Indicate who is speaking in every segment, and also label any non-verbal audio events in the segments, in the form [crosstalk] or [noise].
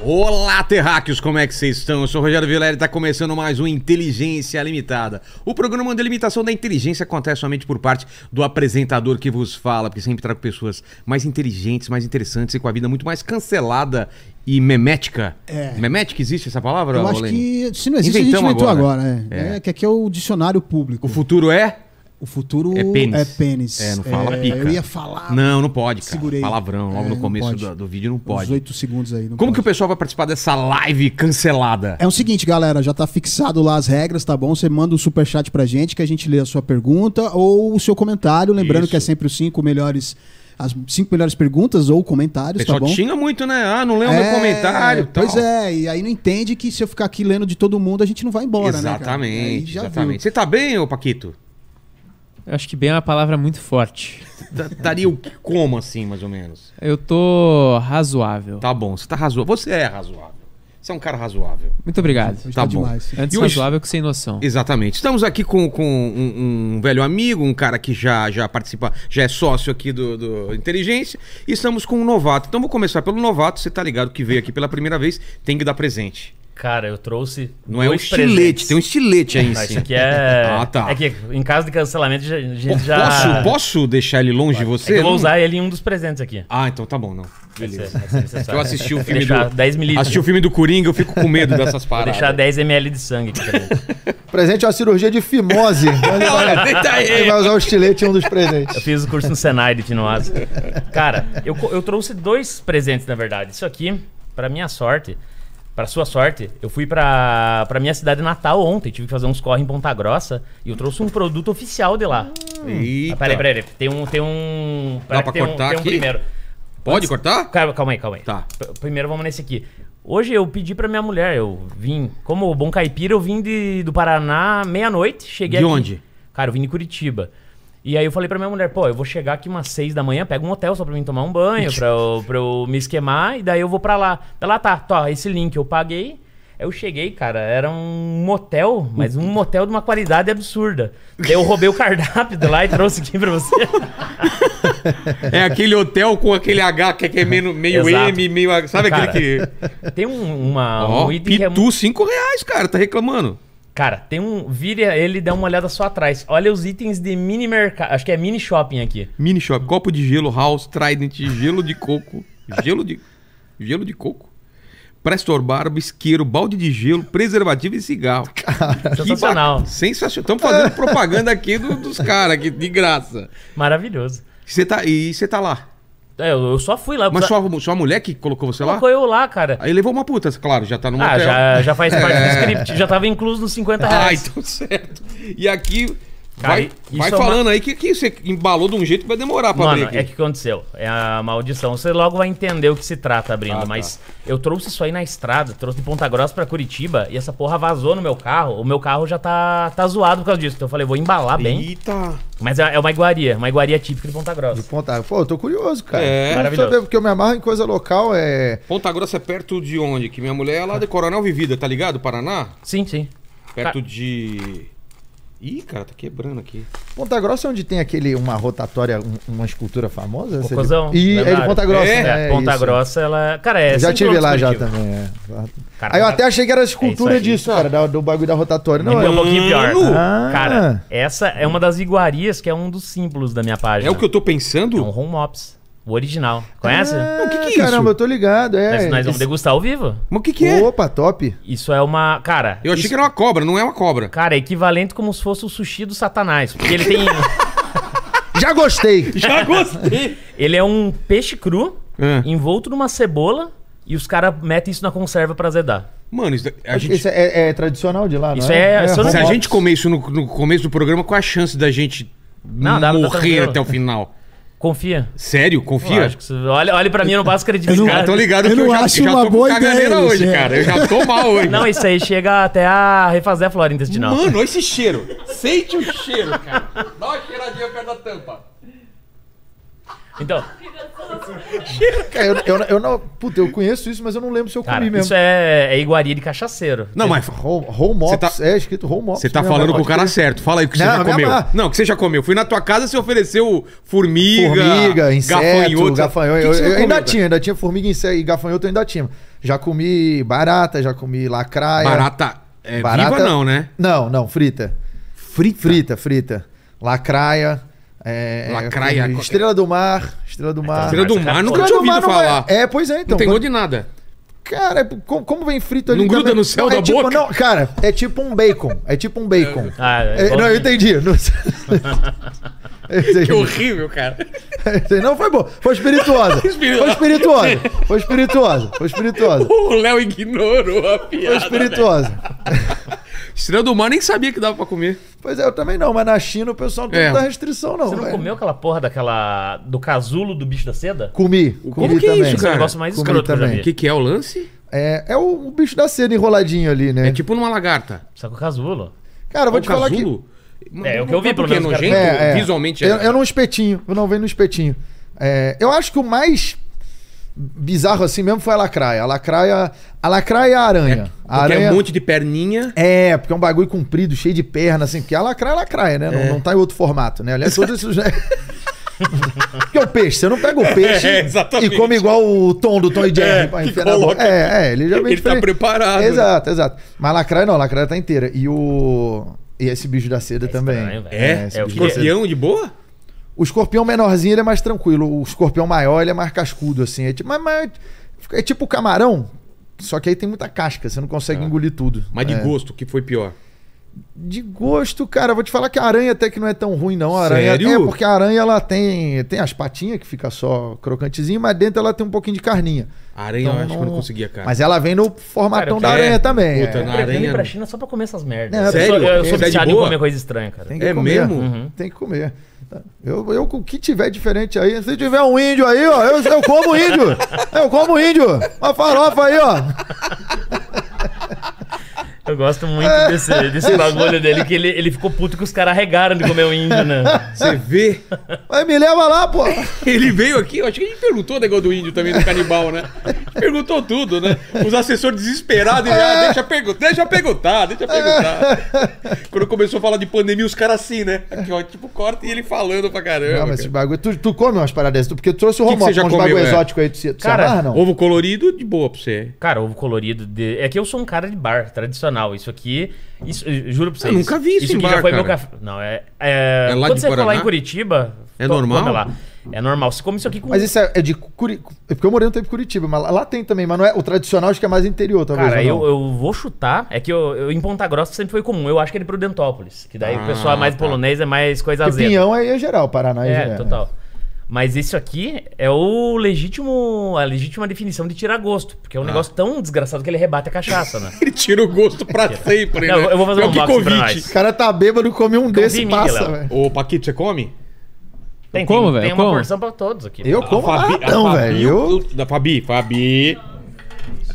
Speaker 1: Olá, terráqueos, como é que vocês estão? Eu sou o Rogério Vilela e está começando mais um Inteligência Limitada. O programa de limitação da inteligência acontece somente por parte do apresentador que vos fala, porque sempre trago pessoas mais inteligentes, mais interessantes e com a vida muito mais cancelada e memética.
Speaker 2: É.
Speaker 1: Memética existe essa palavra,
Speaker 2: Eu acho
Speaker 1: Olene?
Speaker 2: que se não existe, a
Speaker 1: Inventamos
Speaker 2: gente inventou agora.
Speaker 1: É.
Speaker 2: é. É que aqui é o dicionário público.
Speaker 1: O futuro é?
Speaker 2: O futuro
Speaker 1: É pênis.
Speaker 2: É, pênis.
Speaker 1: É, não fala pica.
Speaker 2: Eu ia falar.
Speaker 1: Não, não pode, cara.
Speaker 2: Segurei.
Speaker 1: Palavrão, logo
Speaker 2: É,
Speaker 1: no
Speaker 2: não
Speaker 1: começo
Speaker 2: pode.
Speaker 1: do, do vídeo não
Speaker 2: Uns
Speaker 1: pode.
Speaker 2: oito segundos aí. não
Speaker 1: Como que o
Speaker 2: pode.
Speaker 1: pessoal vai participar dessa live cancelada?
Speaker 2: É o seguinte, galera, já tá fixado lá as regras, tá bom? Você manda um superchat pra gente que a gente lê a sua pergunta ou o seu comentário. Lembrando
Speaker 1: Isso.
Speaker 2: que é sempre os cinco melhores. As cinco melhores perguntas ou
Speaker 1: O
Speaker 2: comentários, tá
Speaker 1: pessoal
Speaker 2: bom? É,
Speaker 1: te xinga muito, né? Ah, não leu o meu comentário. tal.
Speaker 2: Pois é, e aí não entende que se eu ficar aqui lendo de todo mundo, a gente não vai embora, né? cara? Aí
Speaker 1: exatamente,
Speaker 2: já viu.
Speaker 1: exatamente. Você tá bem, ô Paquito?
Speaker 3: Eu acho que bem é uma palavra muito forte.
Speaker 1: Tá, Estaria o que como assim, mais ou menos?
Speaker 3: Eu tô razoável.
Speaker 1: Tá bom, você tá razoável. Você é razoável. Você é um cara razoável.
Speaker 3: Muito obrigado.
Speaker 2: Hoje
Speaker 1: Tá bom.
Speaker 2: demais.
Speaker 3: Antes
Speaker 1: E hoje-
Speaker 3: razoável que sem noção.
Speaker 1: Exatamente. Estamos aqui com, com um, um velho amigo, um cara que já, já participa, já é sócio aqui do, do Inteligência, e estamos com um novato. Então vou começar pelo novato, você tá ligado que veio aqui pela primeira vez, tem que dar presente.
Speaker 4: Cara, eu trouxe.
Speaker 1: Não é um
Speaker 4: dois
Speaker 1: estilete,
Speaker 4: presentes.
Speaker 1: tem um estilete aí em
Speaker 4: Não, isso
Speaker 1: cima.
Speaker 4: aqui é.
Speaker 1: [laughs] Ah, tá.
Speaker 4: É que em caso de cancelamento já- a gente
Speaker 1: Pô,
Speaker 4: já.
Speaker 1: Posso, posso deixar ele longe de
Speaker 4: É
Speaker 1: você?
Speaker 4: que eu vou
Speaker 1: Não-
Speaker 4: usar ele em um dos presentes aqui.
Speaker 1: Ah, então tá bom, não.
Speaker 4: Vai ser-
Speaker 1: Beleza.
Speaker 4: vai ser necessário.
Speaker 1: Eu assisti o
Speaker 4: Vou
Speaker 1: filme
Speaker 4: deixar
Speaker 1: do-
Speaker 4: 10 mililitros.
Speaker 1: Assisti o filme do Coringa, eu fico com medo dessas
Speaker 4: Vou
Speaker 1: paradas.
Speaker 4: deixar 10 ml de sangue aqui pra dentro.
Speaker 5: Presente é uma cirurgia de fimose. Ele
Speaker 1: Olha, deita aí.
Speaker 5: vai usar o estilete em um dos presentes.
Speaker 4: Eu fiz o curso no Senai de Finoasa. Cara, eu, co- eu trouxe dois presentes, na verdade. Isso aqui, pra minha sorte, pra sua sorte, eu fui pra, pra minha cidade natal ontem. Tive que fazer uns corre em Ponta Grossa e eu trouxe um produto oficial de lá.
Speaker 1: Eita.
Speaker 4: Ah, peraí, peraí. Tem um. Tem um peraí,
Speaker 1: pra
Speaker 4: tem um-
Speaker 1: cortar
Speaker 4: tem um
Speaker 1: aqui?
Speaker 4: primeiro.
Speaker 1: Pode cortar?
Speaker 4: Calma, calma aí, calma aí.
Speaker 1: Tá.
Speaker 4: P- primeiro vamos nesse aqui. Hoje eu pedi pra minha mulher, eu vim. Como bom caipira, eu vim de, do Paraná meia-noite, cheguei
Speaker 1: De
Speaker 4: aqui.
Speaker 1: onde?
Speaker 4: Cara, eu vim de Curitiba. E aí eu falei pra minha mulher, pô, eu vou chegar aqui umas seis da manhã, pega um hotel só pra mim tomar um banho,
Speaker 1: [laughs]
Speaker 4: pra eu, pra eu me esquemar, e daí eu vou pra lá. Daí lá tá, tá, esse link eu paguei. Eu cheguei, cara, era um motel, mas um motel de uma qualidade absurda. Daí eu roubei o cardápio de lá e trouxe aqui pra você.
Speaker 1: É aquele hotel com aquele H que é que é meio, meio
Speaker 4: Exato.
Speaker 1: M, meio H. [laughs] Sabe
Speaker 4: Cara,
Speaker 1: aquele que.
Speaker 4: Tem um, uma,
Speaker 1: Ó,
Speaker 4: um item que é
Speaker 1: Pitu, 5 reais, cara, tá reclamando.
Speaker 4: Cara, tem um. Vira ele e dá uma olhada só atrás. Olha os itens de mini mercado. Acho que é mini shopping aqui.
Speaker 1: Mini shop, copo de gelo, house, trident, gelo de coco, gelo de. gelo de coco. Prestor Barba, isqueiro, balde de gelo, preservativo e cigarro.
Speaker 4: Sensacional.
Speaker 1: Que ba- Sensacional. Estamos fazendo propaganda aqui do- dos caras, aqui, de graça.
Speaker 4: Maravilhoso.
Speaker 1: Você tá, e você tá lá.
Speaker 4: É, Eu, eu só fui lá.
Speaker 1: Mas sua, sua mulher que colocou você lá?
Speaker 4: colocou eu lá, cara.
Speaker 1: Aí levou uma puta, claro, já tá no
Speaker 4: Ah,
Speaker 1: motel.
Speaker 4: já, já
Speaker 1: [laughs]
Speaker 4: faz parte do script. Já tava incluso nos 50
Speaker 1: Ah,
Speaker 4: reais.
Speaker 1: então certo. E aqui.
Speaker 4: Cara,
Speaker 1: Vai,
Speaker 4: isso
Speaker 1: vai
Speaker 4: é uma-
Speaker 1: falando aí que, que você embalou de um jeito que vai demorar pra
Speaker 4: Mano,
Speaker 1: abrir
Speaker 4: é
Speaker 1: aqui.
Speaker 4: que aconteceu. É a maldição. Você logo vai entender o que se trata abrindo,
Speaker 1: Ah, tá.
Speaker 4: mas eu trouxe isso aí na estrada, trouxe de Ponta Grossa pra Curitiba e essa porra vazou no meu carro. O meu carro já tá, tá zoado por causa disso. Então eu falei, vou embalar bem.
Speaker 1: Eita!
Speaker 4: Mas é é uma iguaria, uma iguaria típica de Ponta Grossa.
Speaker 5: Ponta, pô, eu tô curioso, cara.
Speaker 1: É.
Speaker 5: Quero
Speaker 4: Maravilhoso.
Speaker 5: saber, porque eu me amarro em coisa local, é.
Speaker 1: Ponta Grossa é perto de onde? Que minha mulher é lá de Coronel Vivida, tá ligado? Paraná?
Speaker 4: Sim, sim.
Speaker 1: Perto de. Ih, cara, tá quebrando aqui.
Speaker 5: Ponta Grossa é onde tem aquele, uma rotatória, um- uma escultura famosa? essa
Speaker 4: Cocôzão,
Speaker 5: de... E é de
Speaker 4: lendário.
Speaker 5: Ponta Grossa,
Speaker 1: É,
Speaker 5: né?
Speaker 4: Ponta
Speaker 5: isso.
Speaker 4: Grossa, ela. Cara, é.
Speaker 5: Eu já
Speaker 4: 100
Speaker 5: tive lá
Speaker 4: quilômetros
Speaker 5: já
Speaker 4: Curitiba.
Speaker 5: também, é.
Speaker 4: Cara,
Speaker 5: aí eu
Speaker 4: tá-
Speaker 5: até achei que
Speaker 1: É
Speaker 5: era escultura
Speaker 4: aí.
Speaker 5: disso, cara, da- do bagulho da rotatória.
Speaker 4: É
Speaker 5: Não,
Speaker 4: um
Speaker 5: é.
Speaker 4: pouquinho pior.
Speaker 1: Mano!
Speaker 5: Ah.
Speaker 4: Cara, essa é uma das iguarias que é um dos símbolos da minha página.
Speaker 1: É o que eu tô
Speaker 4: É um
Speaker 1: pensando?
Speaker 4: home ops. O original. Conhece?
Speaker 5: Ah,
Speaker 1: o que que é isso?
Speaker 5: Caramba, eu tô ligado, é.
Speaker 4: Mas nós vamos
Speaker 5: Esse-
Speaker 4: degustar ao vivo.
Speaker 1: Mas o que, que é?
Speaker 5: Opa, top.
Speaker 4: Isso é uma. Cara.
Speaker 1: Eu achei
Speaker 4: isso-
Speaker 1: que era uma cobra, não é uma
Speaker 4: [laughs]
Speaker 1: cobra.
Speaker 4: Cara, é equivalente como se fosse o sushi do Satanás. Porque
Speaker 1: [laughs]
Speaker 4: ele tem.
Speaker 5: Já gostei.
Speaker 1: Já gostei!
Speaker 4: ele é um peixe cru,
Speaker 1: É.
Speaker 4: envolto numa cebola, e os caras metem isso na conserva pra azedar.
Speaker 1: Mano, isso, da- a gente
Speaker 5: Isso é, é tradicional de lá, não
Speaker 4: Isso
Speaker 5: é?
Speaker 4: é- isso eu não
Speaker 1: Se a
Speaker 4: Box.
Speaker 1: gente comer isso no, no começo do programa, qual é a chance da gente
Speaker 4: Não, dá- dá
Speaker 1: morrer
Speaker 4: tranquilo.
Speaker 1: até o final?
Speaker 4: Confia.
Speaker 1: Sério? Confia?
Speaker 4: Lógico. você- Olha, olha pra mim, eu
Speaker 1: [laughs]
Speaker 4: não passo
Speaker 1: Os
Speaker 2: Eu não-
Speaker 4: credibilidade.
Speaker 1: caras tão ligados
Speaker 2: eu
Speaker 1: que eu
Speaker 2: não
Speaker 1: já,
Speaker 2: acho
Speaker 1: já
Speaker 2: uma
Speaker 1: tô com
Speaker 2: boa
Speaker 1: caganeira
Speaker 2: ideia,
Speaker 1: hoje,
Speaker 2: isso, é.
Speaker 1: cara. Eu já tô mal hoje.
Speaker 4: Não, isso aí chega até a refazer a flora intestinal.
Speaker 1: Mano, olha esse cheiro. Sente o cheiro, cara. Dá uma cheiradinha perto da tampa.
Speaker 4: Então,
Speaker 5: Cara, eu, eu, eu não. Puta, eu conheço isso, mas eu não lembro se eu
Speaker 4: cara,
Speaker 5: comi mesmo.
Speaker 4: isso é, é iguaria de cachaceiro.
Speaker 1: Não, mas
Speaker 5: Home, home
Speaker 1: Você
Speaker 5: ops,
Speaker 1: tá-
Speaker 5: é escrito home ops.
Speaker 1: você tá
Speaker 5: mesmo,
Speaker 1: falando
Speaker 5: mas
Speaker 1: com o
Speaker 5: pode
Speaker 1: cara
Speaker 5: crer.
Speaker 1: certo. Fala aí o que você
Speaker 5: Não, ah.
Speaker 1: já
Speaker 5: me
Speaker 1: comeu.
Speaker 5: amarra.
Speaker 1: Não, o que você já comeu. Fui na tua casa, você ofereceu formiga,
Speaker 5: Formiga, inseto, gafanhoto.
Speaker 1: O que
Speaker 5: eu,
Speaker 1: que você
Speaker 5: eu
Speaker 1: não
Speaker 5: ainda
Speaker 1: comeu,
Speaker 5: tinha, ainda tinha formiga inseto, e gafanhoto, eu ainda tinha. Já comi barata, já comi lacraia.
Speaker 1: cara? Barata, é,
Speaker 5: Barata-
Speaker 1: viva não, né?
Speaker 5: Não, não, frita. Frita? Frita, frita. Lacraia. é,
Speaker 1: Lacraia,
Speaker 5: comi
Speaker 1: qual-
Speaker 5: Estrela do mar. Estrela do mar.
Speaker 1: Estrela do
Speaker 4: Mas
Speaker 1: mar,
Speaker 4: essa
Speaker 1: nunca
Speaker 4: cara-
Speaker 5: Estrela
Speaker 1: tinha
Speaker 5: do mar
Speaker 1: ouvido
Speaker 5: não é-
Speaker 1: falar.
Speaker 5: É, pois é, então.
Speaker 1: Não tem
Speaker 5: Quando-
Speaker 1: gosto de nada.
Speaker 5: Cara, é como, como vem frito ali.
Speaker 1: Não gruda
Speaker 5: também-
Speaker 1: no céu
Speaker 5: é
Speaker 1: da
Speaker 5: tipo-
Speaker 1: boca?
Speaker 5: Não, cara, é tipo um bacon. É tipo
Speaker 1: [laughs]
Speaker 5: um bacon.
Speaker 4: Ah, é
Speaker 5: É, não,
Speaker 4: igualzinho.
Speaker 5: eu entendi. Não, Eu entendi.
Speaker 1: Que horrível, cara. [laughs]
Speaker 5: Não foi boa.
Speaker 4: [laughs]
Speaker 5: Foi espirituosa. Foi espirituosa. Foi espirituosa. Foi
Speaker 4: [laughs]
Speaker 5: espirituosa.
Speaker 1: O Léo ignorou a
Speaker 5: Foi
Speaker 1: piada.
Speaker 5: espirituosa.
Speaker 1: Estrela do mar nem sabia que dava pra comer.
Speaker 5: Pois é, eu também não, mas na China o pessoal não tem
Speaker 1: É.
Speaker 5: muita restrição, não.
Speaker 4: Você não
Speaker 5: velho.
Speaker 4: comeu aquela porra daquela. do casulo do bicho da seda?
Speaker 5: Comi. Comi
Speaker 1: que é isso,
Speaker 5: também.
Speaker 4: Esse é o
Speaker 1: cara?
Speaker 4: negócio mais
Speaker 5: comi
Speaker 4: escroto que eu já
Speaker 5: também.
Speaker 1: O
Speaker 4: vi.
Speaker 1: que, que é o lance?
Speaker 5: É, é o, o bicho da seda enroladinho ali, né?
Speaker 1: É tipo numa lagarta. um
Speaker 4: Só que o casulo.
Speaker 5: Cara, eu vou te falar que.
Speaker 4: É, o que eu vi,
Speaker 1: Mas por
Speaker 4: pelo
Speaker 1: quê?
Speaker 4: menos,
Speaker 1: nojento?
Speaker 4: cara.
Speaker 5: É, é.
Speaker 1: Visualmente
Speaker 5: Eu, eu não espetinho, eu não venho no espetinho. É, eu acho que o mais bizarro assim mesmo foi a lacraia. A lacraia, a lacraia e a aranha. a
Speaker 1: Porque
Speaker 5: aranha
Speaker 1: é um monte de perninha.
Speaker 5: É, porque é um bagulho comprido, cheio de perna, assim, porque a lacraia é lacraia, né? Não, não tá em outro formato, né? Aliás, todos
Speaker 1: [laughs]
Speaker 5: esses. né? porque é o peixe, você não pega o
Speaker 1: [laughs]
Speaker 5: peixe
Speaker 1: É, exatamente.
Speaker 5: e come igual o tom do Tom e Jerry
Speaker 1: É,
Speaker 5: pra
Speaker 1: que
Speaker 5: enfiar na
Speaker 1: coloca-
Speaker 5: boca. É, é, ele já vem
Speaker 1: Ele tá
Speaker 5: diferente.
Speaker 1: preparado, né?
Speaker 5: Exato, exato. Mas a lacraia não, a lacraia tá inteira. E o. E esse bicho da seda também.
Speaker 4: estranho, velho.
Speaker 1: É,
Speaker 5: esse
Speaker 1: é, o
Speaker 5: bicho da seda.
Speaker 1: escorpião de boa?
Speaker 5: O escorpião menorzinho ele é mais tranquilo. O escorpião maior ele é mais cascudo, assim. É tipo, mas, mas- é tipo o camarão, só que aí tem muita casca, você não consegue engolir tudo.
Speaker 1: Ah. Mas de
Speaker 5: É.
Speaker 1: gosto, que foi pior.
Speaker 5: De gosto, cara, vou te falar que a aranha até que não é tão ruim, não. A aranha,
Speaker 1: Sério?
Speaker 5: É, porque a aranha ela tem, tem as patinhas que fica só crocantezinho, mas dentro ela tem um pouquinho de carninha.
Speaker 1: A aranha
Speaker 5: Então,
Speaker 1: eu acho que eu não
Speaker 5: não-
Speaker 1: conseguia, cara.
Speaker 5: Mas ela vem no formatão
Speaker 4: Cara,
Speaker 5: da
Speaker 1: é.
Speaker 5: aranha também.
Speaker 1: Puta,
Speaker 5: é.
Speaker 1: Na
Speaker 4: Eu pretendo ir
Speaker 1: aranha-
Speaker 4: pra China só pra comer essas merdas.
Speaker 5: Não,
Speaker 4: Eu sou-
Speaker 1: sério?
Speaker 4: Eu
Speaker 1: Você é de
Speaker 4: sou viciado em
Speaker 1: boa?
Speaker 4: comer coisa estranha, cara.
Speaker 5: Tem que
Speaker 1: É
Speaker 5: comer.
Speaker 1: mesmo?
Speaker 5: Tem que comer. Eu, eu, o que tiver diferente aí, se tiver um índio aí, ó, eu, eu
Speaker 1: [laughs]
Speaker 5: como índio. Eu como índio. Uma farofa aí, ó.
Speaker 4: Eu gosto muito desse,
Speaker 5: [laughs]
Speaker 4: desse bagulho dele, que ele, ele ficou puto que os caras regaram de comer o índio, né?
Speaker 5: é-
Speaker 1: Você vê.
Speaker 5: Mas me leva lá, pô.
Speaker 1: Ele veio aqui, eu acho que a gente perguntou o negócio do índio também, do canibal, né? Perguntou tudo, né? Os assessores desesperados, ele, ah, deixa, pergu deixa perguntar, deixa perguntar. Quando começou a falar de pandemia, os caras assim, né? Aqui, ó, tipo, corta e ele falando pra caramba.
Speaker 5: Não, mas tipo, esse
Speaker 1: cara.
Speaker 5: bagulho. Tu, tu come umas paradas dessas, porque tu trouxe o
Speaker 1: Que que
Speaker 5: romão
Speaker 1: você já
Speaker 5: com uns
Speaker 1: comeu,
Speaker 5: bagulho
Speaker 1: é?
Speaker 5: exótico aí. Tu, se- tu
Speaker 4: Cara,
Speaker 5: se amarra, não?
Speaker 1: Ovo colorido, de boa pra você.
Speaker 4: Cara, ovo colorido. de- É que eu sou um cara de bar, tradicional. Isso aqui. Isso, eu juro pra vocês.
Speaker 1: Eu nunca vi isso em
Speaker 4: aqui
Speaker 1: bar,
Speaker 4: já foi meu
Speaker 1: cara.
Speaker 4: café. Não, é. é-
Speaker 1: É lá
Speaker 4: quando
Speaker 1: de
Speaker 4: você for lá
Speaker 1: Guaraná?
Speaker 4: em Curitiba.
Speaker 1: É
Speaker 4: to-
Speaker 1: normal?
Speaker 4: come lá. É normal. Você come isso aqui com.
Speaker 5: Mas isso é, é de Curitiba. É porque eu morei um tempo em Curitiba, mas lá, lá tem também, mas não é o tradicional, acho que é mais interior, talvez.
Speaker 4: Cara,
Speaker 5: ou não.
Speaker 4: eu, eu vou chutar. É que eu, eu- em Ponta Grossa sempre foi comum. Eu acho que ele pro Dentópolis. Que daí
Speaker 1: Ah,
Speaker 4: o pessoal é mais
Speaker 1: tá.
Speaker 4: polonês, é mais coisa
Speaker 5: Porque
Speaker 4: azeda.
Speaker 5: pinhão aí é geral, Paraná é,
Speaker 4: É,
Speaker 5: geral.
Speaker 4: total. Mas isso aqui é o legítimo, a legítima definição de tirar gosto, porque
Speaker 1: Ah.
Speaker 4: é um negócio tão desgraçado que ele rebate a cachaça, né?
Speaker 1: Ele tira o gosto
Speaker 4: [laughs]
Speaker 1: pra sempre, né?
Speaker 4: Não, eu vou fazer
Speaker 1: É
Speaker 4: um
Speaker 1: o que
Speaker 4: unboxing pra
Speaker 1: convite.
Speaker 5: O
Speaker 4: nós.
Speaker 5: cara tá bêbado, come um desse e
Speaker 4: mim,
Speaker 5: passa,
Speaker 4: Léo.
Speaker 5: velho.
Speaker 1: Ô, Paquito, você come?
Speaker 4: Tem,
Speaker 3: como,
Speaker 4: tem-
Speaker 3: velho?
Speaker 4: Tem uma
Speaker 3: Como?
Speaker 4: porção pra todos aqui.
Speaker 5: Eu como Ah, não, velho. Eu...
Speaker 1: eu- Da Fabi, Fabi.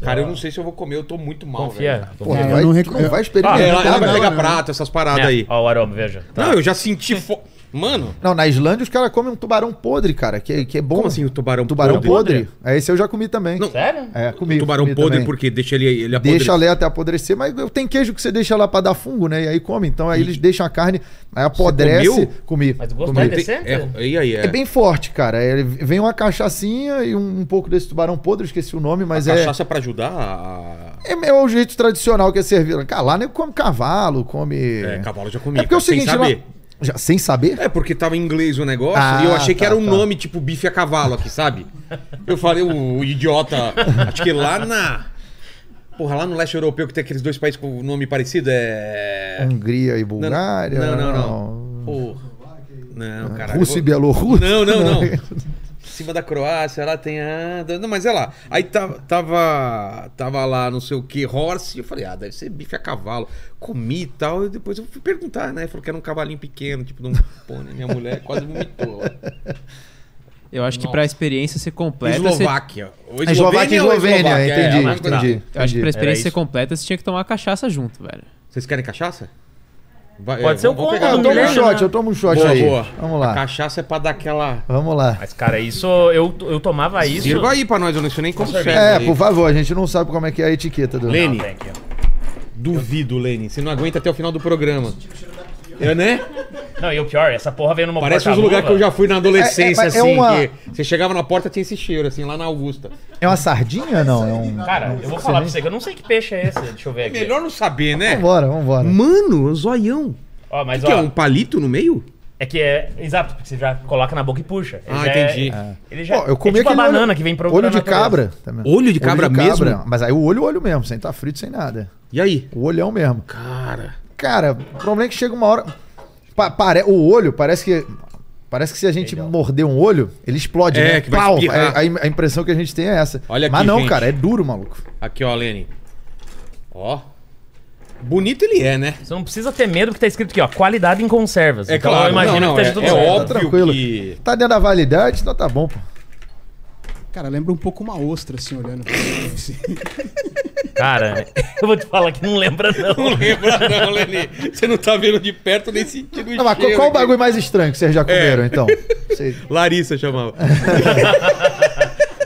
Speaker 1: Cara, eu não sei se eu vou comer, eu tô muito mal, velho.
Speaker 4: Confia.
Speaker 5: Pô,
Speaker 4: confia.
Speaker 5: tu
Speaker 2: eu
Speaker 5: vai,
Speaker 2: não
Speaker 5: não
Speaker 2: recu-
Speaker 5: tu não vai
Speaker 1: Ah,
Speaker 5: experimentar.
Speaker 1: ela, ela vai
Speaker 5: nada,
Speaker 1: pegar
Speaker 5: né?
Speaker 1: prato, essas paradas
Speaker 4: É,
Speaker 1: aí.
Speaker 4: Ó, o aroma, veja. Tá.
Speaker 1: Não, eu já senti fo... Mano,
Speaker 5: Não, na Islândia os caras comem um tubarão podre, cara, que, que é bom.
Speaker 1: como assim o tubarão,
Speaker 5: Tubarão
Speaker 1: podre?
Speaker 5: podre?
Speaker 4: podre?
Speaker 5: É, esse eu já comi também.
Speaker 1: Não.
Speaker 4: Sério?
Speaker 5: É, comi.
Speaker 1: Tubarão
Speaker 5: comi
Speaker 1: podre
Speaker 5: também.
Speaker 1: porque deixa ele, ele é
Speaker 5: Deixa
Speaker 1: apodrecer.
Speaker 5: ela até apodrecer, mas tem queijo que você deixa lá pra dar fungo, né? E aí come. Então aí eles deixam a carne, aí apodrece.
Speaker 1: comeu?
Speaker 5: Comi.
Speaker 4: Mas o gosto
Speaker 5: comi.
Speaker 4: vai
Speaker 1: Tem-
Speaker 4: decente?
Speaker 1: É, e aí, é.
Speaker 5: É bem forte, cara. É, vem uma cachaçinha e um, um pouco desse tubarão podre, eu esqueci o nome, mas é,
Speaker 1: Cachaça pra ajudar a...
Speaker 5: é. é o jeito tradicional que é servido. Cara, lá nego come cavalo, come.
Speaker 1: É, cavalo já comi,
Speaker 5: É porque é o
Speaker 1: cara, sem
Speaker 5: seguinte,
Speaker 1: saber.
Speaker 5: lá- já- sem saber?
Speaker 1: É, porque tava em inglês o negócio
Speaker 5: Ah,
Speaker 1: e eu achei que
Speaker 5: tá,
Speaker 1: era um
Speaker 5: tá.
Speaker 1: nome tipo bife a cavalo aqui, sabe? Eu falei, o, o idiota, acho que lá na... Porra, lá no leste europeu que tem aqueles dois países com nome parecido é...
Speaker 5: Hungria e
Speaker 1: Não,
Speaker 5: Bulgária.
Speaker 1: Não, não, não. Porra. Não, caralho.
Speaker 5: Rússia e Bielorrússia.
Speaker 1: Não,
Speaker 5: [laughs]
Speaker 1: não, não.
Speaker 5: né?
Speaker 1: Em cima da Croácia, lá tem a. Não, mas é lá. Aí tava, tava, tava lá, não sei o que, horse. E eu falei, ah, deve ser bife a cavalo. Comi e tal. E depois eu fui perguntar, né? Falou que era um cavalinho pequeno, tipo de um pônei. Minha mulher quase vomitou. lá.
Speaker 3: Eu acho que pra experiência ser completa. Você...
Speaker 1: Eslováquia. Ou
Speaker 5: A Eslováquia e
Speaker 1: ou
Speaker 5: Eslovênia,
Speaker 1: Eslováquia, é,
Speaker 5: entendi,
Speaker 1: alguma coisa
Speaker 5: entendi.
Speaker 1: assim.
Speaker 3: Eu acho que pra
Speaker 5: entendi.
Speaker 4: Era
Speaker 3: experiência
Speaker 4: isso.
Speaker 3: ser completa, você tinha que tomar cachaça junto, velho.
Speaker 1: Vocês querem cachaça? Vai- é,
Speaker 4: Pode ser o
Speaker 1: vamos- vamos
Speaker 4: combo
Speaker 1: pegar-
Speaker 5: eu
Speaker 1: vamos
Speaker 4: do
Speaker 5: tomo um
Speaker 1: pegar-
Speaker 4: milênio, né?
Speaker 5: shot, eu tomo um shot
Speaker 1: Boa,
Speaker 5: aí.
Speaker 1: boa.
Speaker 5: Vamos
Speaker 1: A
Speaker 5: lá.
Speaker 1: cachaça é pra dar aquela.
Speaker 5: Vamos lá.
Speaker 4: Mas, cara, isso. Eu, eu tomava isso.
Speaker 1: Sirva aí pra nós, eu não sei nem como serve.
Speaker 5: É,
Speaker 1: aí.
Speaker 5: por favor, a gente não sabe como é que é a etiqueta do.
Speaker 1: Lene,
Speaker 4: Thank you.
Speaker 1: duvido, Lene. Você não aguenta até o final do programa. É, né?
Speaker 4: Não, e o pior, essa porra veio numa
Speaker 1: Parece os
Speaker 4: porta-luva.
Speaker 1: lugares que eu já fui na adolescência,
Speaker 5: É, é, mas é
Speaker 1: assim.
Speaker 5: uma-
Speaker 1: que você chegava na porta tinha esse cheiro, assim, lá na Augusta.
Speaker 5: É uma sardinha? Não, é um.
Speaker 4: Cara, eu vou falar pra você que eu não sei que peixe é esse. Deixa eu ver aqui.
Speaker 1: Melhor não saber, né?
Speaker 5: Vambora, vambora.
Speaker 1: Mano, um zoião.
Speaker 4: Ó, mas
Speaker 1: Que é
Speaker 4: ó,
Speaker 1: um palito no meio?
Speaker 4: é que é. Exato, porque você já coloca na boca e puxa. Ele
Speaker 1: Ah,
Speaker 4: já é-
Speaker 1: entendi.
Speaker 4: ele já
Speaker 5: Ó, eu
Speaker 4: é
Speaker 5: comi
Speaker 4: tipo a
Speaker 5: aquele
Speaker 4: banana
Speaker 5: olho-
Speaker 4: que vem pro
Speaker 5: Olho
Speaker 4: da
Speaker 5: de
Speaker 4: natureza.
Speaker 5: cabra. também.
Speaker 1: Olho de cabra mesmo?
Speaker 5: Mas aí o olho, olho mesmo, sem tá frito, sem nada.
Speaker 1: E aí?
Speaker 5: O olhão mesmo.
Speaker 1: Cara.
Speaker 5: Cara, o problema é que chega uma hora. pa- pare- o olho parece que. Parece que se a gente morder um olho, ele explode,
Speaker 1: É,
Speaker 5: né?
Speaker 1: que vai
Speaker 5: Pau!
Speaker 1: espirrar.
Speaker 5: a, a im- a impressão que a gente tem é essa.
Speaker 1: Olha
Speaker 5: Mas
Speaker 1: aqui,
Speaker 5: não,
Speaker 1: gente.
Speaker 5: cara, é duro, maluco.
Speaker 1: Aqui, ó, Lene. Ó. Bonito ele é, né?
Speaker 4: Você não precisa ter medo porque tá escrito aqui, ó, qualidade em conservas.
Speaker 1: É claro,
Speaker 4: imagina
Speaker 1: não, não,
Speaker 4: que esteja
Speaker 1: é-
Speaker 4: tudo
Speaker 1: é
Speaker 4: certo.
Speaker 1: óbvio.
Speaker 5: Tá Tranquilo.
Speaker 1: que-
Speaker 5: Tá dentro da validade, então tá bom, pô.
Speaker 2: Cara, lembra um pouco uma ostra, assim, olhando.
Speaker 4: Cara, eu vou te falar que não lembra
Speaker 1: [laughs]
Speaker 4: não.
Speaker 1: Lembra não, Lene. Você não tá vendo de perto nem sentindo o
Speaker 5: Não, mas qual,
Speaker 1: cheiro
Speaker 5: qual o
Speaker 1: aqui. É.
Speaker 5: bagulho mais estranho que vocês já
Speaker 1: [laughs]
Speaker 5: comeram, então? Vocês-
Speaker 1: Larissa chamava.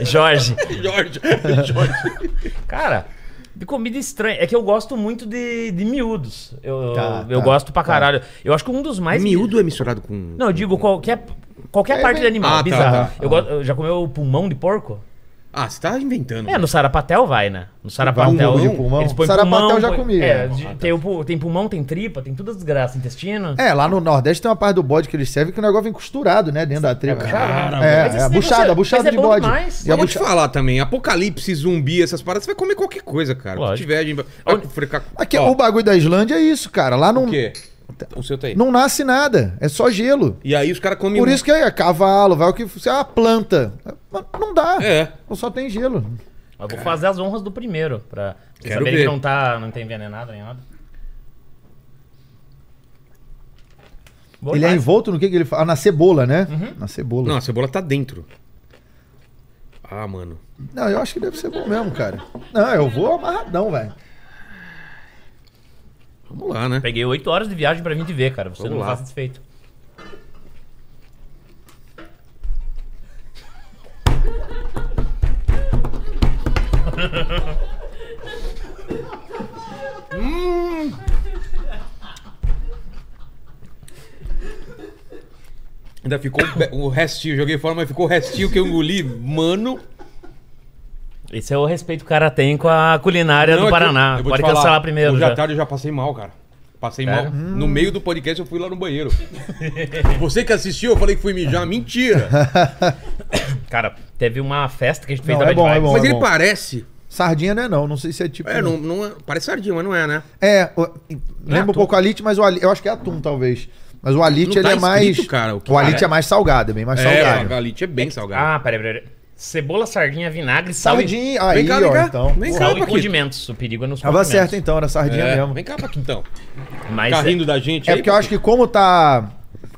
Speaker 4: Jorge.
Speaker 1: [laughs] Jorge.
Speaker 4: Cara, de comida estranha. É que eu gosto muito de, de miúdos. Eu,
Speaker 5: Tá,
Speaker 4: eu
Speaker 5: tá,
Speaker 4: gosto pra
Speaker 5: tá.
Speaker 4: caralho. Eu acho que um dos mais...
Speaker 1: Miúdo é misturado com...
Speaker 4: Não, eu digo qualquer, qualquer
Speaker 5: É,
Speaker 4: parte
Speaker 5: bem-
Speaker 4: de animal.
Speaker 1: Ah, tá,
Speaker 4: bizarro.
Speaker 1: tá.
Speaker 4: Eu gosto- eu já comeu o pulmão de porco?
Speaker 1: Ah, você tá inventando.
Speaker 4: É, no sarapatel vai, né? No sarapatel...
Speaker 5: Pulmão, pulmão.
Speaker 4: Eles põem
Speaker 5: Sarapatel eu já
Speaker 4: põe-
Speaker 5: comi,
Speaker 4: É,
Speaker 5: né?
Speaker 4: de- tem, o pu- tem pulmão, tem tripa, tem todas as desgraças, intestino.
Speaker 5: É, lá no Nordeste tem uma parte do bode que eles servem que o negócio vem costurado, né? Dentro da tribo.
Speaker 1: Cara,
Speaker 5: É,
Speaker 4: Mas esse
Speaker 5: é, a
Speaker 4: negócio
Speaker 5: buchada,
Speaker 4: é-
Speaker 5: a buchada
Speaker 4: mas é
Speaker 5: de
Speaker 4: bom
Speaker 5: bode.
Speaker 4: demais.
Speaker 5: E a
Speaker 1: eu vou te
Speaker 5: bucha...
Speaker 1: falar também, apocalipse, zumbi, essas paradas, você vai comer qualquer coisa, cara.
Speaker 4: Lógico.
Speaker 1: Se tiver, a gente vai- vai. fricar-
Speaker 5: Aqui,
Speaker 1: Ó,
Speaker 5: O bagulho da Islândia é isso, cara. Lá não,
Speaker 1: o quê? O seu tá aí.
Speaker 5: não nasce nada, é só gelo.
Speaker 1: E aí os caras comem.
Speaker 5: Por
Speaker 1: um-
Speaker 5: isso que é cavalo, vai o que. Isso é uma planta. Mas Não dá.
Speaker 1: É.
Speaker 5: Só tem gelo.
Speaker 4: Eu vou fazer as honras do primeiro, pra vocês
Speaker 1: Quero
Speaker 4: saberem
Speaker 1: ver.
Speaker 4: que não, tá, não tem envenenado nem nada. Boa
Speaker 5: ele é
Speaker 4: tarde.
Speaker 5: envolto no que, que ele fala? Ah, na cebola, né?
Speaker 4: Uhum.
Speaker 5: Na cebola.
Speaker 1: Não, a cebola tá dentro. Ah, mano.
Speaker 5: Não, eu acho que deve ser bom mesmo, cara. Não, eu vou amarradão, velho.
Speaker 1: Vamos lá, né?
Speaker 4: Peguei 8 horas de viagem pra mim te ver, cara. Você
Speaker 1: Vamos
Speaker 4: não
Speaker 1: lá.
Speaker 4: tá satisfeito.
Speaker 1: Ainda ficou o be- o restinho, joguei fora, mas ficou o restinho que eu engoli. Mano.
Speaker 4: Esse é o respeito que o cara tem com a culinária
Speaker 1: Não, é
Speaker 4: do
Speaker 1: que
Speaker 4: Paraná.
Speaker 1: eu- eu vou
Speaker 4: Pode
Speaker 1: te falar,
Speaker 4: cancelar primeiro.
Speaker 1: Hoje à
Speaker 4: Já.
Speaker 1: tarde eu já passei mal, cara. Passei
Speaker 4: Sério?
Speaker 1: mal. No meio do podcast eu fui lá no
Speaker 4: [laughs]
Speaker 1: banheiro. Você que assistiu, eu falei que fui mijar.
Speaker 4: Tá
Speaker 1: Mentira.
Speaker 4: Cara, teve uma festa que a gente fez
Speaker 5: Não,
Speaker 4: da
Speaker 5: é
Speaker 4: Bad
Speaker 5: bom, é
Speaker 4: Vibes.
Speaker 5: bom.
Speaker 1: Mas ele parece.
Speaker 5: Sardinha não é não, não sei se é tipo.
Speaker 1: É, não, não é- parece sardinha, mas não é, né?
Speaker 5: É, o- lembra
Speaker 4: atum.
Speaker 5: um pouco o alite, mas o alite, eu acho que é atum, talvez. Mas o alite,
Speaker 1: Não
Speaker 5: ele
Speaker 1: tá
Speaker 5: é mais.
Speaker 1: escrito, cara, o
Speaker 5: o,
Speaker 1: que
Speaker 5: alite é. mais salgado, é bem mais
Speaker 1: É, o
Speaker 5: salgado.
Speaker 1: galite é bem salgado.
Speaker 4: Ah, peraí, peraí. peraí. Cebola, sardinha, vinagre, sal e,
Speaker 5: Sardinha, aí,
Speaker 1: Vem cá, vem
Speaker 5: ó,
Speaker 1: cá.
Speaker 5: então.
Speaker 1: Vem cá,
Speaker 4: sal e
Speaker 1: Paquito.
Speaker 4: condimentos. O perigo é nos
Speaker 5: Tava
Speaker 4: condimentos.
Speaker 5: certo então, era sardinha
Speaker 1: É,
Speaker 5: mesmo.
Speaker 1: Vem cá, Paquitão. Ficar
Speaker 4: Mas
Speaker 1: rindo da gente
Speaker 5: É
Speaker 1: aí,
Speaker 5: porque eu acho que como tá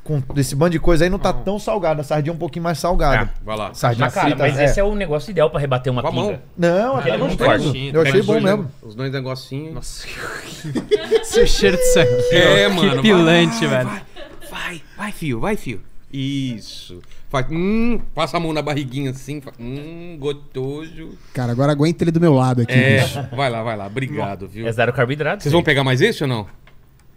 Speaker 5: com esse bando de coisa aí, não tá tão salgado. A sardinha é um pouquinho mais salgada.
Speaker 1: Vai lá.
Speaker 5: Sardinha
Speaker 4: Mas, cara,
Speaker 5: frita,
Speaker 4: mas
Speaker 5: é.
Speaker 4: esse é um o negócio ideal pra rebater uma
Speaker 1: Com a mão.
Speaker 4: pinga.
Speaker 5: Não, aquele é
Speaker 4: não
Speaker 5: gostoso.
Speaker 4: corte.
Speaker 5: Eu
Speaker 1: Pega
Speaker 5: achei bom
Speaker 1: os dois
Speaker 5: mesmo.
Speaker 1: ne- Os né? dois negocinhos.
Speaker 3: Nossa, que horrível. Seu cheiro disso aqui.
Speaker 1: É,
Speaker 3: ó, que
Speaker 1: mano,
Speaker 3: pilante,
Speaker 1: vai,
Speaker 3: velho.
Speaker 1: Vai, vai, fio, vai, fio. Isso. Faz, hum, passa a mão na barriguinha assim. Faz, hum, gostoso.
Speaker 2: Cara, agora aguenta ele do meu lado aqui,
Speaker 1: É,
Speaker 2: bicho.
Speaker 1: vai lá, vai lá. Obrigado, viu?
Speaker 4: É zero carboidrato.
Speaker 1: Vocês vão pegar mais esse ou não?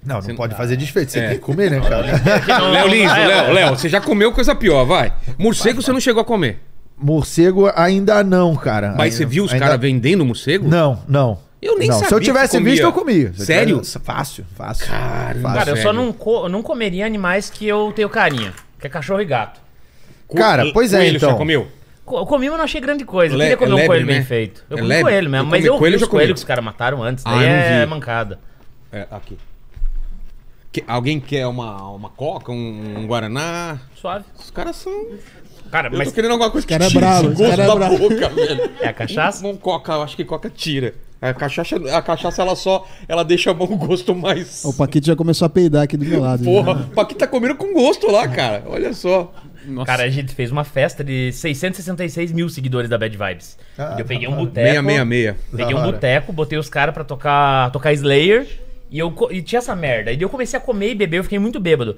Speaker 5: Não, não pode fazer desfeito.
Speaker 1: É.
Speaker 5: Você tem que comer, né, cara?
Speaker 1: [laughs]
Speaker 4: Não,
Speaker 1: Léo Liso,
Speaker 4: é,
Speaker 1: Léo, Léo, você já comeu coisa pior, vai. Morcego você não chegou a comer.
Speaker 5: Morcego ainda não, cara.
Speaker 1: Mas você
Speaker 5: Ainda-
Speaker 1: viu os
Speaker 5: ainda-
Speaker 1: caras vendendo morcego?
Speaker 5: Não, não.
Speaker 1: tipo? Eu nem
Speaker 5: não.
Speaker 1: sabia
Speaker 5: Se eu
Speaker 1: que
Speaker 5: tivesse
Speaker 1: comia.
Speaker 5: visto, eu comia. Se eu
Speaker 1: Sério?
Speaker 5: tivesse- Fácil, fácil.
Speaker 1: Caramba.
Speaker 5: Fácil.
Speaker 4: Cara, eu só
Speaker 1: Sério.
Speaker 4: não, co- eu não comeria animais que eu tenho carinho, que é cachorro e gato.
Speaker 1: Co-
Speaker 5: Cara, pois é,
Speaker 1: coelho,
Speaker 5: então.
Speaker 1: Já comeu?
Speaker 4: Co- Eu comi, mas não achei grande coisa. Eu
Speaker 1: Le-
Speaker 4: queria comer
Speaker 1: é lebre,
Speaker 4: um coelho
Speaker 1: né?
Speaker 4: bem feito. Eu
Speaker 1: É
Speaker 4: comi
Speaker 1: lebre.
Speaker 4: coelho
Speaker 1: Eu
Speaker 4: mesmo,
Speaker 1: comi
Speaker 4: mas eu
Speaker 1: coelho,
Speaker 4: comi
Speaker 1: eu já
Speaker 4: os
Speaker 1: comi.
Speaker 4: coelhos que os caras mataram antes.
Speaker 1: Ah,
Speaker 4: Daí
Speaker 1: eu não
Speaker 4: é
Speaker 1: vi.
Speaker 4: mancada.
Speaker 1: É, aqui. Que- alguém quer uma, uma coca, um, um guaraná?
Speaker 4: Suave.
Speaker 1: Os caras são...
Speaker 4: Cara,
Speaker 1: Eu
Speaker 4: mas
Speaker 1: tô querendo alguma coisa que
Speaker 2: cara é
Speaker 1: tire
Speaker 2: bravo,
Speaker 1: esse
Speaker 2: esse
Speaker 1: gosto
Speaker 2: cara é
Speaker 1: da
Speaker 2: bravo.
Speaker 1: boca, velho.
Speaker 4: [laughs] é a cachaça?
Speaker 1: Um, um coca, eu acho que coca tira. A cachaça, a cachaça, ela só... Ela deixa o bom gosto mais...
Speaker 2: O Paquito já começou a peidar aqui do meu lado.
Speaker 1: Porra, o Paquito tá comendo com gosto lá, cara. Olha só.
Speaker 3: Nossa.
Speaker 4: Cara, a gente fez uma festa de 666 mil seguidores da Bad Vibes.
Speaker 5: Ah,
Speaker 4: eu peguei um boteco.
Speaker 1: 666.
Speaker 4: Peguei
Speaker 5: Da
Speaker 4: um
Speaker 5: hora.
Speaker 4: boteco, botei os caras pra tocar, tocar Slayer E eu co- e tinha essa merda. E daí eu comecei a comer e beber, eu fiquei muito bêbado.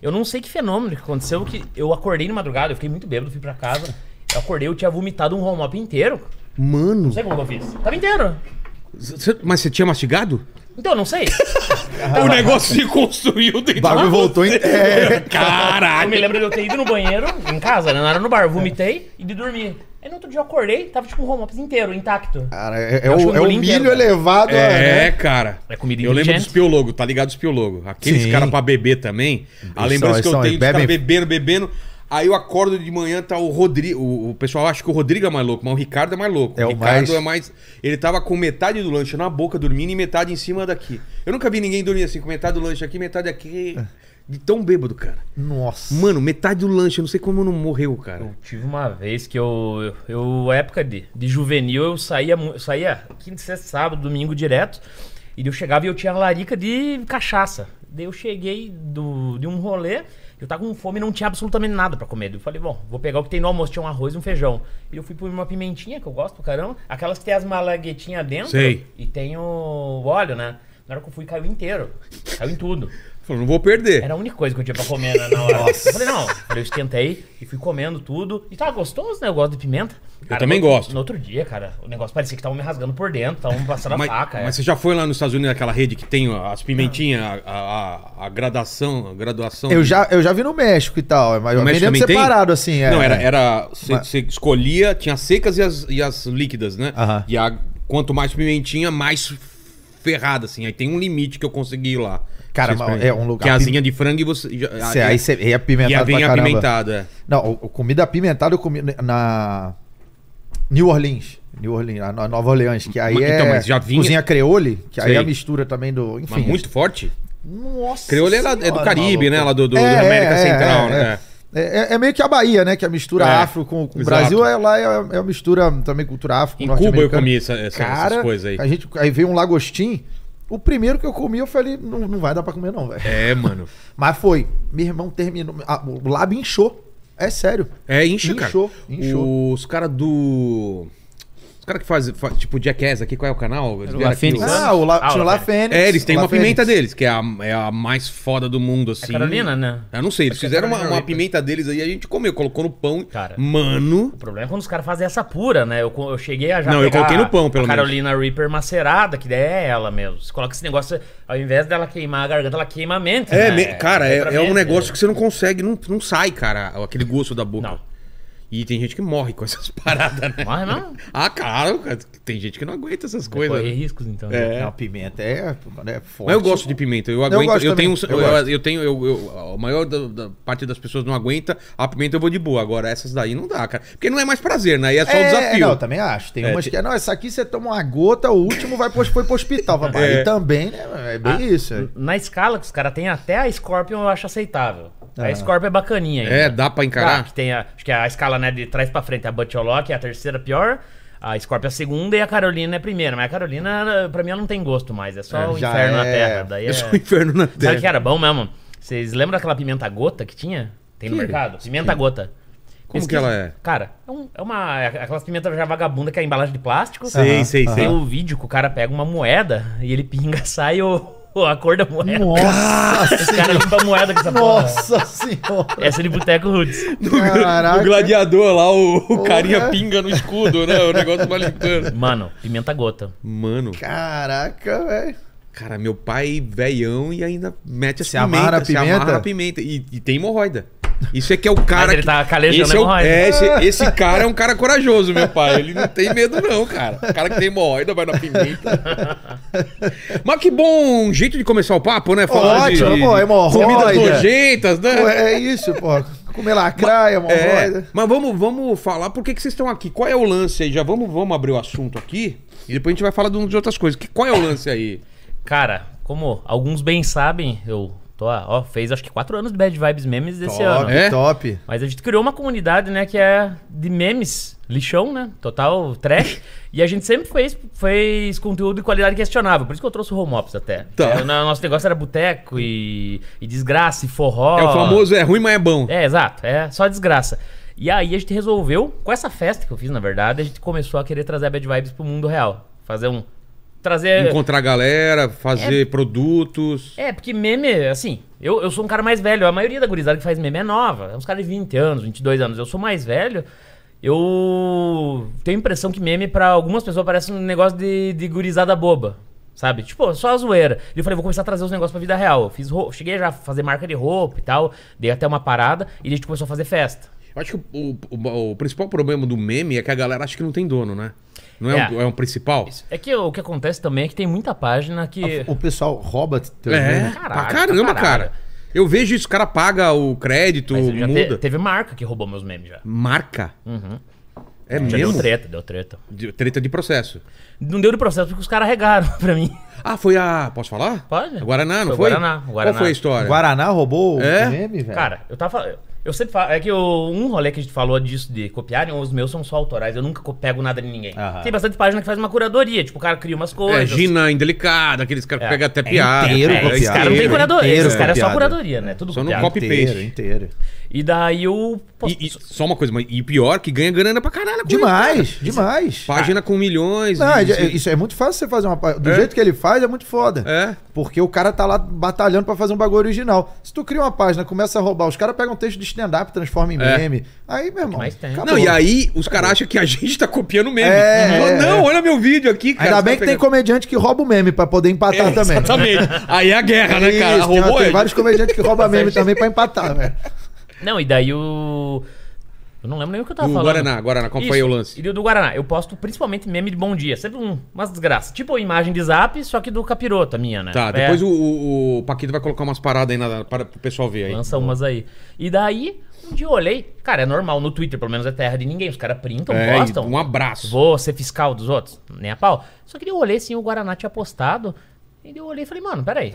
Speaker 4: Eu não sei que fenômeno que aconteceu, que eu acordei na madrugada, eu fiquei muito bêbado, fui pra casa. Eu acordei, eu tinha vomitado um home up inteiro.
Speaker 5: Mano.
Speaker 4: Não sei como que eu fiz. Tava inteiro.
Speaker 1: Cê- Mas você tinha mastigado?
Speaker 4: Então, não sei.
Speaker 1: o negócio se construiu dentro
Speaker 5: O bagulho voltou em.
Speaker 1: [laughs]
Speaker 5: É.
Speaker 4: Eu me
Speaker 1: Caralho!
Speaker 4: lembro de eu ter ido no banheiro, em casa, né? Não era no bar, eu vomitei e de dormir. Aí no outro dia eu acordei, tava tipo um home up inteiro, intacto.
Speaker 5: Cara, é, é
Speaker 4: Eu acho
Speaker 5: o,
Speaker 4: que
Speaker 5: é
Speaker 4: eu
Speaker 5: o
Speaker 4: engoli
Speaker 5: milho
Speaker 4: inteiro, cara.
Speaker 5: elevado.
Speaker 1: É,
Speaker 5: né?
Speaker 1: cara.
Speaker 4: É comida
Speaker 1: Eu lembro
Speaker 4: indigente.
Speaker 1: dos piologos, tá ligado os piologos? Aqueles
Speaker 2: Sim.
Speaker 1: caras pra beber também. A
Speaker 5: Eles
Speaker 1: lembrança
Speaker 5: são-
Speaker 1: que eu
Speaker 5: são-
Speaker 1: tenho de
Speaker 5: bebem-
Speaker 1: ficar bebendo, bebendo. Aí eu acordo de manhã, tá o Rodrigo. O, o pessoal acha que o Rodrigo é mais louco, mas o Ricardo é mais louco.
Speaker 5: É o
Speaker 1: Ricardo
Speaker 5: mais-
Speaker 1: é mais. Ele tava com metade do lanche na boca dormindo e metade em cima daqui. Eu nunca vi ninguém dormir assim, com metade do lanche aqui, metade aqui.
Speaker 5: É.
Speaker 1: De tão bêbado, cara.
Speaker 5: Nossa.
Speaker 1: Mano, metade do lanche, eu não sei como não morreu, cara.
Speaker 4: Eu tive uma vez que eu. eu eu- época de, de juvenil, eu saía, mu- eu saía quinta, sexta, sábado, domingo direto. E eu chegava e eu tinha larica de cachaça. Daí eu cheguei do, de um rolê, eu tava com fome e não tinha absolutamente nada pra comer. Daí Eu falei, bom, vou pegar o que tem no almoço, tinha um arroz e um feijão. E eu fui por uma pimentinha, que eu gosto pra caramba. Aquelas que tem as malaguetinhas dentro
Speaker 1: Sei.
Speaker 4: e tem o óleo, né? Na hora que eu fui, caiu inteiro. Caiu em tudo.
Speaker 1: Falou, não vou perder.
Speaker 4: [laughs] Era a única coisa que eu tinha pra comer né, na hora. Eu falei, não. Eu esquentei e fui comendo tudo. E tava gostoso, né? Eu gosto de pimenta.
Speaker 1: também
Speaker 4: no-
Speaker 1: gosto.
Speaker 4: No outro dia, cara, o negócio parecia que tava me rasgando por dentro, tava me passando a
Speaker 1: Mas,
Speaker 4: faca. é.
Speaker 1: mas você já foi lá nos Estados Unidos, naquela rede que tem as pimentinhas, a, a, a gradação, a graduação.
Speaker 5: Eu
Speaker 1: de-
Speaker 5: já, eu já vi no México e tal. Mas
Speaker 1: O
Speaker 5: eu
Speaker 1: México
Speaker 5: vendendo
Speaker 1: também tem?
Speaker 5: separado, assim. é.
Speaker 1: Não, era. era você,
Speaker 5: Mas-
Speaker 1: você escolhia, tinha as secas e as, e as líquidas, né?
Speaker 5: Aham.
Speaker 1: E a, quanto mais pimentinha, mais ferrada, assim. Aí tem um limite que eu consegui ir lá.
Speaker 5: Cara,
Speaker 1: Vocês
Speaker 5: mas
Speaker 1: experimentam.
Speaker 5: é um lugar-
Speaker 1: Que é asinha de frango e você. Já, ah,
Speaker 5: Cê, aí você é
Speaker 1: e a
Speaker 5: apimentado
Speaker 1: vem
Speaker 5: pra caramba.
Speaker 1: apimentada. é.
Speaker 5: Não, o- o comida apimentada eu comi na New Orleans. New Orleans, lá na Nova Orleans, que aí
Speaker 1: Mas-
Speaker 5: é
Speaker 1: então, mas já vinha-
Speaker 5: cozinha creole, que aí
Speaker 1: Sei.
Speaker 5: é a mistura também do... Enfim,
Speaker 1: Mas muito forte?
Speaker 5: Nossa
Speaker 1: Creole é, lá- é do
Speaker 5: Senhora,
Speaker 1: Caribe,
Speaker 5: maluco.
Speaker 1: né? Lá do, do- da América Central,
Speaker 5: é,
Speaker 1: né?
Speaker 5: É. É- é meio que a Bahia, né? Que a mistura
Speaker 1: É,
Speaker 5: afro com, com o
Speaker 1: exato.
Speaker 5: Brasil é lá é, é a mistura também cultura afro com
Speaker 1: Em Cuba eu
Speaker 5: norte-americana.
Speaker 1: comi essa- essa- essas
Speaker 5: Cara,
Speaker 1: coisas aí.
Speaker 5: A gente, aí veio um lagostim. O primeiro que eu comi, eu falei, não, não vai dar pra comer, não, velho.
Speaker 1: É, mano.
Speaker 5: Mas foi. Meu irmão terminou. a- o lábio inchou. É sério.
Speaker 1: É, incha, cara.
Speaker 5: Inchou, inchou.
Speaker 1: Os caras do. Os caras que fazem, fa- tipo, Jackass aqui, qual é o canal? Eles
Speaker 3: Era o
Speaker 1: vieram
Speaker 3: La
Speaker 1: aqui no-
Speaker 3: Fênix.
Speaker 5: Ah, o La,
Speaker 4: Ah,
Speaker 5: tinha o
Speaker 4: lá,
Speaker 5: La Fênix.
Speaker 1: É, eles têm
Speaker 5: La
Speaker 1: uma pimenta
Speaker 5: Fênix.
Speaker 1: deles, que é a, é a mais foda do mundo, assim.
Speaker 4: Carolina, né?
Speaker 1: Eu não sei, eles
Speaker 4: é
Speaker 1: fizeram uma,
Speaker 4: Carolina
Speaker 1: uma
Speaker 4: Reaper.
Speaker 1: pimenta deles aí, a gente comeu, colocou no pão.
Speaker 4: Cara.
Speaker 1: Mano.
Speaker 4: O problema é quando os caras fazem essa pura, né? Eu, co- eu cheguei a já.
Speaker 1: Não, eu
Speaker 4: pegar
Speaker 1: coloquei no pão, pelo
Speaker 4: a Carolina Reaper macerada, que daí é ela mesmo. Você coloca esse negócio, ao invés dela queimar a garganta, ela queima a mente.
Speaker 1: É,
Speaker 4: né?
Speaker 1: me- cara, é,
Speaker 4: outra
Speaker 1: é um
Speaker 4: mente,
Speaker 1: negócio
Speaker 4: né?
Speaker 1: que você não consegue, não, não sai, cara, aquele gosto da boca.
Speaker 4: Não.
Speaker 1: E tem gente que morre com essas [laughs] paradas, né? [laughs]
Speaker 4: Morre não?
Speaker 1: Ah, cara, cara, tem gente que não aguenta essas coisas.
Speaker 4: Corre
Speaker 1: né?
Speaker 4: riscos, então.
Speaker 1: É.
Speaker 5: Não, pimenta é, é forte.
Speaker 1: Mas eu gosto de pimenta, eu aguento. Eu,
Speaker 5: gosto
Speaker 1: tenho,
Speaker 5: também,
Speaker 1: um- eu,
Speaker 5: eu gosto.
Speaker 1: eu tenho, eu, eu- a maior da, da parte das pessoas não aguenta a pimenta, eu vou de boa. Agora essas daí não dá, cara, porque não é mais prazer, né? Aí é só
Speaker 5: é,
Speaker 1: um desafio.
Speaker 5: Não, eu também acho. Tem
Speaker 1: É,
Speaker 5: umas
Speaker 1: tem-
Speaker 5: que é, não, essa aqui você toma uma gota, o último vai pro, foi pro hospital. Papai.
Speaker 1: [laughs] É.
Speaker 5: E também, né? É bem
Speaker 4: Ah,
Speaker 5: isso. é.
Speaker 4: Na escala que os caras têm, até a Scorpion eu acho aceitável. A Scorpion é bacaninha ainda.
Speaker 1: Ah. É, dá pra encarar?
Speaker 4: Dá, Ah, que tem a, acho que a escala né, de trás pra frente, a Butcholock é a terceira pior, a Scorpion é a segunda e a Carolina é a primeira. Mas a Carolina, pra mim, ela não tem gosto mais. É só
Speaker 5: É,
Speaker 4: o
Speaker 5: já
Speaker 4: inferno na
Speaker 5: é.
Speaker 1: [laughs]
Speaker 4: Terra. Daí é...
Speaker 1: É só um inferno na
Speaker 4: Sabe o que
Speaker 1: terra.
Speaker 4: era bom mesmo? Vocês lembram daquela pimenta gota que tinha? Tem no
Speaker 1: Que?
Speaker 4: mercado? Pimenta gota.
Speaker 1: Como que ela é?
Speaker 4: Cara, é, um- é uma. É aquelas pimentas já vagabunda que é a embalagem de plástico.
Speaker 1: Sei, sei, sei.
Speaker 4: Tem o vídeo que o cara pega uma moeda e ele pinga, [laughs] sai o, a cor da moeda. Esse cara limpa a moeda com essa porra.
Speaker 5: Nossa
Speaker 1: [laughs]
Speaker 5: senhora.
Speaker 4: Essa é de Boteco Roots.
Speaker 5: Caraca.
Speaker 1: O gladiador lá, o, o
Speaker 5: Porra.
Speaker 1: carinha pinga no escudo, né? O negócio vai limpando.
Speaker 4: Mano, pimenta gota.
Speaker 1: Mano,
Speaker 5: Caraca, velho.
Speaker 1: cara, meu pai veião e ainda mete
Speaker 5: Se amarra a
Speaker 1: Se
Speaker 5: pimenta?
Speaker 1: amarra a pimenta. E, e tem hemorroida. Isso é que é o cara
Speaker 4: Mas ele
Speaker 1: que...
Speaker 4: tá calejando
Speaker 1: esse, é o...
Speaker 4: hemorroida.
Speaker 5: [laughs]
Speaker 1: é, esse, esse cara é um cara corajoso, meu pai. Ele não tem medo não, cara. O cara que tem hemorroida vai na pimenta.
Speaker 5: [laughs]
Speaker 1: Mas que bom jeito de começar o papo, né?
Speaker 5: Ótimo, pô,
Speaker 1: comidas
Speaker 5: hemorroida.
Speaker 1: nojentas, né?
Speaker 5: Pô, é isso, pô. Comer lacraia,
Speaker 1: É,
Speaker 5: hemorroida.
Speaker 1: mas vamos, vamos falar por que, que vocês estão aqui. Qual é o lance aí? Já vamos, vamos abrir o assunto aqui e depois a gente vai falar de, um- de outras coisas. Que, qual é o lance aí?
Speaker 4: Cara, como alguns bem sabem, eu tô, ó, fez acho que quatro anos de Bad Vibes Memes desse ano.
Speaker 5: Top,
Speaker 1: É?
Speaker 5: top.
Speaker 4: Mas a gente criou uma comunidade, né, que é de memes, lixão, né? Total
Speaker 1: [laughs]
Speaker 4: trash. e a gente sempre fez, fez conteúdo de qualidade questionável. Por isso que eu trouxe o home ops até.
Speaker 1: Tá.
Speaker 4: É, o nosso negócio era boteco e, e desgraça e forró.
Speaker 1: É o famoso é ruim, mas é bom.
Speaker 4: É, exato. É só desgraça. E aí a gente resolveu, com essa festa que eu fiz, na verdade, a gente começou a querer trazer a Bad Vibes pro mundo real. Fazer um trazer.
Speaker 1: Encontrar a galera, fazer produtos.
Speaker 4: É, porque meme, assim, eu, eu sou um cara mais velho. A maioria da gurizada que faz meme é nova. É uns caras de 20 anos, 22 anos. Eu sou mais velho. Eu tenho a impressão que meme pra algumas pessoas parece um negócio de, de gurizada boba. Sabe? Tipo, só a zoeira. E eu falei, vou começar a trazer os negócios pra vida real. Eu Fiz roupa, cheguei já a fazer marca de roupa e tal. Dei até uma parada e a gente começou a fazer festa.
Speaker 1: Eu acho que o, o- o principal problema do meme é que a galera acha que não tem dono, né? Não é,
Speaker 4: É.
Speaker 1: Um, é um principal?
Speaker 4: É que o que acontece também é que tem muita página que.
Speaker 5: O pessoal rouba né? teu
Speaker 1: É,
Speaker 4: Caralho,
Speaker 1: pra caramba,
Speaker 4: pra caralho.
Speaker 1: cara. Eu vejo isso, o cara paga o crédito,
Speaker 4: Mas já te-
Speaker 1: muda.
Speaker 4: teve marca que roubou meus memes já.
Speaker 1: Marca? É
Speaker 4: Já deu
Speaker 1: mesmo?
Speaker 4: treta, deu treta.
Speaker 1: De- treta de processo.
Speaker 4: Não deu de processo porque os caras regaram [laughs] pra mim.
Speaker 1: Ah, foi a. Posso falar?
Speaker 4: Pode.
Speaker 1: A Guaraná, não
Speaker 4: Foi
Speaker 1: foi?
Speaker 4: Guaraná, Guaraná.
Speaker 1: Qual foi a história?
Speaker 5: Guaraná roubou
Speaker 1: É?
Speaker 5: o meme, velho?
Speaker 4: Cara, eu tava. fal- Eu sempre falo. É que eu- um rolê que a gente falou disso de copiarem, os meus são só autorais. Eu nunca co- pego nada de ninguém.
Speaker 5: Aham.
Speaker 4: Tem bastante página que faz uma curadoria. Tipo, o cara cria umas
Speaker 1: É,
Speaker 4: coisas.
Speaker 1: Gina Indelicada, aqueles caras que pegam até piada.
Speaker 5: inteiro
Speaker 1: É,
Speaker 5: copiado.
Speaker 4: É. Esse cara não tem
Speaker 5: Inteiro,
Speaker 4: curadoria.
Speaker 5: inteiro
Speaker 4: Esse cara é só
Speaker 5: copiado.
Speaker 4: curadoria, né? Tudo
Speaker 1: Só não
Speaker 4: copiado.
Speaker 1: copia.
Speaker 5: inteiro, inteiro.
Speaker 4: E daí eu.
Speaker 1: E, e só uma coisa, mas e pior que ganha grana pra caralho. com
Speaker 5: Demais,
Speaker 1: isso, cara.
Speaker 5: demais.
Speaker 1: Página com milhões.
Speaker 5: Não, é-
Speaker 1: e-
Speaker 5: é- isso é muito fácil você fazer uma. pa- Do
Speaker 1: É?
Speaker 5: jeito que ele faz, é muito foda.
Speaker 1: É.
Speaker 5: Porque o cara tá lá batalhando pra fazer um bagulho original. Se tu cria uma página, começa a roubar, os caras pegam um texto de stand-up, transforma em
Speaker 1: É.
Speaker 5: meme. Aí, meu irmão.
Speaker 4: mais tem?
Speaker 5: acabou.
Speaker 1: Não, e aí os caras acham que a gente tá copiando meme.
Speaker 5: É,
Speaker 1: Fala,
Speaker 5: é,
Speaker 1: não,
Speaker 5: é.
Speaker 1: olha meu vídeo aqui, cara.
Speaker 5: Ainda
Speaker 1: você
Speaker 5: bem
Speaker 1: tá
Speaker 5: que tem
Speaker 1: pegando- É,
Speaker 5: comediante que rouba o meme pra poder empatar também.
Speaker 1: Exatamente. Aí é a guerra, né, cara?
Speaker 5: Isso, tem-
Speaker 1: Roubou
Speaker 5: tem,
Speaker 1: ele.
Speaker 5: vários comediantes que roubam meme também pra empatar, né? velho.
Speaker 4: Não, e daí o. Eu não lembro nem o que eu
Speaker 5: tá
Speaker 4: tava
Speaker 1: Do
Speaker 4: falando.
Speaker 1: Uh, Guaraná, Guaraná, qual foi
Speaker 4: Isso,
Speaker 1: o lance?
Speaker 4: E do do Guaraná. Eu posto principalmente meme de bom dia. Sempre um, umas desgraças. Tipo a imagem de zap, só que do capiroto, a minha, né?
Speaker 1: Tá,
Speaker 4: É.
Speaker 1: depois o, o- o Paquito vai colocar umas paradas aí na, para o pessoal ver aí.
Speaker 4: Lança umas aí. E daí, um dia eu olhei. Cara, é normal no Twitter, pelo menos é terra de ninguém. Os caras printam,
Speaker 1: É, e
Speaker 4: postam.
Speaker 1: um abraço.
Speaker 4: Vou ser fiscal dos outros. Nem a pau. Só que daí eu olhei assim, o Guaraná tinha postado. E daí eu olhei e falei, mano, peraí.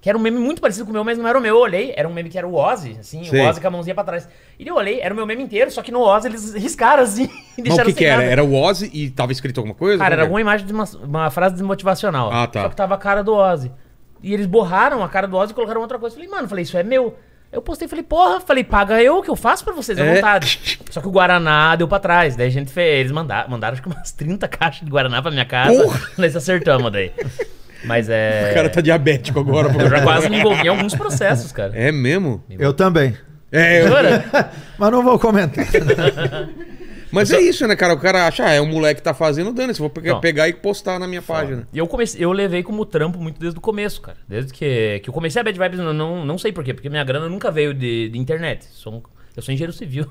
Speaker 4: Que era um meme muito parecido com o meu, mas não era o meu. Eu olhei, era um meme que era o Ozzy, assim,
Speaker 1: Sei.
Speaker 4: o Ozzy com a mãozinha pra trás. E daí eu olhei, era o meu meme inteiro, só que no Ozzy eles [laughs] riscaram assim. e
Speaker 1: Mas o que,
Speaker 4: sem
Speaker 1: que era?
Speaker 4: nada.
Speaker 1: Era o Ozzy e tava escrito alguma coisa?
Speaker 4: Cara, era
Speaker 1: Como é
Speaker 4: alguma imagem de uma, uma frase desmotivacional.
Speaker 1: Ah, tá.
Speaker 4: Só que tava a cara do Ozzy. E eles borraram a cara do Ozzy e colocaram outra coisa. Falei, mano, falei, isso é meu. Eu postei, falei, porra, falei, paga eu que eu faço pra vocês, à
Speaker 1: É. [laughs]
Speaker 4: vontade. Só que o Guaraná deu pra trás. Daí a gente fez. Eles mandaram, mandaram acho que umas 30 caixas de Guaraná pra minha casa.
Speaker 1: Porra!
Speaker 4: [laughs] Nós acertamos daí. Mas é.
Speaker 1: O cara tá diabético agora.
Speaker 4: Eu já quase me envolvi em alguns processos, cara.
Speaker 1: É mesmo?
Speaker 5: Eu também.
Speaker 1: É, eu-
Speaker 4: Jura?
Speaker 5: Mas não vou comentar.
Speaker 1: mas é isso, né, cara? O cara acha, ah, é um moleque que tá fazendo, dane-se, vou pegar,
Speaker 4: Não.
Speaker 1: pegar e postar na minha página.
Speaker 4: E eu comecei, eu levei como trampo muito desde o começo, cara. Desde que, que eu comecei a Bad Vibes, eu não, não sei porquê, porque minha grana nunca veio de, de internet. Sou um- eu sou engenheiro civil.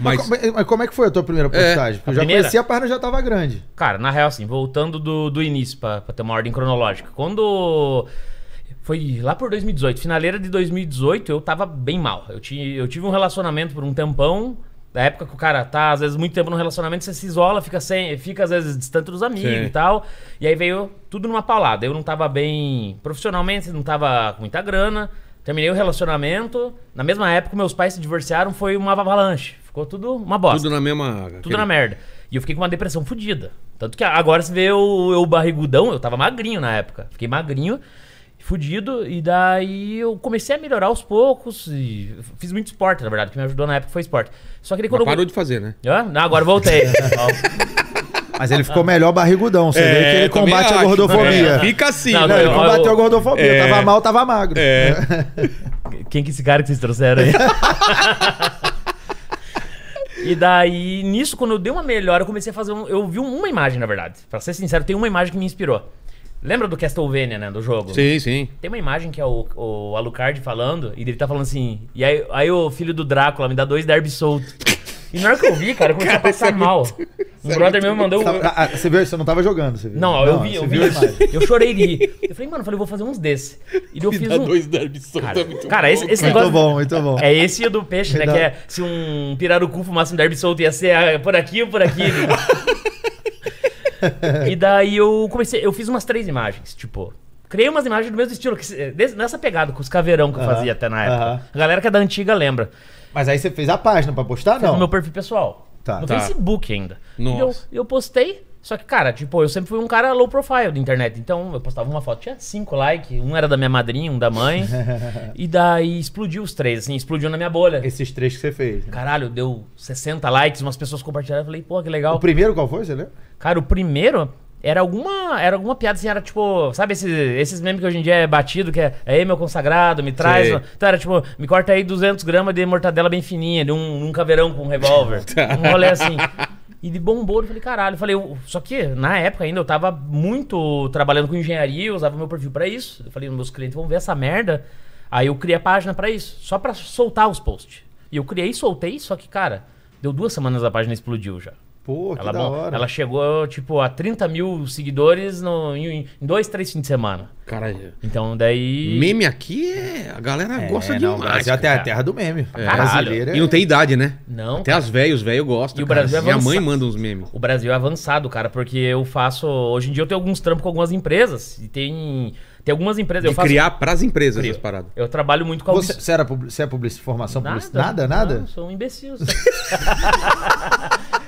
Speaker 1: Mas,
Speaker 5: Mas, co- mas como é que foi a tua primeira postagem? Porque eu já
Speaker 4: primeira?
Speaker 5: conheci a página já tava grande.
Speaker 4: Cara, na real, assim, voltando do, do início, pra, pra ter uma ordem cronológica. Quando. Foi lá por 2018, finaleira de 2018, eu tava bem mal. Eu, ti, eu tive um relacionamento por um tempão. Da época que o cara tá, às vezes, muito tempo num relacionamento, você se isola, fica, sem, fica às vezes distante dos amigos
Speaker 1: Sim.
Speaker 4: e tal. E aí veio tudo numa paulada. Eu não tava bem profissionalmente, não tava com muita grana. Terminei o relacionamento. Na mesma época, meus pais se divorciaram, foi uma avalanche. Ficou tudo uma bosta.
Speaker 1: tudo na mesma.
Speaker 4: Tudo na merda. E eu fiquei com uma depressão fodida. Tanto que agora se vê eu, eu barrigudão, eu tava magrinho na época. Fiquei magrinho, fudido, e daí eu comecei a melhorar aos poucos. E fiz muito esporte, na verdade. O que me ajudou na época foi esporte. Só que daí quando
Speaker 1: Mas parou
Speaker 4: eu.
Speaker 1: de fazer, né?
Speaker 4: Hã? Não, agora eu
Speaker 1: [laughs]
Speaker 4: voltei. Ó.
Speaker 5: Mas ele ficou melhor barrigudão. Você vê que ele
Speaker 1: também
Speaker 5: combate a
Speaker 1: acho. É,
Speaker 5: gordofobia.
Speaker 1: Fica assim,
Speaker 4: Não,
Speaker 1: né?
Speaker 5: Não, ele
Speaker 4: Eu-
Speaker 5: combateu
Speaker 4: eu-
Speaker 5: a gordofobia.
Speaker 1: É.
Speaker 5: Tava mal, tava magro.
Speaker 1: É.
Speaker 4: Quem que é esse cara que vocês trouxeram aí? E daí, nisso, quando eu dei uma melhora, eu comecei a fazer um. Eu vi uma imagem, na verdade. Pra ser sincero, tem uma imagem que me inspirou. Lembra do Castlevania, né? Do
Speaker 1: [laughs]
Speaker 4: jogo?
Speaker 1: Sim, sim.
Speaker 4: Tem uma imagem que é o, o Alucard falando, e ele tá falando assim. E aí, aí o filho do Drácula me dá dois derby solto. E na hora que eu vi, cara, eu comecei a passar mal. Um brother meu me mandou.
Speaker 5: Tava- ah, ah, você viu? Você não tava jogando, você viu?
Speaker 4: Não, eu vi, eu
Speaker 5: você
Speaker 4: vi.
Speaker 5: viu a imagem.
Speaker 4: Eu chorei de rir. Eu falei, mano, eu falei, vou fazer uns desses. E daí eu fiz
Speaker 1: Dá
Speaker 4: um.
Speaker 1: dois derby solto,
Speaker 4: Cara,
Speaker 1: é muito
Speaker 4: cara,
Speaker 1: bom.
Speaker 4: esse, esse
Speaker 5: Muito
Speaker 4: negócio.
Speaker 5: bom, muito bom.
Speaker 4: É esse e o do peixe, né?
Speaker 5: Me dá-
Speaker 4: Que é se um pirarucu fumasse um derby solto, ia ser ah, por aqui ou por aqui.
Speaker 5: [laughs]
Speaker 4: e daí eu comecei, eu fiz umas três imagens, tipo. Criei umas imagens do mesmo estilo, que, se- eh, des- nessa pegada, com os caveirão que eu fazia até na época.
Speaker 5: aham.
Speaker 4: A galera que é da antiga lembra.
Speaker 5: Mas aí você fez a página pra postar,
Speaker 4: Foi no
Speaker 5: não?
Speaker 4: meu perfil pessoal.
Speaker 5: Tá.
Speaker 4: no
Speaker 1: Tá.
Speaker 4: Facebook ainda.
Speaker 1: Nossa.
Speaker 4: E Eu, eu postei, só que, cara, tipo, eu sempre fui um cara low profile da internet. Então, eu postava uma foto, tinha cinco likes, um era da minha madrinha, um da
Speaker 5: [laughs]
Speaker 4: mãe. e daí explodiu os três, assim, explodiu na minha bolha.
Speaker 5: Esses três que você fez.
Speaker 4: Caralho, deu 60 likes, umas pessoas compartilharam. Eu falei, pô, que
Speaker 5: O
Speaker 4: legal.
Speaker 5: primeiro qual foi, você lembra?
Speaker 4: Cara, o primeiro Era alguma, era alguma piada assim, era tipo, sabe esses, esses memes que hoje em dia é batido, que é, aí meu consagrado, me traz.
Speaker 1: Sei.
Speaker 4: uma-" Então era tipo, me corta aí 200 gramas de mortadela bem fininha, de um, um caveirão com um revólver. um rolê assim. E de bombou, eu falei, caralho. Eu falei, eu- só que na época ainda eu tava muito trabalhando com engenharia, eu usava meu perfil pra isso. Eu falei, meus clientes vão ver essa merda. Aí eu criei a página pra isso, só pra soltar os posts. E eu criei e soltei, só que, cara, deu duas semanas a página explodiu já.
Speaker 5: Pô, que
Speaker 4: Ela,
Speaker 5: da
Speaker 4: bom-
Speaker 5: hora.
Speaker 4: ela chegou, tipo, a 30 mil seguidores no, em, em dois, três fins de semana.
Speaker 1: Caralho.
Speaker 4: Então daí.
Speaker 1: é. Meme aqui é. A galera gosta
Speaker 4: não,
Speaker 1: demais.
Speaker 4: o
Speaker 5: Brasil até
Speaker 4: cara.
Speaker 5: é a terra do meme.
Speaker 4: caralho.
Speaker 5: É. Brasileira.
Speaker 1: E não tem idade, né?
Speaker 4: Não.
Speaker 1: Até as velhas, os velhos gostam.
Speaker 4: é- E o
Speaker 1: cara.
Speaker 4: Brasil é
Speaker 1: Minha mãe
Speaker 4: avançado.
Speaker 1: manda uns memes.
Speaker 4: O Brasil é avançado, cara, porque eu faço. Hoje em dia eu tenho alguns trampos com algumas empresas. E tem. Tem algumas empresas. eu
Speaker 1: De
Speaker 4: faço.
Speaker 1: criar pras empresas essas paradas.
Speaker 4: Eu trabalho muito com
Speaker 5: Você,
Speaker 4: alguns-
Speaker 5: você era publi- você é publici- formação publicitária? Nada,
Speaker 4: Não,
Speaker 5: nada?
Speaker 4: sou [laughs] um imbecil. só.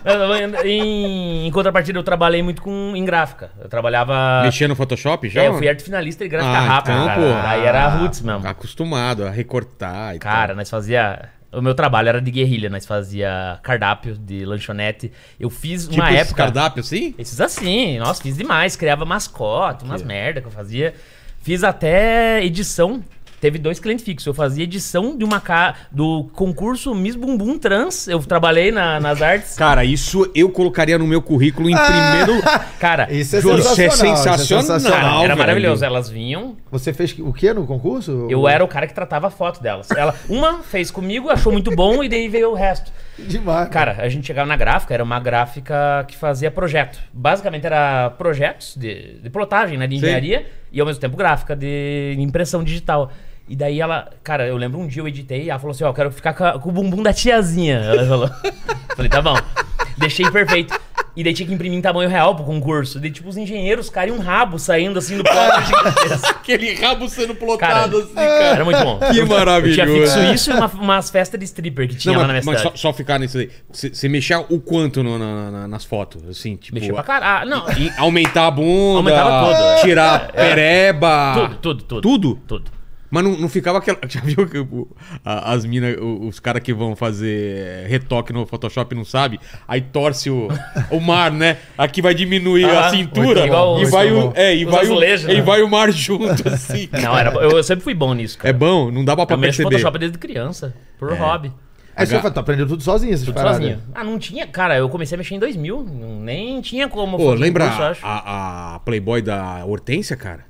Speaker 4: Eu- em, em contrapartida, eu trabalhei muito com, em gráfica. Eu trabalhava.
Speaker 1: Mexia no Photoshop já?
Speaker 4: Ah. É, eu fui arte finalista e gráfica
Speaker 1: Ah,
Speaker 4: rápida.
Speaker 1: então,
Speaker 4: cara.
Speaker 1: pô.
Speaker 4: Aí era
Speaker 5: Ah,
Speaker 4: a Roots mesmo.
Speaker 1: Acostumado a recortar e
Speaker 4: Cara, nós fazia. O meu trabalho era de guerrilha, nós fazia cardápio de lanchonete. Eu fiz
Speaker 1: tal. Tipo
Speaker 4: uma
Speaker 1: esses
Speaker 4: época.
Speaker 1: cardápio assim?
Speaker 4: Esses assim, nossa, fiz demais. Criava mascote,
Speaker 1: é.
Speaker 4: umas merda que eu fazia. Fiz até edição. Teve dois clientes fixos. Eu fazia edição de uma ca... do concurso Miss Bumbum Trans. Eu trabalhei na- nas artes.
Speaker 1: Cara, isso eu colocaria no meu currículo em primeiro.
Speaker 4: Cara,
Speaker 5: Isso é
Speaker 1: Jô,
Speaker 5: sensacional.
Speaker 1: isso é sensacional,
Speaker 5: isso é
Speaker 4: cara,
Speaker 1: não,
Speaker 4: era
Speaker 1: velho.
Speaker 4: maravilhoso. Elas vinham,
Speaker 5: Você fez o que no concurso?
Speaker 4: eu era o cara que tratava a foto delas. Ela, uma fez comigo, achou muito bom e daí veio o resto.
Speaker 5: [laughs] Demais.
Speaker 4: Cara, a gente chegava na gráfica, era uma gráfica que fazia projeto. Basicamente era projetos de, de plotagem, né? De engenharia e ao mesmo tempo gráfica de impressão digital. E daí ela, cara, eu lembro um dia eu editei e ela falou assim: Ó, eu quero ficar com, a- com o bumbum da tiazinha. Ela falou. [laughs] Falei, tá bom. Deixei perfeito. E daí tinha que imprimir em tamanho real pro concurso. Daí, tipo, os engenheiros, cara, e um rabo saindo assim
Speaker 1: [laughs]
Speaker 4: do plotter gigantesco.
Speaker 1: Aquele rabo sendo
Speaker 4: Cara,
Speaker 1: plotado assim,
Speaker 4: era muito bom.
Speaker 1: Que
Speaker 4: Eu tinha
Speaker 1: maravilhoso.
Speaker 4: fixo isso e uma- umas festas de stripper que tinha
Speaker 1: Não,
Speaker 4: lá na
Speaker 1: mas,
Speaker 4: minha
Speaker 1: mas
Speaker 4: cidade.
Speaker 1: só, só ficar nisso aí. Você mexia o quanto no- na- na- nas fotos? Assim, tipo.
Speaker 4: Mexia pra caralho. Ah, não,
Speaker 1: em- aumentar a bunda.
Speaker 4: Aumentava tudo, é.
Speaker 1: Tirar pereba.
Speaker 4: Tudo, tudo, tudo.
Speaker 1: Ah. Tudo? [laughs]
Speaker 4: Tudo.
Speaker 1: Mas não, não ficava aquela. [laughs] Já viu que o- a- as minas, os caras que vão fazer retoque no Photoshop não sabe? Aí torce o, o mar, né? Aqui vai diminuir
Speaker 4: Ah,
Speaker 1: a cintura
Speaker 4: muito bom,
Speaker 1: e
Speaker 4: muito
Speaker 1: vai o.
Speaker 4: bom.
Speaker 1: É, e
Speaker 4: Os
Speaker 1: vai, o
Speaker 4: azulejos,
Speaker 1: e
Speaker 4: né?
Speaker 1: vai o mar junto, assim.
Speaker 4: Não, era, eu, eu sempre fui bom nisso, cara.
Speaker 1: É bom, não dá pra
Speaker 4: eu mexo
Speaker 1: perceber.
Speaker 4: Photoshop desde criança,
Speaker 1: É,
Speaker 4: por hobby,
Speaker 5: Aí você falou, tu aprendeu tudo sozinho, essas paradas.
Speaker 4: sozinho. Ah, não tinha, cara, eu comecei a mexer em 2000, não- nem tinha como.
Speaker 1: Pô,
Speaker 4: fazer
Speaker 1: lembra
Speaker 4: curso, eu acho.
Speaker 1: a, a Playboy da Hortência, cara?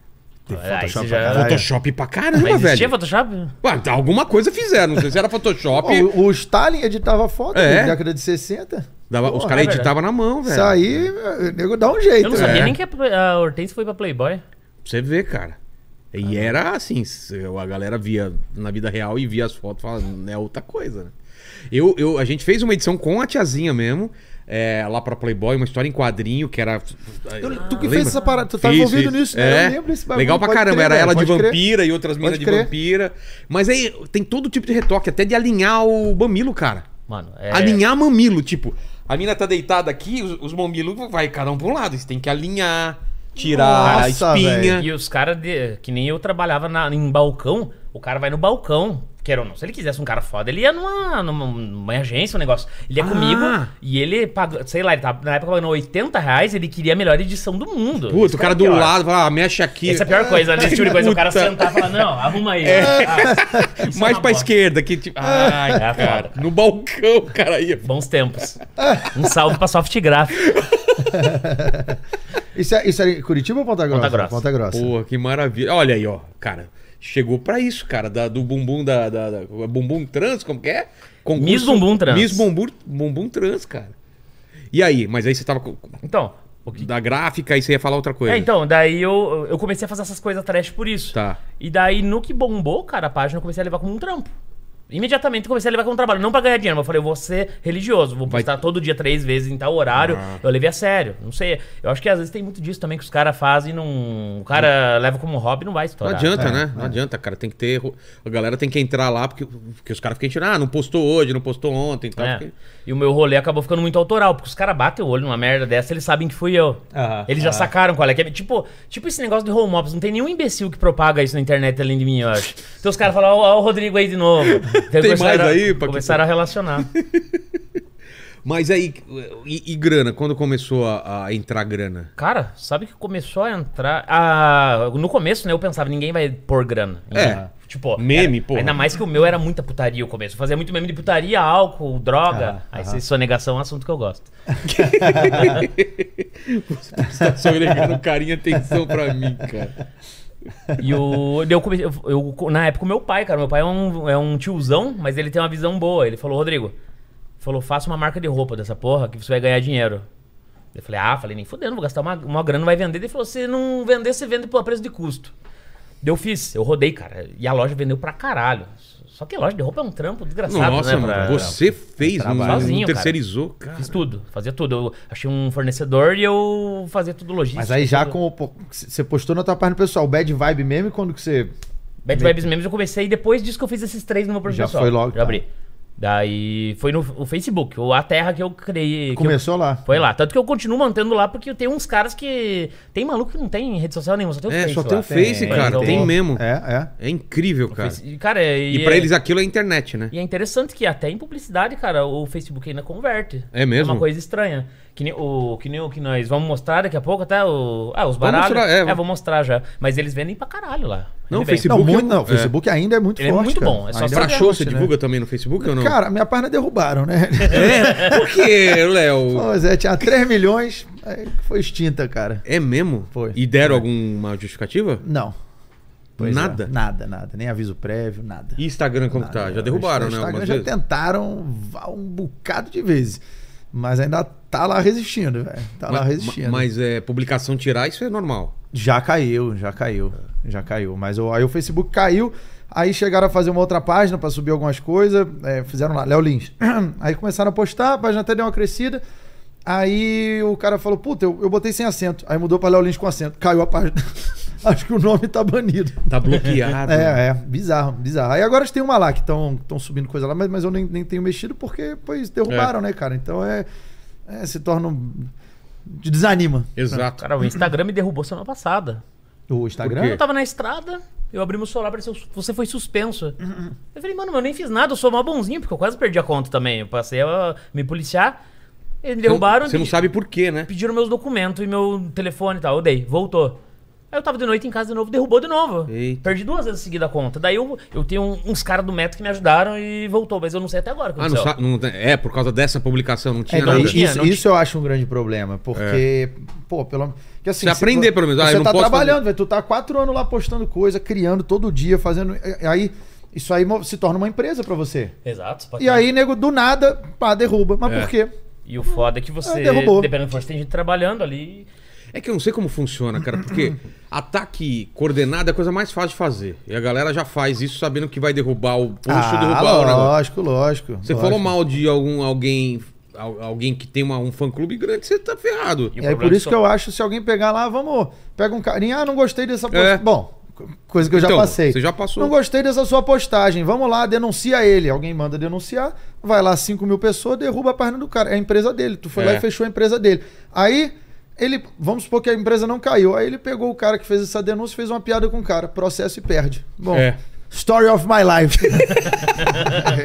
Speaker 4: Ah, aí você
Speaker 5: Photoshop
Speaker 4: já-
Speaker 5: pra caralho.
Speaker 1: Photoshop pra caramba,
Speaker 4: Mas existia
Speaker 1: velho.
Speaker 4: Photoshop?
Speaker 1: Ué, alguma coisa fizeram, não sei se era Photoshop.
Speaker 5: [laughs] Pô, o, o Stalin editava foto
Speaker 1: É.
Speaker 5: na década de 60.
Speaker 1: dava- os
Speaker 5: Porra,
Speaker 1: caras
Speaker 4: é
Speaker 1: editavam na mão, velho.
Speaker 5: Isso aí, o nego dá um jeito.
Speaker 4: Eu não sabia
Speaker 1: É.
Speaker 4: nem que a, a Hortense foi pra Playboy.
Speaker 1: Pra você ver, cara. E
Speaker 5: Ah.
Speaker 1: era assim, se- a galera via na vida real e via as fotos falando, é outra coisa, né? Eu, eu, a gente fez uma edição com a tiazinha mesmo, é, lá pra Playboy, uma história em quadrinho, que era.
Speaker 5: Eu-
Speaker 1: Ah.
Speaker 5: tu que
Speaker 1: Lembra?
Speaker 5: fez essa parada, tu tá
Speaker 1: Fiz,
Speaker 5: envolvido
Speaker 1: fiz.
Speaker 5: nisso,
Speaker 1: é.
Speaker 5: né? Eu lembro desse bagulho,
Speaker 1: Legal pra
Speaker 5: pode
Speaker 1: caramba,
Speaker 5: crer,
Speaker 1: era
Speaker 5: velho,
Speaker 1: ela de
Speaker 5: pode crer.
Speaker 1: vampira e outras minas
Speaker 5: Pode
Speaker 1: de
Speaker 5: crer.
Speaker 1: vampira. Mas aí tem todo tipo de retoque, até de alinhar o mamilo, cara.
Speaker 4: Mano, é...
Speaker 1: Alinhar mamilo, tipo, a mina tá deitada aqui, os, os mamilos vai cada um pra um lado. Você tem que alinhar, tirar
Speaker 5: Nossa,
Speaker 1: a espinha.
Speaker 5: velho.
Speaker 4: E os caras, de- que nem eu trabalhava na- em balcão, o cara vai no balcão, quer ou não. Se ele quisesse um cara foda, ele ia numa, numa, numa agência, um negócio. Ele ia
Speaker 1: Ah.
Speaker 4: comigo e ele pagou, sei lá, ele tava, na época pagando 80 reais, ele queria a melhor edição do mundo.
Speaker 1: Puta,
Speaker 4: Isso
Speaker 1: o cara
Speaker 4: era
Speaker 1: do
Speaker 4: pior.
Speaker 1: lado fala, ah, mexe aqui.
Speaker 4: Essa é a pior coisa, né? Esse tipo de coisa. O cara
Speaker 1: Puta. É.
Speaker 4: sentar e falar, não, arruma aí. Ah, isso é
Speaker 1: [laughs] Mais
Speaker 4: uma
Speaker 1: pra
Speaker 4: bosta.
Speaker 1: esquerda, que tipo. Ai, [laughs]
Speaker 4: É,
Speaker 1: cara.
Speaker 4: foda.
Speaker 1: No balcão, cara. Ia.
Speaker 4: Bons
Speaker 1: [laughs]
Speaker 4: tempos. Um salve pra Soft Gráfico.
Speaker 5: Isso, é, isso é em Curitiba ou Ponta Grossa?
Speaker 4: Ponta Grossa.
Speaker 5: Ponta Grossa.
Speaker 1: Porra, que maravilha. Olha aí, ó, cara. Chegou pra isso, cara. da- do bumbum da, da- da- Bumbum trans, como que é? Concurso-
Speaker 4: Miss Bumbum Trans.
Speaker 1: Miss bumbum, bumbum trans, cara. E aí? Mas aí você tava com- com-
Speaker 4: Então, o que...
Speaker 1: da gráfica e você ia falar outra coisa.
Speaker 4: É, então, daí eu, eu comecei a fazer essas coisas trash por isso.
Speaker 1: Tá.
Speaker 4: E daí, no que bombou, cara, a página eu comecei a levar como um trampo. Imediatamente eu comecei a levar como um trabalho, não pra ganhar dinheiro, mas eu falei, eu vou ser religioso, vou
Speaker 1: Vai- Ah.
Speaker 4: postar todo dia três vezes em tal horário. Eu levei a sério, não sei. Eu acho que às vezes tem muito disso também que os caras fazem e não. O cara leva como um hobby e não vai
Speaker 1: Não
Speaker 4: estourar.
Speaker 1: adianta, né? Não adianta, cara. Tem que ter. ro- A galera tem que entrar lá, porque, porque os caras ficam tirando. Ah, não postou hoje, não postou ontem e tal.
Speaker 4: É.
Speaker 1: Fica-
Speaker 4: E o meu rolê acabou ficando muito autoral, porque os caras batem o olho numa merda dessa, eles sabem que fui eu.
Speaker 5: Aham,
Speaker 4: eles já sacaram qual é que é. Tipo, tipo esse negócio de home office, não tem nenhum imbecil que propaga isso na internet além de mim, eu acho. Então os
Speaker 1: [laughs]
Speaker 4: caras falam, ó, ó o Rodrigo aí de novo. Então,
Speaker 1: Tem
Speaker 4: começaram
Speaker 1: mais
Speaker 4: a-
Speaker 1: aí, Paquito?
Speaker 4: Começaram a relacionar.
Speaker 1: Mas aí, e, e grana? Quando começou a, a entrar
Speaker 4: [laughs]
Speaker 1: grana? [laughs]
Speaker 4: Cara, sabe que começou a entrar. Ah, no começo, né, eu pensava, ninguém vai pôr grana.
Speaker 1: É.
Speaker 4: Tipo,
Speaker 1: Meme,
Speaker 4: era-
Speaker 1: porra.
Speaker 4: Ainda mais que o meu era muita putaria o começo. Eu fazia muito meme de putaria, álcool, droga. aí se sonegação é um assunto que eu gosto.
Speaker 1: Você tá só ligando carinha atenção pra mim, cara.
Speaker 4: E o. daí Eu comecei, eu, eu- na época, o meu pai, cara, meu pai é um, é um tiozão, mas ele tem uma visão boa. Ele falou, Rodrigo, falou, faça uma marca de roupa dessa porra que você vai ganhar dinheiro. Eu falei, ah, falei, nem fudendo, vou gastar uma, uma grana, não vai vender. Ele falou, se não vender, você vende por preço de custo. Daí Eu fiz, eu rodei, cara, e a loja vendeu pra caralho. Só que a loja de roupa é um trampo desgraçado,
Speaker 1: Nossa,
Speaker 4: né?
Speaker 1: mano,
Speaker 4: pra-
Speaker 1: você fez, não,
Speaker 4: trabalho. Sozinho,
Speaker 1: não
Speaker 4: cara.
Speaker 1: terceirizou, cara.
Speaker 4: Fiz tudo, fazia tudo. Eu achei um fornecedor e eu fazia tudo logística.
Speaker 5: Mas aí já
Speaker 4: tudo.
Speaker 5: com o. pô, Você postou na tua página pessoal, Bad Vibe mesmo, quando que você.
Speaker 4: Bad Vibes Memes eu comecei depois disso que eu fiz esses três no meu perfil
Speaker 5: Já
Speaker 4: pessoal.
Speaker 5: foi logo,
Speaker 4: Já
Speaker 5: tá.
Speaker 4: abri. Daí foi no o Facebook, o A Terra que eu criei. que
Speaker 5: Começou lá.
Speaker 4: eu- foi lá. Tanto que eu continuo mantendo lá porque tem uns caras que. Tem maluco que não tem rede social nenhuma, só tem o
Speaker 1: É,
Speaker 4: Face.
Speaker 1: só
Speaker 4: lá.
Speaker 1: tem o Face,
Speaker 4: É,
Speaker 1: cara.
Speaker 4: então-
Speaker 1: Tem mesmo. É,
Speaker 5: É, é.
Speaker 1: incrível, cara.
Speaker 4: Face- Cara, e,
Speaker 1: E pra eles aquilo é internet, né?
Speaker 4: E é interessante que até em publicidade, cara, o Facebook ainda converte.
Speaker 1: É mesmo?
Speaker 4: É uma coisa estranha. Que nem o que, nem o que nós vamos mostrar daqui a pouco, até o. Ah,
Speaker 1: Vamos
Speaker 4: os baralhos.
Speaker 1: mostrar, é,
Speaker 4: é, vou mostrar já. Mas eles vendem pra caralho lá.
Speaker 1: Não,
Speaker 4: Vendem bem.
Speaker 1: Facebook
Speaker 5: Não, muito,
Speaker 1: é um-
Speaker 5: não. O Facebook ainda é muito
Speaker 4: Ele é
Speaker 5: forte.
Speaker 4: muito
Speaker 5: cara.
Speaker 4: bom, é só
Speaker 5: Ainda
Speaker 1: Pra
Speaker 4: Exatamente,
Speaker 1: show você
Speaker 5: né?
Speaker 1: divulga também no Facebook ou não?
Speaker 5: Cara, minha página
Speaker 1: [laughs]
Speaker 5: derrubaram, né?
Speaker 1: Por quê, Léo?
Speaker 5: Pois é, tinha 3 milhões, aí foi extinta, cara.
Speaker 1: É mesmo?
Speaker 5: Foi.
Speaker 1: E deram alguma justificativa?
Speaker 5: Não. Pois é,
Speaker 1: Nada?
Speaker 5: nada, nada. Nem aviso prévio, nada.
Speaker 1: E Instagram como
Speaker 5: Nada.
Speaker 1: tá? Já derrubaram,
Speaker 5: O
Speaker 1: né?
Speaker 5: Ah, é, Instagram
Speaker 1: algumas
Speaker 5: já
Speaker 1: vezes?
Speaker 5: tentaram vá um bocado de vezes. Mas ainda tá lá resistindo, velho. Tá lá
Speaker 1: Ma-
Speaker 5: resistindo.
Speaker 1: ma- Mas é, publicação tirar, isso é normal.
Speaker 5: Já caiu, já caiu, já caiu. Mas o- aí o Facebook caiu, aí chegaram a fazer uma outra página pra subir algumas coisas, é, fizeram lá, Léo Lins. [clears throat] Aí começaram a postar, a página até deu uma crescida. Aí o cara falou, puta, eu, eu botei sem acento. Aí mudou pra Léo Lins com acento. Caiu a página. [laughs] Acho que o nome tá banido.
Speaker 1: Tá
Speaker 5: [laughs]
Speaker 1: bloqueado.
Speaker 5: É, é, bizarro, bizarro. Aí agora tem uma lá que estão subindo coisa lá, mas, mas eu nem, nem tenho mexido porque, pois, derrubaram, né, cara? Então é, é, se torna um... Desanima.
Speaker 1: Exato.
Speaker 4: Cara, o Instagram me derrubou semana passada.
Speaker 5: O Instagram?
Speaker 1: Por quê?
Speaker 4: Eu tava na estrada, eu abri meu celular, apareceu, você foi suspenso.
Speaker 1: Uhum,
Speaker 4: Eu falei, mano, eu nem fiz nada, eu sou mó bonzinho, porque eu quase perdi a conta também. Eu passei a me policiar, eles me derrubaram,
Speaker 1: Você não
Speaker 4: pedi-
Speaker 1: sabe por quê, né?
Speaker 4: pediram meus documentos e meu telefone e tal, eu dei, voltou. Aí eu tava de noite em casa de novo, derrubou de novo.
Speaker 1: Eita.
Speaker 4: Perdi duas vezes seguida a conta. Daí eu, eu tenho um- uns caras do Metro que me ajudaram e voltou, mas eu não sei até agora o que
Speaker 1: Ah, não
Speaker 4: aconteceu.
Speaker 1: sabe. não tem- é, por causa dessa publicação, não tinha
Speaker 5: É, não,
Speaker 1: nada.
Speaker 5: isso,
Speaker 4: tinha, não
Speaker 5: isso eu acho um grande problema, porque, pô, pelo que assim,
Speaker 1: Você aprender, pelo menos, ah,
Speaker 5: Você
Speaker 1: eu não
Speaker 5: tá
Speaker 1: posso
Speaker 5: trabalhando, velho, tu tá há quatro anos lá postando coisa, criando todo dia, fazendo. e- Aí, isso aí mo- se torna uma empresa pra você.
Speaker 4: Exato. pode
Speaker 5: E
Speaker 4: ser.
Speaker 5: aí, nego, do nada, pá, derruba. Mas
Speaker 1: É.
Speaker 5: por quê?
Speaker 4: E o foda é que
Speaker 5: Ah,
Speaker 4: você,
Speaker 5: derrubou.
Speaker 4: dependendo de você, tem gente trabalhando ali.
Speaker 1: É que eu não sei como funciona, cara, porque ataque coordenado é a coisa mais fácil de fazer. E a galera já faz isso sabendo que vai derrubar o post ou derrubar o negócio.
Speaker 5: Ah, lógico, lógico.
Speaker 1: Você falou mal de algum alguém, al- alguém que tem uma- um fã-clube grande, você tá ferrado.
Speaker 4: E o
Speaker 5: E aí, por
Speaker 4: problema
Speaker 5: isso
Speaker 4: é
Speaker 5: que eu acho, se alguém pegar lá, vamos, pega um carinha, ah, não gostei dessa postagem.
Speaker 1: É.
Speaker 5: Bom, co- coisa que eu já
Speaker 1: Então,
Speaker 5: passei.
Speaker 1: você já passou.
Speaker 5: Não gostei dessa sua postagem, vamos lá, denuncia ele. Alguém manda denunciar, vai lá 5 mil pessoas, derruba a página do cara. É a empresa dele, tu foi
Speaker 1: É.
Speaker 5: lá e fechou a empresa dele. Aí, ele, vamos supor que a empresa não caiu, aí ele pegou o cara que fez essa denúncia, fez uma piada com o cara, processo e perde. Bom,
Speaker 1: É.
Speaker 5: story of my life. [laughs]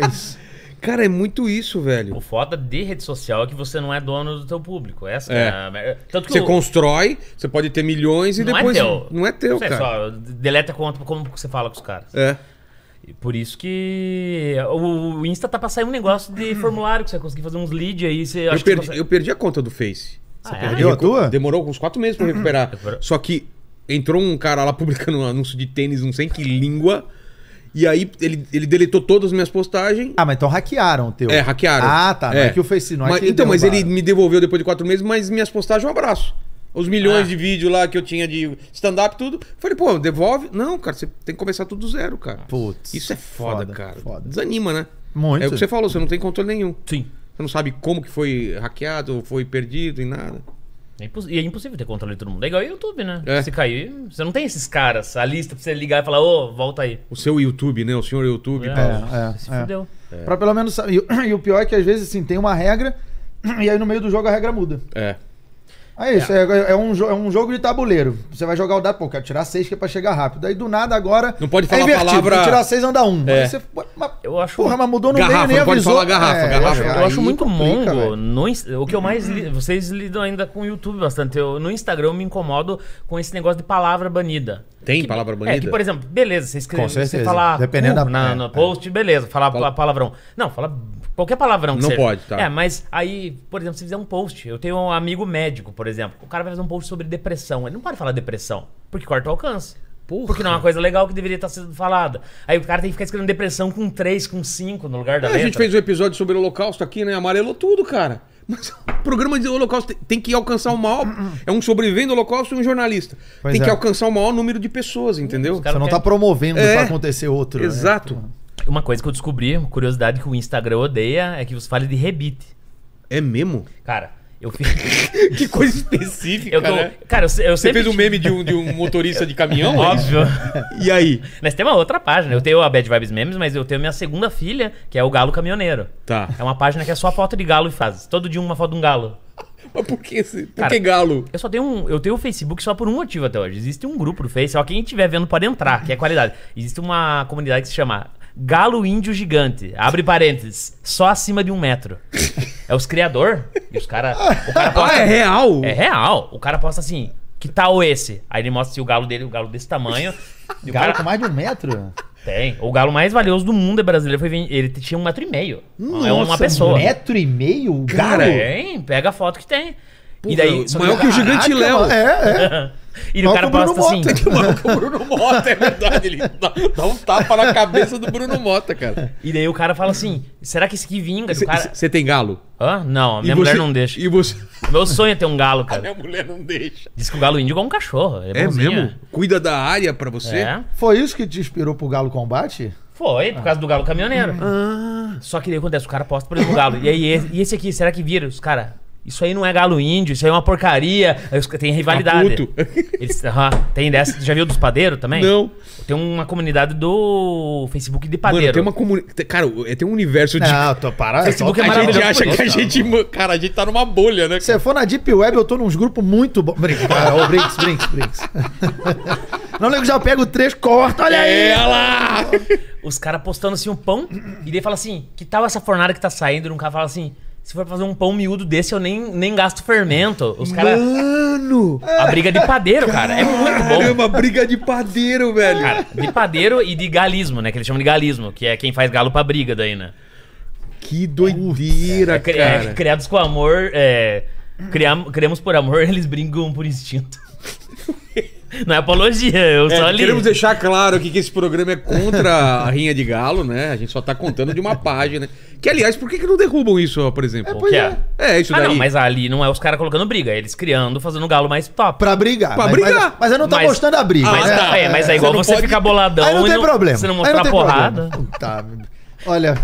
Speaker 5: é isso.
Speaker 1: Cara, é muito isso, velho.
Speaker 4: O foda de rede social é que você não é dono do teu público. Essa
Speaker 1: É.
Speaker 4: é, a mer- Tanto que
Speaker 1: Você
Speaker 4: o-
Speaker 1: constrói, você pode ter milhões e
Speaker 4: não
Speaker 1: depois.
Speaker 4: é teu.
Speaker 1: Não é teu,
Speaker 4: Você
Speaker 1: cara.
Speaker 4: Só deleta a conta como que você fala com os caras.
Speaker 1: É.
Speaker 4: E Por isso que o o Insta tá pra sair um
Speaker 1: [clears throat]
Speaker 4: negócio de formulário que você vai conseguir fazer uns leads aí. Você
Speaker 1: Eu
Speaker 4: acho que você
Speaker 1: perdi,
Speaker 4: consegue-
Speaker 1: eu perdi a conta do Face.
Speaker 4: Ah, é?
Speaker 5: Perdeu a tua? Uhum.
Speaker 1: Demorou uns quatro meses pra recuperar. Só que entrou um cara lá publicando um anúncio de tênis, não sei que língua. E aí ele, ele deletou todas as minhas postagens.
Speaker 5: Ah, mas então hackearam o teu.
Speaker 1: É, hackearam.
Speaker 5: Ah, tá. Não
Speaker 1: É.
Speaker 5: é que o Face não é
Speaker 1: Mas-
Speaker 5: que
Speaker 1: Então, mas ele
Speaker 5: derrubaram.
Speaker 1: me devolveu depois de quatro meses, mas minhas postagens, um abraço. Os milhões
Speaker 4: Ah.
Speaker 1: de vídeo lá que eu tinha de stand-up, tudo. Falei, pô, devolve. Não, cara, você tem que começar tudo do zero, cara.
Speaker 5: Putz.
Speaker 1: Isso é foda,
Speaker 5: Foda,
Speaker 1: cara.
Speaker 5: foda.
Speaker 1: Desanima, né?
Speaker 5: Muito.
Speaker 1: É o que você falou, você não tem controle nenhum.
Speaker 4: é? Sim.
Speaker 1: Você não sabe como que foi hackeado, ou foi perdido e nada.
Speaker 4: É imposs- E é impossível ter controle de todo mundo. É igual o YouTube, né?
Speaker 1: É.
Speaker 4: Se cair, você não tem esses caras, a lista pra você ligar e falar, ô, volta aí.
Speaker 1: O seu YouTube, né? O senhor YouTube. e tal.
Speaker 5: É, é,
Speaker 4: Você se
Speaker 5: é.
Speaker 4: fudeu.
Speaker 5: Pra pelo menos. [clears throat] sa- E, o- e o pior é que às vezes, assim, tem uma regra, e aí no meio do jogo a regra muda.
Speaker 1: É.
Speaker 5: É isso, é, é um, jo- é um jogo de tabuleiro. Você vai jogar o dado, pô, quero tirar seis que é pra chegar rápido. Aí do nada agora.
Speaker 1: Não pode falar a
Speaker 5: é invertido,
Speaker 1: palavra-
Speaker 5: tem que tirar seis anda um.
Speaker 1: É.
Speaker 5: Aí você, pô, mas-
Speaker 4: Eu acho-
Speaker 5: Porra, mas mudou no
Speaker 1: Garrafa,
Speaker 5: meio nem
Speaker 1: não pode
Speaker 5: avisou.
Speaker 1: falar garrafa,
Speaker 5: É,
Speaker 1: garrafa.
Speaker 5: eu acho-
Speaker 4: Eu acho muito
Speaker 5: complica,
Speaker 4: mongo. né?
Speaker 5: velho.
Speaker 4: No ins- o que eu mais li- vocês lidam ainda com o YouTube bastante. Eu, no Instagram eu me incomodo com esse negócio de palavra banida.
Speaker 1: Tem palavra
Speaker 4: É, que,
Speaker 1: banida?
Speaker 4: por exemplo, beleza, você escreve,
Speaker 5: Com
Speaker 4: você
Speaker 5: certeza.
Speaker 4: falar
Speaker 5: Dependendo
Speaker 4: cu
Speaker 5: da-
Speaker 4: na,
Speaker 5: é,
Speaker 4: no
Speaker 5: é.
Speaker 4: post, beleza, falar pala- palavrão. Não, fala qualquer palavrão que
Speaker 1: Não
Speaker 4: seja.
Speaker 1: pode, tá.
Speaker 4: É, mas aí, por exemplo, se fizer um post, eu tenho um amigo médico, por exemplo, o cara vai fazer um post sobre depressão, ele não pode falar depressão, porque corta o alcance.
Speaker 1: Porra.
Speaker 4: Porque não é uma coisa legal que deveria estar sendo falada. Aí o cara tem que ficar escrevendo depressão com 3, com 5 no lugar da
Speaker 1: É, a
Speaker 4: letra.
Speaker 1: gente fez um episódio sobre o Holocausto aqui, né? Amarelou tudo, cara. Mas [laughs] o programa de Holocausto tem- tem que alcançar o maior. É um sobrevivente do Holocausto e um jornalista.
Speaker 5: Pois
Speaker 1: tem que
Speaker 5: é.
Speaker 1: alcançar o maior número de pessoas, entendeu?
Speaker 4: caras
Speaker 5: Você não
Speaker 4: quer-
Speaker 5: tá promovendo
Speaker 1: É.
Speaker 5: pra acontecer outro. né?
Speaker 1: Exato.
Speaker 4: Uma coisa que eu descobri, uma curiosidade que o Instagram odeia, é que você fale de rebite.
Speaker 1: É mesmo? [laughs]
Speaker 4: Cara, eu fiz.
Speaker 1: Que coisa específica,
Speaker 4: eu tô-
Speaker 1: né?
Speaker 4: Cara, eu, se- eu
Speaker 1: Você
Speaker 4: sempre.
Speaker 1: fez um meme de um, de um motorista de caminhão? é isso?
Speaker 4: Óbvio. [laughs]
Speaker 1: E aí?
Speaker 4: Mas tem uma outra página. Eu tenho a Bad Vibes Memes, mas eu tenho minha segunda filha, que é o Galo Caminhoneiro.
Speaker 1: Tá.
Speaker 4: É uma página que é só foto de galo e faz. Todo dia uma foto de um galo.
Speaker 1: Mas por que, esse- por
Speaker 4: Cara,
Speaker 1: que galo?
Speaker 4: Eu só tenho um. Eu tenho o Facebook só por um motivo até hoje. Existe um grupo no Face, ó, quem estiver vendo pode entrar, que é qualidade. Existe uma comunidade que se chama Galo Índio Gigante. Abre parênteses. Só acima de um metro. É os criador e os cara. O cara posta-
Speaker 1: Ah, é real?
Speaker 4: é real. O cara posta assim. Que tal esse? Aí ele mostra assim, o galo dele, o galo desse
Speaker 1: [laughs]
Speaker 4: tamanho. E o
Speaker 5: Galo
Speaker 4: cara
Speaker 5: com mais de um metro?
Speaker 4: tem. O galo mais valioso do mundo é brasileiro. Foi, ven- ele tinha um metro e meio. é uma
Speaker 1: Nossa,
Speaker 4: pessoa.
Speaker 5: Metro e meio? Um
Speaker 1: Cara,
Speaker 5: Galo?
Speaker 1: é.
Speaker 4: Tem, pega a foto que tem.
Speaker 1: Porra,
Speaker 4: e daí. só
Speaker 1: maior que o
Speaker 4: cara-
Speaker 1: gigante
Speaker 5: Caraca,
Speaker 1: Léo.
Speaker 5: mano, É, é.
Speaker 4: E o cara
Speaker 5: maior que o
Speaker 4: posta assim.
Speaker 5: Bruno
Speaker 1: Maior que o [laughs] Bruno Mota, é verdade. Ele dá, dá um tapa na cabeça do Bruno Mota, cara.
Speaker 4: E daí o cara fala assim: será que esse aqui vinga? E o cara.
Speaker 1: Você tem galo?
Speaker 4: Hã? Não, a minha
Speaker 1: E
Speaker 4: mulher
Speaker 1: você-
Speaker 4: não deixa.
Speaker 1: E você.
Speaker 4: Meu sonho é ter um galo, cara.
Speaker 1: Minha mulher não deixa.
Speaker 4: Diz que o galo índio é um cachorro. ele
Speaker 1: É
Speaker 4: bonzinho.
Speaker 1: mesmo? Cuida da área pra você?
Speaker 4: É.
Speaker 5: Foi isso que te inspirou pro Galo Combate?
Speaker 4: Foi, por causa do galo caminhoneiro.
Speaker 1: Ah.
Speaker 4: Só que daí acontece, o cara posta por exemplo o galo. E aí, esse- e esse aqui, será que vira? Os cara, isso aí não é galo índio, isso aí é uma porcaria. Aí os ca- tem rivalidade.
Speaker 1: Tá puto.
Speaker 4: [laughs] Eles, aham, tem dessa. Já viu dos padeiros também?
Speaker 1: Não.
Speaker 4: Tem uma comunidade do Facebook de padeiro.
Speaker 1: Mano, tem uma comunidade. Cara, é- tem um universo de.
Speaker 5: Não, tô parado.
Speaker 4: Facebook é
Speaker 1: a gente
Speaker 4: maravilhoso
Speaker 1: acha [laughs]
Speaker 4: por
Speaker 1: que a
Speaker 4: isso,
Speaker 1: gente. Cara, a gente tá numa bolha, né?
Speaker 5: Se você for na Deep Web, eu tô nos grupos muito bons. Brinks, cara. Ô, Brinks, Brinks, Brinks. [laughs] Não, nego, já pega o trecho, corta, olha aí.
Speaker 1: É lá!
Speaker 4: Os caras postando assim um pão e daí fala assim: que tal essa fornada que tá saindo? E um cara fala assim: se for fazer um pão miúdo desse, eu nem, nem gasto fermento. Os caras.
Speaker 1: Mano!
Speaker 4: A briga de padeiro, cara. É muito bom.
Speaker 1: Caramba, briga de padeiro, velho.
Speaker 4: Cara, de padeiro e de galismo, né? Que eles chamam de galismo, que é quem faz galo pra briga daí, né?
Speaker 1: que doideira,
Speaker 4: É, cri- é,
Speaker 1: cara.
Speaker 4: criados com amor, é, criam- criamos por amor, [laughs] eles brincam por instinto. [laughs] Não é apologia, eu
Speaker 1: É,
Speaker 4: só li.
Speaker 1: queremos deixar claro aqui que esse programa é contra [laughs] a rinha de galo, né? A gente só tá contando de uma página. Que, aliás, por que, que não derrubam isso, ó, por exemplo?
Speaker 4: O que é?
Speaker 1: É, isso
Speaker 4: Ah,
Speaker 1: daí.
Speaker 4: não, mas ali não é os caras colocando briga, é eles criando, fazendo galo mais top.
Speaker 5: Pra brigar.
Speaker 1: Pra
Speaker 5: mas-
Speaker 1: brigar.
Speaker 5: Mas, mas eu não tô
Speaker 4: Mas-
Speaker 5: mostrando a briga.
Speaker 4: Mas,
Speaker 5: né?
Speaker 4: tá, é, mas é igual
Speaker 1: não
Speaker 4: você
Speaker 1: pode-
Speaker 4: ficar boladão
Speaker 5: Aí não
Speaker 4: e
Speaker 5: tem problema.
Speaker 4: você não
Speaker 5: Aí
Speaker 4: mostrar
Speaker 5: tem
Speaker 4: porrada.
Speaker 5: problema. Tá. Olha,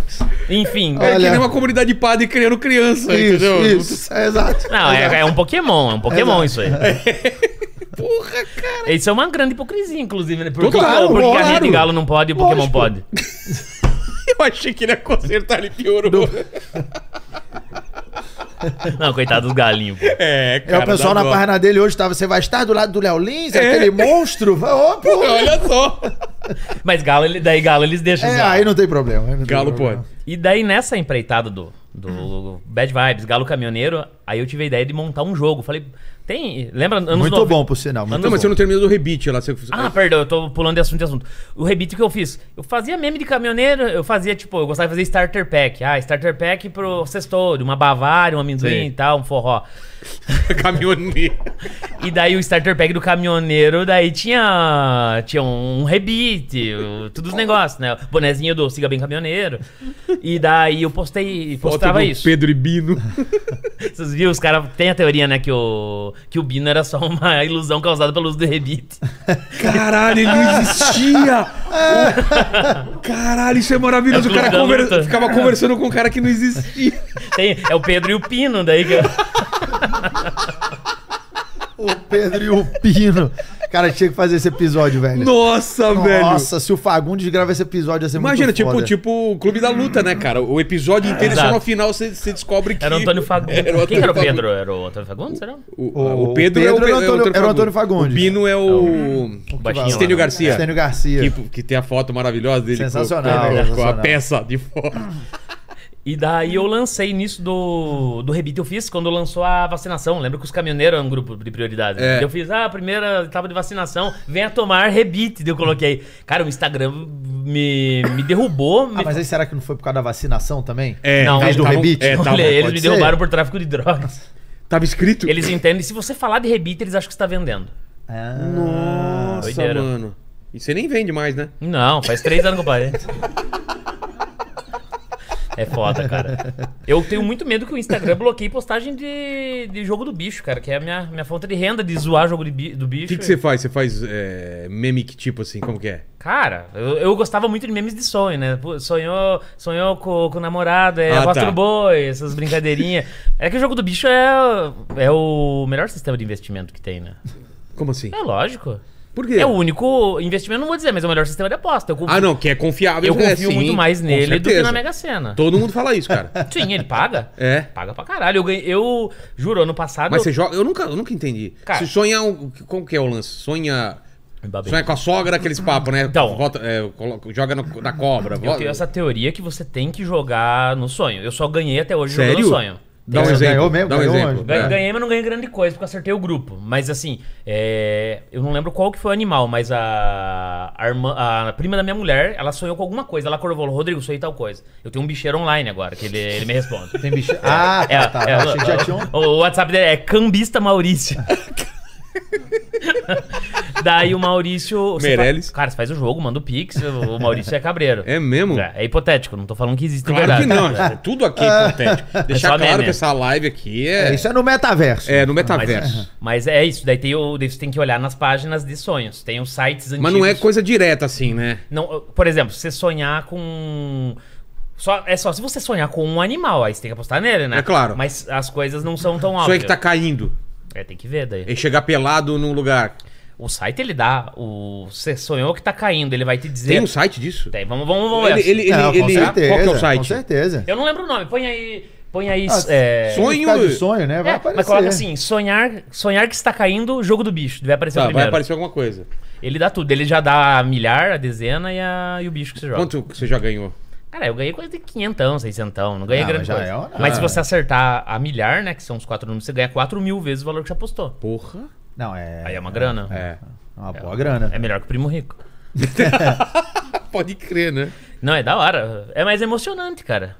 Speaker 4: Enfim.
Speaker 1: É que
Speaker 5: Olha.
Speaker 1: nem uma comunidade de padre criando criança, entendeu?
Speaker 5: isso, isso. É, exato.
Speaker 4: Não, é, é um Pokémon, é um Pokémon isso aí.
Speaker 1: Porra, cara. [laughs]
Speaker 4: Isso é uma grande hipocrisia, inclusive, né? Porque,
Speaker 1: Claro,
Speaker 4: porque a
Speaker 1: claro.
Speaker 4: gente de galo não pode e o Pokémon
Speaker 5: Lógico.
Speaker 4: pode.
Speaker 1: Eu achei que ele ia consertar, ele piorou.
Speaker 4: Não, coitado dos galinhos, pô.
Speaker 1: É,
Speaker 5: É o pessoal
Speaker 1: dá
Speaker 5: na
Speaker 1: dó. É.
Speaker 5: página dele hoje, tá? Você vai estar do lado do Léo Lins, aquele monstro. Ô, pô.
Speaker 1: Olha só.
Speaker 4: Mas galo, ele- daí galo eles deixam.
Speaker 5: É,
Speaker 4: usar.
Speaker 5: aí não tem problema. aí não tem
Speaker 1: Galo
Speaker 5: problema.
Speaker 1: pode.
Speaker 4: E daí nessa empreitada do, do Bad Vibes, Galo Caminhoneiro, aí eu tive a ideia de montar um jogo. Falei, tem. Lembra? Anos
Speaker 5: Muito
Speaker 4: 90?
Speaker 5: bom, por sinal. Muito
Speaker 1: Não, mas você não terminou do rebite lá. Você...
Speaker 4: Ah,
Speaker 1: [laughs]
Speaker 4: perdão, eu tô pulando de assunto em assunto. O rebite que eu fiz. Eu fazia meme de caminhoneiro, eu fazia, tipo, eu gostava de fazer starter pack. Ah, starter pack pro sextou, de uma bavária, um amendoim
Speaker 1: Sim.
Speaker 4: e tal, um forró.
Speaker 1: Caminhoneiro.
Speaker 4: E daí o starter pack do caminhoneiro, daí tinha, tinha um rebite, o- todos os negócios, né? O bonezinho do Siga Bem Caminhoneiro. E daí eu postei,
Speaker 1: Foto
Speaker 4: postava
Speaker 1: do
Speaker 4: isso.
Speaker 1: Pedro e Bino.
Speaker 4: Vocês viram? Os caras têm a teoria, né? Que o, que o Bino era só uma ilusão causada pela luz do
Speaker 1: [laughs]
Speaker 4: rebite.
Speaker 1: Caralho, ele não existia. [laughs] Caralho, isso é maravilhoso. O cara
Speaker 4: Clube da
Speaker 1: conver-
Speaker 4: Luta.
Speaker 1: ficava conversando com um cara que não existia.
Speaker 4: Tem, é o Pedro e o Pino, daí que.
Speaker 5: O Pedro e o Pino. Cara, tinha que fazer esse episódio, velho.
Speaker 1: Nossa, velho.
Speaker 5: Nossa, se o Fagundes grava esse episódio, ia ser
Speaker 1: Imagina,
Speaker 5: muito
Speaker 1: tipo,
Speaker 5: foda.
Speaker 1: tipo o Clube da Luta, né, cara? O episódio inteiro, só
Speaker 4: Exato.
Speaker 1: no final você você descobre que...
Speaker 4: Era o Antônio
Speaker 1: [laughs]
Speaker 4: Fagundes.
Speaker 1: Era o
Speaker 4: Quem que era o
Speaker 1: Antônio
Speaker 4: Pedro? Era o Antônio Fagundes? Será?
Speaker 1: O,
Speaker 5: O-
Speaker 1: o Pedro,
Speaker 5: o
Speaker 1: é o, Pe-
Speaker 5: Pedro era o Antônio- era o Antônio Fagundes.
Speaker 1: O Pino é o...
Speaker 4: baixinho lá,
Speaker 1: Estênio
Speaker 4: né?
Speaker 1: Garcia.
Speaker 5: Tipo, Estênio Garcia.
Speaker 1: Que, que tem a foto maravilhosa dele com-
Speaker 5: Sensacional,
Speaker 1: com, com a
Speaker 5: sensacional.
Speaker 1: peça de fora.
Speaker 4: E daí eu lancei nisso do, do Rebite, eu fiz quando lançou a vacinação. Lembra que os caminhoneiros eram um grupo de prioridade. né?
Speaker 1: É.
Speaker 4: Eu fiz, ah, a primeira etapa de vacinação, venha tomar Rebite. Daí eu coloquei. Cara, o Instagram me, me derrubou. me-
Speaker 5: Ah, mas aí será que não foi por causa da vacinação também?
Speaker 1: É,
Speaker 4: Não,
Speaker 5: por causa
Speaker 4: eles
Speaker 5: do
Speaker 4: tavam-
Speaker 5: rebite?
Speaker 1: é, tavam-
Speaker 4: Olha, eles
Speaker 5: Pode
Speaker 4: me
Speaker 5: ser?
Speaker 4: derrubaram por tráfico de
Speaker 5: [laughs]
Speaker 4: drogas.
Speaker 1: Tava escrito?
Speaker 4: Eles entendem. Se você falar de Rebite, eles acham que você tá vendendo.
Speaker 5: Ah,
Speaker 1: Nossa,
Speaker 4: Doideira.
Speaker 1: mano. E você nem vende mais, né?
Speaker 4: Não, faz três anos que eu parei. É foda, cara. Eu tenho muito medo que o Instagram bloqueie postagem de, de jogo do bicho, cara, que é a minha, minha fonte de renda de zoar jogo de bi- do bicho.
Speaker 1: O que, que você faz? Você faz é, meme que tipo assim, como que é?
Speaker 4: Cara, eu, eu gostava muito de memes de sonho, né? Pô, Sonhou, sonhou com, com o namorado, é
Speaker 1: Ah,
Speaker 4: a voz
Speaker 1: tá.
Speaker 4: do boi, essas brincadeirinhas. É que o jogo do bicho é, é o melhor sistema de investimento que tem, né?
Speaker 1: Como assim?
Speaker 4: É lógico.
Speaker 1: Por quê?
Speaker 4: É o único investimento, não vou dizer, mas é o melhor sistema de aposta. Eu confio,
Speaker 1: Ah, não, que é confiável.
Speaker 4: eu
Speaker 1: né?
Speaker 4: confio
Speaker 1: Sim,
Speaker 4: muito mais
Speaker 1: com
Speaker 4: nele do que
Speaker 1: certeza.
Speaker 4: na Mega Sena.
Speaker 1: Todo mundo fala isso, cara.
Speaker 4: [laughs] Sim, ele paga.
Speaker 1: É.
Speaker 4: Paga pra caralho. Eu, ganhei, eu juro, ano passado.
Speaker 1: Mas você joga. Eu nunca, eu nunca entendi.
Speaker 4: Cara-
Speaker 1: Se sonhar. um- Como que é o lance? Sonha.
Speaker 4: Me babei.
Speaker 1: Sonha com a sogra, aqueles papos, né?
Speaker 4: Então.
Speaker 1: Volta- é, coloca- joga no- na cobra.
Speaker 4: Eu
Speaker 1: volta-
Speaker 4: tenho essa teoria que você tem que jogar no sonho. Eu só ganhei até hoje
Speaker 1: Sério?
Speaker 4: jogando no sonho.
Speaker 1: Dá um
Speaker 5: Ganhou
Speaker 1: exemplo.
Speaker 5: mesmo?
Speaker 1: dá um
Speaker 5: Ganhou
Speaker 1: exemplo.
Speaker 5: onde?
Speaker 4: Ganhei,
Speaker 1: É.
Speaker 4: ganhei, mas não ganhei grande coisa, porque eu acertei o grupo. Mas assim, é, eu não lembro qual que foi o animal, mas a, a, irmã- a prima da minha mulher, ela sonhou com alguma coisa. Ela acordou e falou, Rodrigo, sonhei tal coisa. Eu tenho um bicheiro online agora, que ele, ele me responde.
Speaker 5: [laughs] Tem bicho. Ah, tá, tá.
Speaker 4: é,
Speaker 5: Achei que já
Speaker 4: o-
Speaker 5: tinha um.
Speaker 4: o, o WhatsApp dele é Cambista Maurício. [laughs] Daí o Maurício. você
Speaker 1: Meirelles.
Speaker 4: fa- Cara, você faz o jogo, manda o Pix, o Maurício é cabreiro.
Speaker 1: É mesmo?
Speaker 4: É, é hipotético, não tô falando que existe
Speaker 1: Claro
Speaker 4: verdade.
Speaker 1: que não.
Speaker 4: [laughs]
Speaker 1: é Tudo aqui é hipotético. Deixar
Speaker 4: só
Speaker 1: claro
Speaker 4: meme.
Speaker 1: que essa live aqui
Speaker 5: É,
Speaker 1: é.
Speaker 5: Isso é no metaverso.
Speaker 1: É, no
Speaker 4: Mas,
Speaker 1: metaverso.
Speaker 4: mas é isso, daí, tem o, daí você tem que olhar nas páginas de sonhos. Tem os sites antigos.
Speaker 1: Mas não é coisa direta assim, né?
Speaker 4: Não, por exemplo, você sonhar com. Só, é só se você sonhar com um animal, aí você tem que apostar nele, né?
Speaker 1: É claro.
Speaker 4: Mas as coisas não são tão
Speaker 1: Sonha
Speaker 4: óbvias.
Speaker 1: que tá caindo.
Speaker 4: É, tem que ver daí.
Speaker 1: E chegar pelado num lugar.
Speaker 4: O site ele dá. O... Você sonhou que tá caindo, ele vai te dizer.
Speaker 1: Tem um site disso?
Speaker 4: Tem, vamos, vamos, vamos ver.
Speaker 1: Ele, ele, ele,
Speaker 5: Não, com
Speaker 1: ele-
Speaker 5: certeza.
Speaker 1: Qual que é o site?
Speaker 5: Com certeza.
Speaker 4: Eu não lembro o nome, põe aí. Põe aí.
Speaker 5: Ah,
Speaker 4: é...
Speaker 1: sonho-
Speaker 5: Significado de sonho, né?
Speaker 4: É,
Speaker 5: Vai
Speaker 4: mas
Speaker 5: aparecer.
Speaker 4: coloca assim, sonhar, sonhar que está caindo, jogo do bicho. Deve aparecer
Speaker 1: Tá,
Speaker 4: o
Speaker 1: vai
Speaker 4: primeiro.
Speaker 1: aparecer alguma coisa.
Speaker 4: Ele dá tudo. Ele já dá a milhar, a dezena e, a- e o bicho que você joga.
Speaker 1: Quanto que você já ganhou?
Speaker 4: Cara, eu ganhei coisa de quinhentão, seiscentão. Não ganhei
Speaker 5: Ah,
Speaker 4: grande
Speaker 5: mas já
Speaker 4: coisa.
Speaker 5: é uma-
Speaker 4: mas
Speaker 5: ah,
Speaker 4: se você acertar a milhar, né? Que são os quatro números, você ganha quatro mil vezes o valor que você apostou.
Speaker 1: Porra.
Speaker 5: Não, é.
Speaker 4: Aí é uma grana.
Speaker 1: É.
Speaker 5: É uma boa grana.
Speaker 4: É melhor que o primo rico.
Speaker 1: Pode crer, né?
Speaker 4: Não, é da hora. É mais emocionante, cara.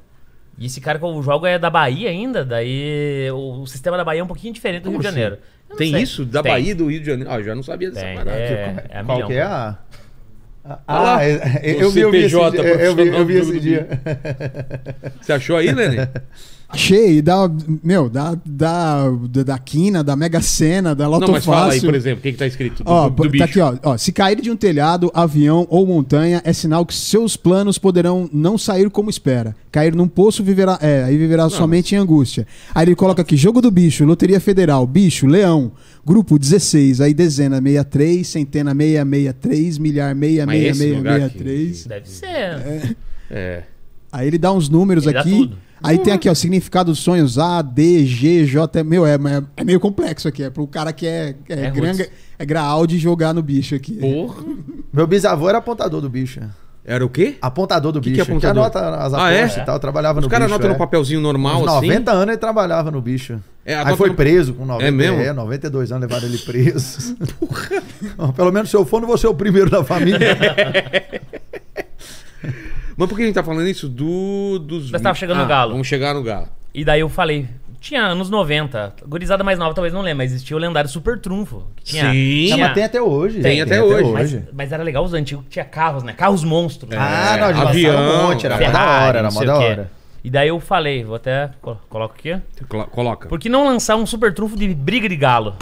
Speaker 4: E esse cara que eu jogo é da Bahia ainda, daí o o sistema da Bahia é um pouquinho diferente do Rio de Janeiro. Eu não
Speaker 1: Tem
Speaker 4: sei.
Speaker 1: isso da
Speaker 4: Tem.
Speaker 1: Bahia e do Rio de Janeiro? Ah, eu já não sabia dessa
Speaker 4: Tem,
Speaker 1: parada.
Speaker 4: é, é a
Speaker 5: Qual
Speaker 4: milhão.
Speaker 5: que é a. Ah,
Speaker 1: lá,
Speaker 5: é- é- eu
Speaker 1: o
Speaker 5: vi, eu vi esse
Speaker 1: CPJ,
Speaker 5: dia. Eu vi, eu vi
Speaker 1: profissional do
Speaker 5: esse dia.
Speaker 1: Você achou aí, Lenny?
Speaker 2: Achei, dá, meu, dá, dá, da, da quina, da mega sena, da
Speaker 1: não,
Speaker 2: Loto
Speaker 1: mas fala aí,
Speaker 2: Fácil.
Speaker 1: por exemplo, o que, que tá escrito do,
Speaker 2: Ó,
Speaker 1: do- do
Speaker 2: tá
Speaker 1: bicho?
Speaker 2: aqui, ó, ó. Se cair de um telhado, avião ou montanha, é sinal que seus planos poderão não sair como espera. Cair num poço viverá, é, aí viverá somente em angústia. Aí ele coloca aqui: Jogo do Bicho, Loteria Federal, Bicho, Leão, Grupo 16, aí dezena 63, centena 663, milhar
Speaker 1: Mas esse lugar
Speaker 2: 66663.
Speaker 4: Deve ser.
Speaker 1: É.
Speaker 2: Aí ele dá uns números
Speaker 4: Ele dá
Speaker 2: aqui.
Speaker 4: tudo.
Speaker 2: Aí tem aqui, ó, significado dos sonhos A, D, G, J. Meu, é, é meio complexo aqui. É pro cara que é, é,
Speaker 4: É
Speaker 2: gran-
Speaker 4: roots.
Speaker 2: é graal de jogar no bicho aqui.
Speaker 1: Porra.
Speaker 5: Meu bisavô era apontador do bicho.
Speaker 1: Era o quê?
Speaker 5: Apontador do
Speaker 1: Que que
Speaker 5: bicho.
Speaker 1: é apontador?
Speaker 5: anota as
Speaker 1: Ah, é?
Speaker 5: apostas e tal. Trabalhava
Speaker 1: Os
Speaker 5: Tá no
Speaker 1: caras
Speaker 5: bicho.
Speaker 1: anotam
Speaker 5: é.
Speaker 1: no papelzinho normal,
Speaker 5: Uns
Speaker 1: assim?
Speaker 5: 90 anos ele trabalhava no bicho.
Speaker 1: É,
Speaker 5: Aí
Speaker 1: anota
Speaker 5: foi
Speaker 1: no-
Speaker 5: preso com 90,
Speaker 1: É mesmo?
Speaker 5: 92 anos, levaram
Speaker 1: [laughs]
Speaker 5: ele preso. Porra. Pelo menos se eu for, não vou ser o primeiro da família.
Speaker 1: Mas por que a gente tá falando isso do, dos... Ah,
Speaker 4: Nós tava chegando no galo.
Speaker 1: Vamos chegar no galo.
Speaker 4: E daí eu falei, tinha anos 90, gurizada mais nova talvez não lembre, mas existia o lendário Super Trunfo. que Tinha,
Speaker 1: Sim.
Speaker 5: Não,
Speaker 4: tinha-
Speaker 5: mas tem até hoje.
Speaker 1: Tem até hoje.
Speaker 4: mas, mas era legal os antigos que tinha carros, né? Carros monstros.
Speaker 5: Ah,
Speaker 1: É,
Speaker 5: não, eles
Speaker 1: avião,
Speaker 5: lançaram um monte, era mó da
Speaker 4: Ferrari,
Speaker 5: hora, era
Speaker 4: não
Speaker 5: mó
Speaker 4: sei
Speaker 5: da
Speaker 4: o quê.
Speaker 5: hora.
Speaker 4: E daí eu falei, vou até... co- Coloco aqui.
Speaker 1: Colo- Coloca.
Speaker 4: Por que não lançar um super trunfo de briga de galo?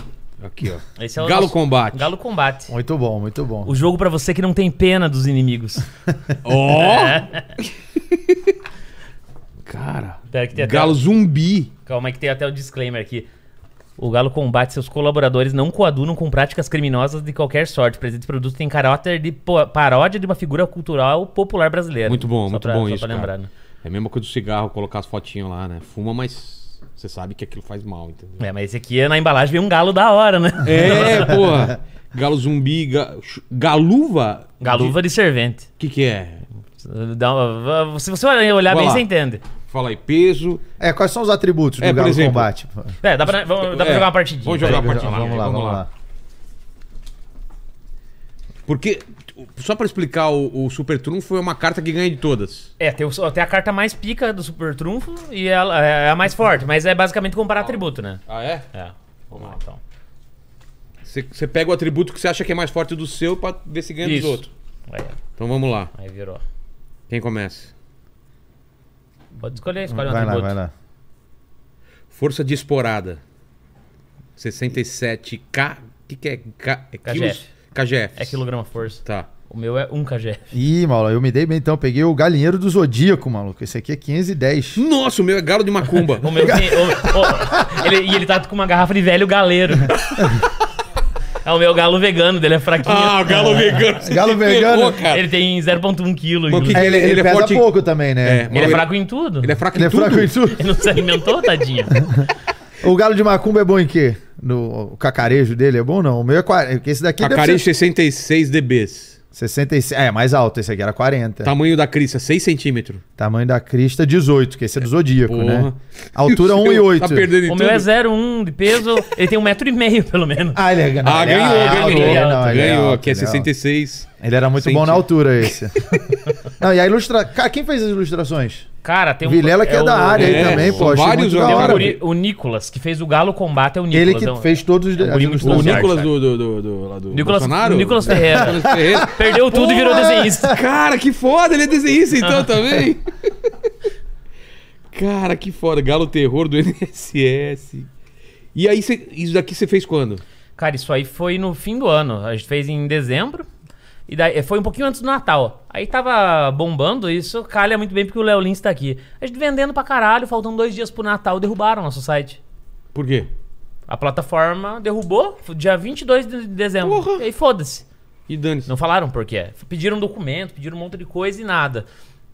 Speaker 1: Aqui, ó.
Speaker 4: [laughs] Esse é o
Speaker 1: Galo
Speaker 4: nosso-
Speaker 1: Combate.
Speaker 4: Galo Combate.
Speaker 5: Muito bom, muito bom.
Speaker 4: O jogo pra você que não tem pena dos inimigos. [laughs]
Speaker 1: Ó!
Speaker 4: É.
Speaker 1: Cara.
Speaker 4: Pera que tem até-
Speaker 1: Galo zumbi.
Speaker 4: um- Calma aí que tem até o um disclaimer aqui. O Galo combate seus colaboradores, não coadunam com práticas criminosas de qualquer sorte. O presente produto tem caráter de po- paródia de uma figura cultural popular brasileira.
Speaker 1: Muito bom,
Speaker 4: Só
Speaker 1: muito
Speaker 4: pra-
Speaker 1: bom
Speaker 4: só
Speaker 1: isso.
Speaker 4: Pra lembrar,
Speaker 1: cara.
Speaker 4: né?
Speaker 1: É a mesma coisa do cigarro, colocar as fotinhas lá, né? Fuma, mas você sabe que aquilo faz mal, entendeu?
Speaker 4: É, mas esse aqui na embalagem veio um galo da hora, né?
Speaker 1: É, porra. Galo zumbi, ga- chu- galuva?
Speaker 4: [laughs] Galuva de servente.
Speaker 1: O que, que é?
Speaker 4: Dá uma- Se você olhar
Speaker 1: Vai
Speaker 4: bem,
Speaker 1: lá.
Speaker 4: você entende.
Speaker 1: Fala aí, peso.
Speaker 5: É, quais são os atributos do
Speaker 1: É, por
Speaker 5: Galo
Speaker 1: exemplo,
Speaker 5: Combate?
Speaker 4: É, dá pra, vamos- dá pra
Speaker 1: É,
Speaker 4: jogar uma partidinha.
Speaker 1: vamos jogar uma
Speaker 4: Peraí.
Speaker 1: partidinha.
Speaker 5: Vamos lá, vamos lá.
Speaker 1: Porque, só pra explicar, o, o Super Trunfo foi uma carta que ganha de todas.
Speaker 4: É, tem, o- tem a carta mais pica do Super Trunfo e ela é a mais forte, mas é basicamente comparar atributo, né?
Speaker 1: Ah, é?
Speaker 4: É. Vamos lá, então.
Speaker 1: Você você pega o atributo que você acha que é mais forte do seu pra ver se ganha
Speaker 4: Isso.
Speaker 1: dos outros.
Speaker 4: Aí,
Speaker 1: Então vamos lá.
Speaker 4: aí virou.
Speaker 1: Quem começa?
Speaker 4: Pode escolher, escolhe um
Speaker 5: Vai lá,
Speaker 4: atributo.
Speaker 5: vai lá.
Speaker 1: Força de esporada. 67K. O que, que é? K, é
Speaker 4: KGF.
Speaker 1: quilos? KGF.
Speaker 4: É quilograma força.
Speaker 1: Tá.
Speaker 4: O meu é 1 kg.
Speaker 5: Ih, Mauro, eu me dei bem então. Eu Peguei o galinheiro do Zodíaco, maluco. Esse aqui é 510.
Speaker 1: Nossa, o meu é galo de
Speaker 4: [laughs]
Speaker 1: macumba.
Speaker 4: O meu tem. o- o- ele- e ele tá com uma garrafa de velho galeiro. [laughs] É o meu galo vegano dele, é fraquinho.
Speaker 1: ah, o
Speaker 4: [laughs]
Speaker 1: galo vegano. Você
Speaker 5: [laughs] Galo
Speaker 1: se
Speaker 5: vegano.
Speaker 1: ferrou, cara.
Speaker 4: ele tem 0,1 quilo.
Speaker 1: Mas o que-
Speaker 4: inclusive.
Speaker 5: É,
Speaker 1: Ele-
Speaker 5: ele, ele
Speaker 1: ele é
Speaker 5: pesa
Speaker 1: forte-
Speaker 5: pouco também, né?
Speaker 1: É,
Speaker 4: Ele é
Speaker 1: Mas
Speaker 4: fraco em tudo.
Speaker 1: Ele é fraco
Speaker 5: Ele
Speaker 1: em
Speaker 5: é
Speaker 1: tudo.
Speaker 5: fraco em tudo.
Speaker 4: Ele não se alimentou,
Speaker 5: [laughs]
Speaker 4: tadinho.
Speaker 5: O galo de macumba é bom em quê? No, o cacarejo dele é bom ou não? O meu é 40. Esse daqui
Speaker 1: Cacarejo
Speaker 5: deve ser
Speaker 1: 66 dBs.
Speaker 5: 66. É, mais alto. Esse aqui era 40.
Speaker 1: Tamanho da crista, 6 centímetros.
Speaker 5: Tamanho da crista, 18, que esse é do Zodíaco,
Speaker 1: Porra.
Speaker 5: né? Altura
Speaker 1: E o seu [laughs] Tá
Speaker 5: 1,8.
Speaker 1: perdendo em
Speaker 4: O
Speaker 1: tudo.
Speaker 4: meu é 0,1 de peso. Ele tem um metro e meio, pelo menos.
Speaker 5: ah, ele é grande.
Speaker 1: Ah, ganhou,
Speaker 5: Ele é alto,
Speaker 1: ganhou.
Speaker 5: ele é
Speaker 1: ganhou,
Speaker 5: alto, ele é alto,
Speaker 1: que é
Speaker 5: ele é alto.
Speaker 1: 66.
Speaker 5: Ele era muito bom
Speaker 1: Senti.
Speaker 5: na
Speaker 1: [laughs]
Speaker 5: altura, esse. não, e a ilustra... Cara, quem fez as ilustrações?
Speaker 4: Cara, tem um.
Speaker 5: Vilela que é, da
Speaker 4: o-
Speaker 5: área
Speaker 1: é,
Speaker 5: aí também,
Speaker 1: são
Speaker 5: pô. Achei
Speaker 1: vários
Speaker 5: muito da
Speaker 4: Tem um
Speaker 1: jogos.
Speaker 5: hora.
Speaker 4: guri- o Nicolas, que fez o Galo Combate, é o Nicolas.
Speaker 5: Ele que
Speaker 4: é um-
Speaker 5: fez todos os-
Speaker 4: é um
Speaker 5: as
Speaker 4: guri muito
Speaker 1: O
Speaker 5: ilustrações.
Speaker 4: bom.
Speaker 1: Nicolas
Speaker 4: Cara.
Speaker 1: do, do, do, do, lá do
Speaker 4: Nicolas-
Speaker 1: Bolsonaro?
Speaker 4: Nicolas Ferreira.
Speaker 1: [laughs] Nicolas Ferreira.
Speaker 4: Perdeu tudo e virou
Speaker 1: Porra!
Speaker 4: desenhista.
Speaker 1: Cara, que foda, ele é desenhista
Speaker 4: Ah.
Speaker 1: então também. [laughs] Cara, que foda, Galo Terror do NSS. E aí, cê- isso daqui você fez quando?
Speaker 4: Cara, isso aí foi no fim do ano. A gente fez em dezembro. E daí, eh, foi um pouquinho antes do Natal. Aí tava bombando isso, calha muito bem porque o Léo Lins tá aqui. A gente vendendo pra caralho, faltando dois dias pro Natal, derrubaram nosso site.
Speaker 1: Por quê?
Speaker 4: A plataforma derrubou foi dia 22 de dezembro. E aí foda-se.
Speaker 1: E dane
Speaker 4: Não falaram por quê. Pediram documento, pediram um monte de coisa e nada.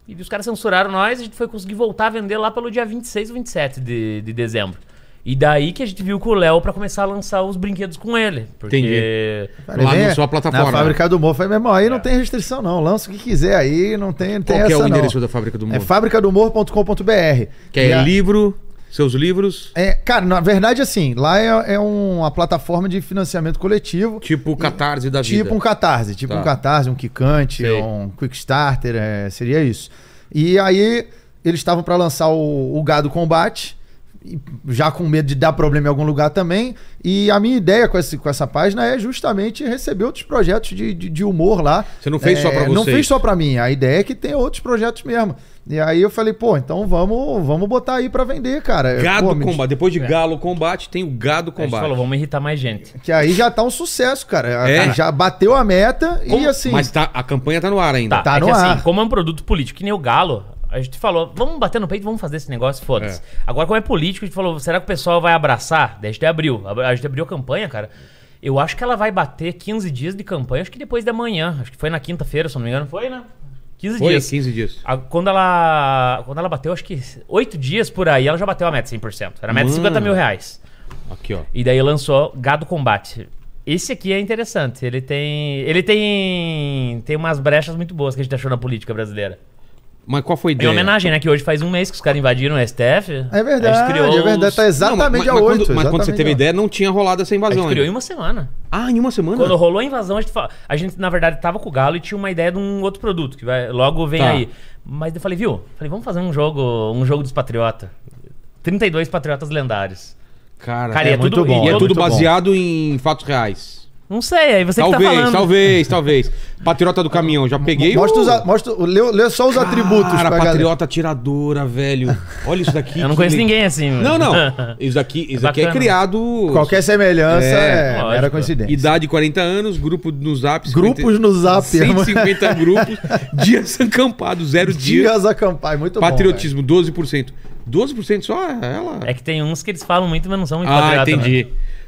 Speaker 4: E os caras censuraram nós, a gente foi conseguir voltar a vender lá pelo dia 26 ou 27 de, de dezembro. E daí que a gente viu com o Léo pra começar a lançar os brinquedos com ele. Porque
Speaker 1: Entendi.
Speaker 5: Cara,
Speaker 1: Lá
Speaker 5: ele
Speaker 1: na
Speaker 5: é-
Speaker 1: sua plataforma. É.
Speaker 5: Na fábrica do Morro. Falei, meu irmão, aí não tem restrição, não. Lança o que quiser aí, não tem, não tem
Speaker 1: Qual que é
Speaker 5: essa,
Speaker 1: o
Speaker 5: não.
Speaker 1: endereço da Fábrica do
Speaker 5: É
Speaker 1: Morro?
Speaker 5: fabricadumor.com.br.
Speaker 1: que é
Speaker 5: E a-
Speaker 1: livro, seus livros,
Speaker 5: É, cara, na verdade, assim, lá é, é uma plataforma de financiamento coletivo.
Speaker 1: tipo Catarse da Vida.
Speaker 5: Tipo um catarse, tipo
Speaker 1: Tá.
Speaker 5: um catarse, um quicante,
Speaker 1: Sei.
Speaker 5: um quick starter, é, seria isso. E aí eles estavam para lançar o, o gado combate, e já com medo de dar problema em algum lugar também. E a minha ideia com, esse- com essa página é justamente receber outros projetos de, de- de humor lá. É,
Speaker 1: Você não fez só pra
Speaker 5: Não
Speaker 1: vocês?
Speaker 5: fez só para mim. A ideia é que tenha outros projetos mesmo. E aí eu falei, pô, então vamos, vamos botar aí para vender, cara.
Speaker 1: Gado
Speaker 5: Pô, me-
Speaker 1: Combate. Depois de Galo Combate, tem o Gado
Speaker 4: É. Então A gente
Speaker 1: Combate.
Speaker 4: falou, vamos irritar mais gente.
Speaker 5: Que aí já tá um sucesso, cara.
Speaker 1: É.
Speaker 5: Já bateu a meta e
Speaker 1: Como-
Speaker 5: assim.
Speaker 1: Mas tá, a campanha tá no ar ainda.
Speaker 4: Tá,
Speaker 5: Tá
Speaker 4: é
Speaker 5: no
Speaker 4: que
Speaker 5: ar.
Speaker 4: assim, como é um produto político, que nem o Galo, a gente falou, vamos bater no peito, vamos fazer esse negócio, foda-se. Agora, como é político, a gente falou, será que o pessoal vai abraçar? Daí a gente abriu. A gente abriu a campanha, cara. Eu acho que ela vai bater 15 dias de campanha, acho que depois da manhã. Acho que foi na quinta-feira, se eu não me engano. Foi, né? 15
Speaker 1: Foi
Speaker 4: dias.
Speaker 1: 15 dias.
Speaker 4: A- quando, ela, quando ela bateu, acho que 8 dias por aí, ela já bateu a meta 100%. Era a meta de 50 mil reais.
Speaker 1: Aqui, ó.
Speaker 4: E daí lançou Gado Combate. Esse aqui é interessante. Ele tem. Ele tem. Tem umas brechas muito boas que a gente achou na política brasileira.
Speaker 1: Mas qual foi a
Speaker 4: Em
Speaker 1: ideia?
Speaker 4: homenagem, né? Que hoje faz um mês que os caras invadiram o STF.
Speaker 5: É
Speaker 4: A
Speaker 5: verdade,
Speaker 4: gente criou
Speaker 5: é verdade.
Speaker 4: os-
Speaker 5: Tá exatamente
Speaker 1: Não,
Speaker 5: a
Speaker 1: mas, mas
Speaker 5: 8.
Speaker 1: Quando, mas quando você teve a ideia, não tinha rolado essa
Speaker 4: A
Speaker 1: invasão
Speaker 4: gente criou em
Speaker 1: ainda.
Speaker 4: uma semana.
Speaker 1: Ah, em uma semana?
Speaker 4: Quando rolou a invasão, a gente, fala- a gente, na verdade, tava com o Galo e tinha uma ideia de um outro produto, que vai, logo vem
Speaker 1: Tá.
Speaker 4: aí. Mas eu falei, viu? Falei, vamos fazer um jogo, um jogo dos patriotas. 32 patriotas lendários.
Speaker 1: Cara,
Speaker 4: Cara, e é
Speaker 5: muito
Speaker 4: tudo-
Speaker 5: bom,
Speaker 4: e
Speaker 1: E
Speaker 4: é
Speaker 1: é
Speaker 5: muito
Speaker 1: tudo
Speaker 5: bom.
Speaker 1: baseado em fatos reais.
Speaker 4: Não sei, aí você que tá
Speaker 1: talvez,
Speaker 4: falando.
Speaker 1: talvez, talvez. Patriota do caminhão, já peguei.
Speaker 5: Mostra,
Speaker 1: o-
Speaker 5: os, a- mostra o- lê, lê só os atributos
Speaker 1: uh! Cara,
Speaker 5: pra galera.
Speaker 1: patriota atiradora, velho. Olha isso daqui.
Speaker 4: [laughs] Eu não
Speaker 1: que
Speaker 4: conheço
Speaker 1: le-
Speaker 4: ninguém assim. mano. [laughs]
Speaker 1: Não, não. Isso daqui, isso daqui é
Speaker 4: Bacana.
Speaker 1: criado.
Speaker 5: Qualquer semelhança
Speaker 1: É,
Speaker 5: é,
Speaker 4: lógico.
Speaker 5: era coincidência.
Speaker 1: Idade 40 anos, grupo no zap.
Speaker 5: Grupos no zap, é [laughs]
Speaker 1: 150 grupos, dias acampados, zero dias.
Speaker 5: Dias acampar, é muito bom.
Speaker 1: Patriotismo, 12%. 12% só? Ela.
Speaker 4: É que tem uns que eles falam muito, mas não são muito
Speaker 1: ah,
Speaker 4: patriota, né?
Speaker 1: entendi.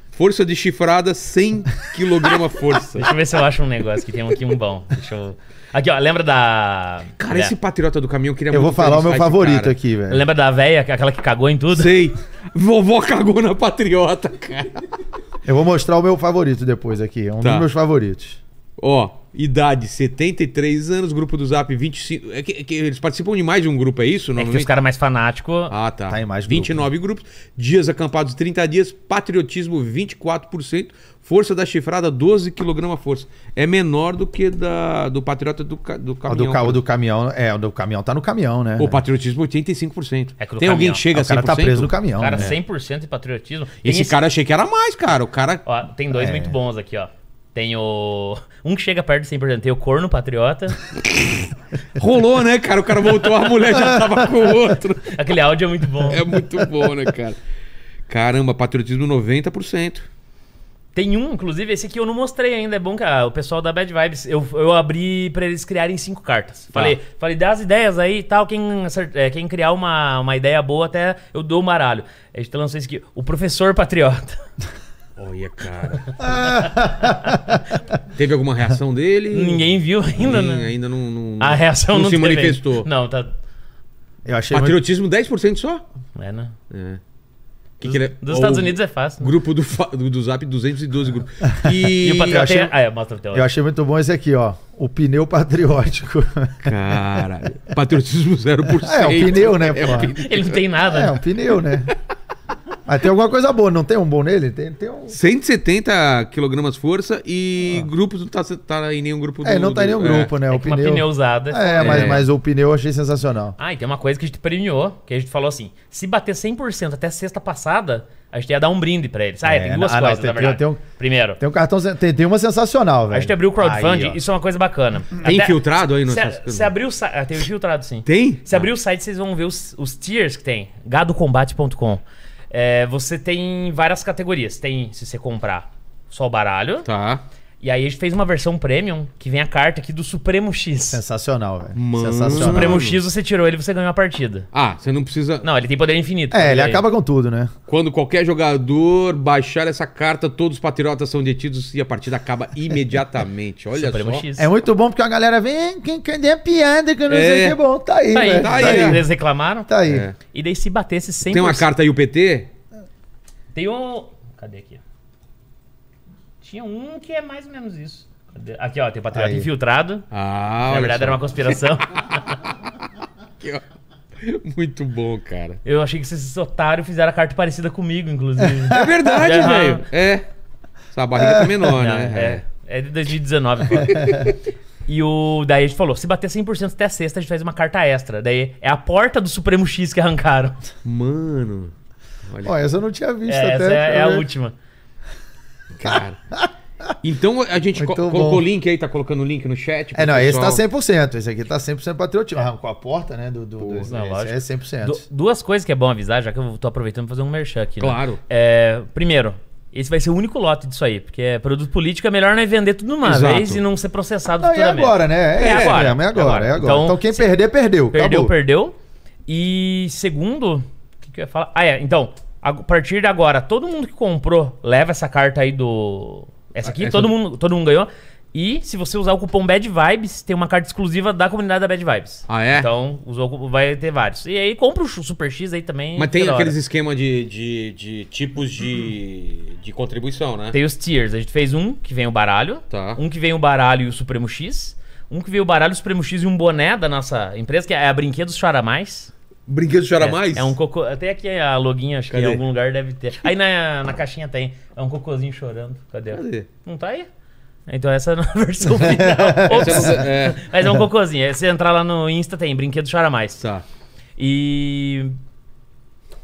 Speaker 1: Força de chifrada
Speaker 4: [laughs]
Speaker 1: 100 kg força.
Speaker 4: Deixa eu ver se eu acho um negócio que tem um aqui um bom. Deixa eu... Aqui, ó, lembra da.
Speaker 1: Cara,
Speaker 4: da-
Speaker 1: esse patriota do caminhão queria
Speaker 5: Eu vou
Speaker 1: muito ter
Speaker 5: falar o
Speaker 1: um
Speaker 5: meu
Speaker 1: site,
Speaker 5: favorito
Speaker 1: cara.
Speaker 5: aqui, velho.
Speaker 4: É. Lembra da véia, aquela que cagou em tudo?
Speaker 1: Sei. Vovó cagou na patriota, cara.
Speaker 5: Eu vou mostrar o meu favorito depois aqui. É um
Speaker 1: Tá.
Speaker 5: dos meus favoritos.
Speaker 1: Ó, idade 73 anos, grupo do Zap 25. É que, é que eles participam de mais de um grupo, é isso?
Speaker 4: É que tem
Speaker 1: normalmente?
Speaker 4: os caras mais fanáticos.
Speaker 1: Ah, tá.
Speaker 5: Tá em mais
Speaker 1: 29 grupos, dias acampados 30 dias, patriotismo 24%, força da chifrada 12 kg força. É menor do que da do patriota do, ca- do
Speaker 5: O
Speaker 1: caminhão.
Speaker 5: do, ca- o do caminhão. É, o do caminhão tá no caminhão, né?
Speaker 1: O patriotismo 85%.
Speaker 4: É que o
Speaker 1: Tem alguém
Speaker 4: caminhão-
Speaker 1: que chega a
Speaker 5: o cara
Speaker 1: 100%?
Speaker 5: tá preso no caminhão.
Speaker 4: cara,
Speaker 5: né?
Speaker 4: 100% de patriotismo. Tem
Speaker 1: é. Esse cara achei que era mais, cara. O cara
Speaker 4: Ó, tem dois
Speaker 5: É.
Speaker 4: muito bons aqui, ó. Tem o. [laughs] Um que chega perto de 100%. Tem o corno patriota. [laughs]
Speaker 1: rolou, né, cara? O cara voltou, a mulher
Speaker 5: [laughs]
Speaker 1: já tava com o outro.
Speaker 4: Aquele áudio é muito bom.
Speaker 1: É muito bom, né, cara? Caramba, patriotismo 90%.
Speaker 4: Tem um, inclusive, esse aqui eu não mostrei ainda. É bom que ah, o pessoal da Bad Vibes, eu, eu abri pra eles criarem cinco cartas. Falei, falei, dá as ideias aí e tal. Quem, acert- é, quem criar uma, uma ideia boa, até eu dou o maralho. A gente lançou isso aqui. O professor patriota.
Speaker 1: Olha,
Speaker 5: [laughs]
Speaker 1: cara. Teve alguma reação dele?
Speaker 4: Ninguém viu ainda,
Speaker 1: Ninguém
Speaker 4: né?
Speaker 1: ainda não, não-
Speaker 4: A reação não,
Speaker 1: não se
Speaker 4: teve ainda.
Speaker 1: manifestou.
Speaker 4: Não, tá.
Speaker 5: Eu achei muito...
Speaker 1: Patriotismo 10% só?
Speaker 4: É, né?
Speaker 1: É. Que
Speaker 4: Dos,
Speaker 1: que ele-
Speaker 4: dos
Speaker 1: Ó,
Speaker 4: Estados
Speaker 1: o
Speaker 4: Unidos é fácil. né?
Speaker 1: Grupo do, fa- do, do Zap 212 grupos. E,
Speaker 4: [laughs] E o patriota.
Speaker 5: achei-
Speaker 4: é- Ah, é, mostra o teu.
Speaker 5: Eu achei muito bom esse aqui, ó. O pneu [laughs] patriótico.
Speaker 1: Cara,
Speaker 4: [laughs]
Speaker 1: patriotismo 0%.
Speaker 5: É, o pneu, né, pô?
Speaker 4: Ele não tem nada.
Speaker 5: É, um pneu, né? Mas tem alguma coisa boa, não tem um bom nele? Tem, tem um.
Speaker 1: 170 kg força e grupos não tá, tá em nenhum grupo
Speaker 5: É, não tá em nenhum grupo, né?
Speaker 4: É
Speaker 5: o
Speaker 4: que uma
Speaker 5: pneu.
Speaker 4: pneuzada.
Speaker 5: É, mas,
Speaker 1: É.
Speaker 5: mas o pneu eu achei sensacional.
Speaker 4: Ah, e tem uma coisa que a gente premiou, que a gente falou assim, se bater 100% até sexta passada, a gente ia dar um brinde pra eles. Ah,
Speaker 5: É,
Speaker 4: tem duas
Speaker 5: ah, não,
Speaker 4: coisas,
Speaker 5: tem-
Speaker 4: na verdade.
Speaker 5: tem um-
Speaker 4: Primeiro,
Speaker 5: Tem um cartão. sen- Tem, tem uma sensacional, velho.
Speaker 4: a gente abriu o crowdfunding,
Speaker 5: Aí, ó.
Speaker 4: isso é uma coisa bacana.
Speaker 1: Tem infiltrado aí no
Speaker 4: Você abriu o site... Ah, tem infiltrado, sim.
Speaker 1: Tem?
Speaker 4: Se abrir o site, vocês vão ver os, os tiers que tem. gadocombate.com. É, você tem várias categorias. Tem, se você comprar, só o baralho.
Speaker 1: Tá.
Speaker 4: E aí a gente fez uma versão premium, que vem a carta aqui do Supremo
Speaker 5: Tá
Speaker 4: X.
Speaker 5: Sensacional, velho.
Speaker 1: Mano.
Speaker 5: Sensacional.
Speaker 4: é Supremo X, você tirou ele, você ganhou a partida.
Speaker 1: Ah, você não precisa.
Speaker 4: Não, ele tem poder infinito.
Speaker 5: É, ele
Speaker 4: Aí-
Speaker 5: acaba com tudo, né?
Speaker 1: Quando qualquer jogador baixar essa carta, todos os patriotas são detidos e a partida
Speaker 4: [laughs]
Speaker 1: acaba imediatamente. Olha
Speaker 4: Supremo
Speaker 1: só.
Speaker 4: X.
Speaker 5: É muito bom porque a galera vem, quem quem tem a piada, que eu não
Speaker 1: É.
Speaker 5: sei o que é bom. Tá aí,
Speaker 4: Tá aí,
Speaker 5: velho.
Speaker 4: tá aí. Eles reclamaram.
Speaker 5: Tá aí.
Speaker 1: É.
Speaker 4: E daí se batesse 100%.
Speaker 1: Tem uma carta aí o PT?
Speaker 4: Tem um... Cadê aqui? Tinha um que é mais ou menos isso. Cadê? Aqui, ó, tem o Patriota
Speaker 5: Aí.
Speaker 4: infiltrado.
Speaker 1: Ah,
Speaker 4: Na
Speaker 1: olha
Speaker 4: verdade
Speaker 1: só.
Speaker 4: era
Speaker 1: [laughs]
Speaker 4: uma conspiração.
Speaker 1: Aqui, ó. Muito bom, cara.
Speaker 4: Eu achei que esses otários fizeram a carta parecida comigo, inclusive.
Speaker 1: [laughs] É
Speaker 4: [laughs]
Speaker 1: verdade,
Speaker 4: Aham.
Speaker 1: velho. É. Essa barriga tá menor,
Speaker 4: Não,
Speaker 1: né?
Speaker 4: é, é de
Speaker 5: [laughs]
Speaker 4: 2019. pô. e o daí a gente falou, se bater 100% até sexta, a gente faz uma carta extra. Daí é a porta do Supremo X que arrancaram.
Speaker 1: Mano. Olha,
Speaker 5: Ó, essa eu não tinha visto
Speaker 4: É,
Speaker 5: até.
Speaker 4: essa é, é a
Speaker 5: deixa eu ver.
Speaker 4: última.
Speaker 1: cara. Então a gente co-
Speaker 5: Muito bom.
Speaker 1: colocou o link aí, tá colocando o link no chat. pro
Speaker 5: É, não, esse tá
Speaker 1: pessoal.
Speaker 5: 100%. Esse aqui tá 100% patriotismo. Arrancou a porta, né? Do, do, do- esse
Speaker 4: não, lógico.
Speaker 5: é 100%.
Speaker 4: Du- duas coisas que é bom avisar, já que eu tô aproveitando pra fazer um merchan aqui. né?
Speaker 1: Claro.
Speaker 4: É, primeiro, esse vai ser o único lote disso aí, porque é produto político, é melhor não é vender tudo de uma
Speaker 1: Exato.
Speaker 4: vez e não ser processado
Speaker 5: Não, e
Speaker 4: futuramente.
Speaker 5: agora, né? É,
Speaker 4: É
Speaker 5: é
Speaker 4: agora,
Speaker 5: mesmo, é
Speaker 4: é
Speaker 5: agora, é
Speaker 4: agora.
Speaker 5: agora. Então,
Speaker 4: Então,
Speaker 5: quem
Speaker 4: se-
Speaker 5: perder, perdeu.
Speaker 4: Perdeu,
Speaker 5: acabou.
Speaker 4: perdeu. E segundo, o que, que eu ia falar? Ah, é, então, a partir de agora, todo mundo que comprou leva essa carta aí do. Essa
Speaker 1: Ah,
Speaker 4: aqui,
Speaker 1: Essa
Speaker 4: todo,
Speaker 1: do-
Speaker 4: mundo, todo mundo ganhou. E se você usar o cupom Bad Vibes, tem uma carta exclusiva da comunidade da Bad Vibes.
Speaker 1: Ah, é?
Speaker 4: Então, usou, o cupom, vai ter vários. E aí, compra o Super X aí também.
Speaker 1: Mas tem
Speaker 4: toda hora.
Speaker 1: aqueles esquemas de, de, de tipos de, de contribuição, né?
Speaker 4: Tem os tiers. A gente fez um que vem o baralho,
Speaker 1: Tá.
Speaker 4: um que vem o baralho e o Supremo X, um que vem o baralho, o Supremo X e um boné da nossa empresa, que é a Brinquedos Chora Mais.
Speaker 1: Brinquedo chora
Speaker 4: é,
Speaker 1: mais?
Speaker 4: É um cocô. Até aqui a loguinha, acho que
Speaker 1: Cadê?
Speaker 4: em algum lugar deve ter. Aí na, na caixinha tem. É um cocôzinho chorando. Cadê?
Speaker 1: Cadê?
Speaker 4: Não tá aí? Então essa é a [laughs]
Speaker 1: [laughs]
Speaker 4: versão final. Ops.
Speaker 1: Essa é- é.
Speaker 4: Mas é um cocôzinho. É, Se você entrar lá no Insta tem Brinquedo Chora Mais.
Speaker 1: Tá.
Speaker 4: E.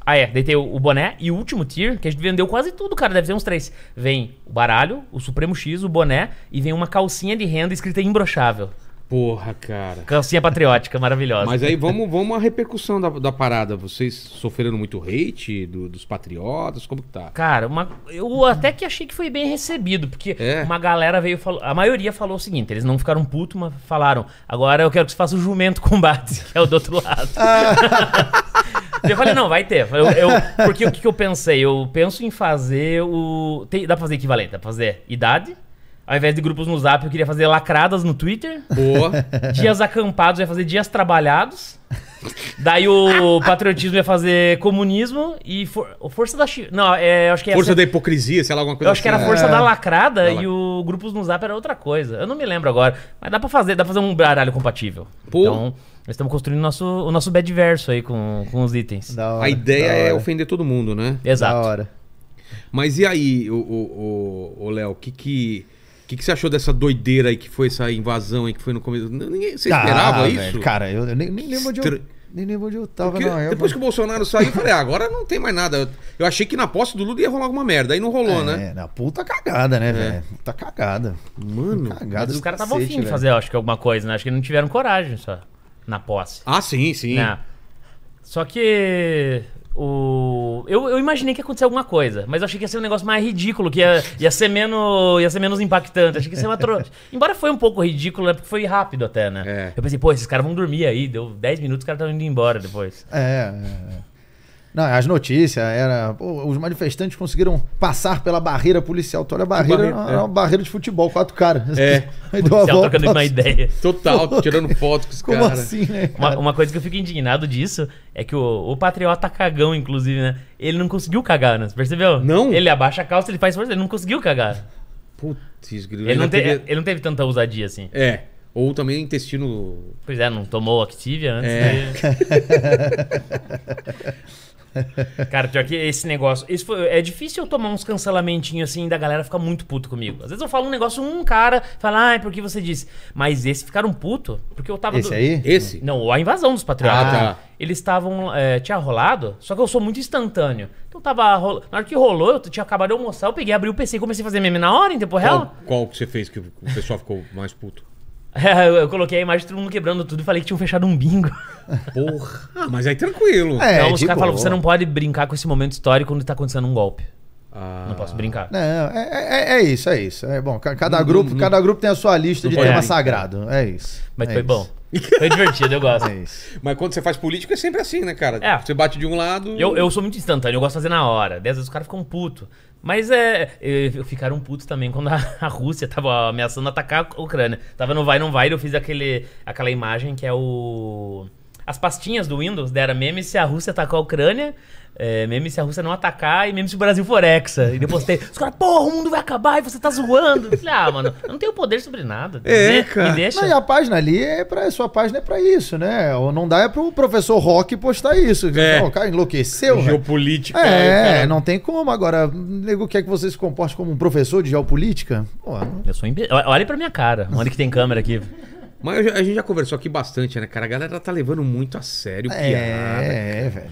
Speaker 4: Ah, é. Daí tem o o boné e o último tier, que a gente vendeu quase tudo, cara. Deve ter uns três. Vem o baralho, o Supremo X, o boné e vem uma calcinha de renda escrita em imbrochável.
Speaker 1: Porra, cara.
Speaker 4: Calcinha patriótica, maravilhosa.
Speaker 1: Mas é aí vamos, vamos a repercussão da, da parada. Vocês sofreram muito hate do- dos patriotas? Como que tá?
Speaker 4: Cara, uma- eu até que achei que foi bem recebido, porque
Speaker 1: É.
Speaker 4: uma galera veio falou, a maioria falou o seguinte, eles não ficaram putos, mas [laughs] falaram, agora eu quero que você faça o jumento combate, que é o do outro lado. Eu falei, não, vai ter. Eu, eu- porque o que, que eu pensei? Eu penso em fazer o. tem- dá pra fazer equivalente, dá pra fazer idade. Ao invés de grupos no zap, eu queria fazer lacradas no Twitter.
Speaker 1: [laughs] Boa.
Speaker 4: Dias acampados eu ia fazer dias trabalhados. Daí o patriotismo ia fazer comunismo e for- força da Chi- não, é, eu acho que é
Speaker 1: Força da hipocrisia, sei lá, alguma coisa
Speaker 4: eu acho que era a
Speaker 1: né?
Speaker 4: força da lacrada
Speaker 1: Da
Speaker 4: e o grupos no Zap era outra coisa. Eu não me lembro agora, mas dá pra fazer, dá pra fazer um baralho compatível.
Speaker 1: Pô.
Speaker 4: Então, nós estamos construindo o nosso, o nosso bad verso aí com, com os itens.
Speaker 5: Da hora,
Speaker 1: A ideia
Speaker 5: da
Speaker 1: é
Speaker 5: hora,
Speaker 1: ofender todo mundo, né?
Speaker 4: Exato.
Speaker 5: Da hora.
Speaker 1: Mas e aí, o, o, o, o Léo, o que que... O que, que você achou dessa doideira aí que foi essa invasão aí que foi no começo? N- Ninguém, você esperava
Speaker 5: Ah,
Speaker 1: isso?
Speaker 5: velho, cara, eu, eu nem, nem lembro onde
Speaker 1: Estra-
Speaker 5: eu. Nem lembro onde eu tava,
Speaker 1: Porque
Speaker 5: não. Eu,
Speaker 1: depois que o Bolsonaro saiu, eu falei, ah, agora não tem mais nada. Eu, eu achei que na posse do Lula ia rolar alguma merda. Aí não rolou,
Speaker 5: é,
Speaker 1: né? É.
Speaker 5: né? Na puta cagada, né, velho? Puta cagada. Mano, cagada.
Speaker 4: Mas os
Speaker 5: do
Speaker 4: caras estavam
Speaker 5: cacete,
Speaker 4: afim de
Speaker 5: velho.
Speaker 4: fazer, eu acho que alguma coisa, né? Acho que eles não tiveram coragem só na posse.
Speaker 1: Ah, sim, sim.
Speaker 4: né? Só que o eu, eu imaginei que ia acontecer alguma coisa, mas eu achei que ia ser um negócio mais ridículo, que ia, ia ser menos ia ser menos impactante. Achei que ia ser
Speaker 1: [laughs]
Speaker 4: uma tro... Embora foi um pouco ridículo, né? Porque foi rápido até, né?
Speaker 1: É.
Speaker 4: Eu pensei, pô, esses caras vão dormir aí, deu 10 minutos, os caras estão indo embora depois.
Speaker 5: É, é, é. Não, as notícias era. pô, os manifestantes conseguiram passar pela barreira policial. Tu olha a barreira,
Speaker 1: barreira,
Speaker 5: era uma-
Speaker 1: é.
Speaker 5: era uma barreira de futebol, quatro caras.
Speaker 1: É.
Speaker 5: Aí [laughs] deu
Speaker 4: Policial
Speaker 5: uma volta.
Speaker 4: tá
Speaker 1: tá
Speaker 4: trocando uma ideia.
Speaker 1: Total, tirando foto com os
Speaker 5: Como
Speaker 1: caras.
Speaker 5: assim, né?
Speaker 4: Uma,
Speaker 5: cara?
Speaker 4: uma coisa que eu fico indignado disso é que o, o patriota cagão, inclusive, né? Ele não conseguiu cagar, né? Você percebeu?
Speaker 1: Não.
Speaker 4: Ele abaixa a calça, ele faz força, ele não conseguiu cagar.
Speaker 1: Putz, grilo.
Speaker 4: Ele É, não, te-
Speaker 1: teve-
Speaker 4: ele não teve tanta ousadia assim.
Speaker 1: É. Ou também intestino. é,
Speaker 4: Pois é, não tomou Activia
Speaker 5: É.
Speaker 4: antes. né? de- Cara, pior que esse negócio. Isso foi- é difícil eu tomar uns cancelamentinhos assim da galera ficar muito puto comigo. Às vezes eu falo um negócio, um cara fala, ah, é porque você disse. Mas esse ficaram puto porque eu tava.
Speaker 5: Esse
Speaker 4: do-
Speaker 5: aí?
Speaker 1: Esse?
Speaker 4: Não, a invasão dos patriotas.
Speaker 1: Ah, tá.
Speaker 4: Eles estavam. é, tinha rolado, só que eu sou muito instantâneo. Então tava. rola- Na hora que rolou, eu tinha acabado de almoçar, eu peguei, abri o PC e comecei a fazer meme na hora, em tempo real.
Speaker 5: Tá.
Speaker 4: [laughs]
Speaker 1: Qual, qual que você fez que o pessoal ficou mais puto?
Speaker 4: É, Eu, eu coloquei a imagem de todo mundo quebrando tudo e falei que tinham fechado um bingo.
Speaker 1: Porra. Ah, mas aí tranquilo.
Speaker 5: É,
Speaker 4: então os
Speaker 5: de
Speaker 4: caras falam,
Speaker 5: boa.
Speaker 4: você não pode brincar com esse momento histórico quando tá acontecendo um golpe.
Speaker 1: Ah,
Speaker 4: Não posso brincar.
Speaker 5: Não, é, é- é isso, é isso. É bom, ca- cada
Speaker 1: Não,
Speaker 5: grupo,
Speaker 1: não-
Speaker 5: cada grupo tem a sua lista de
Speaker 4: pode
Speaker 5: tema
Speaker 4: brincar.
Speaker 5: sagrado. É isso.
Speaker 4: Mas
Speaker 5: é
Speaker 4: foi
Speaker 5: isso.
Speaker 4: bom. Foi divertido, eu gosto.
Speaker 5: [laughs] É isso.
Speaker 1: Mas quando você faz política é sempre assim, né, cara?
Speaker 4: É.
Speaker 1: Você bate de um lado.
Speaker 4: Eu, eu sou muito instantâneo, eu gosto de fazer na hora. Dez vezes os caras ficam puto. Mas é. Eu, ficaram putos também quando a, [laughs] a Rússia tava ameaçando atacar a Ucrânia. Tava no vai, não vai, eu fiz aquele, aquela imagem que é o. As pastinhas do Windows deram meme se a Rússia atacar a Ucrânia, é, meme se a Rússia não atacar e meme se o Brasil for hexa. E depois tem. Os caras, porra, o mundo vai acabar e você tá zoando. Eu falei, ah, mano, eu não tenho poder sobre nada.
Speaker 1: É,
Speaker 4: Me-
Speaker 1: cara.
Speaker 4: Me deixa.
Speaker 5: Não, e a página ali é pra. Sua página é pra isso, né? Ou não dá é pro professor Rock postar isso.
Speaker 1: É.
Speaker 5: Não, o cara enlouqueceu. velho.
Speaker 1: Geopolítica. aí,
Speaker 5: É,
Speaker 1: cara.
Speaker 5: não tem como. Agora, nego quer que você se comporte como um professor de geopolítica? Pô, não-
Speaker 4: Eu sou imbe... Olha pra minha cara. Olha que tem câmera aqui.
Speaker 1: Mas eu já- a gente já conversou aqui bastante, né, cara? A galera tá levando muito a sério piada.
Speaker 5: é, é, velho.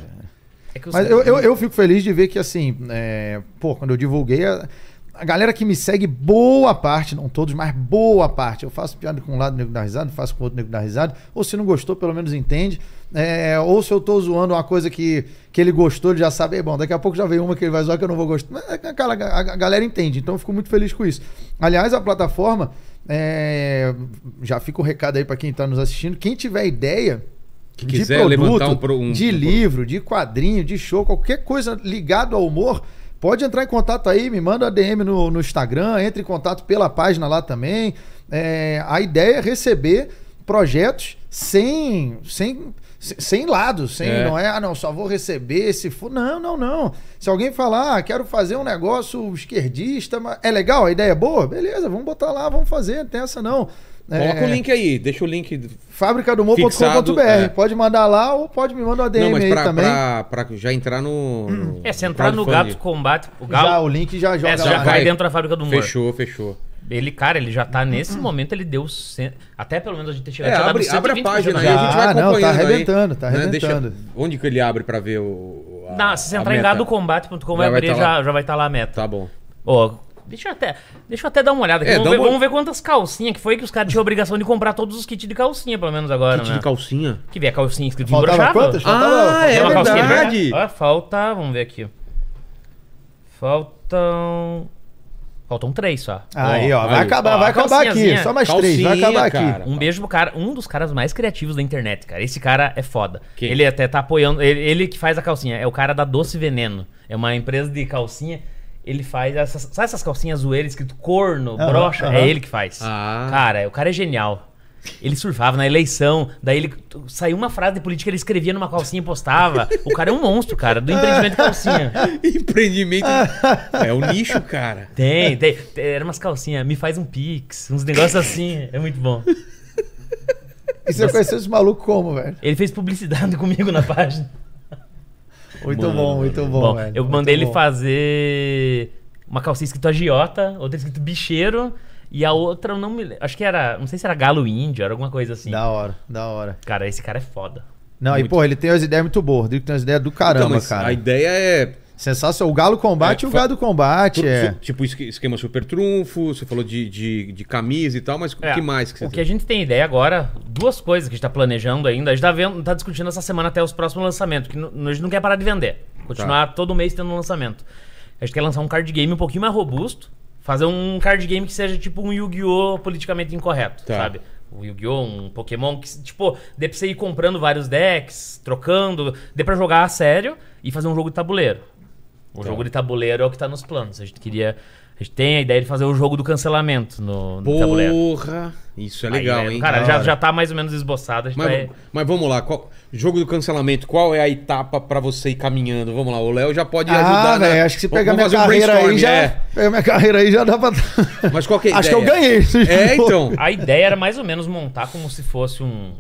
Speaker 4: É que
Speaker 5: Mas eu, eu, eu fico feliz de ver que, assim, é, pô, quando eu divulguei, a, a galera que me segue, boa parte, não todos, mas boa parte. Eu faço piada com um lado, nego dá risada, faço com o outro, nego dá risada. Ou se não gostou, pelo menos entende. É, ou se eu tô zoando uma coisa que, que ele gostou, ele já sabe, "Ei, bom, daqui a pouco já vem uma que ele vai zoar que eu não vou gostar. Mas aquela, a, a galera entende, então eu fico muito feliz com isso. Aliás, a plataforma, é, já fica o recado aí pra quem tá nos assistindo. Quem tiver ideia
Speaker 1: Que quiser levantar um pro- um-
Speaker 5: de
Speaker 1: um-
Speaker 5: livro, de quadrinho, de show, qualquer coisa ligado ao humor, pode entrar em contato aí, me manda DM no, no Instagram, entre em contato pela página lá também. É, a ideia é receber projetos sem sem se- sem lado, sem
Speaker 1: É.
Speaker 5: não é, ah não, só vou receber se for. Não, não, não. Se alguém falar, ah, quero fazer um negócio esquerdista, mas é legal, a ideia é boa, beleza, vamos botar lá, vamos fazer, não tem essa não.
Speaker 1: Coloca
Speaker 5: É,
Speaker 1: o link aí, deixa o link. Fixado,
Speaker 5: fabricadomor.com.br.
Speaker 1: é.
Speaker 5: Pode mandar lá ou pode me mandar uma DM
Speaker 1: não, mas
Speaker 5: aí
Speaker 1: pra,
Speaker 5: também.
Speaker 1: pra, pra já entrar no. no
Speaker 4: É, se entrar no
Speaker 1: crowdfunding.
Speaker 4: Gato Combate, o
Speaker 5: Já,
Speaker 4: Galo,
Speaker 5: o link já joga
Speaker 4: é, você
Speaker 5: lá.
Speaker 4: já
Speaker 1: né?
Speaker 4: cai
Speaker 1: Vai.
Speaker 4: dentro da fábrica do humor.
Speaker 1: Fechou, fechou.
Speaker 4: Ele, cara, ele já tá nesse momento, ele deu. cem- Até pelo menos a gente ter chegado
Speaker 1: É,
Speaker 4: já tá
Speaker 1: abre,
Speaker 4: nos
Speaker 1: abre a
Speaker 4: 120
Speaker 1: página aí,
Speaker 4: milhões.
Speaker 1: a gente vai
Speaker 5: Ah, não,
Speaker 1: acompanhando.
Speaker 5: tá
Speaker 1: aí,
Speaker 5: arrebentando, tá
Speaker 1: né?
Speaker 5: arrebentando.
Speaker 1: onde que ele abre pra ver o. a-
Speaker 4: Na, se você
Speaker 1: a
Speaker 4: entrar em
Speaker 1: meta?
Speaker 4: gadocombate.com, vai
Speaker 1: Já vai
Speaker 4: abrir,
Speaker 1: tá lá.
Speaker 4: já, já vai estar lá a meta.
Speaker 1: Tá bom.
Speaker 4: Ó, deixa eu até, deixa eu até dar uma olhada aqui.
Speaker 1: É,
Speaker 4: vamos,
Speaker 1: dá
Speaker 4: ver,
Speaker 1: uma-
Speaker 4: vamos ver quantas calcinhas que foi que os caras tinham obrigação de comprar todos os kits de calcinha, pelo menos agora,
Speaker 1: Kit
Speaker 4: né?
Speaker 1: de calcinha. [laughs]
Speaker 4: Que vier calcinha escrito
Speaker 5: Faltava
Speaker 4: embrochável.
Speaker 5: quantas? Faltava-
Speaker 1: Ah, é
Speaker 4: Tem uma calcinha de
Speaker 1: verdade.
Speaker 4: verdade? Ó, falta, vamos ver aqui. Faltam Faltam três só.
Speaker 5: Aí, ó,
Speaker 1: Ó,
Speaker 5: vai
Speaker 1: aí.
Speaker 5: acabar,
Speaker 4: Ó,
Speaker 5: vai acabar aqui.
Speaker 4: calcinhazinha.
Speaker 5: Só mais três, vai
Speaker 1: Calcinha,
Speaker 5: acabar
Speaker 1: cara.
Speaker 5: aqui.
Speaker 4: Um beijo pro cara, um dos caras mais criativos da internet, cara. Esse cara é foda.
Speaker 1: Quem?
Speaker 4: Ele até tá apoiando, ele, ele que faz a calcinha, é o cara da Doce Veneno. É uma empresa de calcinha. Ele faz essas, sabe essas calcinhas zoeiras escrito corno,
Speaker 5: Aham,
Speaker 4: brocha?
Speaker 5: aham.
Speaker 4: É ele que faz.
Speaker 1: Ah.
Speaker 4: Cara, o cara é genial. Ele surfava na eleição, daí ele saiu uma frase de política, ele escrevia numa calcinha e postava. O cara é um monstro, cara, do empreendimento de calcinha.
Speaker 1: Empreendimento. é o nicho, cara.
Speaker 4: Tem, tem. tem- Era umas calcinhas, me faz um pix, uns negócios assim. É muito bom.
Speaker 5: E você conheceu esse maluco como, velho?
Speaker 4: Ele fez publicidade [laughs] comigo na página.
Speaker 5: Muito
Speaker 1: Mano,
Speaker 5: bom, muito bom,
Speaker 4: Bom,
Speaker 5: velho.
Speaker 4: eu
Speaker 5: Muito
Speaker 4: mandei ele
Speaker 5: bom.
Speaker 4: fazer uma calcinha escrito agiota, outra escrito bicheiro, e a outra eu não me lembro. Acho que era. Não sei se era galo índio, era alguma coisa assim.
Speaker 5: Da hora, da hora.
Speaker 4: Cara, esse cara é foda.
Speaker 5: Não, e
Speaker 1: Muito.
Speaker 5: pô, ele tem as ideias muito boas. O Rodrigo tem as ideias do
Speaker 1: Então,
Speaker 5: caramba,
Speaker 1: mas A
Speaker 5: cara.
Speaker 1: ideia é.
Speaker 5: Sensacional. O galo combate
Speaker 1: É,
Speaker 5: e o gado combate.
Speaker 1: Tru-
Speaker 5: É.
Speaker 1: su- Tipo, esque- esquema super trunfo, você falou de, de, de camisa e tal, mas o
Speaker 4: É,
Speaker 1: que mais que você
Speaker 4: O que a gente tem ideia agora, duas coisas que a gente tá planejando ainda. A gente tá, vendo, tá discutindo essa semana até os próximos lançamentos, que n- a gente não quer parar de vender. Continuar
Speaker 1: Tá.
Speaker 4: todo mês tendo um lançamento. A gente quer lançar um card game um pouquinho mais robusto, fazer um card game que seja tipo um Yu-Gi-Oh! politicamente incorreto,
Speaker 1: Tá.
Speaker 4: sabe? Um Yu-Gi-Oh! um Pokémon, que se- tipo, dê pra você ir comprando vários decks, trocando, dê pra jogar a sério e fazer um jogo de tabuleiro. O jogo de tabuleiro é o que tá nos planos. A gente queria. A gente tem a ideia de fazer o jogo do cancelamento no, no tabuleiro.
Speaker 1: Porra! Isso é legal,
Speaker 4: Aí,
Speaker 1: hein?
Speaker 4: Cara,
Speaker 5: Da
Speaker 4: já,
Speaker 5: hora.
Speaker 4: já tá mais ou menos esboçado. A gente
Speaker 1: Mas,
Speaker 4: vai-
Speaker 1: mas vamos lá, qual- jogo do cancelamento, qual é a etapa pra você ir caminhando? Vamos lá, o Léo já pode
Speaker 5: Ah,
Speaker 1: ajudar, né?
Speaker 5: velho, acho que se
Speaker 1: Vamos
Speaker 5: pegar minha
Speaker 1: fazer um
Speaker 5: carreira aí
Speaker 1: brainstorm,
Speaker 5: já.
Speaker 1: é.
Speaker 5: Pegar minha carreira aí já dá pra. [laughs]
Speaker 1: Mas qual que é a
Speaker 5: Acho que eu
Speaker 1: ideia?
Speaker 5: ganhei. esse
Speaker 1: É,
Speaker 5: jogo. [laughs] Tá
Speaker 1: então.
Speaker 4: A ideia era mais ou menos montar como se fosse um,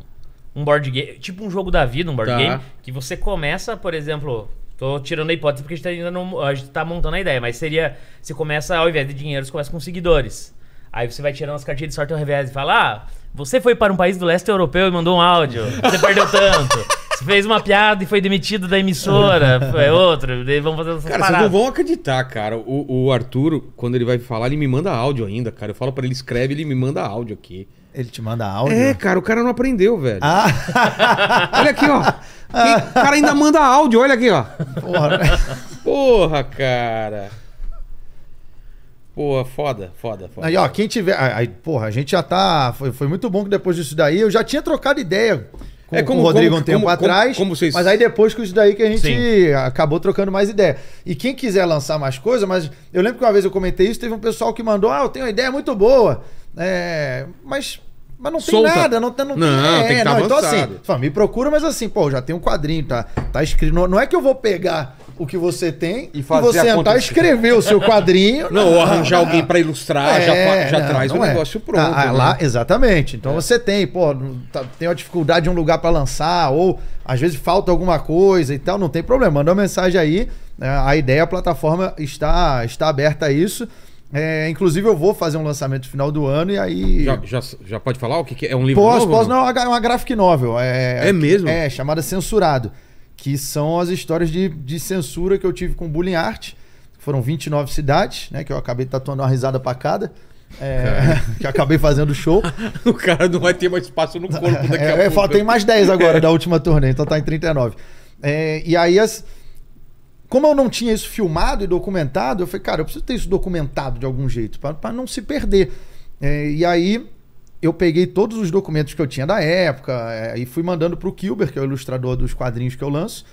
Speaker 4: um board game. Tipo um jogo da vida, um board
Speaker 1: Tá.
Speaker 4: game. Que você começa, por exemplo. Tô tirando a hipótese porque a gente tá ainda não. A gente tá montando a ideia, mas seria. Você começa, ao invés de dinheiro, você começa com seguidores. Aí você vai tirando as cartinhas de sorte ao revés e fala: Ah, você foi para um país do leste europeu e mandou um áudio. Você perdeu tanto. Você fez uma piada e foi demitido da emissora.
Speaker 1: [laughs]
Speaker 4: É outro. Daí vamos fazer essas
Speaker 1: Cara, vocês não
Speaker 4: paradas.
Speaker 1: vão acreditar, cara. O, o Arturo, quando ele vai falar, ele me manda áudio ainda, cara. Eu falo pra ele, escreve, ele me manda áudio aqui.
Speaker 5: Ele te manda áudio.
Speaker 1: É, cara, o cara não aprendeu, velho.
Speaker 5: Ah,
Speaker 1: [laughs] Olha aqui, ó. Quem- O cara ainda manda áudio, olha aqui, ó.
Speaker 5: porra. né?
Speaker 1: Porra, cara. Porra, foda, foda, foda.
Speaker 5: Aí, ó, quem tiver. Aí, porra, a gente já tá. Foi, foi muito bom que depois disso daí eu já tinha trocado ideia com,
Speaker 1: É,
Speaker 5: com
Speaker 1: como-
Speaker 5: o Rodrigo
Speaker 1: como-
Speaker 5: um tempo
Speaker 1: como- como-
Speaker 5: atrás.
Speaker 1: como vocês-
Speaker 5: Mas aí depois com isso daí que a gente acabou trocando mais ideia. E quem quiser lançar mais coisa, mas eu lembro que uma vez eu comentei isso, teve um pessoal que mandou: ah, eu tenho uma ideia muito boa. É, mas. Mas não tem
Speaker 1: Solta.
Speaker 5: nada, não, tem- não,
Speaker 1: Não, tem que tá
Speaker 5: Então assim,
Speaker 1: avançado.
Speaker 5: fala, me procura, mas assim, pô, já tem um quadrinho, tá, tá escrito. Não, não é que eu vou pegar o que você tem
Speaker 6: E
Speaker 5: e,
Speaker 6: fazer
Speaker 5: você tentar
Speaker 6: acontecer.
Speaker 5: escrever o
Speaker 1: [laughs]
Speaker 5: seu quadrinho.
Speaker 1: Não, ou arranjar alguém pra ilustrar, já fa-
Speaker 5: É,
Speaker 1: já,
Speaker 5: não,
Speaker 1: traz
Speaker 5: não
Speaker 1: o
Speaker 5: é.
Speaker 1: negócio pronto.
Speaker 5: Ah, ah,
Speaker 1: né? É.
Speaker 5: lá, exatamente. Então você tem, pô, não tá- tem uma dificuldade de um lugar pra lançar, ou às vezes falta alguma coisa e tal, não tem problema. Manda uma mensagem aí. né? A ideia, a plataforma está, está aberta a isso. É, inclusive, eu vou fazer um lançamento no final do ano e aí.
Speaker 1: Já, já, já pode falar o que, que é? É um livro
Speaker 5: Posso,
Speaker 1: novo?
Speaker 5: posso,
Speaker 1: ou
Speaker 5: não, é uma gra- uma graphic novel. É,
Speaker 1: É mesmo?
Speaker 5: É, chamada Censurado. Que são as histórias de, de censura que eu tive com Bullying Art. Foram 29 cidades, né? Que eu acabei tatuando uma risada pra cada. é, [laughs] que eu acabei fazendo show.
Speaker 1: [laughs] O cara não vai ter mais espaço no corpo daqui a
Speaker 5: [laughs] É, é,
Speaker 1: pouco.
Speaker 5: faltem mais 10 agora da última turnê, então tá em 39. É, e aí, as- como eu não tinha isso filmado e documentado, eu falei, cara, eu preciso ter isso documentado de algum jeito, pra pra não se perder. É, e aí, eu peguei todos os documentos que eu tinha da época é, e fui mandando pro Kilber, que é o ilustrador dos quadrinhos que eu lanço.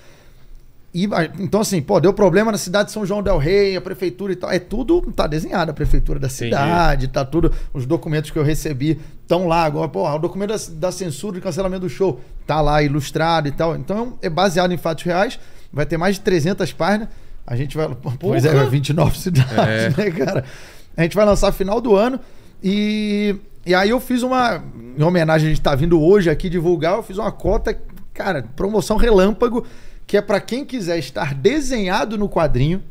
Speaker 5: E, a- então, assim, pô, deu problema na cidade de São João del Rei, a prefeitura e tal. É tudo, tá desenhado, a prefeitura da cidade, tá tudo. Os documentos que eu recebi estão lá agora. Porra, o documento da, da censura e cancelamento do show tá lá ilustrado e tal. Então, é baseado em fatos reais. Vai ter mais de 300 páginas. A gente vai. pô, Pois é, 29 [laughs] cidades,
Speaker 1: É.
Speaker 5: né, cara? A gente vai lançar final do ano. E, e aí eu fiz uma. Em homenagem, a gente tá vindo hoje aqui divulgar, eu fiz uma cota, cara, promoção relâmpago, que é pra quem quiser estar desenhado no quadrinho.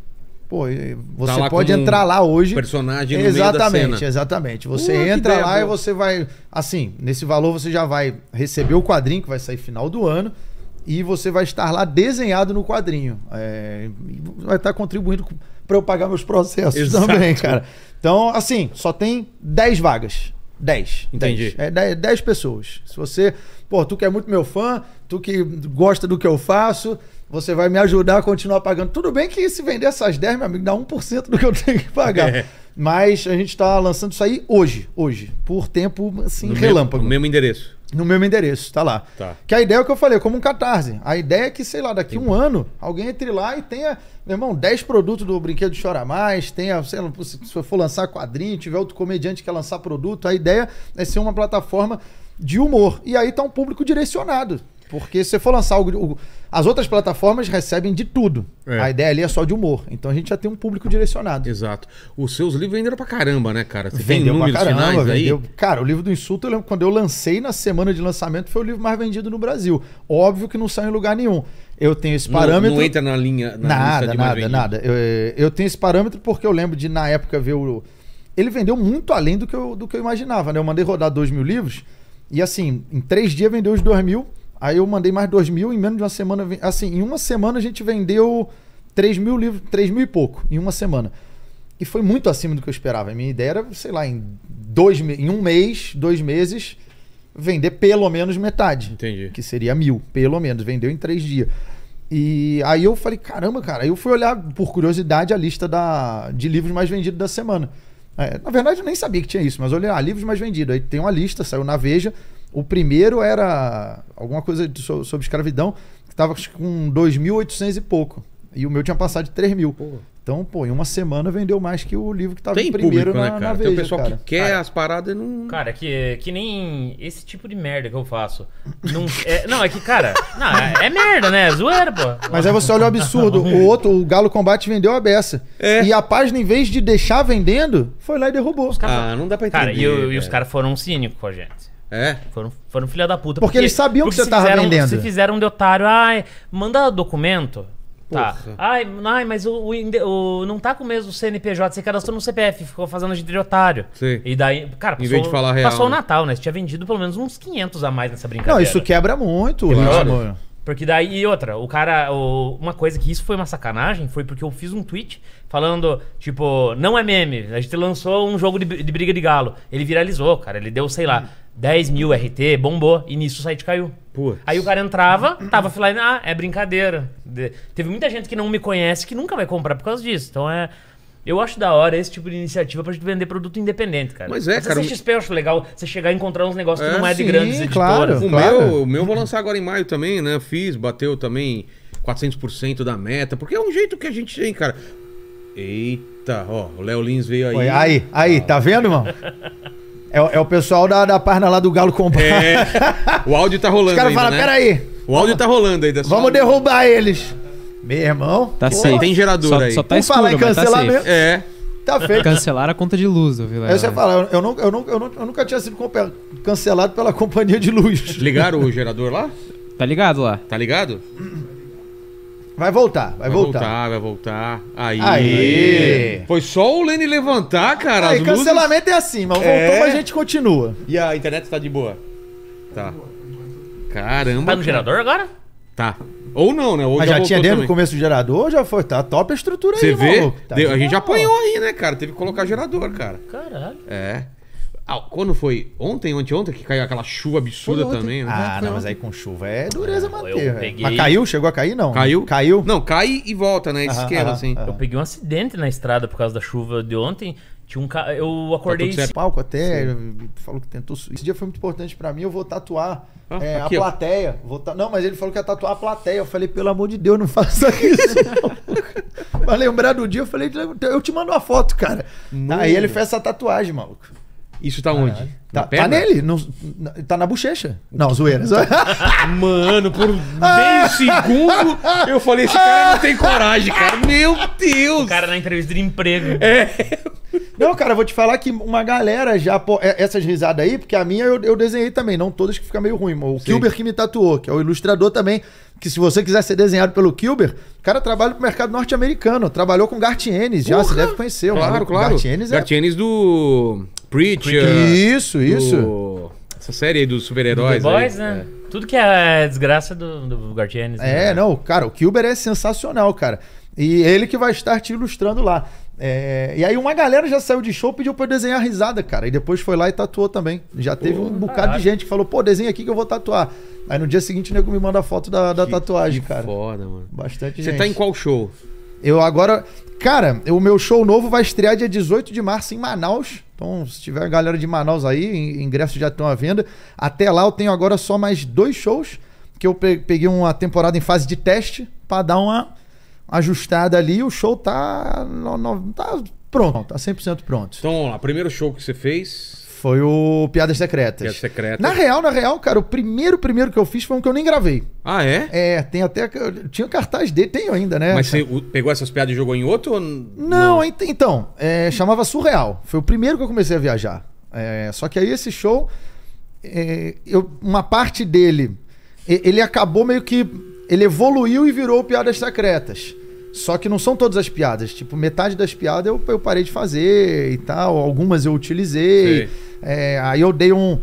Speaker 5: Pô, e você
Speaker 1: lá
Speaker 5: pode
Speaker 1: como um
Speaker 5: entrar lá hoje.
Speaker 1: personagem no meio da
Speaker 5: exatamente,
Speaker 1: cena.
Speaker 5: exatamente. Você
Speaker 1: Pô, que
Speaker 5: entra
Speaker 1: ideia
Speaker 5: lá e
Speaker 1: boa.
Speaker 5: você vai. Assim, nesse valor você já vai receber o quadrinho, que vai sair final do ano. E você vai estar lá desenhado no quadrinho. É, e vai estar contribuindo para eu pagar meus processos
Speaker 1: Exato.
Speaker 5: também, cara. Então, assim, só tem 10 vagas. 10.
Speaker 1: Entendi.
Speaker 5: 10. É 10, 10 pessoas. Se você, pô, tu que é muito meu fã, tu que gosta do que eu faço,
Speaker 1: [laughs]
Speaker 5: você um
Speaker 1: É.
Speaker 5: vai me ajudar a continuar pagando. Tudo bem que se vender essas 10, meu amigo, dá 1% do que eu tenho que pagar. Mas a gente está lançando isso aí hoje, hoje, por tempo assim,
Speaker 1: No me-
Speaker 5: relâmpago.
Speaker 1: no mesmo endereço.
Speaker 5: No mesmo endereço, tá lá.
Speaker 1: Tá.
Speaker 5: Que a ideia é o que eu falei, como um catarse. A ideia é que, sei lá, daqui um ano, alguém entre lá e tenha, meu irmão, 10 produtos do Brinquedo Chora Mais, tenha, sei lá, se se for lançar quadrinho, tiver outro comediante que quer lançar produto, a ideia é ser uma plataforma de humor. E aí tá um público direcionado. Porque se você for lançar algo. de- o- As outras plataformas recebem de tudo.
Speaker 1: É.
Speaker 5: A ideia ali é só de humor. Então a gente já tem um público direcionado.
Speaker 1: Exato. Os seus livros venderam pra caramba, né, cara? Você
Speaker 5: Vendeu
Speaker 1: tem
Speaker 5: pra
Speaker 1: números
Speaker 5: caramba,
Speaker 1: finais aí?
Speaker 5: vendeu. Cara, o livro do Insulto, eu lembro quando eu lancei na semana de lançamento, foi o livro mais vendido no Brasil. Óbvio que não saiu em lugar nenhum. Eu tenho esse
Speaker 1: Não-
Speaker 5: parâmetro.
Speaker 1: Não, entra na linha. Na
Speaker 5: nada,
Speaker 1: mais
Speaker 5: nada,
Speaker 1: vendido.
Speaker 5: nada. Eu, eu tenho esse parâmetro porque eu lembro de, na época, ver o. Ele vendeu muito além do que eu, do que eu imaginava, né? Eu mandei rodar dois mil livros e, assim, em três dias vendeu os dois mil. Aí eu mandei mais dois mil em menos de uma semana. ven- Assim, em uma semana a gente vendeu três mil livros, três mil e pouco, em uma semana. E foi muito acima do que eu esperava. A minha ideia era, sei lá, em, dois, me- em um mês, dois meses, vender pelo menos metade.
Speaker 1: Entendi.
Speaker 5: Que seria mil, pelo menos. Vendeu em três dias. E aí eu falei, caramba, cara. Aí eu fui olhar, por curiosidade, a lista da, de livros mais vendidos da semana. É, na verdade, eu nem sabia que tinha isso, mas eu olhei, ah, livros mais vendidos. Aí tem uma lista, saiu na Veja. O primeiro era alguma coisa de- so- sobre escravidão, que estava com 2.800 e pouco. E o meu tinha passado de 3 mil. Então, pô, em uma semana vendeu mais que o livro que estava
Speaker 1: Tem
Speaker 5: em tá primeiro
Speaker 1: público, né,
Speaker 5: na,
Speaker 1: cara?
Speaker 5: na
Speaker 1: tem
Speaker 5: Veja,
Speaker 1: o pessoal
Speaker 5: cara.
Speaker 1: que quer
Speaker 5: Cara,
Speaker 1: as paradas e não.
Speaker 4: Cara, que, que nem esse tipo de merda que eu faço. Não é, não, é que, cara, não, é, é merda, né? É zoeira, pô.
Speaker 5: Mas aí você olha o absurdo. O outro, o Galo Combate vendeu a beça.
Speaker 1: É.
Speaker 5: E a página, em vez de deixar vendendo, foi lá e derrubou.
Speaker 1: Ah, não dá pra entender.
Speaker 4: Cara, e, eu- e os
Speaker 5: é.
Speaker 1: velho.
Speaker 4: caras foram cínicos com a gente.
Speaker 1: É.
Speaker 4: Foram, foram filha da puta.
Speaker 5: Porque eles sabiam que
Speaker 4: porque
Speaker 5: você
Speaker 4: se
Speaker 5: tava
Speaker 4: fizeram,
Speaker 5: vendendo.
Speaker 4: Se fizeram de otário, ai, manda documento. Tá. Ai, ai, mas o, o inde- o- não tá com o mesmo CNPJ, você cadastrou no CPF, ficou fazendo a gente de otário.
Speaker 1: Sim.
Speaker 4: E daí, cara,
Speaker 1: Em vez de falar real,
Speaker 4: passou o
Speaker 1: né?
Speaker 4: Natal, né? Você tinha vendido pelo menos uns 500 a mais nessa brincadeira.
Speaker 5: Não, isso quebra muito.
Speaker 1: Claro.
Speaker 5: mano.
Speaker 4: Porque daí, e outra, o cara, o- uma coisa que isso foi uma sacanagem foi porque eu fiz um tweet falando, tipo, não é meme, a gente lançou um jogo de, br- de briga de galo. Ele viralizou, cara, ele deu, sei lá, 10 mil RT, bombou, e nisso o site caiu.
Speaker 1: Putz.
Speaker 4: Aí o cara entrava, tava falando, ah, é brincadeira. De- Teve muita gente que não me conhece que nunca vai comprar por causa disso. Então é. Eu acho da hora esse tipo de iniciativa pra gente vender produto independente, cara.
Speaker 1: Mas é,
Speaker 4: A
Speaker 1: cara,
Speaker 4: CCXP eu acho legal você chegar e encontrar uns negócios
Speaker 1: É,
Speaker 4: que não é de
Speaker 5: sim,
Speaker 4: grandes
Speaker 5: claro.
Speaker 4: editoras.
Speaker 1: O
Speaker 5: Claro.
Speaker 1: meu, o meu eu vou lançar agora em maio também, né? Fiz, bateu também 400% da meta, porque é um jeito que a gente tem, cara. Eita, ó, o Léo Lins veio aí.
Speaker 5: Foi, Aí, aí, tá vendo, irmão? É, o- é o pessoal da, da página lá do Galo Combate. [laughs]
Speaker 1: É, o áudio tá rolando
Speaker 5: Os caras
Speaker 1: ainda,
Speaker 5: falam,
Speaker 1: né?
Speaker 5: peraí,
Speaker 1: O áudio tá rolando ainda. só-
Speaker 5: vamos derrubar eles. Meu irmão,
Speaker 3: Tá safe.
Speaker 1: tem gerador
Speaker 3: só,
Speaker 1: aí.
Speaker 3: Só tá
Speaker 5: Por falar em
Speaker 3: escuro, mas tá
Speaker 5: cancelar
Speaker 3: safe.
Speaker 5: mesmo.
Speaker 1: É,
Speaker 5: tá feito.
Speaker 3: Cancelaram a conta de luz, viu,
Speaker 5: Aí você fala, eu, eu, não, eu, não, eu, não, eu nunca tinha sido compa- cancelado pela companhia de luz.
Speaker 1: ligaram o gerador lá?
Speaker 3: Tá ligado lá?
Speaker 1: Tá ligado?
Speaker 5: Vai voltar, vai, voltar.
Speaker 1: vai voltar. Aí.
Speaker 5: Aí.
Speaker 1: Foi só o Lene levantar, cara.
Speaker 5: Aí,
Speaker 1: as luzes-
Speaker 5: cancelamento é assim, mas voltou,
Speaker 1: É.
Speaker 5: mas a gente continua.
Speaker 1: E a internet tá de boa? Tá. Caramba.
Speaker 4: Tá no
Speaker 1: cara.
Speaker 4: gerador agora?
Speaker 1: Tá. Ou não, né? Ou
Speaker 5: Mas já,
Speaker 1: voltou
Speaker 5: tinha desde
Speaker 1: também.
Speaker 5: o começo do gerador, já foi. Tá top a estrutura
Speaker 1: Você
Speaker 5: aí,
Speaker 1: vê?
Speaker 5: maluco. Tá
Speaker 1: Deu- a
Speaker 5: de
Speaker 1: gente
Speaker 5: boa.
Speaker 1: apanhou aí, né, cara? Teve que colocar gerador, cara.
Speaker 4: Caralho.
Speaker 1: É. Ah, quando foi? Ontem, anteontem, que caiu aquela chuva absurda
Speaker 2: Foi ontem.
Speaker 1: também, né?
Speaker 5: Ah, não, mas aí com chuva é dureza manter,
Speaker 4: eu
Speaker 5: velho.
Speaker 4: peguei-
Speaker 5: Mas caiu? Chegou a cair, não?
Speaker 1: Caiu?
Speaker 5: Caiu?
Speaker 1: Não, cai e volta, né? Esse
Speaker 5: Aham,
Speaker 1: esquema,
Speaker 5: aham,
Speaker 1: assim.
Speaker 5: aham.
Speaker 4: Eu peguei um acidente na estrada por causa da chuva de ontem. Tinha um ca... Eu acordei.
Speaker 1: Tá tudo certo.
Speaker 5: palco até, falou que tentou... su- Esse dia foi muito importante pra mim, eu vou tatuar
Speaker 1: Ah,
Speaker 5: é,
Speaker 1: aqui, ó.
Speaker 5: a plateia. Vou ta- Não, mas ele falou que ia tatuar a plateia. Eu falei, pelo amor de Deus, não [laughs] faça isso. não. mas lembrar do dia, eu falei, eu te mando uma foto, cara.
Speaker 1: Mano.
Speaker 5: Aí ele fez essa tatuagem, maluco.
Speaker 1: Isso tá onde? Na
Speaker 5: Tá, tá
Speaker 1: perna?
Speaker 5: nele, não- na- tá na bochecha. Não, zoeira.
Speaker 1: Mano, por
Speaker 4: Ah!
Speaker 1: meio segundo eu falei: esse cara não tem coragem, cara. Meu Deus!
Speaker 4: O cara na entrevista de emprego.
Speaker 1: É,
Speaker 5: Não, cara, eu vou te falar que uma galera já. pô, é- essas risadas aí, porque a minha eu, eu desenhei também, não todas que fica meio ruim. O Kilber que me tatuou, que é o ilustrador também. Que se você quiser ser desenhado pelo Kilber, o cara trabalha pro mercado norte-americano. Trabalhou com Gartienes já, você deve conhecer. o
Speaker 1: Claro,
Speaker 5: maluco.
Speaker 1: claro.
Speaker 5: Gartienes é.
Speaker 1: Gartienes do Preacher.
Speaker 5: Isso, isso.
Speaker 1: do- Essa série aí dos
Speaker 4: The
Speaker 1: super-heróis.
Speaker 4: Boys,
Speaker 1: aí.
Speaker 4: né? Tudo que é desgraça do, do né? Gartienes.
Speaker 5: É, não, cara, o Kilber é sensacional, cara. E ele que vai estar te ilustrando lá. É, e aí uma galera já saiu de show pediu pra eu desenhar risada, cara. E depois foi lá e tatuou também. Já teve um bocado
Speaker 4: caralho.
Speaker 5: de gente que falou, pô, desenha aqui que eu vou tatuar. Aí no dia seguinte o nego me manda a foto da, da tatuagem,
Speaker 1: Que
Speaker 5: cara.
Speaker 1: É Foda, mano.
Speaker 5: Bastante
Speaker 1: Você
Speaker 5: gente.
Speaker 1: tá em qual show?
Speaker 5: Eu agora. Cara, o meu show novo vai estrear dia 18 de março em Manaus. Então, se tiver a galera de Manaus aí, in- ingressos já estão à venda. Até lá eu tenho agora só mais dois shows. Que eu pe- peguei uma temporada em fase de teste pra dar uma ajustada ali. O show tá. no- no- tá pronto, tá 100% pronto.
Speaker 1: Então vamos lá, primeiro show que você fez.
Speaker 5: Foi o Piadas Secretas.
Speaker 1: Piadas Secretas.
Speaker 5: Na real, na real, cara, o primeiro primeiro que eu fiz foi um que eu nem gravei.
Speaker 1: Ah, é?
Speaker 5: É, tem até. Tinha cartaz dele, tenho ainda, né?
Speaker 1: Mas você o- pegou essas piadas e jogou em outro? ou n-
Speaker 5: Não, ent- então, é, chamava Surreal. Foi o primeiro que eu comecei a viajar. É, só que aí esse show, é, eu- uma parte dele, e- ele acabou meio que. Ele evoluiu e virou piadas secretas. Só que não são todas as piadas. Tipo, metade das piadas eu, eu parei de fazer e tal. Algumas eu utilizei.
Speaker 1: Sei.
Speaker 5: É, aí eu dei um.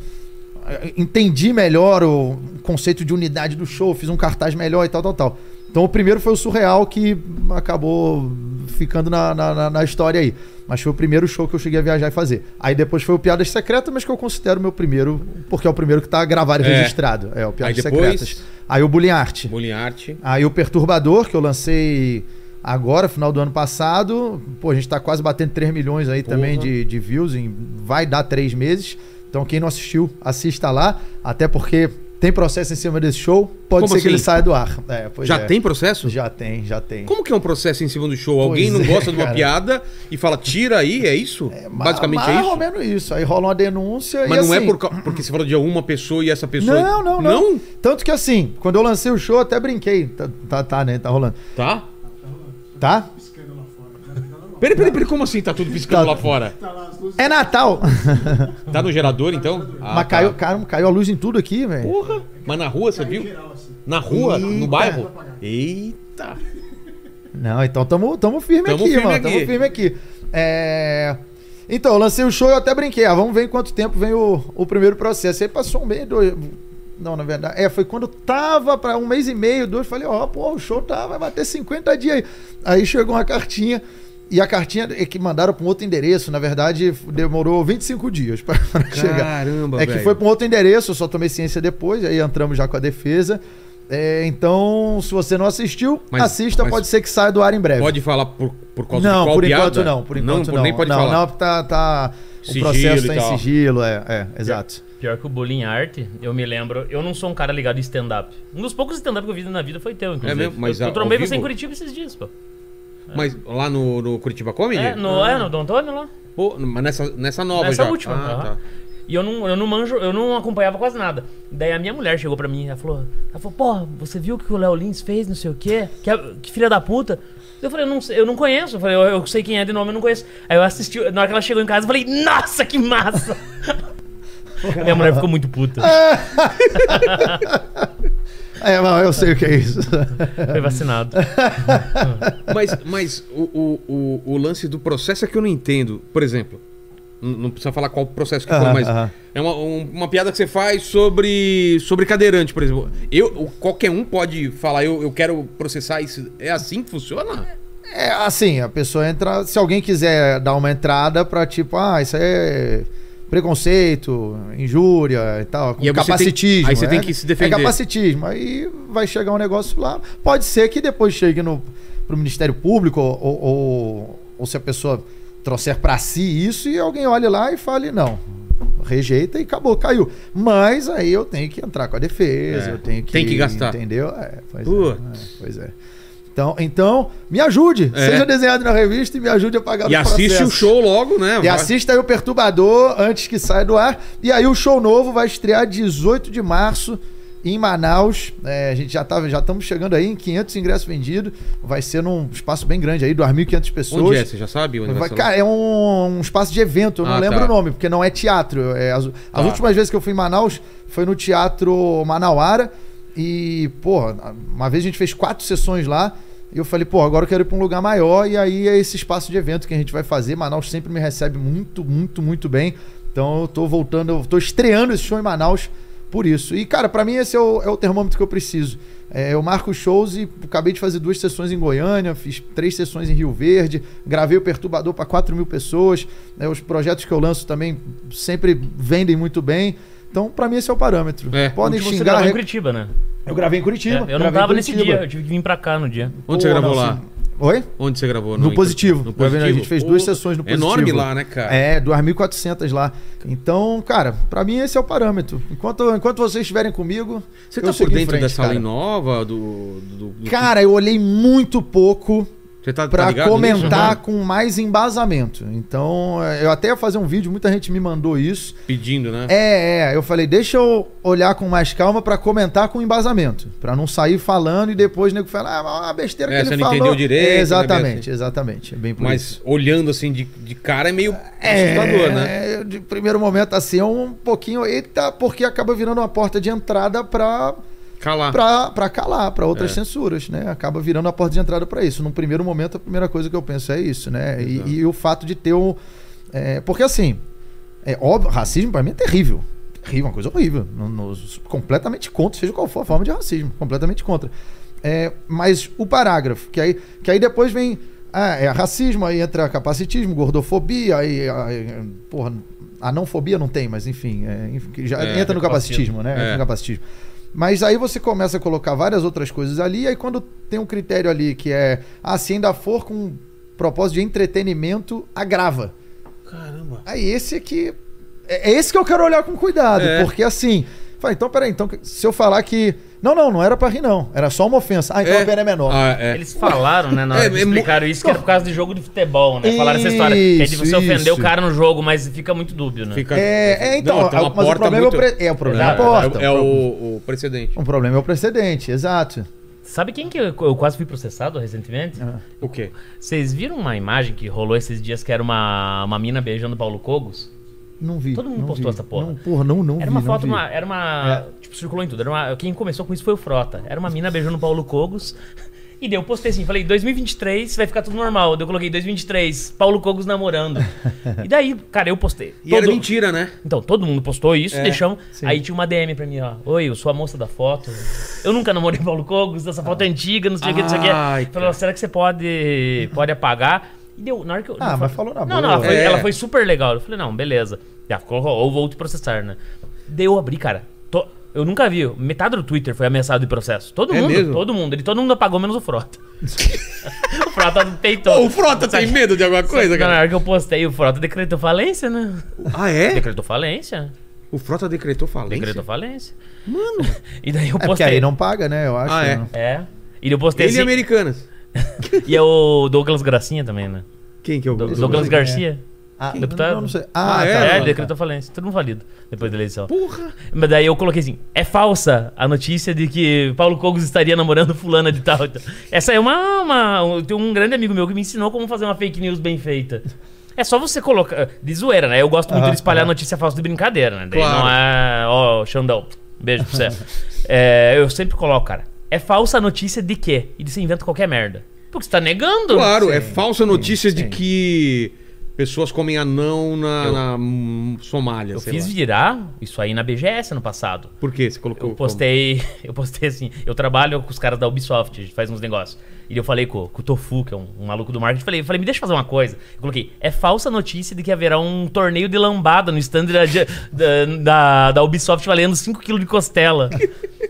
Speaker 5: Entendi melhor o conceito de unidade do show, fiz um cartaz melhor e tal, tal, tal. Então o primeiro foi o Surreal que acabou ficando na, na, na- na história aí. Mas foi o primeiro show que eu cheguei a viajar e fazer. Aí depois foi o Piadas Secretas, mas que eu considero meu primeiro, porque é o primeiro que tá gravado e
Speaker 1: É.
Speaker 5: registrado. É, o Piadas
Speaker 1: Aí depois-
Speaker 5: Secretas. Aí o Bullying Arte.
Speaker 1: Bullying Arte.
Speaker 5: Aí o Perturbador, que eu lancei agora, final do ano passado. Pô, a gente tá quase batendo 3 milhões aí
Speaker 1: Porra.
Speaker 5: também de, de views. Em, vai dar 3 meses. Então quem não assistiu, assista lá. Até porque tem processo em cima desse show.
Speaker 1: Como
Speaker 5: Pode ser que
Speaker 1: assim?
Speaker 5: ele saia do ar. É, pois
Speaker 1: Já
Speaker 5: é.
Speaker 1: tem processo?
Speaker 5: Já tem, já tem.
Speaker 1: Como que é um processo em cima do show? Alguém
Speaker 5: Pois
Speaker 1: não
Speaker 5: é,
Speaker 1: gosta de uma
Speaker 5: cara.
Speaker 1: piada e fala, tira aí, é isso?
Speaker 5: Ma-
Speaker 1: Basicamente
Speaker 5: mais
Speaker 1: é
Speaker 5: ou
Speaker 1: isso?
Speaker 5: menos isso. Aí rola uma denúncia
Speaker 1: Mas
Speaker 5: e
Speaker 1: não é
Speaker 5: assim-
Speaker 1: por
Speaker 5: [clears throat]
Speaker 1: ca- porque você falou de uma pessoa e essa pessoa.
Speaker 5: Não, não, não, Tanto que assim, quando eu lancei o show, eu até brinquei. Tá, tá, tá, né? Tá rolando.
Speaker 1: Tá?
Speaker 5: Tá?
Speaker 1: Peraí, peraí, peraí, como assim tá tudo piscando
Speaker 5: Tá.
Speaker 1: lá fora?
Speaker 5: É Natal.
Speaker 1: Tá no gerador então? Ah,
Speaker 5: [laughs]
Speaker 1: tá.
Speaker 5: Mas caiu, cara, caiu a luz em tudo aqui, velho.
Speaker 1: Porra! Mas na rua, você viu? Na rua? No
Speaker 5: Eita.
Speaker 1: bairro? Eita!
Speaker 5: Não, então tamo, tamo firme
Speaker 1: Tamo
Speaker 5: aqui,
Speaker 1: firme
Speaker 5: mano.
Speaker 1: aqui.
Speaker 5: Tamo firme aqui. É... Então, eu lancei o show e eu até brinquei. Ah, vamos ver em quanto tempo vem o, o primeiro processo. Aí passou um mês, dois. Não, na verdade. É, foi quando tava pra um mês e meio, dois. Falei, ó, pô, o show tá, vai bater 50 dias aí. Aí chegou uma cartinha. E a cartinha é que mandaram pra um outro endereço, na verdade, demorou 25 dias pra, [laughs] pra chegar.
Speaker 1: Caramba,
Speaker 5: É que
Speaker 1: velho.
Speaker 5: foi pra um outro endereço, eu só tomei ciência depois, aí entramos já com a defesa. É, então, se você não assistiu,
Speaker 1: Mas-
Speaker 5: assista,
Speaker 1: mas-
Speaker 5: pode ser que saia do ar em breve.
Speaker 1: Pode falar por, por causa de
Speaker 5: não,
Speaker 1: qual
Speaker 5: por
Speaker 1: piada?
Speaker 5: enquanto não, por enquanto não.
Speaker 1: Nem pode
Speaker 5: não,
Speaker 1: falar.
Speaker 5: não, tá, tá- o
Speaker 1: Sigilo
Speaker 5: processo
Speaker 1: e
Speaker 5: tá em
Speaker 1: tal.
Speaker 5: sigilo, é, é, exato.
Speaker 4: Pior que o bullying arte, eu me lembro. Eu não sou um cara ligado em stand-up. Um dos poucos stand-up que eu vi na vida foi teu, inclusive.
Speaker 1: É mesmo? Mas
Speaker 4: eu,
Speaker 1: ao
Speaker 4: eu trombei
Speaker 1: vivo?
Speaker 4: você em Curitiba esses dias, pô.
Speaker 1: Mas lá no, no Curitiba Comedy?
Speaker 4: É, no, é, no Dom Antônio lá.
Speaker 1: Pô, mas nessa, nessa nova
Speaker 4: Nessa
Speaker 1: já.
Speaker 4: última.
Speaker 1: Ah,
Speaker 4: aham.
Speaker 1: tá.
Speaker 4: E eu não, eu não manjo, eu não acompanhava quase nada. Daí a minha mulher chegou pra mim, ela falou, ela falou, pô, você viu o que o Léo Lins fez, não sei o quê? Que, que filha da puta. Eu falei, eu não, sei- eu não conheço. Eu falei, eu, eu sei quem é de nome, eu não conheço. Aí eu assisti, na hora que ela chegou em casa, eu falei, nossa, que massa! [laughs] A minha mulher ficou muito puta.
Speaker 5: É, não, eu sei o que é isso.
Speaker 4: Foi vacinado.
Speaker 1: Mas, mas o, o, o, o lance do processo é que eu não entendo. Por exemplo, n- não precisa falar qual processo que foi,
Speaker 5: Aham,
Speaker 1: mas
Speaker 5: aham.
Speaker 1: é uma, um- uma piada que você faz sobre, sobre cadeirante, por exemplo. Eu, o- qualquer um pode falar, eu, eu quero processar isso. É assim que funciona?
Speaker 5: É, assim, a pessoa entra. Se alguém quiser dar uma entrada pra tipo, ah, isso aí é preconceito, injúria e tal, com
Speaker 1: E aí você
Speaker 5: capacitismo.
Speaker 1: tem- aí você
Speaker 5: é,
Speaker 1: tem que se defender.
Speaker 5: É capacitismo. Aí vai chegar um negócio lá. Pode ser que depois chegue no, pro Ministério Público ou, ou, ou- ou se a pessoa trouxer pra si isso e alguém olhe lá e fale, não. Rejeita e acabou, caiu. Mas aí eu tenho que entrar com a defesa,
Speaker 1: É,
Speaker 5: eu tenho que.
Speaker 1: tem que gastar.
Speaker 5: Entendeu? É, pois é, é,
Speaker 1: Putz.
Speaker 5: pois é. Então, então me ajude.
Speaker 1: É.
Speaker 5: Seja desenhado na revista e me ajude a pagar
Speaker 1: E
Speaker 5: no
Speaker 1: assiste
Speaker 5: É um processo.
Speaker 1: o show logo, né?
Speaker 5: E
Speaker 1: Vai-
Speaker 5: assista aí o Perturbador antes que saia do ar. E aí o show novo vai estrear 18 de março em Manaus. É, a gente já tá, já estamos chegando aí em 500 ingressos vendidos. Vai ser num espaço bem grande aí, 2.500 pessoas.
Speaker 1: Onde é? Você já sabe? Onde
Speaker 5: Vai-
Speaker 1: ser lá?
Speaker 5: cara, é um, um espaço de evento, eu não
Speaker 1: Ah,
Speaker 5: lembro
Speaker 1: tá.
Speaker 5: o nome, porque não é teatro. é as as
Speaker 1: Tá.
Speaker 5: últimas vezes que eu fui em Manaus foi no Teatro Manauara. E, porra, uma vez a gente fez quatro sessões lá. E eu falei, pô, agora eu quero ir pra um lugar maior. E aí é esse espaço de evento que a gente vai fazer. Manaus sempre me recebe muito, muito, muito bem. Então eu tô voltando, eu tô estreando esse show em Manaus por isso. E, cara, pra mim esse é o, é o termômetro que eu preciso. É, eu marco shows e acabei de fazer duas sessões em Goiânia, fiz três sessões em Rio Verde, gravei o Perturbador para 4 mil pessoas. né, os projetos que eu lanço também sempre vendem muito bem. Então, pra mim, esse é o parâmetro.
Speaker 1: É.
Speaker 5: Podem
Speaker 4: Você
Speaker 5: xingar.
Speaker 4: gravou em
Speaker 5: re-
Speaker 4: Curitiba, né?
Speaker 5: Eu gravei em
Speaker 4: É,
Speaker 5: Curitiba.
Speaker 4: eu não
Speaker 5: gravei em
Speaker 4: tava nesse
Speaker 5: Curitiba.
Speaker 4: dia, eu tive que vir pra cá no dia.
Speaker 1: Onde você
Speaker 5: Pô,
Speaker 1: gravou
Speaker 5: Nelson,
Speaker 1: lá?
Speaker 5: Oi?
Speaker 1: Onde você gravou?
Speaker 5: No
Speaker 1: em-
Speaker 5: positivo. Tá vendo? A gente fez duas sessões no positivo.
Speaker 1: Enorme lá, né, cara?
Speaker 5: É, 2.400 lá. Então, cara, pra mim esse é o parâmetro. Enquanto, enquanto vocês estiverem comigo.
Speaker 1: Você
Speaker 5: eu
Speaker 1: tá por
Speaker 5: sigo em
Speaker 1: dentro
Speaker 5: frente,
Speaker 1: dessa
Speaker 5: cara.
Speaker 1: lei nova? Do, do, do-
Speaker 5: Cara, eu olhei muito pouco
Speaker 1: você tá, tá
Speaker 5: pra
Speaker 1: ligado
Speaker 5: comentar
Speaker 1: nisso?
Speaker 5: com mais embasamento. Então, é, eu até ia fazer um vídeo, muita gente me mandou isso.
Speaker 1: Pedindo, né?
Speaker 5: É, é, eu falei, deixa eu olhar com mais calma pra comentar com embasamento. Pra não sair falando e depois o nego falar, ah, mas uma besteira
Speaker 1: É,
Speaker 5: que ele
Speaker 1: você não
Speaker 5: falou.
Speaker 1: entendeu direito, né,
Speaker 5: Exatamente,
Speaker 1: Beto?
Speaker 5: exatamente. É bem por
Speaker 1: Mas
Speaker 5: isso.
Speaker 1: olhando assim de, de cara é meio assustador, né?
Speaker 5: é, De primeiro momento, assim, é um pouquinho. Eita, porque acaba virando uma porta de entrada pra,
Speaker 1: Calar.
Speaker 5: pra, pra calar, pra outras
Speaker 1: É.
Speaker 5: censuras, né? Acaba virando uma porta de entrada pra isso. Num primeiro momento, a primeira coisa que eu penso é isso, né?
Speaker 1: Exato.
Speaker 5: E, e o fato de ter um. é, porque assim, é óbvio, racismo pra mim é terrível. Terrível, uma coisa horrível. No- no- completamente contra, seja qual for a forma de racismo, completamente contra. É, mas o parágrafo, que aí, que aí depois vem. Ah, é racismo, aí entra capacitismo, gordofobia, aí. aí, porra, anãofobia não tem, mas enfim. é, enfim, que já
Speaker 1: É,
Speaker 5: entra no capacitismo, né? Entra
Speaker 1: É.
Speaker 5: no capacitismo. Mas aí você começa a colocar várias outras coisas ali, aí quando tem um critério ali que é. Ah, se ainda for com propósito de entretenimento, agrava.
Speaker 1: Caramba.
Speaker 5: Aí esse aqui. É é esse que eu quero olhar com cuidado,
Speaker 1: É.
Speaker 5: porque assim. Fala, então peraí, então se eu falar que. Não, não, não era pra rir, não. Era só uma ofensa. Ah, então a pena é menor.
Speaker 1: Ah, é.
Speaker 4: Eles falaram, né, na hora
Speaker 1: É,
Speaker 4: que
Speaker 1: é mu-
Speaker 4: explicaram isso, que era por causa de jogo de futebol, né? Falaram essa história. Que é de você
Speaker 5: Isso,
Speaker 4: ofender
Speaker 5: isso.
Speaker 4: o cara no jogo, mas fica muito dúbio, né?
Speaker 1: Fica-
Speaker 5: É, é, então,
Speaker 1: Não, tem uma
Speaker 5: mas o
Speaker 1: porta
Speaker 5: problema
Speaker 1: muito-
Speaker 5: é o pre- é, o problema é a
Speaker 1: Exato,
Speaker 5: porta.
Speaker 1: É, é o, o precedente.
Speaker 5: O problema é o precedente, exato.
Speaker 4: Sabe quem que eu, eu quase fui processado recentemente?
Speaker 5: Ah.
Speaker 1: O quê?
Speaker 4: Vocês viram uma imagem que rolou esses dias que era uma, uma mina beijando o Paulo Cogos?
Speaker 5: Não vi.
Speaker 4: Todo mundo
Speaker 5: não
Speaker 4: postou
Speaker 5: vi.
Speaker 4: essa porra.
Speaker 5: Não, porra, não, não
Speaker 4: Era uma
Speaker 5: vi,
Speaker 4: foto,
Speaker 5: não vi. É.
Speaker 4: uma, era uma. Tipo, circulou em tudo. Era uma- quem começou com isso foi o Frota. Era uma mina beijando o Paulo Cogos. E daí eu postei assim, falei, 2023 vai ficar tudo normal. Daí Eu coloquei 2023, Paulo Cogos
Speaker 5: [laughs]
Speaker 4: namorando. e daí, cara, eu postei.
Speaker 1: E era mentira, né?
Speaker 4: Então, todo mundo postou
Speaker 1: É,
Speaker 4: isso, deixamos.
Speaker 5: sim.
Speaker 4: Aí tinha uma DM pra mim, ó. Oi, eu sou a moça da foto. Eu nunca namorei [laughs] Paulo Cogos, essa foto é antiga, não sei o que, não sei o
Speaker 1: Ai,
Speaker 4: que. Falou,
Speaker 1: cara.
Speaker 4: será que você pode, pode apagar? E deu, na hora que eu.
Speaker 5: Ah,
Speaker 4: eu
Speaker 5: mas
Speaker 4: falei-
Speaker 5: falou na
Speaker 4: Não, não,
Speaker 5: boa.
Speaker 4: ela foi,
Speaker 1: É.
Speaker 4: ela foi super legal. Eu falei, não, beleza. Já ficou, ou vou te processar, né? Daí eu abri, cara. Tô- eu nunca vi. Metade do Twitter foi ameaçado de processo. Todo
Speaker 1: É
Speaker 4: mundo,
Speaker 1: mesmo?
Speaker 4: todo mundo. Ele todo mundo apagou, menos
Speaker 1: [laughs]
Speaker 4: o Frota. o Frota peitou.
Speaker 1: Ô, o Frota tem medo de alguma coisa,
Speaker 4: Na
Speaker 1: cara?
Speaker 4: hora que eu postei, o Frota decretou falência, né?
Speaker 1: Ah, é?
Speaker 4: Decretou falência.
Speaker 1: O Frota decretou falência?
Speaker 4: Decretou falência. Mano. [laughs] E daí eu
Speaker 5: É porque
Speaker 4: postei.
Speaker 5: aí não paga, né? Eu acho.
Speaker 1: Ah, é.
Speaker 5: né?
Speaker 4: É. E eu postei
Speaker 1: Ele e
Speaker 4: assim.
Speaker 1: Americanas.
Speaker 4: E é o Douglas Gracinha também, né?
Speaker 1: Quem que é o...
Speaker 4: Do- Douglas Garcia.
Speaker 5: Ah,
Speaker 4: Quem? Deputado?
Speaker 5: Não, não sei.
Speaker 1: Ah,
Speaker 5: Ah,
Speaker 1: é?
Speaker 5: tá,
Speaker 4: É,
Speaker 5: tá,
Speaker 4: ele
Speaker 5: tá.
Speaker 4: decretou falência. Todo mundo falido depois da eleição.
Speaker 1: Porra!
Speaker 4: Mas daí eu coloquei assim: é falsa a notícia de que Paulo Cogos estaria namorando fulana de tal. Então, Essa é uma, uma. um- Tem um grande amigo meu que me ensinou como fazer uma fake news bem feita. É só você colocar. De zoeira, né? Eu gosto muito
Speaker 5: Aham,
Speaker 4: de espalhar
Speaker 5: aham.
Speaker 4: notícia falsa de brincadeira, né? Daí
Speaker 1: Claro.
Speaker 4: não é. Ó, Xandão, beijo pra você.
Speaker 1: [laughs]
Speaker 4: É, eu sempre coloco, cara. É falsa a notícia de quê? E de você inventa qualquer merda. Porque você tá negando.
Speaker 1: Claro, é
Speaker 5: Sim,
Speaker 1: falsa notícia
Speaker 5: sim.
Speaker 1: de que pessoas comem anão na, na, hum, Somália,
Speaker 4: Eu
Speaker 1: sei
Speaker 4: fiz
Speaker 1: lá.
Speaker 4: virar isso aí na BGS ano passado.
Speaker 1: Por quê? Você colocou...
Speaker 4: Eu postei, [laughs] eu postei assim, eu trabalho com os caras da Ubisoft, a gente faz uns negócios. E eu falei com, com o Tofu, que é um, um maluco do marketing, falei, falei, me deixa fazer uma coisa. Eu coloquei, é falsa notícia de que haverá um torneio de lambada no stand da, da, da, da Ubisoft valendo 5kg de costela.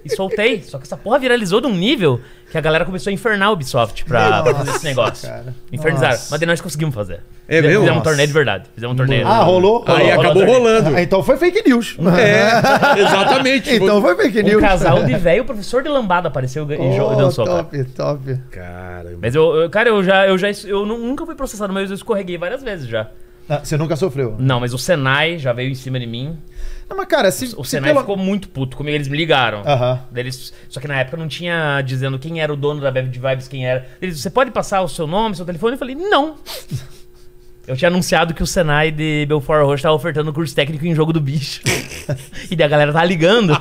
Speaker 4: E soltei, só que essa porra viralizou de um nível que a galera começou a infernar a Ubisoft pra, pra fazer esse negócio.
Speaker 5: cara.
Speaker 4: Infernizaram,
Speaker 5: Nossa.
Speaker 4: mas daí nós conseguimos fazer.
Speaker 1: É mesmo?
Speaker 4: Fizemos um
Speaker 1: Nossa.
Speaker 4: torneio de verdade, fizemos um torneio.
Speaker 5: Ah, rolou?
Speaker 1: Aí
Speaker 4: Rolou,
Speaker 1: acabou
Speaker 4: rolou.
Speaker 5: [laughs]
Speaker 1: rolando.
Speaker 5: Ah, Então foi fake news.
Speaker 1: É, exatamente.
Speaker 5: [laughs] Então foi fake
Speaker 4: Um
Speaker 5: news.
Speaker 4: casal de velho, professor de lambada apareceu
Speaker 1: [laughs]
Speaker 4: e jo-
Speaker 5: Oh,
Speaker 4: dançou.
Speaker 1: tá
Speaker 4: cara.
Speaker 5: top, top.
Speaker 1: Caramba.
Speaker 4: Mas eu, eu- cara, eu já, eu já, es- eu nu- nunca fui processado, mas eu escorreguei várias vezes já.
Speaker 5: Ah, Você nunca sofreu.
Speaker 4: Não, mas o Senai já veio em cima de mim.
Speaker 5: Não, Ah, mas cara, se,
Speaker 4: O
Speaker 5: se
Speaker 4: Senai
Speaker 5: pelo-
Speaker 4: ficou muito puto comigo, eles me ligaram.
Speaker 5: Aham.
Speaker 4: Daí Eles, só que na época não tinha dizendo quem era o dono da Bad Vibes, quem era. Eles, você pode passar o seu nome, seu telefone? Eu falei, não. [laughs] Eu tinha anunciado que o Senai de Belfort Roxo tava ofertando curso técnico em jogo do bicho. [laughs] e daí a galera tava ligando.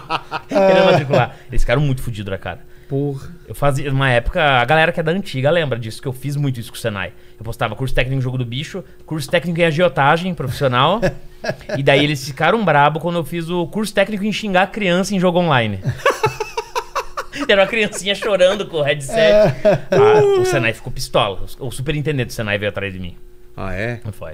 Speaker 4: querendo matricular. Eles ficaram muito fodidos na cara.
Speaker 1: Porra.
Speaker 4: Eu fazia, numa época, a galera que é da antiga lembra disso, que eu fiz muito isso com o Senai. Eu postava curso técnico em jogo do bicho, curso técnico em agiotagem profissional. e daí eles ficaram brabo quando eu fiz o curso técnico em xingar criança em jogo online. [laughs] Era uma criancinha chorando com o headset. Ah, o Senai ficou pistola. O superintendente do Senai veio atrás de mim.
Speaker 1: Ah, é?
Speaker 4: Não foi.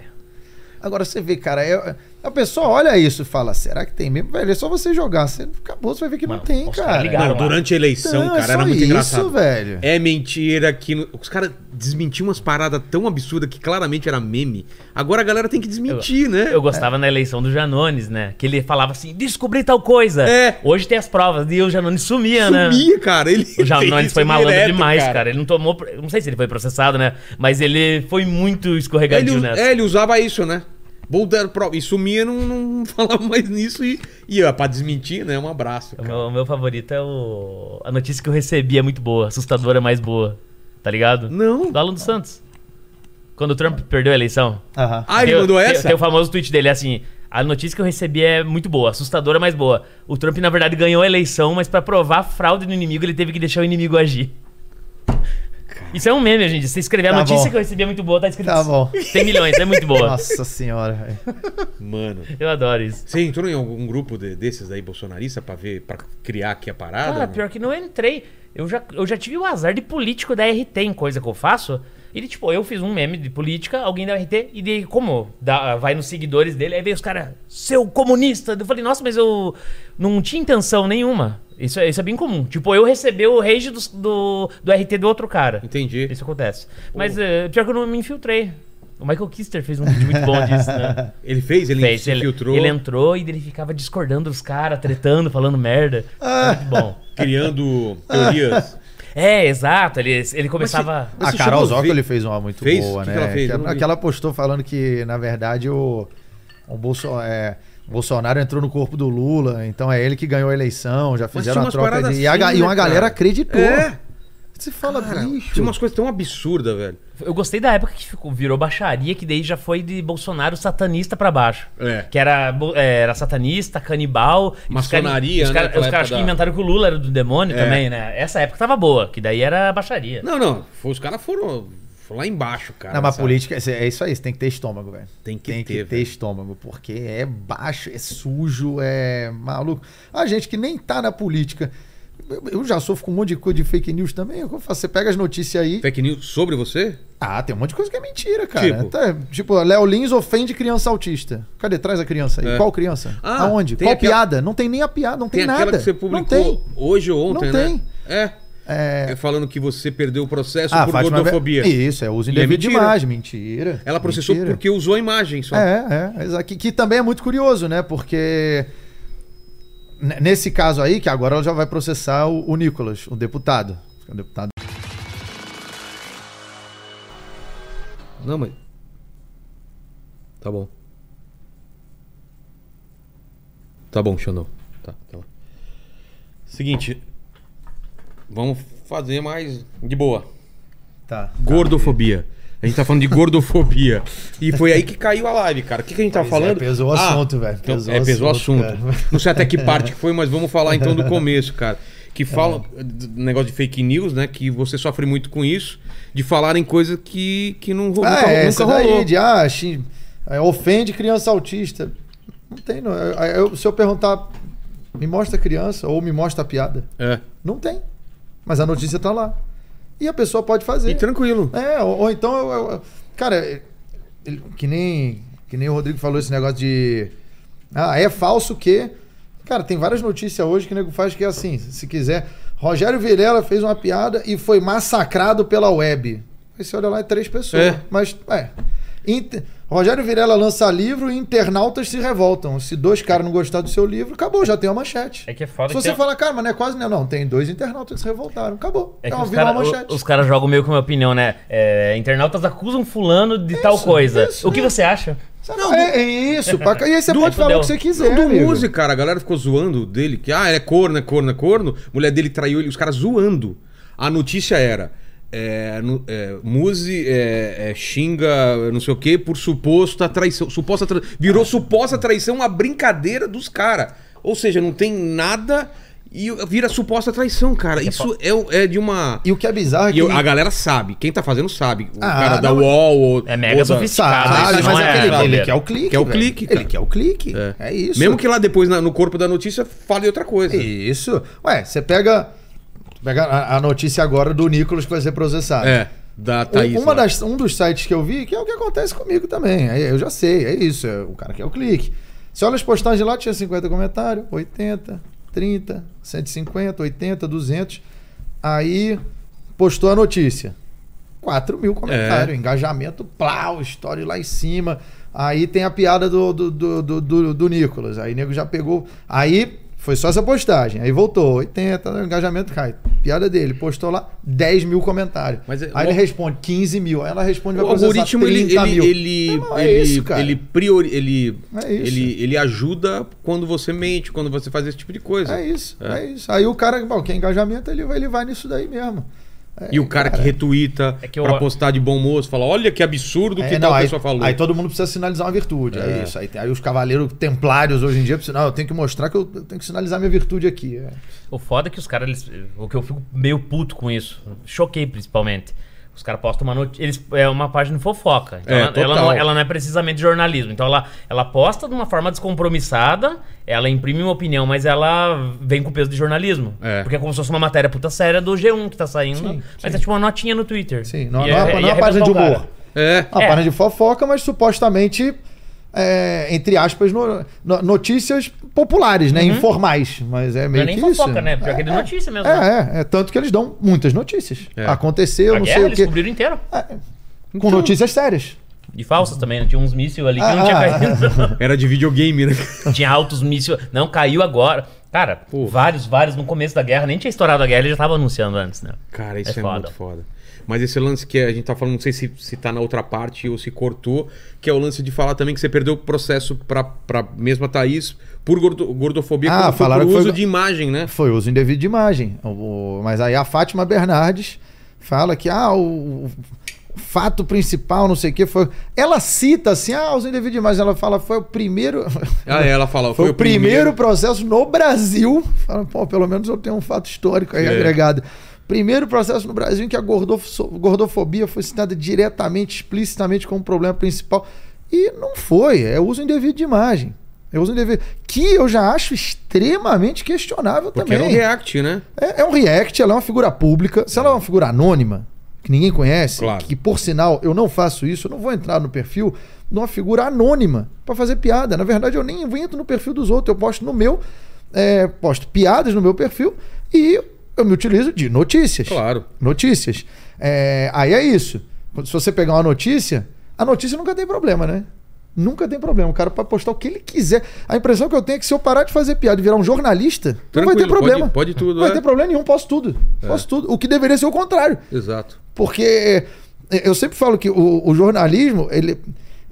Speaker 5: Agora você vê, cara, é- A pessoa olha isso e fala: será que tem mesmo? Velho, é só você jogar. Você acabou, você vai ver que não
Speaker 4: Mano,
Speaker 5: tem,
Speaker 4: os caras
Speaker 5: cara.
Speaker 4: ligaram
Speaker 5: Não,
Speaker 4: lá.
Speaker 1: Não, durante a eleição,
Speaker 5: Não, é
Speaker 1: cara,
Speaker 5: só
Speaker 1: era muito
Speaker 5: isso,
Speaker 1: engraçado.
Speaker 5: velho.
Speaker 1: É mentira que. no- Os caras desmentiam umas paradas tão absurdas que claramente era meme. Agora a galera tem que desmentir, né?
Speaker 4: Eu gostava na eleição do Janones, né? Que ele falava assim, descobri tal coisa.
Speaker 1: É.
Speaker 4: Hoje tem as provas. E o Janones sumia, né?
Speaker 1: Sumia, cara. Ele [laughs]
Speaker 4: O Janones
Speaker 1: isso é
Speaker 4: foi malandro
Speaker 1: direto,
Speaker 4: demais, cara. Ele não tomou. Eu Não sei se ele foi processado, né? Mas ele foi muito
Speaker 1: Ele,
Speaker 4: escorregadio
Speaker 1: us-
Speaker 4: nessa.
Speaker 1: é, ele usava isso, né? Vou dar prova. E sumia, não, não [laughs] falava mais nisso. E, e ó, pra desmentir, né? Um abraço.
Speaker 4: O
Speaker 1: cara.
Speaker 4: meu, o meu favorito é o. A notícia que eu recebi é muito boa, assustadora, mas boa. Tá ligado?
Speaker 1: Não.
Speaker 4: Do Alan dos Santos. Quando o Trump perdeu a eleição.
Speaker 5: Aham.
Speaker 1: Ah, ele
Speaker 4: Tem-
Speaker 1: mandou
Speaker 4: tem-
Speaker 1: essa?
Speaker 4: Tem o famoso tweet dele, é assim... A notícia que eu recebi é muito boa, assustadora, mas boa. O Trump, na verdade, ganhou a eleição, mas pra provar a fraude no inimigo, ele teve que deixar o inimigo agir. Isso é um meme, gente. Se você escrever a
Speaker 5: Tá
Speaker 4: notícia
Speaker 5: bom.
Speaker 4: que eu recebi é muito boa, tá escrito...
Speaker 1: [laughs]
Speaker 5: Tá bom.
Speaker 4: Tem milhões, é muito boa.
Speaker 5: Nossa senhora, velho.
Speaker 1: Mano.
Speaker 4: Eu adoro isso.
Speaker 1: Você entrou em algum grupo de- desses aí, bolsonarista, pra ver, pra criar aqui a parada?
Speaker 4: Cara,
Speaker 1: não?
Speaker 4: pior que não entrei. Eu já, eu já tive o azar de político da RT em coisa que eu faço. Ele, tipo, eu fiz um meme de política, alguém da RT, e daí, como? Dá- vai nos seguidores dele, aí veio os caras, seu comunista. Eu falei, nossa, mas eu não tinha intenção nenhuma. Isso, é- isso é bem comum. Tipo, eu receber o rage dos- do, do RT do outro cara.
Speaker 1: Entendi.
Speaker 4: Isso acontece. Mas eh, pior que eu não me infiltrei. O Michael Kister fez um vídeo muito bom disso, né?
Speaker 1: Ele fez, [laughs] ele
Speaker 4: Fez,
Speaker 1: se
Speaker 4: ele,
Speaker 1: filtrou,
Speaker 4: ele entrou e ele ficava discordando dos caras, tretando, falando merda.
Speaker 1: Ah.
Speaker 4: Foi muito bom.
Speaker 1: criando [laughs] teorias.
Speaker 4: É, exato. Ele, ele começava.
Speaker 1: Mas
Speaker 5: A
Speaker 1: você
Speaker 5: Carol
Speaker 1: chegou a ver-
Speaker 5: Zócoli fez uma muito
Speaker 1: Fez?
Speaker 5: boa,
Speaker 1: O que
Speaker 5: né?
Speaker 1: que ela fez?
Speaker 5: Que-
Speaker 1: Eu não vi.
Speaker 5: que ela postou falando que, na verdade, o, o Bolso- é, o Bolsonaro entrou no corpo do Lula, então é ele que ganhou a eleição, já fizeram
Speaker 1: tinha
Speaker 5: a
Speaker 1: umas
Speaker 5: troca
Speaker 1: paradas
Speaker 5: de... E, a, ga-
Speaker 1: assim,
Speaker 5: e
Speaker 1: né,
Speaker 5: uma galera
Speaker 1: cara?
Speaker 5: acreditou.
Speaker 1: É.
Speaker 5: Você fala,
Speaker 1: Cara,
Speaker 5: bicho.
Speaker 1: tinha umas coisas tão absurdas, velho.
Speaker 4: Eu gostei da época que ficou, virou baixaria, que daí já foi de Bolsonaro satanista pra baixo.
Speaker 1: É.
Speaker 4: Que era, bo- é, era satanista, canibal. e os cara-
Speaker 1: Maçonaria,
Speaker 4: Os
Speaker 1: né,
Speaker 4: caras
Speaker 1: aquela época
Speaker 4: acho que
Speaker 1: da-
Speaker 4: inventaram que o Lula era do demônio
Speaker 1: É.
Speaker 4: também, né? Essa época tava boa, que daí era baixaria.
Speaker 1: Não, não. foi- Os caras foram, foram lá embaixo, cara.
Speaker 5: Não, mas
Speaker 1: sabe?
Speaker 5: política, é- é isso aí, você tem que ter estômago, velho.
Speaker 1: Tem que
Speaker 5: tem
Speaker 1: ter,
Speaker 5: que ter
Speaker 1: velho.
Speaker 5: estômago, porque é baixo, é sujo, é maluco. A gente que nem tá na política. eu- Eu já sofro com um monte de coisa de fake news também. Como eu faço? Você pega as notícias aí.
Speaker 1: Fake news sobre você?
Speaker 5: Ah, tem um monte de coisa que é mentira, cara.
Speaker 1: Tipo?
Speaker 5: Tipo, tipo Léo Lins ofende criança autista. Cadê? Traz a criança aí.
Speaker 1: É.
Speaker 5: Qual criança?
Speaker 1: Ah,
Speaker 5: Aonde?
Speaker 1: tem
Speaker 5: Qual
Speaker 1: aquela-
Speaker 5: piada? Não tem nem a piada, não tem,
Speaker 1: Tem
Speaker 5: nada.
Speaker 1: aquela que você
Speaker 5: Não tem.
Speaker 1: publicou hoje ou ontem,
Speaker 5: Não
Speaker 1: né?
Speaker 5: tem.
Speaker 1: É.
Speaker 5: É...
Speaker 1: É Falando que você perdeu o processo
Speaker 5: Ah,
Speaker 1: por
Speaker 5: Fátima
Speaker 1: gordofobia.
Speaker 5: Be- Isso, é uso
Speaker 1: E é
Speaker 5: indevido de
Speaker 1: mentira.
Speaker 5: imagem. Mentira.
Speaker 1: Ela processou
Speaker 5: Mentira.
Speaker 1: porque usou a imagem só.
Speaker 5: É, é. exa- Que, que também é muito curioso, né? Porque. n- Nesse caso aí, que agora ela já vai processar o, o Nicolas, o deputado. O deputado.
Speaker 1: Não, mas. Tá bom. Tá bom, Xandão. Tá, tá lá. Seguinte. Vamos fazer mais de boa.
Speaker 5: Tá.
Speaker 1: Gordofobia. A gente tá falando de gordofobia. E foi aí que caiu a live, cara. O que, que a gente tá
Speaker 5: Pois é,
Speaker 1: falando?
Speaker 5: pesou o assunto, velho.
Speaker 1: então-
Speaker 5: Pesou
Speaker 1: é,
Speaker 5: o
Speaker 1: pesou o assunto.
Speaker 5: assunto, cara.
Speaker 1: Não sei até que parte que foi, mas vamos falar então do começo, cara.
Speaker 5: É.
Speaker 1: Que fala do negócio de fake news, né? Que você sofre muito com isso, de falarem coisa que, que não, ro-
Speaker 5: Ah,
Speaker 1: nunca,
Speaker 5: é,
Speaker 1: nunca
Speaker 5: essa daí
Speaker 1: rolou.
Speaker 5: de ah, chi- é, ofende criança autista. Não tem, não. Eu- eu- se eu perguntar, me mostra a criança ou me mostra a piada,
Speaker 1: É.
Speaker 5: não tem. Mas a notícia tá lá. E a pessoa pode fazer.
Speaker 1: E tranquilo.
Speaker 5: É, ou, ou então, eu- eu- eu- cara, ele- que nem que nem o Rodrigo falou esse negócio de ah, é falso que Cara, tem várias notícias hoje que o nego faz que é assim, se quiser, Rogério Vilela fez uma piada e foi massacrado pela web. Aí você olha lá, é três pessoas.
Speaker 1: É.
Speaker 5: Mas, é. Inter- Rogério Vilela lança livro e internautas se revoltam. Se dois caras não gostar do seu livro, acabou, já tem uma manchete.
Speaker 4: É que é foda
Speaker 5: Se
Speaker 4: que
Speaker 5: você
Speaker 4: tem-
Speaker 5: fala, cara, mas não é quase. Não, não, tem dois internautas que se revoltaram. Acabou.
Speaker 4: É que
Speaker 5: uma-
Speaker 4: os
Speaker 5: virou
Speaker 4: caras cara jogam meio com a minha opinião, né? É, internautas acusam fulano de tal coisa.
Speaker 5: É isso,
Speaker 4: o que
Speaker 5: é.
Speaker 4: você acha?
Speaker 5: Sabe, é, é isso, pra ca- E aí você
Speaker 4: Do-
Speaker 5: pode falar
Speaker 4: do-
Speaker 5: o que você quiser.
Speaker 1: Não, do
Speaker 5: É, amigo.
Speaker 1: Muzi, cara, a galera ficou zoando dele, que ah, ele é corno, é corno, é corno. A mulher dele traiu ele, os caras zoando. A notícia era: é, no- é, Muzi é, é, xinga não sei o quê por suposta traição. Suposta tra- Virou suposta traição uma brincadeira dos caras. Ou seja, não tem nada e vira suposta traição, cara. Isso é, o- é de uma.
Speaker 5: E o que é bizarro é
Speaker 1: E
Speaker 5: que.
Speaker 1: eu- a galera sabe, quem tá fazendo sabe. O
Speaker 5: Ah,
Speaker 1: cara da
Speaker 5: não.
Speaker 1: UOL. Ou,
Speaker 4: É mega
Speaker 1: ou da-
Speaker 4: sofisticado.
Speaker 5: Sabe,
Speaker 4: isso
Speaker 5: mas
Speaker 4: não
Speaker 5: é
Speaker 4: é
Speaker 5: aquele, ele
Speaker 4: bobeira.
Speaker 5: quer o clique.
Speaker 1: Quer o
Speaker 5: velho.
Speaker 1: clique, cara.
Speaker 5: Ele quer o clique.
Speaker 1: É.
Speaker 5: É, isso.
Speaker 1: Mesmo que lá depois, na- no corpo da notícia, fale outra coisa.
Speaker 5: Isso. Ué, você pega, pega a, a notícia agora do Nicolas que vai ser processado.
Speaker 1: É, da Thaís.
Speaker 5: Um- uma
Speaker 1: lá.
Speaker 5: das, um dos sites que eu vi, que é o que acontece comigo também. Aí Eu já sei, é isso. é- o cara quer o clique. Você olha as postagens lá, tinha 50 comentários, 80, 30, 150, 80, 200. Aí postou a notícia. 4 mil comentários, engajamento, plau, story lá em cima. Aí tem a piada do, do, do, do, do- do Nicolas. Aí o nego já pegou. Aí foi só essa postagem. Aí voltou, 80, né, engajamento cai. Piada dele, postou lá 10 mil comentários.
Speaker 1: Mas é-
Speaker 5: aí
Speaker 1: o-
Speaker 5: ele responde 15 mil. Aí ela responde, vai
Speaker 1: O
Speaker 5: processar
Speaker 1: algoritmo ele
Speaker 5: 30
Speaker 1: ele
Speaker 5: mil.
Speaker 1: ele
Speaker 5: Não, é
Speaker 1: ele,
Speaker 5: isso, cara.
Speaker 1: ele priori ele,
Speaker 5: É isso.
Speaker 1: ele ele ajuda quando você mente, quando você faz esse tipo de coisa.
Speaker 5: É isso,
Speaker 1: É.
Speaker 5: é. isso. Aí o cara, bom, que é engajamento, ele vai, ele vai nisso daí mesmo. É,
Speaker 1: E o cara, que retuita
Speaker 4: É que eu-
Speaker 1: pra postar de bom moço, fala: "Olha que absurdo que
Speaker 5: É,
Speaker 1: tal
Speaker 5: aí,
Speaker 1: pessoa falou".
Speaker 5: aí todo mundo precisa sinalizar uma virtude. É,
Speaker 1: É.
Speaker 5: isso. Aí, tem- aí os cavaleiros templários hoje em dia, precisam, não, eu tenho que mostrar que eu, eu tenho que sinalizar minha virtude aqui. É.
Speaker 4: O foda é que os caras, eles- o que eu fico meio puto com isso, choquei principalmente. Os caras postam uma notícia, eles é uma página de fofoca. Então
Speaker 1: É,
Speaker 4: ela, ela
Speaker 1: total.
Speaker 4: não, ela não é precisamente jornalismo. Então ela, ela posta de uma forma descompromissada, ela imprime uma opinião, mas ela vem com o peso de jornalismo.
Speaker 1: É.
Speaker 4: Porque é como se fosse uma matéria puta séria do G1 que tá saindo,
Speaker 5: Sim,
Speaker 4: mas é tipo uma notinha no Twitter.
Speaker 5: Sim, não,
Speaker 4: E
Speaker 5: não é,
Speaker 4: é-
Speaker 5: não é
Speaker 4: e
Speaker 5: uma página
Speaker 4: arrebentar
Speaker 5: de
Speaker 4: o
Speaker 5: humor.
Speaker 4: cara.
Speaker 1: É.
Speaker 5: É uma
Speaker 4: É.
Speaker 5: página de fofoca, mas supostamente, é, entre aspas, no- no- notícias populares, né? Informais. Mas é
Speaker 4: Uhum. Não
Speaker 5: meio
Speaker 4: é
Speaker 5: que
Speaker 4: nem
Speaker 5: isso.
Speaker 4: fofoca, né? Pior que é de notícia mesmo. né?
Speaker 5: É, é, é. Tanto que eles dão muitas notícias.
Speaker 1: É.
Speaker 5: Aconteceu,
Speaker 4: a
Speaker 5: não
Speaker 4: guerra
Speaker 5: sei o
Speaker 4: eles
Speaker 5: quê.
Speaker 4: cobriram inteiro.
Speaker 5: Com notícias sérias.
Speaker 4: E falsas também, né? Tinha uns mísseis ali que
Speaker 5: Ah,
Speaker 4: não tinha
Speaker 5: ah,
Speaker 4: caído.
Speaker 1: Era de videogame, né? [laughs]
Speaker 4: Tinha altos mísseis. Não, caiu agora. Cara,
Speaker 1: Pô.
Speaker 4: vários, vários no começo da guerra. Nem tinha estourado a guerra, ele já tava anunciando antes, né?
Speaker 1: Cara, isso é,
Speaker 4: É foda.
Speaker 1: muito foda. Mas esse lance que a gente tá falando, não sei se, se tá na outra parte ou se cortou, que é o lance de falar também que você perdeu o processo pra, pra mesma Thaís por gordo- gordofobia,
Speaker 5: Ah,
Speaker 1: quando
Speaker 5: falaram
Speaker 1: por
Speaker 5: que foi-
Speaker 1: uso de imagem, né?
Speaker 5: Foi uso indevido de imagem. O- o- mas aí a Fátima Bernardes fala que ah, o, o fato principal, não sei o que, foi. Ela cita assim, ah, uso indevido de imagem. Ela fala, foi o primeiro. [laughs]
Speaker 1: Ah, ela falou,
Speaker 5: Foi, o primeiro, processo no Brasil. Fala, pô, pelo menos eu tenho um fato histórico aí
Speaker 1: É.
Speaker 5: agregado. Primeiro processo no Brasil em que a gordof- gordofobia foi citada diretamente, explicitamente como problema principal. E não foi, é uso indevido de imagem. É uso indevido. Que eu já acho extremamente questionável
Speaker 1: Porque era um
Speaker 5: também.
Speaker 1: react, né?
Speaker 5: É, é um react, ela é uma figura pública. Se ela é uma figura anônima, que ninguém conhece,
Speaker 1: Claro.
Speaker 5: que por sinal eu não faço isso, eu não vou entrar no perfil de uma figura anônima pra fazer piada. Na verdade, eu nem entro no perfil dos outros, eu posto no meu, é, posto piadas no meu perfil e eu me utilizo de notícias.
Speaker 1: Claro.
Speaker 5: Notícias. É, aí é isso. Se você pegar uma notícia, a notícia nunca tem problema, né? Nunca tem problema. O cara pode postar o que ele quiser. A impressão que eu tenho é que se eu parar de fazer piada e virar um jornalista, não vai
Speaker 1: Tranquilo,
Speaker 5: ter problema.
Speaker 1: pode- pode tudo,
Speaker 5: Não vai
Speaker 1: é.
Speaker 5: ter problema nenhum, posso tudo. Posso tudo. O que deveria ser o contrário.
Speaker 1: Exato.
Speaker 5: Porque é, eu sempre falo que o, o jornalismo, ele,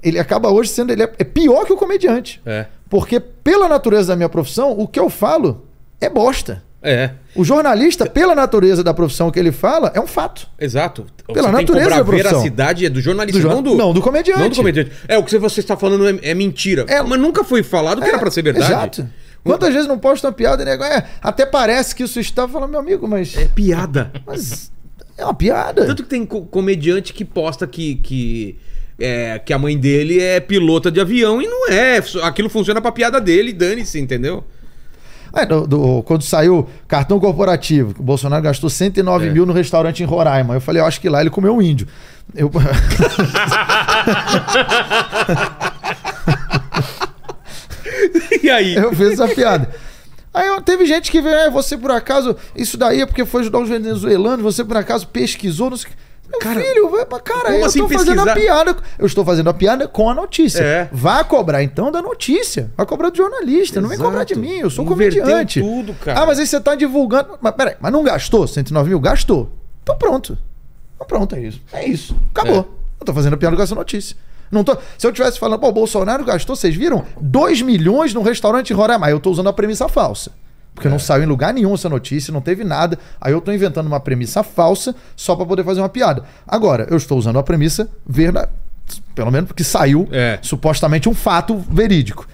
Speaker 5: ele acaba hoje sendo. Ele é, é pior que o comediante.
Speaker 1: É.
Speaker 5: Porque, pela natureza da minha profissão, o que eu falo é bosta.
Speaker 1: É,
Speaker 5: O jornalista, pela natureza da profissão que ele fala, é um fato.
Speaker 1: exato.
Speaker 5: Pela natureza da
Speaker 1: tem que cobrar
Speaker 5: profissão.
Speaker 1: veracidade é do jornalista,
Speaker 5: Do jor-
Speaker 1: não do...
Speaker 5: não, do comediante.
Speaker 1: Não do comediante. É, o que você está falando é, é mentira.
Speaker 5: É.
Speaker 1: mas nunca foi falado que era pra ser verdade.
Speaker 5: Exato. Quantas vezes não posta uma piada e nego, é, até parece que isso está falando, meu amigo, mas.
Speaker 1: É piada.
Speaker 5: Mas é uma piada.
Speaker 1: Tanto que tem co- comediante que posta que, que, é, que a mãe dele é pilota de avião e não é. Só- Aquilo funciona pra piada dele, dane-se,
Speaker 5: [laughs]
Speaker 1: entendeu?
Speaker 5: É, do- do- quando saiu cartão corporativo, que o Bolsonaro gastou 109
Speaker 1: É.
Speaker 5: mil no restaurante em Roraima. Eu falei, eu acho que lá ele comeu um índio. Eu- [laughs]
Speaker 1: E aí?
Speaker 5: Eu fiz essa piada. Aí eu- teve gente que veio, é, você por acaso, isso daí é porque foi ajudar os venezuelanos, você por acaso pesquisou, não sei o que. Meu filho, vai pra cara,
Speaker 1: como
Speaker 5: eu
Speaker 1: assim
Speaker 5: estou fazendo
Speaker 1: pesquisar?
Speaker 5: a piada. Eu estou fazendo a piada com a notícia.
Speaker 1: É.
Speaker 5: Vá cobrar então da notícia. Vai cobrar do jornalista, não vem
Speaker 1: Exato.
Speaker 5: cobrar de mim, eu sou
Speaker 1: Inverteu
Speaker 5: comediante.
Speaker 1: tudo, cara.
Speaker 5: Ah, mas aí você tá divulgando. Mas peraí, mas não gastou 109 mil? Gastou. Então pronto. Então pronto, é isso. É isso. Acabou. Eu tô fazendo piada com essa notícia. Não tô... Se eu tivesse falando, pô, o Bolsonaro gastou, vocês viram? 2 milhões num restaurante em Roraima. Aí Eu tô usando a premissa falsa. Porque não saiu em lugar nenhum essa notícia, não teve nada. Aí eu tô inventando uma premissa falsa só pra poder fazer uma piada. Agora, eu estou usando a premissa verdade. Pelo menos porque saiu
Speaker 1: É.
Speaker 5: supostamente um fato verídico.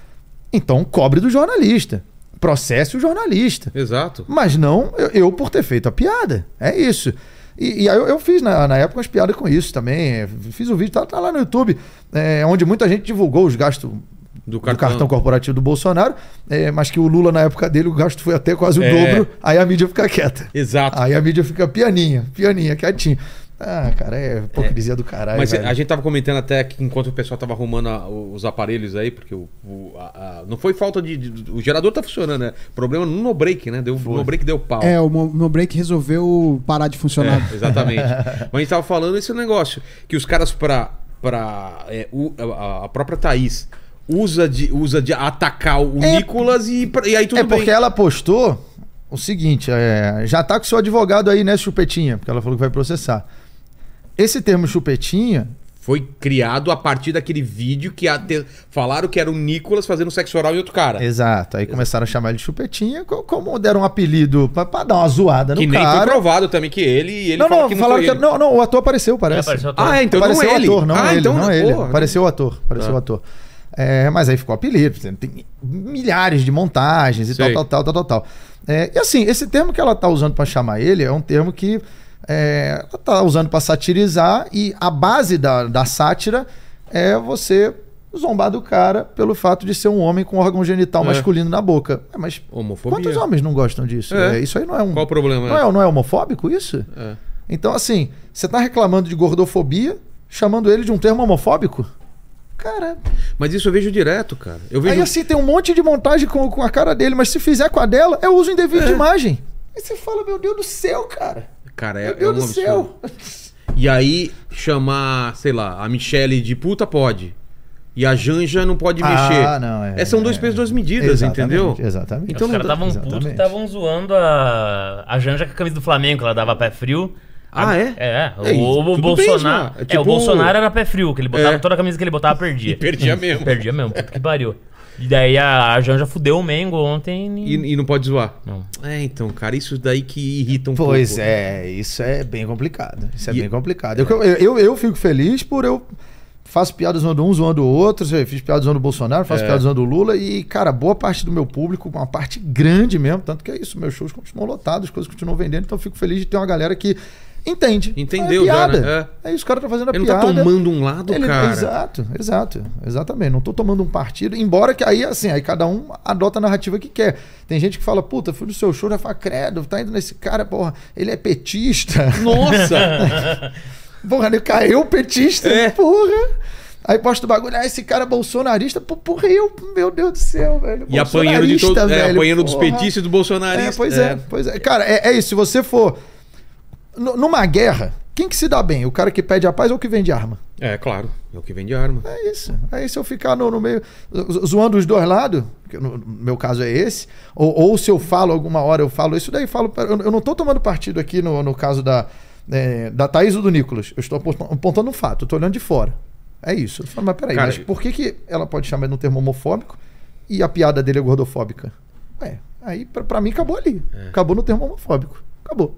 Speaker 5: Então cobre do jornalista. Processe o jornalista.
Speaker 1: Exato.
Speaker 5: Mas não eu, eu por ter feito a piada. É isso. E, e aí eu, eu fiz na, na época umas piadas com isso também. é, Fiz um vídeo, tá, tá lá no YouTube, é, onde muita gente divulgou os gastos
Speaker 1: Do
Speaker 5: do
Speaker 1: cartão.
Speaker 5: cartão, corporativo do Bolsonaro, é, mas que o Lula, na época dele, o gasto foi até quase o
Speaker 1: É.
Speaker 5: dobro. Aí a mídia fica quieta.
Speaker 1: Exato.
Speaker 5: Aí a mídia fica pianinha, pianinha, quietinha. Ah, cara, é hipocrisia do caralho.
Speaker 1: Mas é,
Speaker 5: velho.
Speaker 1: a gente tava comentando até que enquanto o pessoal tava arrumando a- os aparelhos aí, porque o, o- a- a- não foi falta de, de- O gerador tá funcionando, né? Problema no no break, né? Deu, no break deu pau.
Speaker 2: É, o Mo- meu break resolveu parar de funcionar.
Speaker 1: É,
Speaker 5: [laughs]
Speaker 1: exatamente. Mas a gente tava falando esse negócio, que os caras pra. pra é, o- a, a própria Thaís usa de, usa de atacar o Nicolas e, pra- e aí tudo
Speaker 5: é
Speaker 1: bem.
Speaker 5: porque ela postou o seguinte: é, já tá com seu advogado aí, né, Chupetinha? Porque ela falou que vai processar. Esse termo chupetinha
Speaker 1: Foi criado a partir daquele vídeo que a te- falaram que era o Nicolas fazendo sexo oral em outro cara.
Speaker 5: Exato. Aí começaram a chamar ele de chupetinha, co- como deram um apelido pra, pra dar uma zoada
Speaker 1: que
Speaker 5: no
Speaker 1: nem foi
Speaker 5: cara.
Speaker 1: provado também que ele e ele
Speaker 5: não,
Speaker 1: falou
Speaker 5: não,
Speaker 1: que não
Speaker 5: falaram
Speaker 1: foi
Speaker 5: que
Speaker 1: ele.
Speaker 5: não, não, o ator apareceu, parece.
Speaker 4: apareceu o ator.
Speaker 1: Ah, é, então
Speaker 5: apareceu
Speaker 1: não é
Speaker 5: o
Speaker 1: ele.
Speaker 5: ator, não
Speaker 1: ah,
Speaker 5: ele,
Speaker 1: então
Speaker 5: não ele.
Speaker 1: porra. Tá.
Speaker 5: Apareceu o ator, apareceu o ator. É, mas aí ficou apelido, tem- tem milhares de montagens e tal,
Speaker 1: Sei.
Speaker 5: tal, tal, tal, tal, tal. É, e assim, esse termo que ela tá usando pra chamar ele é um termo que é, ela tá usando pra satirizar e a base da, da sátira é você zombar do cara pelo fato de ser um homem com órgão genital
Speaker 1: É.
Speaker 5: masculino na boca. É, Mas
Speaker 1: Homofobia.
Speaker 5: quantos homens não gostam disso?
Speaker 1: É.
Speaker 5: É, isso aí não é um...
Speaker 1: Qual o problema?
Speaker 5: Não é, não é homofóbico isso?
Speaker 1: É.
Speaker 5: Então, assim, você tá reclamando de gordofobia, chamando ele de um termo homofóbico? Cara,
Speaker 1: Mas isso eu vejo direto, cara. Eu vejo.
Speaker 5: aí assim tem um monte de montagem com, com a cara dele, mas se fizer com a dela, é uso indevido de imagem. Aí você fala, meu Deus do céu, cara.
Speaker 1: Cara, é,
Speaker 5: assim, Meu
Speaker 1: é um
Speaker 5: Deus do
Speaker 1: absurdo.
Speaker 5: céu.
Speaker 1: E aí, chamar, sei lá, a Michelle de puta pode. E a Janja não pode
Speaker 5: Ah,
Speaker 1: mexer.
Speaker 5: não, é,
Speaker 1: É, são dois
Speaker 5: é.
Speaker 1: pesos, duas medidas,
Speaker 5: Exatamente,
Speaker 1: entendeu?
Speaker 5: exatamente.
Speaker 1: Então
Speaker 4: os
Speaker 1: não
Speaker 4: caras
Speaker 1: dá...
Speaker 4: estavam putos e estavam zoando a, a Janja com a camisa do Flamengo, que ela dava pé frio.
Speaker 1: Ah,
Speaker 4: A-
Speaker 1: é?
Speaker 4: É,
Speaker 1: É,
Speaker 4: o, o
Speaker 1: tudo
Speaker 4: Bolsonaro.
Speaker 1: bem, né? É
Speaker 4: É,
Speaker 1: tipo-
Speaker 4: o Bolsonaro era pé frio, que ele botava
Speaker 1: É.
Speaker 4: toda a camisa que ele botava, perdia.
Speaker 1: E [laughs] perdia mesmo.
Speaker 4: perdia mesmo, puta que pariu. E daí a, a Janja fudeu o Mengo ontem
Speaker 1: E,
Speaker 4: e.
Speaker 1: e não pode zoar.
Speaker 4: Não.
Speaker 1: É, então, cara, isso daí que irrita um pouco.
Speaker 5: Pois é, isso é bem complicado. Isso é
Speaker 1: E-
Speaker 5: bem complicado. Eu, eu, eu, eu fico feliz por eu faço piadas zoando um, zoando o outro. Eu fiz piadas zoando o Bolsonaro,
Speaker 1: É.
Speaker 5: faço piadas zoando o Lula. E, cara, boa parte do meu público, uma parte grande mesmo, tanto que é isso, meus shows continuam lotados, as coisas continuam vendendo, então eu fico feliz de ter uma galera que entende.
Speaker 1: Entendeu
Speaker 5: é
Speaker 1: já,
Speaker 5: piada.
Speaker 1: né?
Speaker 5: É. isso, o cara tá fazendo a
Speaker 1: Ele não
Speaker 5: piada.
Speaker 1: tá tomando um lado,
Speaker 5: Ele-
Speaker 1: cara.
Speaker 5: Exato, exato, exatamente. Não tô tomando um partido, embora que aí, assim, aí cada um adota a narrativa que quer. Tem gente que fala, puta, fui no seu show, já fala, credo, tá indo nesse cara, porra, ele é petista.
Speaker 1: [laughs] Nossa!
Speaker 5: [laughs] Porra, ele caiu petista,
Speaker 1: É.
Speaker 5: porra. Aí posta o bagulho, ah, esse cara é bolsonarista, Pô, porra, eu, meu Deus do céu, velho.
Speaker 1: e apanhando de todo,
Speaker 5: bolsonarista,
Speaker 1: é,
Speaker 5: velho,
Speaker 1: apanhando dos
Speaker 5: porra.
Speaker 1: petistas e do bolsonarismo.
Speaker 5: É, pois é. pois é. Cara, é, é isso, se você for nu- numa guerra, quem que se dá bem? O cara que pede a paz ou o que vende arma?
Speaker 1: é. claro. É o que vende arma.
Speaker 5: É isso. Aí se eu ficar no, no meio, zo- zoando os dois lados, que no no meu caso é esse, ou, ou se eu falo alguma hora, eu falo isso daí, falo, "Pera, eu, eu não tô tomando partido aqui no, no caso da, é, da Thaís ou do Nicolas. Eu estou aponta- apontando um fato, eu tô olhando de fora. É isso. Eu falo, mas peraí,
Speaker 1: Cara,
Speaker 5: mas por que, que ela pode chamar de um termo homofóbico e a piada dele é gordofóbica? Ué, aí pra, pra mim acabou ali. Acabou no termo homofóbico. Acabou.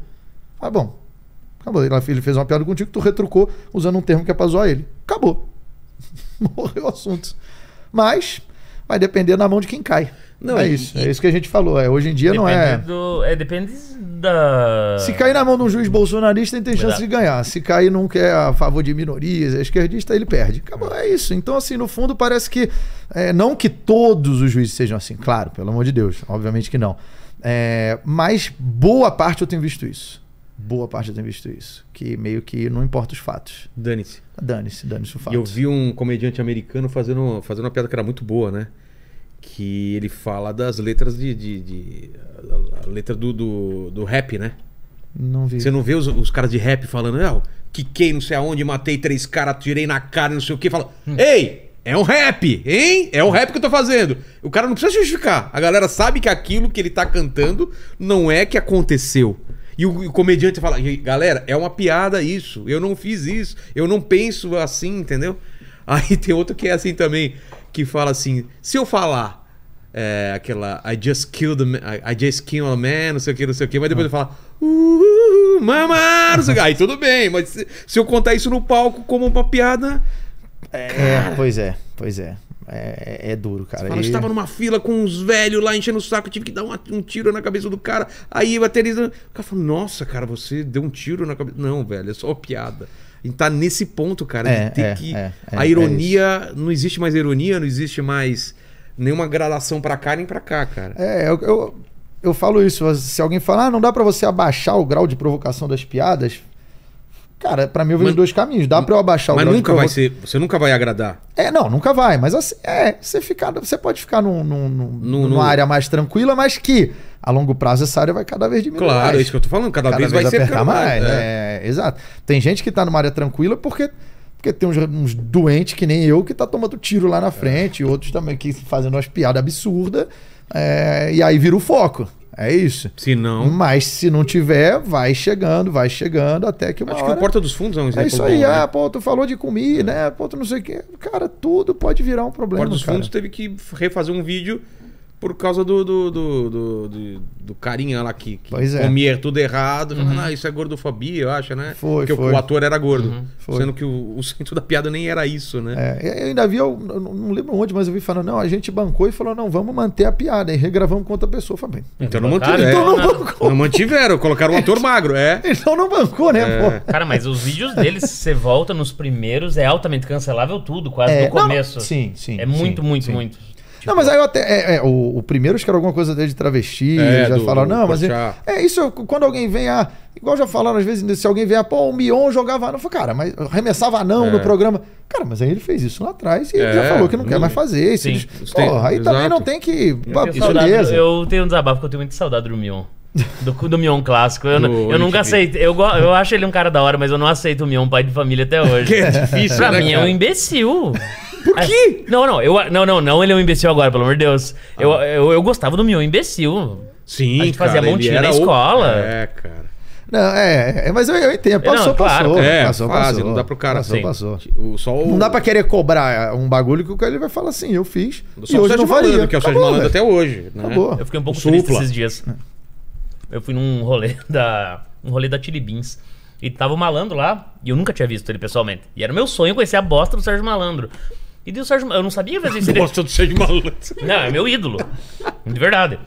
Speaker 5: Ah, bom. Acabou. Ele ele fez uma piada contigo, tu retrucou usando um termo que é pra zoar ele. Acabou. [laughs] Morreu o assunto. Mas vai depender na mão de quem cai.
Speaker 1: Não,
Speaker 5: é
Speaker 1: e-
Speaker 5: isso. É isso que a gente falou. É, hoje em dia não é.
Speaker 4: Depende do- é, depende da.
Speaker 5: Se cair na mão de um juiz bolsonarista, ele tem chance
Speaker 4: Verdade.
Speaker 5: de ganhar. Se cair num que é a favor de minorias, é esquerdista, ele perde. Acabou, é isso. Então, assim, no fundo, parece que. é, não que todos os juízes sejam assim, claro, pelo amor de Deus, obviamente que não. É, mas boa parte eu tenho visto isso. Boa parte eu tenho visto isso. Que meio que não importa os fatos.
Speaker 1: Dane-se.
Speaker 5: Dane-se, dane-se o
Speaker 1: E eu
Speaker 5: fato.
Speaker 1: vi um comediante americano fazendo, fazendo uma piada que era muito boa, né? Que ele fala das letras de. de, de- a- a letra do, do, do rap, né?
Speaker 5: Não vi.
Speaker 1: Você não vê os, os caras de rap falando, não, quiquei não sei aonde, matei três caras, tirei na cara, não sei o que. Fala,
Speaker 5: Hum.
Speaker 1: ei, é um rap, hein? É um rap que eu tô fazendo. O cara não precisa justificar. A galera sabe que aquilo que ele tá cantando não é que aconteceu. E o, e o comediante fala, "E, galera, é uma piada isso. Eu não fiz isso. Eu não penso assim, entendeu? Aí tem outro que é assim também, que fala assim, se eu falar é, aquela I just killed a man, I, I just killed a man, não sei o que, não sei o que, mas
Speaker 5: Ah.
Speaker 1: depois ele fala uh, mamar, não sei o que. Aí tudo bem, mas se, se eu contar isso no palco como uma piada,
Speaker 5: É, pois é, pois é. É, é- é duro, cara.
Speaker 1: fala, eu
Speaker 5: E-
Speaker 1: estava numa fila com uns velhos lá enchendo o saco, tive que dar uma- um tiro na cabeça do cara, aí bateriza. O cara fala, nossa, cara, você deu um tiro na cabeça. Não, velho, é só piada. A gente tá nesse ponto, cara,
Speaker 5: É,
Speaker 1: de ter
Speaker 5: é,
Speaker 1: que.
Speaker 5: é, é,
Speaker 1: a
Speaker 5: é
Speaker 1: ironia, não existe mais ironia, não existe mais nenhuma gradação pra cá nem pra cá, cara.
Speaker 5: É, eu, eu, eu falo isso. Se alguém falar, ah, não dá pra você abaixar o grau de provocação das piadas. Cara, pra mim eu vejo
Speaker 1: Mas-
Speaker 5: dois caminhos. Dá pra eu abaixar o
Speaker 1: Mas
Speaker 5: grau de
Speaker 1: nunca vai
Speaker 5: provo-
Speaker 1: ser. Você nunca vai agradar.
Speaker 5: É, não, nunca vai. Mas assim, é, você, ficar, você pode ficar num, num- num-
Speaker 1: No-
Speaker 5: numa
Speaker 1: no-
Speaker 5: área mais tranquila, mas que a longo prazo essa área vai cada vez diminuir.
Speaker 1: Claro,
Speaker 5: mais.
Speaker 1: é isso que eu tô falando. Cada,
Speaker 5: cada
Speaker 1: vez vai ser
Speaker 5: apertar mais.
Speaker 1: É.
Speaker 5: É. exato. Tem gente que tá numa área tranquila porque, porque tem uns, uns doentes que nem eu que tá tomando tiro lá na frente, e outros também que fazendo umas piadas absurdas, é, e aí vira o foco. É isso.
Speaker 1: Se não.
Speaker 5: Mas se não tiver, vai chegando, vai chegando até que uma
Speaker 1: Acho que
Speaker 5: hora...
Speaker 1: o Porta dos Fundos é um
Speaker 5: É
Speaker 1: exemplo.
Speaker 5: isso
Speaker 1: bom,
Speaker 5: aí,
Speaker 1: né? É.
Speaker 5: ah, pô, tu falou de comida, né? Pô, tu não sei o quê. Cara, tudo pode virar um
Speaker 1: O
Speaker 5: problema,
Speaker 1: Porta dos
Speaker 5: cara.
Speaker 1: Fundos teve que refazer um vídeo por causa do, do, do, do, do- do carinha lá que, que
Speaker 5: Pois é.
Speaker 1: comia tudo errado.
Speaker 4: Uhum.
Speaker 1: Falando, ah, isso é gordofobia, eu acho, né?
Speaker 5: Foi,
Speaker 1: Porque o-
Speaker 5: foi.
Speaker 1: o ator era gordo.
Speaker 4: Uhum.
Speaker 5: foi.
Speaker 1: Sendo que o, [laughs] o centro da piada nem era isso, né?
Speaker 5: É, eu ainda vi, eu não- não lembro onde, mas eu vi falando, não, a gente bancou e falou, não, vamos manter a piada. E regravamos com outra pessoa. Eu Falei, bem,
Speaker 1: Então não
Speaker 4: Cara,
Speaker 1: mantiveram.
Speaker 5: então não
Speaker 4: não.
Speaker 5: bancou.
Speaker 1: Não mantiveram, colocaram um
Speaker 5: [laughs]
Speaker 1: ator magro, é.
Speaker 5: Então não bancou, né, pô?
Speaker 4: Cara, mas os vídeos deles, se você volta nos primeiros, é altamente cancelável tudo, quase
Speaker 5: É,
Speaker 4: no
Speaker 5: não,
Speaker 4: começo.
Speaker 5: sim, sim,
Speaker 4: É muito,
Speaker 5: sim,
Speaker 4: muito,
Speaker 5: sim.
Speaker 4: muito. Tipo,
Speaker 5: Não, mas aí eu até. é, é, o, o primeiro acho que era alguma coisa dele de travesti,
Speaker 1: É,
Speaker 5: já
Speaker 1: do-
Speaker 5: falaram,
Speaker 1: do
Speaker 5: não, mas.
Speaker 1: Porchat.
Speaker 5: É isso, eu- quando alguém vem, ah, igual já falaram às vezes, se alguém vem, ah, pô, o Mion jogava anão. Eu falo, cara, mas arremessava anão no programa. Cara, mas aí ele fez isso lá atrás e ele
Speaker 1: É,
Speaker 5: já falou que não quer
Speaker 1: não-
Speaker 5: mais fazer. e se
Speaker 4: Sim,
Speaker 5: des-
Speaker 1: isso tem-
Speaker 5: Porra, aí também
Speaker 1: exato.
Speaker 5: não tem que. pá,
Speaker 4: Eu tenho, saudade-
Speaker 5: é beleza.
Speaker 4: eu tenho um desabafo que eu tenho muita saudade do Mion. Do, do Mion clássico. Eu,
Speaker 1: Do
Speaker 4: não- eu
Speaker 1: MTV.
Speaker 4: nunca aceito. Eu, go- eu acho ele um cara da hora, mas eu não aceito o Mion pai de família até hoje.
Speaker 1: Que é difícil,
Speaker 4: pra
Speaker 1: né,
Speaker 4: mim é um
Speaker 1: cara?
Speaker 4: imbecil. Por quê? não, não, eu, não, não, não, ele é um imbecil agora, pelo amor de Deus. Eu,
Speaker 1: Ah.
Speaker 4: eu, eu gostava do Mion imbecil.
Speaker 1: Sim,
Speaker 4: A gente fazia
Speaker 1: ele
Speaker 4: montinho na
Speaker 1: era o-
Speaker 4: escola.
Speaker 1: É, cara.
Speaker 5: Não, é, é, mas eu, eu entendo.
Speaker 4: Não,
Speaker 5: Passou,
Speaker 4: claro,
Speaker 5: passou.
Speaker 1: é,
Speaker 5: passou,
Speaker 1: fase, não dá pro cara
Speaker 5: Passou,
Speaker 1: assim.
Speaker 5: passou.
Speaker 1: O, só o,
Speaker 5: Não dá pra querer cobrar um bagulho que o cara ele vai falar assim, eu fiz.
Speaker 1: só o Sérgio Malandro, que é o Sérgio
Speaker 5: Acabou,
Speaker 1: Malandro
Speaker 5: velho.
Speaker 1: até hoje. Né?
Speaker 5: Acabou.
Speaker 4: Eu fiquei um pouco
Speaker 1: Supla.
Speaker 4: triste esses dias. Eu fui num rolê [laughs] da. um rolê da Chili Beans. E tava o malandro lá, e eu nunca tinha visto ele pessoalmente. E era meu sonho conhecer a bosta do Sérgio Malandro. E daí o Sérgio. Eu não sabia
Speaker 1: [laughs]
Speaker 4: fazer isso.
Speaker 1: Gosta do Sérgio Malandro.
Speaker 4: Não, é meu ídolo. De verdade.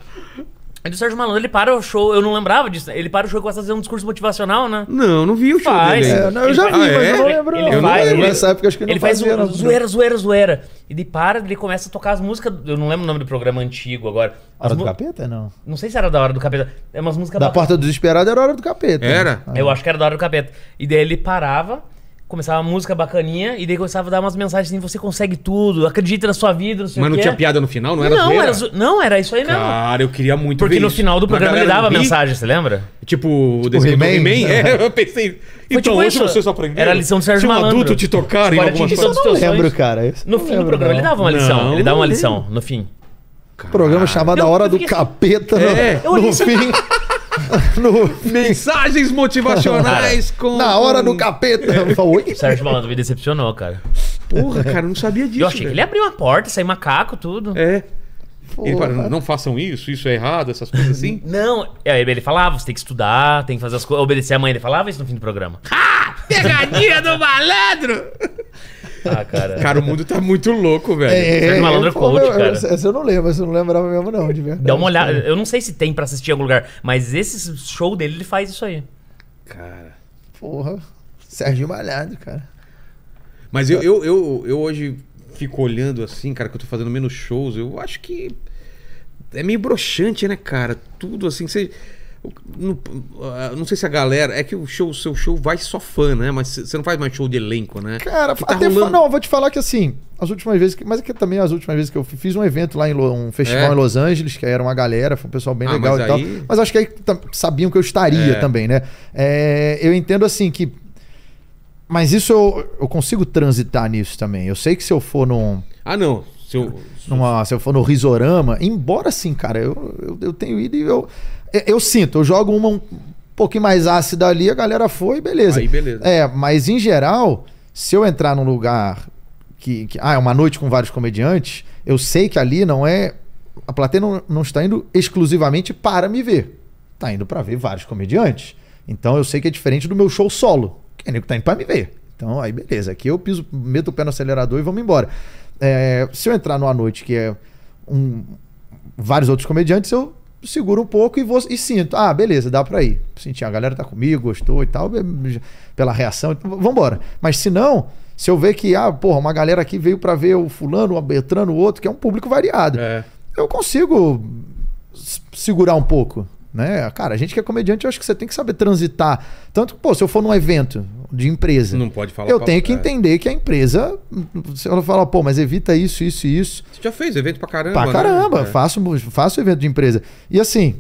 Speaker 4: Aí o Sérgio Malandro, ele para o show, eu não lembrava disso. Ele para o show e começa a fazer um discurso motivacional, né?
Speaker 1: Não, não vi o show
Speaker 4: Faz.
Speaker 1: dele.
Speaker 5: É,
Speaker 1: ainda.
Speaker 5: não, eu já vi,
Speaker 1: Ah,
Speaker 5: mas
Speaker 1: é?
Speaker 5: eu não lembro.
Speaker 4: Ele
Speaker 5: não.
Speaker 1: Eu não
Speaker 4: faz,
Speaker 1: lembro
Speaker 4: ele-
Speaker 5: nessa época acho que ele não
Speaker 4: ele faz
Speaker 5: fazia,
Speaker 4: zoeira,
Speaker 5: não.
Speaker 4: zoeira, zoeira, zoeira. E ele para, ele começa a tocar as músicas. Eu não lembro o nome do programa antigo agora. As
Speaker 5: Hora do
Speaker 4: mu-
Speaker 5: capeta? Não.
Speaker 4: Não sei se era da hora do capeta. É umas músicas
Speaker 5: Da
Speaker 4: bacanas.
Speaker 5: porta dos esperados era a hora do capeta.
Speaker 1: É. Era?
Speaker 5: Ah.
Speaker 4: Eu acho que era da hora do capeta. E daí ele parava, começava uma música bacaninha, e daí começava a dar umas mensagens assim: você consegue tudo, acredita na sua vida, não sei
Speaker 1: Mas
Speaker 4: o
Speaker 1: não
Speaker 4: quê.
Speaker 1: tinha piada no final, não era
Speaker 4: é- não,
Speaker 1: zoeira?
Speaker 4: era zo- não, era isso aí mesmo.
Speaker 1: Cara, eu queria muito
Speaker 4: Porque
Speaker 1: ver
Speaker 4: no
Speaker 1: isso.
Speaker 4: final do
Speaker 1: Mas a
Speaker 4: programa ele
Speaker 1: galera
Speaker 4: dava
Speaker 1: não vi,
Speaker 4: mensagem, você lembra?
Speaker 1: Tipo, o desenho do
Speaker 5: He-Man?
Speaker 1: He-Man? É, eu pensei. Então,
Speaker 4: tipo
Speaker 1: hoje
Speaker 4: isso.
Speaker 1: vocês aprenderam.
Speaker 4: Era a lição do Sérgio
Speaker 1: Se um
Speaker 4: Malandro.
Speaker 1: adulto te tocar em
Speaker 4: Olha,
Speaker 1: alguma coisa...
Speaker 4: atingir
Speaker 5: Eu
Speaker 4: todos os
Speaker 5: não
Speaker 4: teus
Speaker 5: lembro,
Speaker 4: sonhos.
Speaker 5: cara. isso
Speaker 4: Então, No
Speaker 5: não
Speaker 4: fim do
Speaker 5: lembro,
Speaker 4: programa ele
Speaker 5: não.
Speaker 4: dava uma lição.
Speaker 1: Não,
Speaker 4: ele dava uma
Speaker 1: não
Speaker 4: lição no fim.
Speaker 5: Programa chamado A Hora
Speaker 4: eu
Speaker 5: do
Speaker 4: fiquei-
Speaker 5: Capeta.
Speaker 1: É.
Speaker 5: No, no
Speaker 4: assim,
Speaker 5: fim.
Speaker 4: [laughs]
Speaker 5: no fim.
Speaker 1: Mensagens
Speaker 5: [laughs]
Speaker 1: motivacionais
Speaker 4: um
Speaker 1: com...
Speaker 5: Na Hora do Capeta. Eu falo, oi?
Speaker 4: O Sérgio Malandro me decepcionou, cara.
Speaker 1: Porra, cara, eu não sabia disso.
Speaker 4: E eu achei que ele
Speaker 1: velho.
Speaker 4: abriu uma porta, saiu macaco, tudo.
Speaker 1: É. Ele
Speaker 5: Porra.
Speaker 1: fala, não façam isso, isso é errado, essas coisas assim.
Speaker 4: Não, é, ele falava, você tem que estudar, tem que fazer as coisas, obedecer a mãe. Ele falava isso no fim do programa.
Speaker 1: Pegadinha do malandro!
Speaker 4: Ah, cara.
Speaker 1: Cara, o mundo tá muito louco, velho.
Speaker 4: Sérgio Malandro é
Speaker 5: pô,
Speaker 4: coach,
Speaker 5: eu-
Speaker 4: cara.
Speaker 5: Essa essa eu não lembro, essa eu não lembrava mesmo, não, de verdade.
Speaker 4: Dá uma olhada. Eu não sei se tem pra assistir em algum lugar, mas esse show dele, ele faz isso aí.
Speaker 1: Cara.
Speaker 5: Porra. Sérgio Malhado, cara.
Speaker 1: Mas eu, eu, eu, eu hoje fico olhando assim, cara, que eu tô fazendo menos shows. Eu acho que é meio broxante, né, cara? Tudo assim, você. o- Não, ah, não sei se a galera. É que o show, seu show vai só fã, né? Mas você não faz mais show de elenco, né?
Speaker 5: Cara,
Speaker 1: Que tá
Speaker 5: até
Speaker 1: rolando.
Speaker 5: fa- não, vou te falar que assim, as últimas vezes, que, mas é que também as últimas vezes que eu fi- fiz um evento lá em Lo- um festival
Speaker 1: É.
Speaker 5: em Los Angeles, que era uma galera, foi um pessoal bem
Speaker 1: Ah,
Speaker 5: legal
Speaker 1: mas
Speaker 5: e tal.
Speaker 1: aí-
Speaker 5: Mas acho que aí tam- sabiam que eu estaria
Speaker 1: É.
Speaker 5: também, né? É, eu entendo assim que. Mas isso eu, eu consigo transitar nisso também. Eu sei que se eu for num.
Speaker 1: Ah, não. Seu,
Speaker 5: Numa- se eu for no Risorama, embora sim, cara, eu, eu, eu tenho ido e eu, eu, eu sinto, eu jogo uma um pouquinho mais ácida ali, a galera foi, beleza.
Speaker 1: Aí, beleza.
Speaker 5: É, mas em geral, se eu entrar num lugar que, que- ah, é uma noite com vários comediantes, eu sei que ali não é. A plateia não, não está indo exclusivamente para me ver. Tá indo para ver vários comediantes. Então eu sei que é diferente do meu show solo. Que é nego que tá indo pra me ver. Então aí beleza, aqui eu piso, meto o pé no acelerador e vamos embora. É, se eu entrar numa noite que é um, vários outros comediantes, eu seguro um pouco e vou e sinto. Ah, beleza, dá pra ir. Senti, a galera tá comigo, gostou e tal, be- pela reação, então, vambora. Mas se não, se eu ver que, ah, porra, uma galera aqui veio pra ver o fulano, o Beltrano, o outro, que é um público variado.
Speaker 1: É.
Speaker 5: Eu consigo s- segurar um pouco. Né? Cara, a gente que é comediante, eu acho que você tem que saber transitar. Tanto que, pô, se eu for num evento, de empresa.
Speaker 1: Não pode falar
Speaker 5: Eu
Speaker 1: pra-
Speaker 5: tenho que
Speaker 1: é.
Speaker 5: entender que a empresa. Se ela falar, pô, mas evita isso, isso e isso.
Speaker 1: Você já fez evento pra caramba.
Speaker 5: Pra
Speaker 1: né?
Speaker 5: caramba,
Speaker 1: É.
Speaker 5: faço, faço evento de empresa. E assim,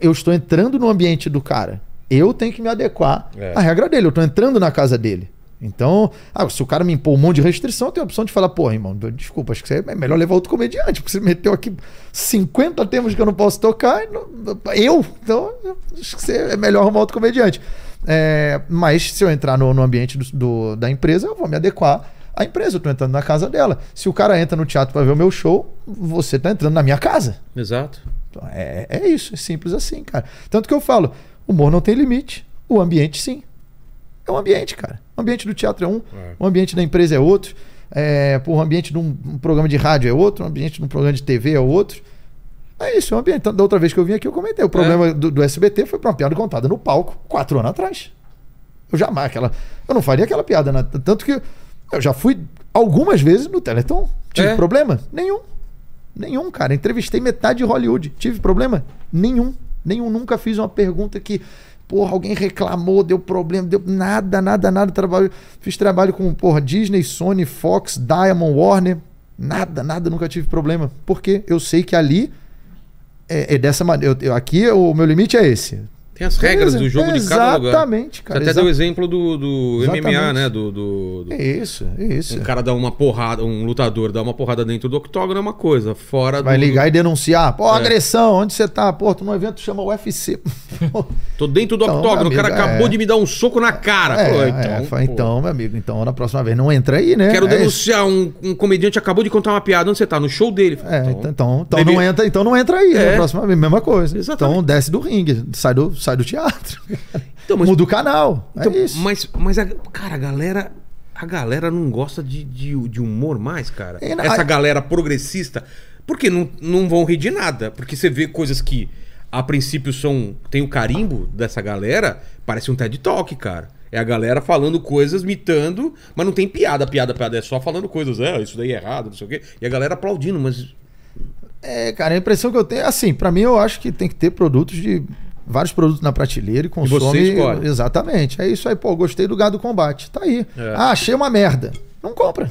Speaker 5: eu estou entrando no ambiente do cara. Eu tenho que me adequar
Speaker 1: É.
Speaker 5: à regra dele. Eu estou entrando na casa dele. Então, ah, se o cara me impor um monte de restrição, eu tenho a opção de falar, pô, irmão, desculpa, acho que você é melhor levar outro comediante, porque você meteu aqui 50 temas que eu não posso tocar. e não- Eu? Então, acho que você é melhor arrumar outro comediante. É, mas se eu entrar no, no ambiente do- do- da empresa, eu vou me adequar à empresa, eu tô entrando na casa dela. Se o cara entra no teatro para ver o meu show, você tá entrando na minha casa.
Speaker 1: Exato.
Speaker 5: Então, É, é isso, é simples assim, cara. Tanto que eu falo, humor não tem limite, o ambiente sim. É um ambiente, cara. O ambiente do teatro é um,
Speaker 1: É.
Speaker 5: o ambiente da empresa é outro, é, pô, o ambiente de um, um programa de rádio é outro, o ambiente de um programa de TV é outro. É isso, é um ambiente. Tanto Da outra vez que eu vim aqui, eu comentei. O problema do, do SBT foi pra uma piada contada no palco quatro anos atrás. Eu jamais aquela. Eu não faria aquela piada. né? Tanto que eu já fui algumas vezes no Teleton. Tive
Speaker 1: É?
Speaker 5: problema? Nenhum. Nenhum, cara. Entrevistei metade de Hollywood. Tive problema? Nenhum. Nenhum. Nunca fiz uma pergunta que, porra, alguém reclamou, deu problema, deu nada, nada, nada. Trabalho, fiz trabalho com, porra, Disney, Sony, Fox, Diamond, Warner. Nada, nada, nunca tive problema. Porque eu sei que ali é, é dessa maneira. Eu- eu- aqui o meu limite é esse.
Speaker 1: Tem as regras do jogo de cada lugar.
Speaker 5: Exatamente,
Speaker 1: Você
Speaker 5: cara.
Speaker 1: até
Speaker 5: exa-
Speaker 1: deu o exemplo do, do MMA,
Speaker 5: Exatamente.
Speaker 1: né? Do, do- do-
Speaker 5: É isso, é isso.
Speaker 1: Um cara dá uma porrada, um lutador dá uma porrada dentro do octógono é uma coisa, fora
Speaker 5: Vai
Speaker 1: do.
Speaker 5: ligar e denunciar. Pô,
Speaker 1: É.
Speaker 5: agressão, onde você tá? Pô, tô num evento que chama [laughs] UFC. Pô.
Speaker 1: Tô dentro do
Speaker 5: Então,
Speaker 1: octógono, o cara
Speaker 5: amigo,
Speaker 1: acabou
Speaker 5: é.
Speaker 1: de me dar um soco na cara.
Speaker 5: É,
Speaker 1: Pô,
Speaker 5: é,
Speaker 1: então,
Speaker 5: fa-
Speaker 1: pô,
Speaker 5: então, meu amigo, então na próxima vez não entra aí, né?
Speaker 1: Quero
Speaker 5: É isso.
Speaker 1: denunciar, um, um comediante acabou de contar uma piada. Onde você tá? No show dele.
Speaker 5: É, então, então, então
Speaker 1: Deve-
Speaker 5: não entra, então não entra aí,
Speaker 1: É.
Speaker 5: na próxima vez, mesma coisa.
Speaker 1: Exatamente.
Speaker 5: Então desce do ringue, sai do, sai do teatro.
Speaker 1: Então, mas-
Speaker 5: Muda o canal.
Speaker 1: Então,
Speaker 5: é isso.
Speaker 1: Mas, mas a- cara, a galera. A galera não gosta de, de, de humor mais, cara.
Speaker 5: É, não,
Speaker 1: Essa
Speaker 5: a-
Speaker 1: galera progressista. Porque não, não vão rir de nada. Porque você vê coisas que, a princípio, são. Tem o carimbo dessa galera. Parece um TED Talk, cara. É a galera falando coisas, mitando, mas não tem piada, piada, piada. É só falando coisas. É, isso daí é errado, não sei o quê. E a galera aplaudindo, mas.
Speaker 5: É, cara, a impressão que eu tenho, assim, pra mim eu acho que tem que ter produtos de vários produtos na prateleira e consome.
Speaker 1: você escolhe.
Speaker 5: Exatamente. É isso aí, pô, gostei do gado combate. Tá aí.
Speaker 1: É.
Speaker 5: Ah, achei uma merda. Não compra.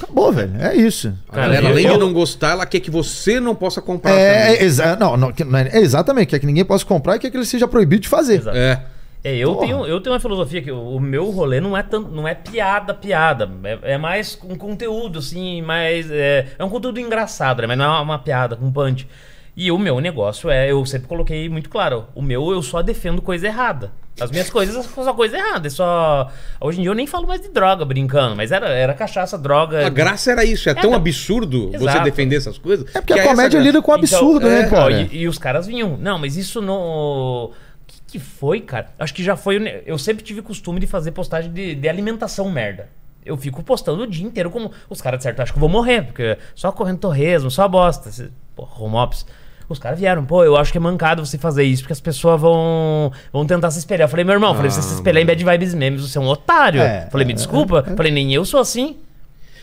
Speaker 5: Acabou, velho. É isso.
Speaker 1: A
Speaker 4: Cara,
Speaker 1: galera,
Speaker 4: eu-
Speaker 1: além de
Speaker 4: eu-
Speaker 1: não gostar, ela quer que você não possa comprar.
Speaker 5: É,
Speaker 1: também.
Speaker 5: é exa- não, não, que- não é- é exatamente, quer que ninguém possa comprar e quer que ele seja proibido de fazer.
Speaker 4: Exato.
Speaker 1: é.
Speaker 4: É, eu,
Speaker 5: Porra.
Speaker 4: tenho, eu tenho uma filosofia que o, o meu rolê não é tanto, não é piada, piada. É, é mais um conteúdo, assim, mais. É, é um conteúdo engraçado, né? Mas não é uma, uma piada com punch. E o meu negócio é, eu sempre coloquei muito claro, o meu eu só defendo coisa errada. As minhas coisas são só coisa errada. É só. Hoje em dia eu nem falo mais de droga brincando, mas era, era cachaça, droga.
Speaker 1: A graça era isso, é, tão
Speaker 4: não.
Speaker 1: absurdo você
Speaker 4: Exato.
Speaker 1: defender essas coisas.
Speaker 5: É porque
Speaker 1: que
Speaker 5: a comédia
Speaker 1: essa
Speaker 5: lida com o absurdo,
Speaker 4: Então,
Speaker 5: né,
Speaker 4: é,
Speaker 5: cara?
Speaker 4: ó, E, e os caras vinham. Não, mas isso não. O que, que foi, cara? Acho que já foi. o ne- Eu sempre tive costume de fazer postagem de, de alimentação merda. Eu fico postando o dia inteiro como. Os caras, de certo, acham que eu vou morrer, porque só correndo torresmo, só bosta. Esse- Pô, home office. Os caras vieram, pô, eu acho que é mancado você fazer isso, porque as pessoas vão vão tentar se espelhar. Eu falei, meu irmão, falei, você se espelhar em bad vibes memes, você é um otário.
Speaker 5: Ah, É,
Speaker 4: falei, me
Speaker 5: é,
Speaker 4: desculpa. Falei, nem eu sou assim.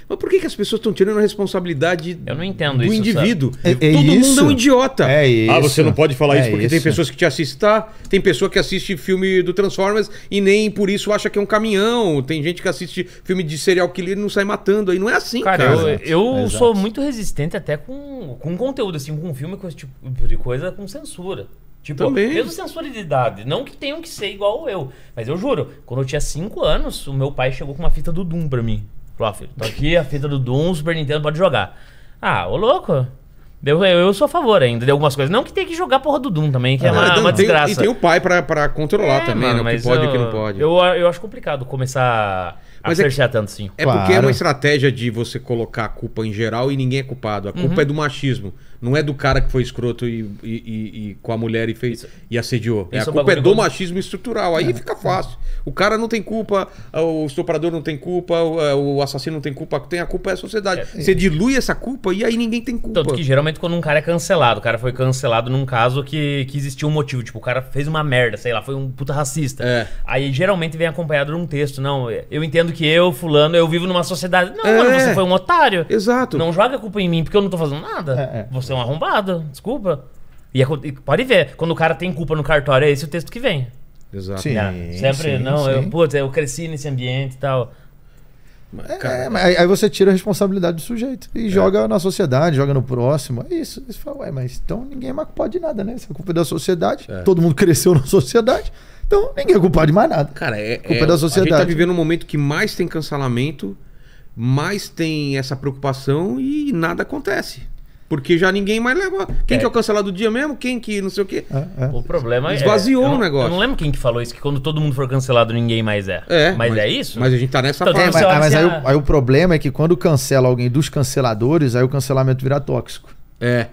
Speaker 1: Mas por que, que as pessoas estão tirando a responsabilidade
Speaker 4: Eu não entendo
Speaker 1: do
Speaker 4: isso,
Speaker 1: indivíduo?
Speaker 5: sabe? É- é
Speaker 1: Todo mundo
Speaker 5: isso.
Speaker 1: é um idiota.
Speaker 5: É isso.
Speaker 1: Ah, você não pode falar
Speaker 5: É
Speaker 1: isso porque tem
Speaker 5: isso.
Speaker 1: pessoas que te assistem, tá? tem pessoa que assiste filme do Transformers e nem por isso acha que é um caminhão. Tem gente que assiste filme de serial killer e não sai matando. Aí não é assim, cara.
Speaker 4: Cara, eu, eu
Speaker 5: exato.
Speaker 4: sou muito resistente até com, com conteúdo, assim, com filme, com esse tipo de coisa, com censura. Tipo,
Speaker 1: Também.
Speaker 4: mesmo censura de idade. Não que tenham que ser igual eu. Mas eu juro, quando eu tinha 5 anos, o meu pai chegou com uma fita do Doom pra mim. Falou, ó, filho, tô aqui, a fita do Doom, Super Nintendo, pode jogar. Ah, ô louco. Eu, eu sou a favor ainda de algumas coisas. Não que tenha que jogar porra do Doom também, que é, uma,
Speaker 1: Ah, Não,
Speaker 4: uma
Speaker 1: tem-
Speaker 4: desgraça.
Speaker 1: E tem o pai pra, pra controlar
Speaker 4: É,
Speaker 1: também, né?
Speaker 4: mano,
Speaker 1: O que
Speaker 4: mas
Speaker 1: pode e o
Speaker 4: eu-
Speaker 1: que não pode.
Speaker 4: Eu, eu acho complicado começar a
Speaker 1: Mas é que-
Speaker 4: cercear tanto, sim.
Speaker 1: É porque é
Speaker 5: Claro.
Speaker 1: uma estratégia de você colocar a culpa em geral e ninguém é culpado. A
Speaker 4: Uhum.
Speaker 1: culpa é do machismo. Não é do cara que foi escroto e, e- e- e com a mulher e fez e assediou. É, a
Speaker 4: isso é um
Speaker 1: culpa é
Speaker 4: bagulho
Speaker 1: do
Speaker 4: do-
Speaker 1: machismo estrutural.
Speaker 5: É.
Speaker 1: Aí fica fácil. O cara não tem culpa, ah, o estuprador não tem culpa, o, é, o assassino não tem culpa. Tem a culpa é a sociedade. Você dilui essa culpa e aí ninguém tem culpa.
Speaker 4: Tanto que geralmente quando um cara é cancelado, o cara foi cancelado num caso que, que existia um motivo, tipo, o cara fez uma merda, sei lá, foi um puta racista.
Speaker 1: É.
Speaker 4: Aí geralmente vem acompanhado de um texto, não, eu entendo que eu, fulano, eu vivo numa sociedade. Não,
Speaker 1: É.
Speaker 4: mano, você foi um otário.
Speaker 1: Exato.
Speaker 4: Não joga a culpa em mim porque eu não tô fazendo nada.
Speaker 5: É, é.
Speaker 4: Você é um arrombado, desculpa. E acon- e pode ver, quando o cara tem culpa no cartório, é esse o texto que vem.
Speaker 1: Exato.
Speaker 5: Sim.
Speaker 4: Né? Sempre,
Speaker 5: sim,
Speaker 4: não,
Speaker 5: sim.
Speaker 4: eu, putz, eu cresci nesse ambiente e tal.
Speaker 5: É, é, mas aí- aí você tira a responsabilidade do sujeito
Speaker 1: É.
Speaker 5: e joga na sociedade, joga no próximo. É isso. Você fala, ué, mas então ninguém é mais culpado de nada, né? Você é culpa da sociedade,
Speaker 1: É.
Speaker 5: todo mundo cresceu na sociedade, então ninguém é culpado de mais nada.
Speaker 1: Cara, é,
Speaker 5: Culpa
Speaker 1: é-
Speaker 5: da
Speaker 1: A gente tá
Speaker 5: sociedade.
Speaker 1: vivendo um momento que mais tem cancelamento, mais tem essa preocupação e nada acontece. Porque já ninguém mais leva. Quem
Speaker 4: É.
Speaker 1: que é o cancelado do dia mesmo? Quem que não sei o quê?
Speaker 5: É, é.
Speaker 4: O problema é.
Speaker 1: Esvaziou
Speaker 4: eu
Speaker 1: o
Speaker 4: não-
Speaker 1: negócio.
Speaker 4: Eu não lembro quem que falou isso, que quando todo mundo for cancelado, ninguém mais é. mas, é isso?
Speaker 1: Mas a gente tá nessa
Speaker 4: Então,
Speaker 5: É,
Speaker 1: fase.
Speaker 5: mas,
Speaker 4: você olha
Speaker 5: mas
Speaker 4: assim,
Speaker 5: aí,
Speaker 4: ah.
Speaker 5: o, aí o problema é que quando cancela alguém dos canceladores, aí o cancelamento vira tóxico. [laughs]
Speaker 1: É.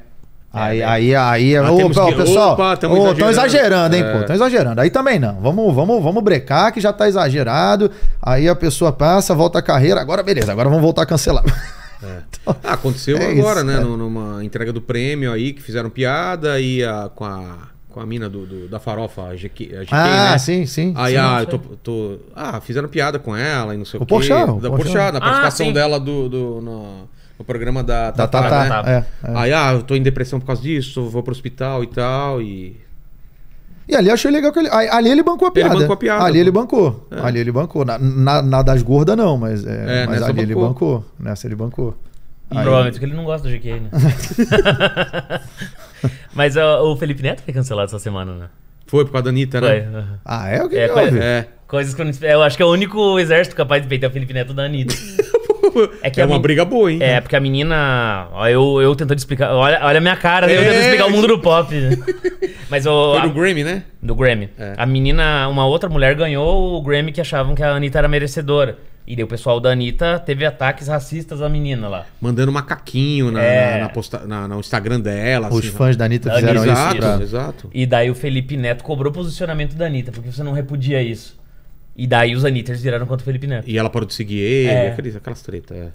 Speaker 5: Aí, aí, aí, é,
Speaker 1: Ah, temos
Speaker 5: opa,
Speaker 1: que-
Speaker 5: pessoal,
Speaker 1: opa, tamo
Speaker 5: ô, tão
Speaker 1: exagerando.
Speaker 5: exagerando, hein,
Speaker 1: É.
Speaker 5: pô, tão exagerando. Aí também não, vamos, vamos, vamos brecar que já tá exagerado, aí a pessoa passa, volta a carreira, agora beleza, agora vamos voltar a cancelar. [laughs]
Speaker 1: Ah, aconteceu
Speaker 5: É
Speaker 1: agora,
Speaker 5: isso,
Speaker 1: né?
Speaker 5: é.
Speaker 1: no- Numa entrega do prêmio aí, que fizeram piada e a, com, a, com a mina do, do- da farofa, a GQ, a GQ,
Speaker 5: ah,
Speaker 1: né?
Speaker 5: sim, sim.
Speaker 1: Aí,
Speaker 5: sim.
Speaker 1: ah, eu tô, tô- Ah, fizeram piada com ela e não sei o,
Speaker 5: O
Speaker 1: quê.
Speaker 5: Porchat, o
Speaker 1: da
Speaker 5: Porchat.
Speaker 1: Porchat, na
Speaker 4: Ah,
Speaker 1: participação
Speaker 4: sim.
Speaker 1: dela do, do- no, no programa da
Speaker 5: Da
Speaker 1: Tatá,
Speaker 5: Tatá,
Speaker 1: né?
Speaker 5: Tá, é, é.
Speaker 1: Aí, ah, eu tô em depressão por causa disso, vou pro hospital e tal. E.
Speaker 5: E ali eu achei legal que ele. aí- Ali ele bancou a piada.
Speaker 1: bancou a piada,
Speaker 5: Ali
Speaker 1: pô.
Speaker 5: ele bancou. Ali ele bancou. Na, na, na das gordas, não, mas, é,
Speaker 1: É,
Speaker 5: mas
Speaker 1: nessa
Speaker 5: ali ele
Speaker 1: bancou.
Speaker 5: bancou. Nessa ele bancou.
Speaker 4: E Provavelmente, porque ele não gosta do GK, né? mas ó, o Felipe Neto foi cancelado essa semana, né?
Speaker 1: Foi por causa da Anitta,
Speaker 4: Foi.
Speaker 1: né?
Speaker 4: aham.
Speaker 5: Ah, é o que
Speaker 4: É,
Speaker 5: que
Speaker 4: coisa-
Speaker 5: houve?
Speaker 1: É.
Speaker 4: Coisas que eu não espero. Eu acho que é o único exército capaz de peitar o Felipe Neto da Anitta.
Speaker 1: É,
Speaker 4: É que a
Speaker 1: uma
Speaker 4: min-
Speaker 1: briga boa, hein?
Speaker 4: É, porque a menina. Ó, eu, eu tentando explicar. Olha, olha a minha cara, né? eu
Speaker 1: É.
Speaker 4: tentando explicar o mundo do pop. né? Mas o.
Speaker 1: Foi
Speaker 4: a-
Speaker 1: do Grammy, né?
Speaker 4: do Grammy.
Speaker 1: É.
Speaker 4: A menina, uma outra mulher, ganhou o Grammy que achavam que a Anitta era merecedora. E daí o pessoal da Anitta teve ataques racistas à menina lá.
Speaker 1: Mandando macaquinho na,
Speaker 4: É.
Speaker 1: na, na posta- na- no Instagram dela.
Speaker 5: Os
Speaker 1: assim,
Speaker 5: fãs da Anitta
Speaker 4: Da
Speaker 5: fizeram
Speaker 4: Anitta,
Speaker 5: isso. né?
Speaker 1: Exato,
Speaker 5: pra-
Speaker 1: exato.
Speaker 4: E daí o Felipe Neto cobrou posicionamento da Anitta, porque você não repudia isso. E daí os Anitters viraram contra o Felipe Neto.
Speaker 1: E ela parou de seguir ele,
Speaker 4: É.
Speaker 1: aqueles- aquelas tretas, é.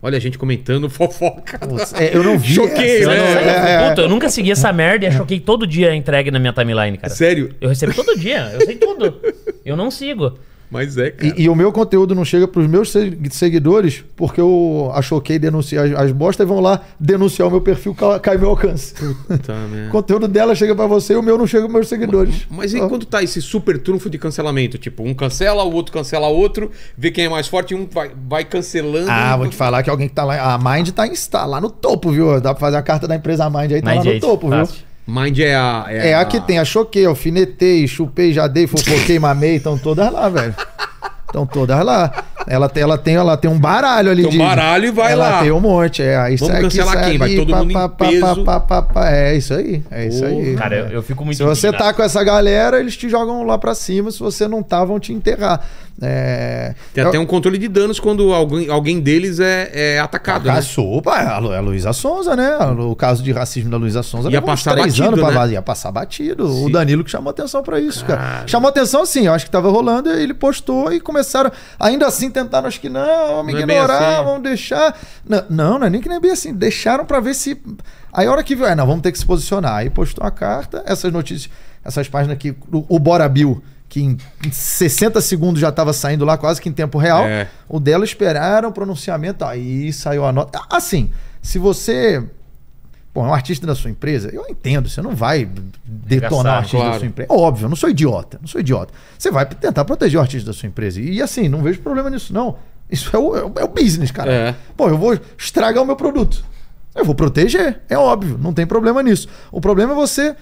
Speaker 1: Olha a gente comentando [laughs] fofoca.
Speaker 5: Putz, é, eu não
Speaker 1: [laughs]
Speaker 5: vi.
Speaker 1: Choquei,
Speaker 5: essa,
Speaker 1: né?
Speaker 5: eu não-
Speaker 4: Sabe que eu fui
Speaker 5: é, é,
Speaker 4: puto? eu nunca segui essa merda e a choquei todo dia a entregue na minha timeline, cara.
Speaker 1: Sério,
Speaker 4: Eu recebo todo dia, eu sei tudo. Eu não sigo.
Speaker 5: Tá
Speaker 1: mas é, cara.
Speaker 5: E, e o meu conteúdo não chega pros meus se- seguidores porque eu a choquei denunciar as, as bostas e vão lá denunciar o meu perfil, ca- cai meu alcance.
Speaker 1: Tá, né?
Speaker 5: [laughs] O conteúdo dela chega pra você e o meu não chega pros meus seguidores.
Speaker 1: Mas e quando tá esse super trunfo de cancelamento? Tipo, um cancela, o outro cancela outro, vê quem é mais forte, um vai, vai cancelando.
Speaker 5: Ah, vou te falar que alguém que tá lá. A Mind tá, em, tá lá no topo, viu? Dá pra fazer a carta da empresa Mind aí, tá lá no
Speaker 4: isso,
Speaker 5: topo, viu?
Speaker 4: fácil.
Speaker 1: Mind é a.
Speaker 5: É a que tem, a choquei, alfinetei, chupei, já dei, fofoquei, mamei, estão todas lá, velho. Estão todas lá. Ela tem, ela tem, ela tem um baralho ali
Speaker 1: Tem um baralho e vai
Speaker 5: ela
Speaker 1: lá.
Speaker 5: Tem um monte, é. Aí
Speaker 1: Vamos
Speaker 5: sai aqui,
Speaker 1: cancelar
Speaker 5: sai
Speaker 1: quem? Vai
Speaker 5: ali,
Speaker 1: todo mundo em peso.
Speaker 5: pá. É isso aí, é isso aí.
Speaker 4: Cara, eu, eu fico muito
Speaker 5: Se você
Speaker 4: indignado.
Speaker 5: tá com essa galera, eles te jogam lá pra cima. Se você não tá, vão te enterrar. É...
Speaker 1: Tem até um controle de danos quando alguém, alguém deles é, é atacado. né?
Speaker 5: Caçou, pá, é, a Lu- a Luísa Sonza, né? A Lu- O caso de racismo da Luísa Sonza
Speaker 1: Ia
Speaker 5: levou uns
Speaker 1: passar
Speaker 5: três
Speaker 1: batido,
Speaker 5: anos pra
Speaker 1: né?
Speaker 5: vazar. Ia passar batido. O
Speaker 1: Sim.
Speaker 5: Danilo que chamou atenção pra isso, cara. Chamou atenção sim, eu acho que tava rolando, ele postou e começaram, ainda assim tentaram, acho que não, vamos
Speaker 1: Não é bem
Speaker 5: ignorar,
Speaker 1: assim.
Speaker 5: vamos deixar. Não, não, não é nem que nem bem assim, deixaram pra ver se... Aí a hora que viu, é, não, vamos ter que se posicionar. Aí postou uma carta, essas notícias, essas páginas que o, o Bora Bill, que em em 60 segundos já tava saindo lá quase que em tempo real,
Speaker 1: É.
Speaker 5: o dela esperaram o pronunciamento, aí saiu a nota. Assim, se você. Bom, é um artista da sua empresa, eu entendo, você não vai detonar o artista da
Speaker 1: claro.
Speaker 5: sua empresa. é Óbvio, eu não sou idiota, não sou idiota. Você vai tentar proteger o artista da sua empresa. E assim, não vejo problema nisso, não. Isso é o, é o- é o business, cara.
Speaker 1: É.
Speaker 5: Pô, eu vou estragar o meu produto. Eu vou proteger, é óbvio, não tem problema nisso. O problema é você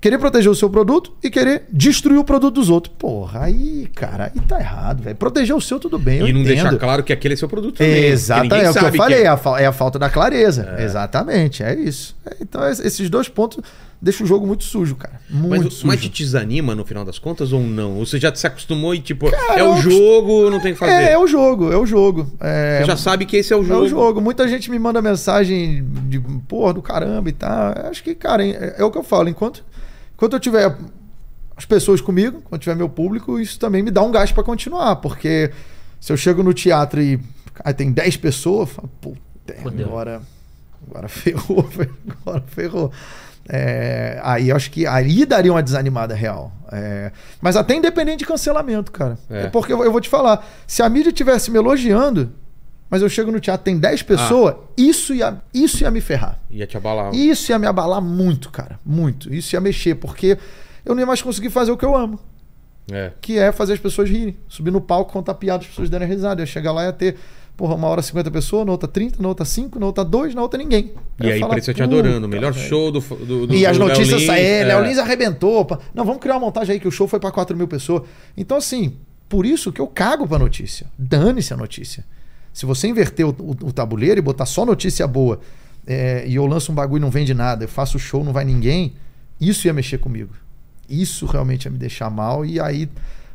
Speaker 5: querer proteger o seu produto e querer destruir o produto dos outros. Porra, aí, cara, aí tá errado, velho. Proteger o seu, tudo bem, eu
Speaker 1: e não
Speaker 5: entendo.
Speaker 1: deixar claro que aquele é seu produto. também, porque
Speaker 5: Exatamente,
Speaker 1: ninguém
Speaker 5: é o que eu
Speaker 1: sabe
Speaker 5: falei,
Speaker 1: quem
Speaker 5: é. a fa- é a falta da clareza. Exatamente, é isso. É, Então, es- esses dois pontos deixam o jogo muito sujo, cara. Muito
Speaker 1: Mas,
Speaker 5: sujo.
Speaker 1: mas te desanima no final das contas ou não? Ou você já se acostumou e tipo, é
Speaker 5: eu
Speaker 1: o
Speaker 5: acos-
Speaker 1: jogo, não tem o que fazer?
Speaker 5: É, é o jogo, é o jogo. É,
Speaker 1: Você já sabe que esse é o
Speaker 5: É
Speaker 1: jogo.
Speaker 5: o jogo. Muita gente me manda mensagem de porra do caramba e tal. Eu Acho que, cara, é, é o que eu falo. Enquanto, enquanto eu tiver as pessoas comigo, quando tiver meu público, isso também me dá um gás pra continuar. Porque se eu chego no teatro e cara, tem 10 pessoas, eu falo, puta, é
Speaker 4: Fudeu.
Speaker 5: agora, agora ferrou, [laughs] velho, agora ferrou. É, aí eu acho que aí daria uma desanimada real. É, mas até independente de cancelamento, cara.
Speaker 1: É.
Speaker 5: Porque eu, eu vou te falar, se a mídia tivesse me elogiando, mas eu chego no teatro, tem 10 pessoas, isso, ia, isso ia me ferrar.
Speaker 1: Ia te abalar.
Speaker 5: Isso ia me abalar muito, cara. Muito. Isso ia mexer, porque eu não ia mais conseguir fazer o que eu amo.
Speaker 1: É.
Speaker 5: que é fazer as pessoas rirem. Subir no palco, contar piada, as pessoas derem risada. Eu ia chegar lá e ia ter, porra, uma hora 50 pessoas, na outra 30, na outra 5, na outra 2, na outra ninguém.
Speaker 1: E
Speaker 5: Eu
Speaker 1: aí,
Speaker 5: ia falar,
Speaker 1: Preço te
Speaker 5: "Puta,
Speaker 1: adorando. O melhor
Speaker 5: velho."
Speaker 1: show do. do, do
Speaker 5: E as
Speaker 1: do
Speaker 5: notícias
Speaker 1: Léo
Speaker 5: saem,
Speaker 1: Lins,
Speaker 5: é, Léo Lins arrebentou. pá. Não, vamos criar uma montagem aí que o show foi pra 4 mil pessoas. Então, assim, por isso que eu cago pra notícia. Dane-se a notícia. Se você inverter o, o- o tabuleiro e botar só notícia boa, é, e eu lanço um bagulho e não vende nada, eu faço show, não vai ninguém, isso ia mexer comigo. Isso realmente ia me deixar mal, e aí,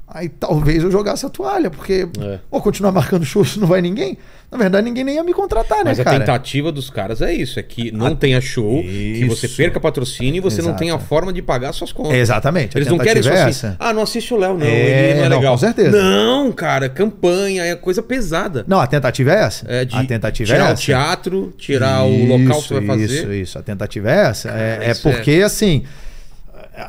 Speaker 5: aí talvez eu jogasse a toalha, porque
Speaker 1: É.
Speaker 5: ou continuar marcando show se não vai ninguém, na verdade ninguém nem ia me contratar, né,
Speaker 1: Mas a
Speaker 5: cara?
Speaker 1: tentativa dos caras é isso: é que não tenha show, que você
Speaker 5: Isso.
Speaker 1: perca patrocínio e você não
Speaker 5: Exato.
Speaker 1: tenha forma de pagar suas contas.
Speaker 5: Exatamente. a
Speaker 1: Eles não querem só
Speaker 5: tentativa é
Speaker 1: assim.
Speaker 5: essa.
Speaker 1: Ah, não assiste o Léo, não.
Speaker 5: É,
Speaker 1: ele não é
Speaker 5: não,
Speaker 1: legal.
Speaker 5: com certeza.
Speaker 1: Não, cara, campanha é coisa pesada.
Speaker 5: Não, a tentativa é essa.
Speaker 1: É de
Speaker 5: a tentativa
Speaker 1: tirar
Speaker 5: é
Speaker 1: o
Speaker 5: essa.
Speaker 1: teatro, tirar o local que você vai fazer.
Speaker 5: Isso, isso. A tentativa é essa.
Speaker 1: Cara,
Speaker 5: é, é
Speaker 1: isso é-
Speaker 5: porque, assim,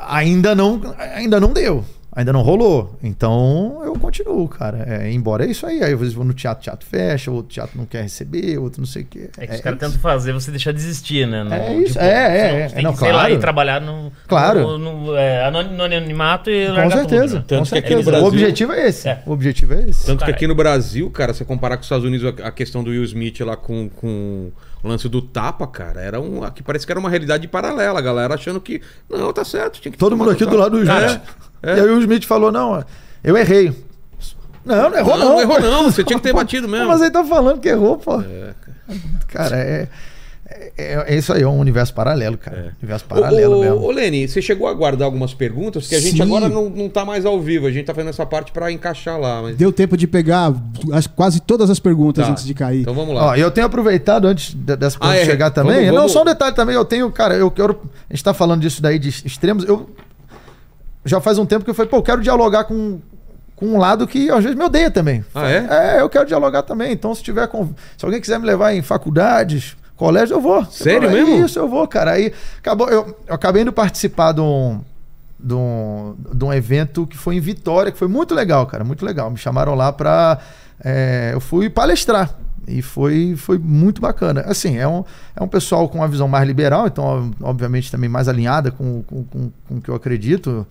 Speaker 5: ainda não, ainda não deu. Ainda não rolou. Então, eu continuo, cara. É, embora é isso aí. Aí, às vezes, vou no teatro, o teatro fecha, o outro teatro não quer receber, o outro não sei o quê.
Speaker 4: É que os caras tentam fazer você deixar desistir, né? Não,
Speaker 5: tá- É isso, é, é,
Speaker 4: você
Speaker 5: é.
Speaker 4: Tem
Speaker 5: Não,
Speaker 4: que, sei lá,
Speaker 5: claro.
Speaker 4: ir trabalhar no... No,
Speaker 5: Claro.
Speaker 4: no- é, anoni- no anonimato e
Speaker 5: Com
Speaker 4: largar
Speaker 5: certeza.
Speaker 4: tudo, né?
Speaker 1: Tanto
Speaker 5: com
Speaker 1: que aqui
Speaker 5: certeza.
Speaker 1: no Brasil-
Speaker 5: O objetivo é esse.
Speaker 4: É.
Speaker 5: O objetivo é esse.
Speaker 1: Tanto que
Speaker 4: Cara,
Speaker 1: aqui no Brasil, cara, você comparar com os Estados Unidos a a questão do Will Smith lá com, com o lance do tapa, cara, era um. Aqui parece que era uma realidade paralela, a galera achando que. Não, tá certo, tinha que
Speaker 5: Todo
Speaker 1: tomar
Speaker 5: mundo aqui
Speaker 1: no
Speaker 5: do
Speaker 1: tapa."
Speaker 5: lado do
Speaker 1: Cara, é.
Speaker 5: Smith. E aí o Smith falou: não, eu errei. Não, não errou,
Speaker 1: Não,
Speaker 5: não.
Speaker 1: não errou não,
Speaker 5: [laughs]
Speaker 1: É, você tinha que ter batido mesmo.
Speaker 5: Mas ele tá falando que errou, pô. cara, é, é, é isso aí, é um universo paralelo, cara. Universo paralelo
Speaker 1: É. ô, ô,
Speaker 5: mesmo.
Speaker 1: ô, Lene, você chegou a guardar algumas perguntas? Porque a gente
Speaker 2: Sim.
Speaker 1: agora não, não tá mais ao vivo, a gente tá fazendo essa parte pra encaixar lá. Mas...
Speaker 2: Deu tempo de pegar as- quase todas as perguntas
Speaker 1: É. Tá,
Speaker 2: antes de cair.
Speaker 1: Então vamos lá.
Speaker 5: Ó, eu tenho aproveitado antes de- dessa pergunta
Speaker 1: Ah, é.
Speaker 5: chegar também.
Speaker 1: Vamos,
Speaker 5: Não,
Speaker 1: vamos.
Speaker 5: só um detalhe também, eu tenho, cara, eu quero. A gente tá falando disso daí de extremos. Eu já faz um tempo que eu falei, pô, eu quero dialogar com, com um lado que às vezes me odeia também.
Speaker 1: Ah, é?
Speaker 5: É, eu quero dialogar também. Então, se tiver. con- Se alguém quiser me levar em faculdades, colégio, eu vou.
Speaker 1: Sério
Speaker 5: É
Speaker 1: mesmo?
Speaker 5: Isso, eu vou, cara. Aí acabou. Eu, eu acabei indo participar de um, de, um, de um evento que foi em Vitória, que foi muito legal, cara. Muito legal. Me chamaram lá pra. é, eu fui palestrar. E foi, foi muito bacana. Assim, é um, é um pessoal com uma visão mais liberal, então, ob- obviamente, também mais alinhada com, com, com, com o que eu acredito.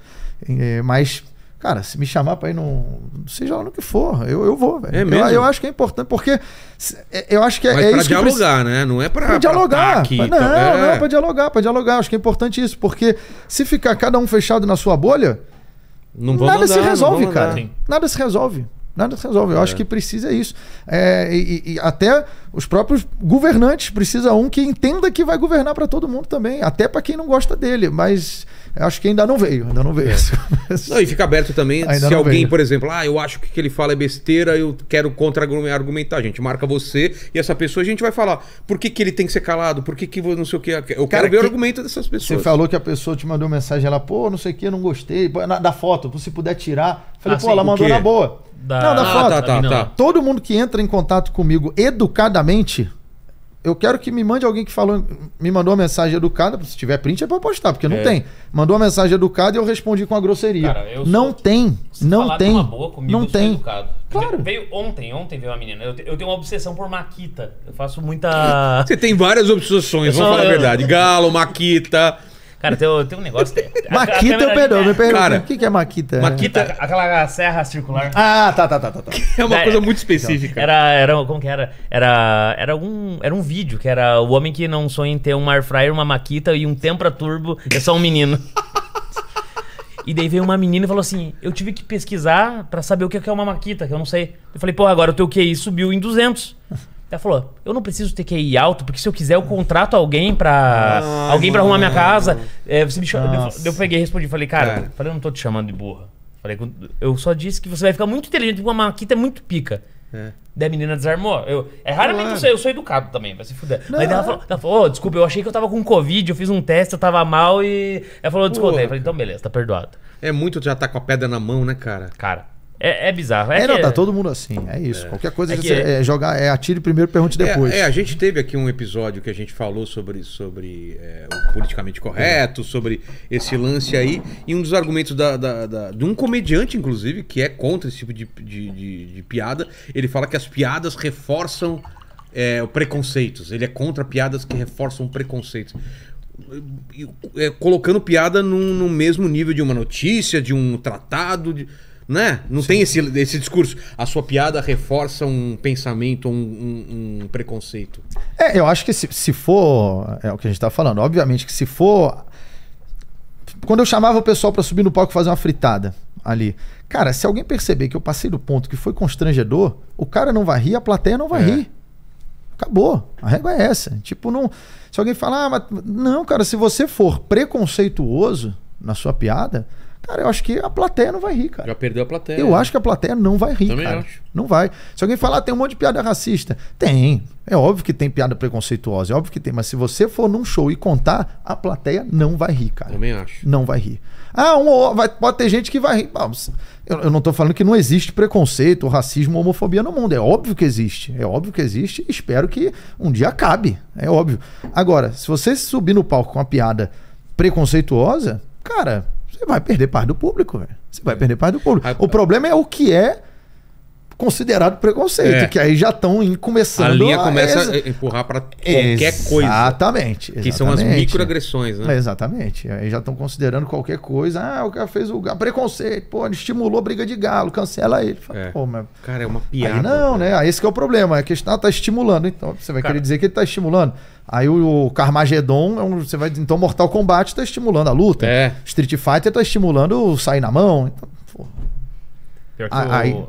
Speaker 5: É, mas, cara, se me chamar pra ir num. Seja lá no que for, eu, eu vou, velho.
Speaker 1: É
Speaker 5: Eu-
Speaker 1: mesmo?
Speaker 5: Eu, acho que é importante, porque se- é- eu acho que é,
Speaker 1: Mas
Speaker 5: é
Speaker 1: pra
Speaker 5: isso que precisa-
Speaker 1: dialogar, né? Não é pra,
Speaker 5: Pra dialogar.
Speaker 1: tá aqui,
Speaker 5: pra-
Speaker 1: então,
Speaker 5: não,
Speaker 1: é.
Speaker 5: não, pra dialogar, pra dialogar. Acho que é importante isso, porque se ficar cada um fechado na sua bolha,
Speaker 1: Não vamos
Speaker 5: nada
Speaker 1: andar,
Speaker 5: se
Speaker 1: não
Speaker 5: resolve,
Speaker 1: vamos
Speaker 5: cara.
Speaker 1: andar.
Speaker 5: Nada se resolve. Nada se resolve. Eu acho que precisa isso. É, e, e- e até os próprios governantes precisa um que entenda que vai governar pra todo mundo também, até pra quem não gosta dele. Mas eu acho que ainda não veio, ainda não [laughs] veio.
Speaker 1: É. Não, e fica aberto também
Speaker 5: Ainda
Speaker 1: se
Speaker 5: não
Speaker 1: alguém,
Speaker 5: veio.
Speaker 1: por exemplo, ah, eu acho que o que ele fala é besteira, eu quero contra-argumentar. A gente marca você e essa pessoa, a gente vai falar por que, que ele tem que ser calado, por que, que vo- não sei o que. Eu quero
Speaker 5: Cara,
Speaker 1: ver o
Speaker 5: que-
Speaker 1: argumento dessas pessoas.
Speaker 5: Você falou que a pessoa te mandou mensagem, ela, pô, não sei o que, não gostei. Pô, na- da foto, se puder tirar. Falei,
Speaker 4: Ah,
Speaker 5: pô,
Speaker 4: sim.
Speaker 5: ela
Speaker 4: O
Speaker 5: mandou
Speaker 1: quê?
Speaker 5: na boa.
Speaker 4: Da-
Speaker 5: Não, da
Speaker 1: ah,
Speaker 5: foto.
Speaker 1: tá, tá,
Speaker 4: Não.
Speaker 1: tá.
Speaker 5: Todo mundo que entra em contato comigo educadamente, eu quero que me mande alguém que falou, me mandou uma mensagem educada. Se tiver print é pra postar, porque não
Speaker 1: É.
Speaker 5: tem. Mandou uma mensagem educada e eu respondi com a grosseria.
Speaker 4: Cara, eu sou-
Speaker 5: não tem,
Speaker 4: Se
Speaker 5: não
Speaker 4: falar
Speaker 5: tem,
Speaker 4: uma boa comigo,
Speaker 5: não
Speaker 4: eu sou
Speaker 5: tem.
Speaker 4: Educado.
Speaker 5: Claro.
Speaker 4: Ve- Veio ontem, ontem veio uma menina. Eu, te- eu tenho uma obsessão por Maquita. Eu faço
Speaker 5: [laughs]
Speaker 4: muita.
Speaker 1: Você tem várias obsessões, vamos
Speaker 4: Eu só-
Speaker 1: falar a
Speaker 4: eu-
Speaker 1: verdade. Galo, Maquita.
Speaker 4: Cara, tem, um- tem um negócio.
Speaker 5: Maquita, eu perdoo, me perdoa.
Speaker 1: Cara,
Speaker 5: o que, que é Maquita?
Speaker 1: Maquita
Speaker 4: né? Maquita, aquela serra circular.
Speaker 5: Ah, tá, tá, tá, tá. tá.
Speaker 1: é uma
Speaker 4: É,
Speaker 1: coisa muito específica.
Speaker 4: Era, era, como que era? Era, era um, era um vídeo que era o homem que não sonha em ter um air fryer, uma maquita e um tempra turbo, é só um menino. e daí veio uma menina e falou assim: "Eu tive que pesquisar pra saber o que é uma maquita, que eu não sei". Eu falei: "Porra, agora o teu QI subiu em 200". Ela falou: "Eu não preciso ter QI alto, porque se eu quiser eu contrato alguém pra alguém para arrumar minha casa". É, você me chama, eu, eu peguei e respondi, falei: "Cara,
Speaker 1: Cara.
Speaker 4: falei, eu não tô te chamando de burra". Falei, eu só disse que você vai ficar muito inteligente, porque uma maquita é muito pica. Daí a menina desarmou. Eu, é raramente eu, sou, eu sou educado também, vai se fuder. Mas ela falou, ela falou, "Ô, desculpa, eu achei que eu tava com Covid, eu fiz um teste, eu tava mal e. Ela falou, descontei. Eu falei, então beleza, tá perdoado.
Speaker 1: É muito já tá com a pedra na mão, né, cara?
Speaker 4: Cara, é, é bizarro. É,
Speaker 5: É, não,
Speaker 4: que-
Speaker 5: tá todo mundo assim, é isso. Qualquer coisa
Speaker 4: É
Speaker 5: você
Speaker 4: que é-
Speaker 5: é jogar, é atire primeiro, pergunte depois.
Speaker 1: É, é, a gente teve aqui um episódio que a gente falou sobre, sobre é, o politicamente correto, sobre esse lance aí, e um dos argumentos da, da- da- de um comediante, inclusive, que é contra esse tipo de, de- de- de piada, ele fala que as piadas reforçam é, o preconceitos. Ele é contra piadas que reforçam preconceitos. é, colocando piada num- no mesmo nível de uma notícia, de um tratado, de- né? Não tem esse, esse discurso. A sua piada reforça um pensamento, um, um- um preconceito.
Speaker 5: É, eu acho que se, se for. É o que a gente tá falando. Obviamente que se for. Quando eu chamava o pessoal pra subir no palco e fazer uma fritada ali. Cara, se alguém perceber que eu passei do ponto que foi constrangedor, o cara não vai rir, a plateia não vai
Speaker 1: É.
Speaker 5: rir. Acabou. A regra é essa. Tipo, não. Se alguém falar, ah, mas. Não, cara, se você for preconceituoso na sua piada, cara, eu acho que a plateia não vai rir, cara.
Speaker 1: Já perdeu a plateia.
Speaker 5: Eu acho que a plateia não vai rir,
Speaker 1: Também
Speaker 5: cara.
Speaker 1: acho.
Speaker 5: Não vai. Se alguém falar, "Ah, tem um monte de piada racista. Tem. É óbvio que tem piada preconceituosa, é óbvio que tem. Mas se você for num show e contar, a plateia não vai rir, cara.
Speaker 1: Também acho.
Speaker 5: Não vai rir. Ah, um, ou- vai, pode ter gente que vai rir. Bom, s- eu, eu não tô falando que não existe preconceito, racismo, homofobia no mundo. É óbvio que existe. É óbvio que existe. Espero que um dia acabe. É óbvio. Agora, se você subir no palco com uma piada preconceituosa, cara, você vai perder parte do público, velho. Você vai perder parte do público.
Speaker 1: Ah,
Speaker 5: O problema é o que é considerado preconceito,
Speaker 1: É.
Speaker 5: que aí já estão começando
Speaker 1: A linha
Speaker 5: a-
Speaker 1: começa
Speaker 5: exa-
Speaker 1: a empurrar pra qualquer coisa.
Speaker 5: Exatamente.
Speaker 1: Que são as
Speaker 5: exatamente.
Speaker 1: microagressões, né?
Speaker 5: Exatamente. Aí já estão considerando qualquer coisa. Ah, o cara fez o ga- preconceito, pô, ele estimulou briga de galo, cancela ele. Fala,
Speaker 1: É.
Speaker 5: Pô, mas
Speaker 1: Cara, é uma piada.
Speaker 5: aí
Speaker 1: cara.
Speaker 5: não, né? Aí esse que é o problema. A questão está estimulando. Então, você vai
Speaker 1: Cara.
Speaker 5: querer dizer que ele está estimulando. Aí o Carmageddon, é um- você vai dizer, então Mortal Kombat está estimulando a luta.
Speaker 1: É.
Speaker 5: Street Fighter está estimulando o sair na mão. Então, pô,
Speaker 4: Pior que,
Speaker 5: Ah,
Speaker 4: eu,
Speaker 5: aí-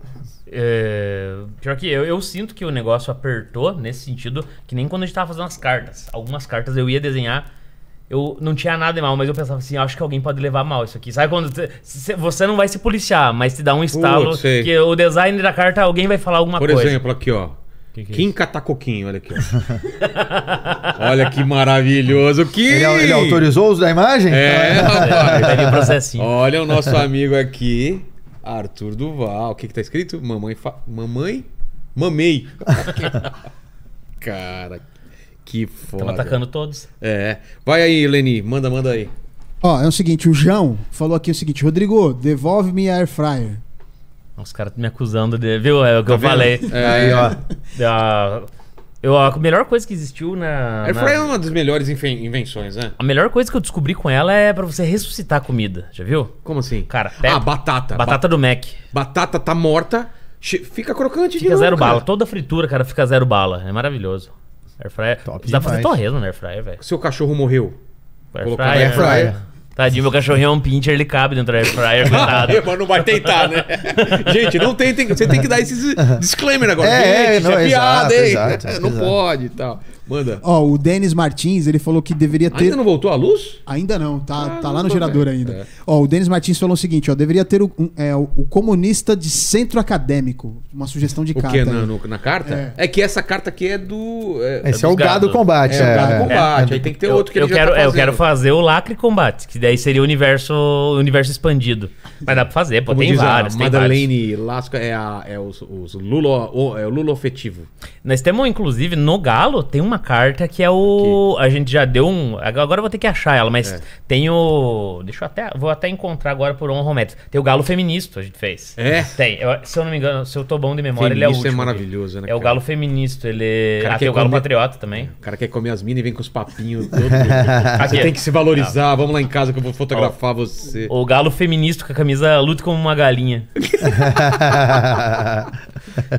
Speaker 4: é, pior que eu, eu sinto que o negócio apertou nesse sentido, que nem quando a gente tava fazendo as cartas. Algumas cartas eu ia desenhar, eu não tinha nada mal, mas eu pensava assim, acho que alguém pode levar mal isso aqui. Sabe quando te- se- você não vai se policiar, mas te dá um estalo
Speaker 1: Putz, sei.
Speaker 4: que o design da carta, alguém vai falar alguma
Speaker 1: Por
Speaker 4: coisa.
Speaker 1: exemplo, aqui, ó.
Speaker 4: Que que é
Speaker 1: Kim Catacoquinho, olha aqui. ó. olha que maravilhoso. Kim!
Speaker 5: ele, ele é Então, autorizou o uso da imagem?
Speaker 1: É,
Speaker 4: É, vai
Speaker 1: rapaz.
Speaker 4: vir o processinho.
Speaker 1: Olha o
Speaker 4: [laughs]
Speaker 1: nosso amigo aqui, Arthur Duval. O que que tá escrito? Mamãe. Fa... Mamãe? Mamei.
Speaker 4: [laughs]
Speaker 1: Cara, que
Speaker 4: Estamos
Speaker 1: foda.
Speaker 4: atacando todos.
Speaker 1: É. Vai aí, Leni. Manda, manda aí.
Speaker 2: Ó, é o seguinte, o João falou aqui o seguinte, Rodrigo, devolve-me a air fryer.
Speaker 4: Os caras me acusando de. Viu? É o que eu
Speaker 1: vendo?
Speaker 4: falei.
Speaker 1: É,
Speaker 5: Aí, ó.
Speaker 4: Da- eu, a melhor coisa que existiu na.
Speaker 1: Air
Speaker 4: Tá na-
Speaker 1: fryer é uma das melhores inven- invenções, né?
Speaker 4: A melhor coisa que eu descobri com ela é pra você ressuscitar a comida, já viu?
Speaker 1: Como assim?
Speaker 4: Cara,
Speaker 1: ah,
Speaker 4: pega-
Speaker 1: batata.
Speaker 4: Batata do Mac.
Speaker 1: Ba- batata tá morta, che- fica crocante de
Speaker 4: Fica
Speaker 1: novo,
Speaker 4: zero
Speaker 1: cara.
Speaker 4: bala. Toda fritura, cara, fica zero bala. É maravilhoso. Airfryer.
Speaker 5: Top
Speaker 4: Dá pra fazer
Speaker 5: demais.
Speaker 4: torresmo no Airfryer, velho.
Speaker 1: Seu cachorro morreu. Colocar no
Speaker 4: Airfryer.
Speaker 5: airfryer.
Speaker 4: Tadinho, meu cachorrinho é um pincher, ele cabe dentro
Speaker 1: [laughs]
Speaker 4: do Airfryer, coitado.
Speaker 1: Mas não vai tentar,
Speaker 4: [laughs]
Speaker 1: né? Gente, não tentem. Você tem que dar esse disclaimer agora.
Speaker 5: É,
Speaker 1: Gente,
Speaker 5: é, não,
Speaker 1: é piada,
Speaker 5: exato,
Speaker 1: hein?
Speaker 5: exato,
Speaker 1: [laughs] não
Speaker 5: exato.
Speaker 1: pode e tal. Manda.
Speaker 2: Ó, o Denis Martins, ele falou que deveria ter...
Speaker 1: Ainda não voltou a luz?
Speaker 2: Ainda não, tá,
Speaker 1: Ah,
Speaker 2: tá lá
Speaker 1: não
Speaker 2: no
Speaker 1: tô
Speaker 2: gerador
Speaker 1: vendo.
Speaker 2: ainda.
Speaker 1: É.
Speaker 2: Ó, o Denis Martins falou o seguinte, ó, deveria ter o, um, é, o- o comunista de centro acadêmico. Uma sugestão de
Speaker 1: O
Speaker 2: carta.
Speaker 1: que é
Speaker 2: aí.
Speaker 1: na, no- na carta? É. que essa carta aqui é do. É,
Speaker 5: Esse é o
Speaker 4: dos
Speaker 5: gado
Speaker 4: gados.
Speaker 5: combate.
Speaker 1: é o gado
Speaker 5: é.
Speaker 1: combate. Aí tem que ter
Speaker 4: Eu-
Speaker 1: outro que
Speaker 4: eu
Speaker 1: ele já
Speaker 4: quero,
Speaker 1: tá
Speaker 4: é, Eu quero
Speaker 1: fazendo.
Speaker 4: fazer o Lacre Combate, que daí seria o universo, o universo expandido. Mas dá pra fazer, pô.
Speaker 1: Como
Speaker 4: tem
Speaker 1: diz
Speaker 4: vários,
Speaker 1: a
Speaker 4: tem vários.
Speaker 1: Madeleine Lasca, é, a- é os, os Lula, o- é o Lula ofetivo.
Speaker 4: Nós temos, inclusive, no Galo, tem uma carta que é o. A gente já deu um. Agora eu vou ter que achar ela, mas
Speaker 1: É.
Speaker 4: tem o. Deixa eu até. Vou até encontrar agora por honra ao mérito. Tem o Galo Feministo, a gente fez.
Speaker 1: É?
Speaker 4: Tem. Eu- se eu não me engano, se eu tô bom de memória, ele é o.
Speaker 1: Feminista é
Speaker 4: último.
Speaker 1: maravilhoso, né,
Speaker 4: É o
Speaker 1: cara?
Speaker 4: Galo Feministo, ele.
Speaker 1: Cara,
Speaker 4: ah,
Speaker 1: que é
Speaker 4: tem o Galo
Speaker 1: come-
Speaker 4: Patriota também.
Speaker 1: O cara quer comer as minas e vem com os papinhos. [laughs] Todo... você tem que se valorizar. Vamos lá em casa que eu vou fotografar você.
Speaker 4: O Galo Feministo com a camisa Luta como uma Galinha.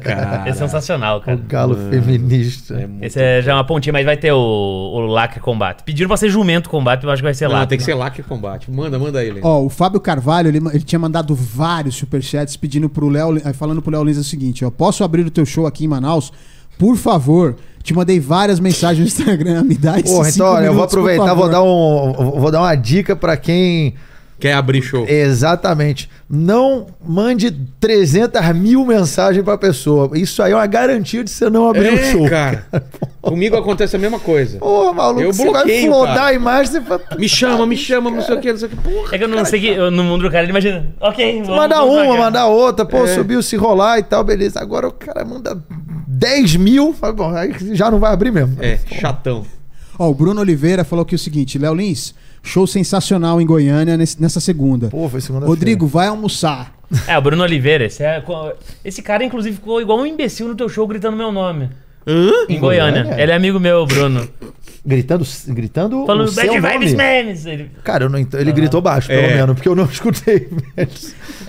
Speaker 1: Cara,
Speaker 4: É sensacional, cara.
Speaker 5: o galo feminista.
Speaker 1: é muito-
Speaker 4: Esse é já uma pontinha, mas vai ter o, o Lacre Combate. Pediram pra ser Jumento Combate, eu acho que vai ser
Speaker 1: Não,
Speaker 4: Lacre.
Speaker 1: Ah, tem que ser lá que combate. Manda, manda ele.
Speaker 2: Ó, o Fábio Carvalho, ele, ele tinha mandado vários superchats pedindo pro Léo, eh, falando pro Léo Lins o seguinte, ó, posso abrir o teu show aqui em Manaus? Por favor, te mandei várias mensagens no Instagram, [laughs] me dá esses
Speaker 5: Porra,
Speaker 2: cinco
Speaker 5: então, olha, eu vou
Speaker 2: minutos, por
Speaker 5: aproveitar,
Speaker 2: favor."
Speaker 5: vou dar, um, vou dar uma dica pra quem
Speaker 1: Quer abrir show?
Speaker 5: Exatamente. Não mande 300 mil mensagens pra pessoa. Isso aí é uma garantia de você não abrir o
Speaker 1: É,
Speaker 5: show.
Speaker 1: cara. [laughs] Comigo acontece a mesma coisa.
Speaker 5: Pô, maluco,
Speaker 1: Eu
Speaker 5: você
Speaker 1: bloqueio,
Speaker 5: vai flodar
Speaker 1: cara.
Speaker 5: a imagem, você vai...
Speaker 1: Me chama, me chama, não sei o que, não sei o que. Porra.
Speaker 4: É que eu não sei que eu- no mundo do cara ele imagina. Ok, vamos.
Speaker 5: Manda
Speaker 4: vamos pra
Speaker 5: uma,
Speaker 4: cá.
Speaker 5: manda outra, pô,
Speaker 1: É.
Speaker 5: subiu, se rolar e tal, beleza. Agora o cara manda 10 mil, fala, bom, aí já não vai abrir mesmo.
Speaker 1: É, chatão.
Speaker 5: um-
Speaker 2: Ó, o Bruno Oliveira falou que o seguinte, Léo Lins, show sensacional em Goiânia nesse- nessa segunda.
Speaker 5: Pô, foi segunda-feira.
Speaker 2: Rodrigo, vai almoçar.
Speaker 4: É, o Bruno Oliveira, esse, é- esse cara, inclusive, ficou igual um imbecil no teu show gritando meu nome. Em Goiânia.
Speaker 5: Goiânia?
Speaker 4: Ele é amigo meu, Bruno.
Speaker 5: Gritando, gritando
Speaker 4: Falando
Speaker 5: o seu
Speaker 4: Bad Vibes
Speaker 5: nome?
Speaker 4: Manes. Ele...
Speaker 5: Cara, eu não ent- ele gritou baixo, pelo
Speaker 1: É.
Speaker 5: menos, porque eu não [laughs] escutei.
Speaker 4: É um-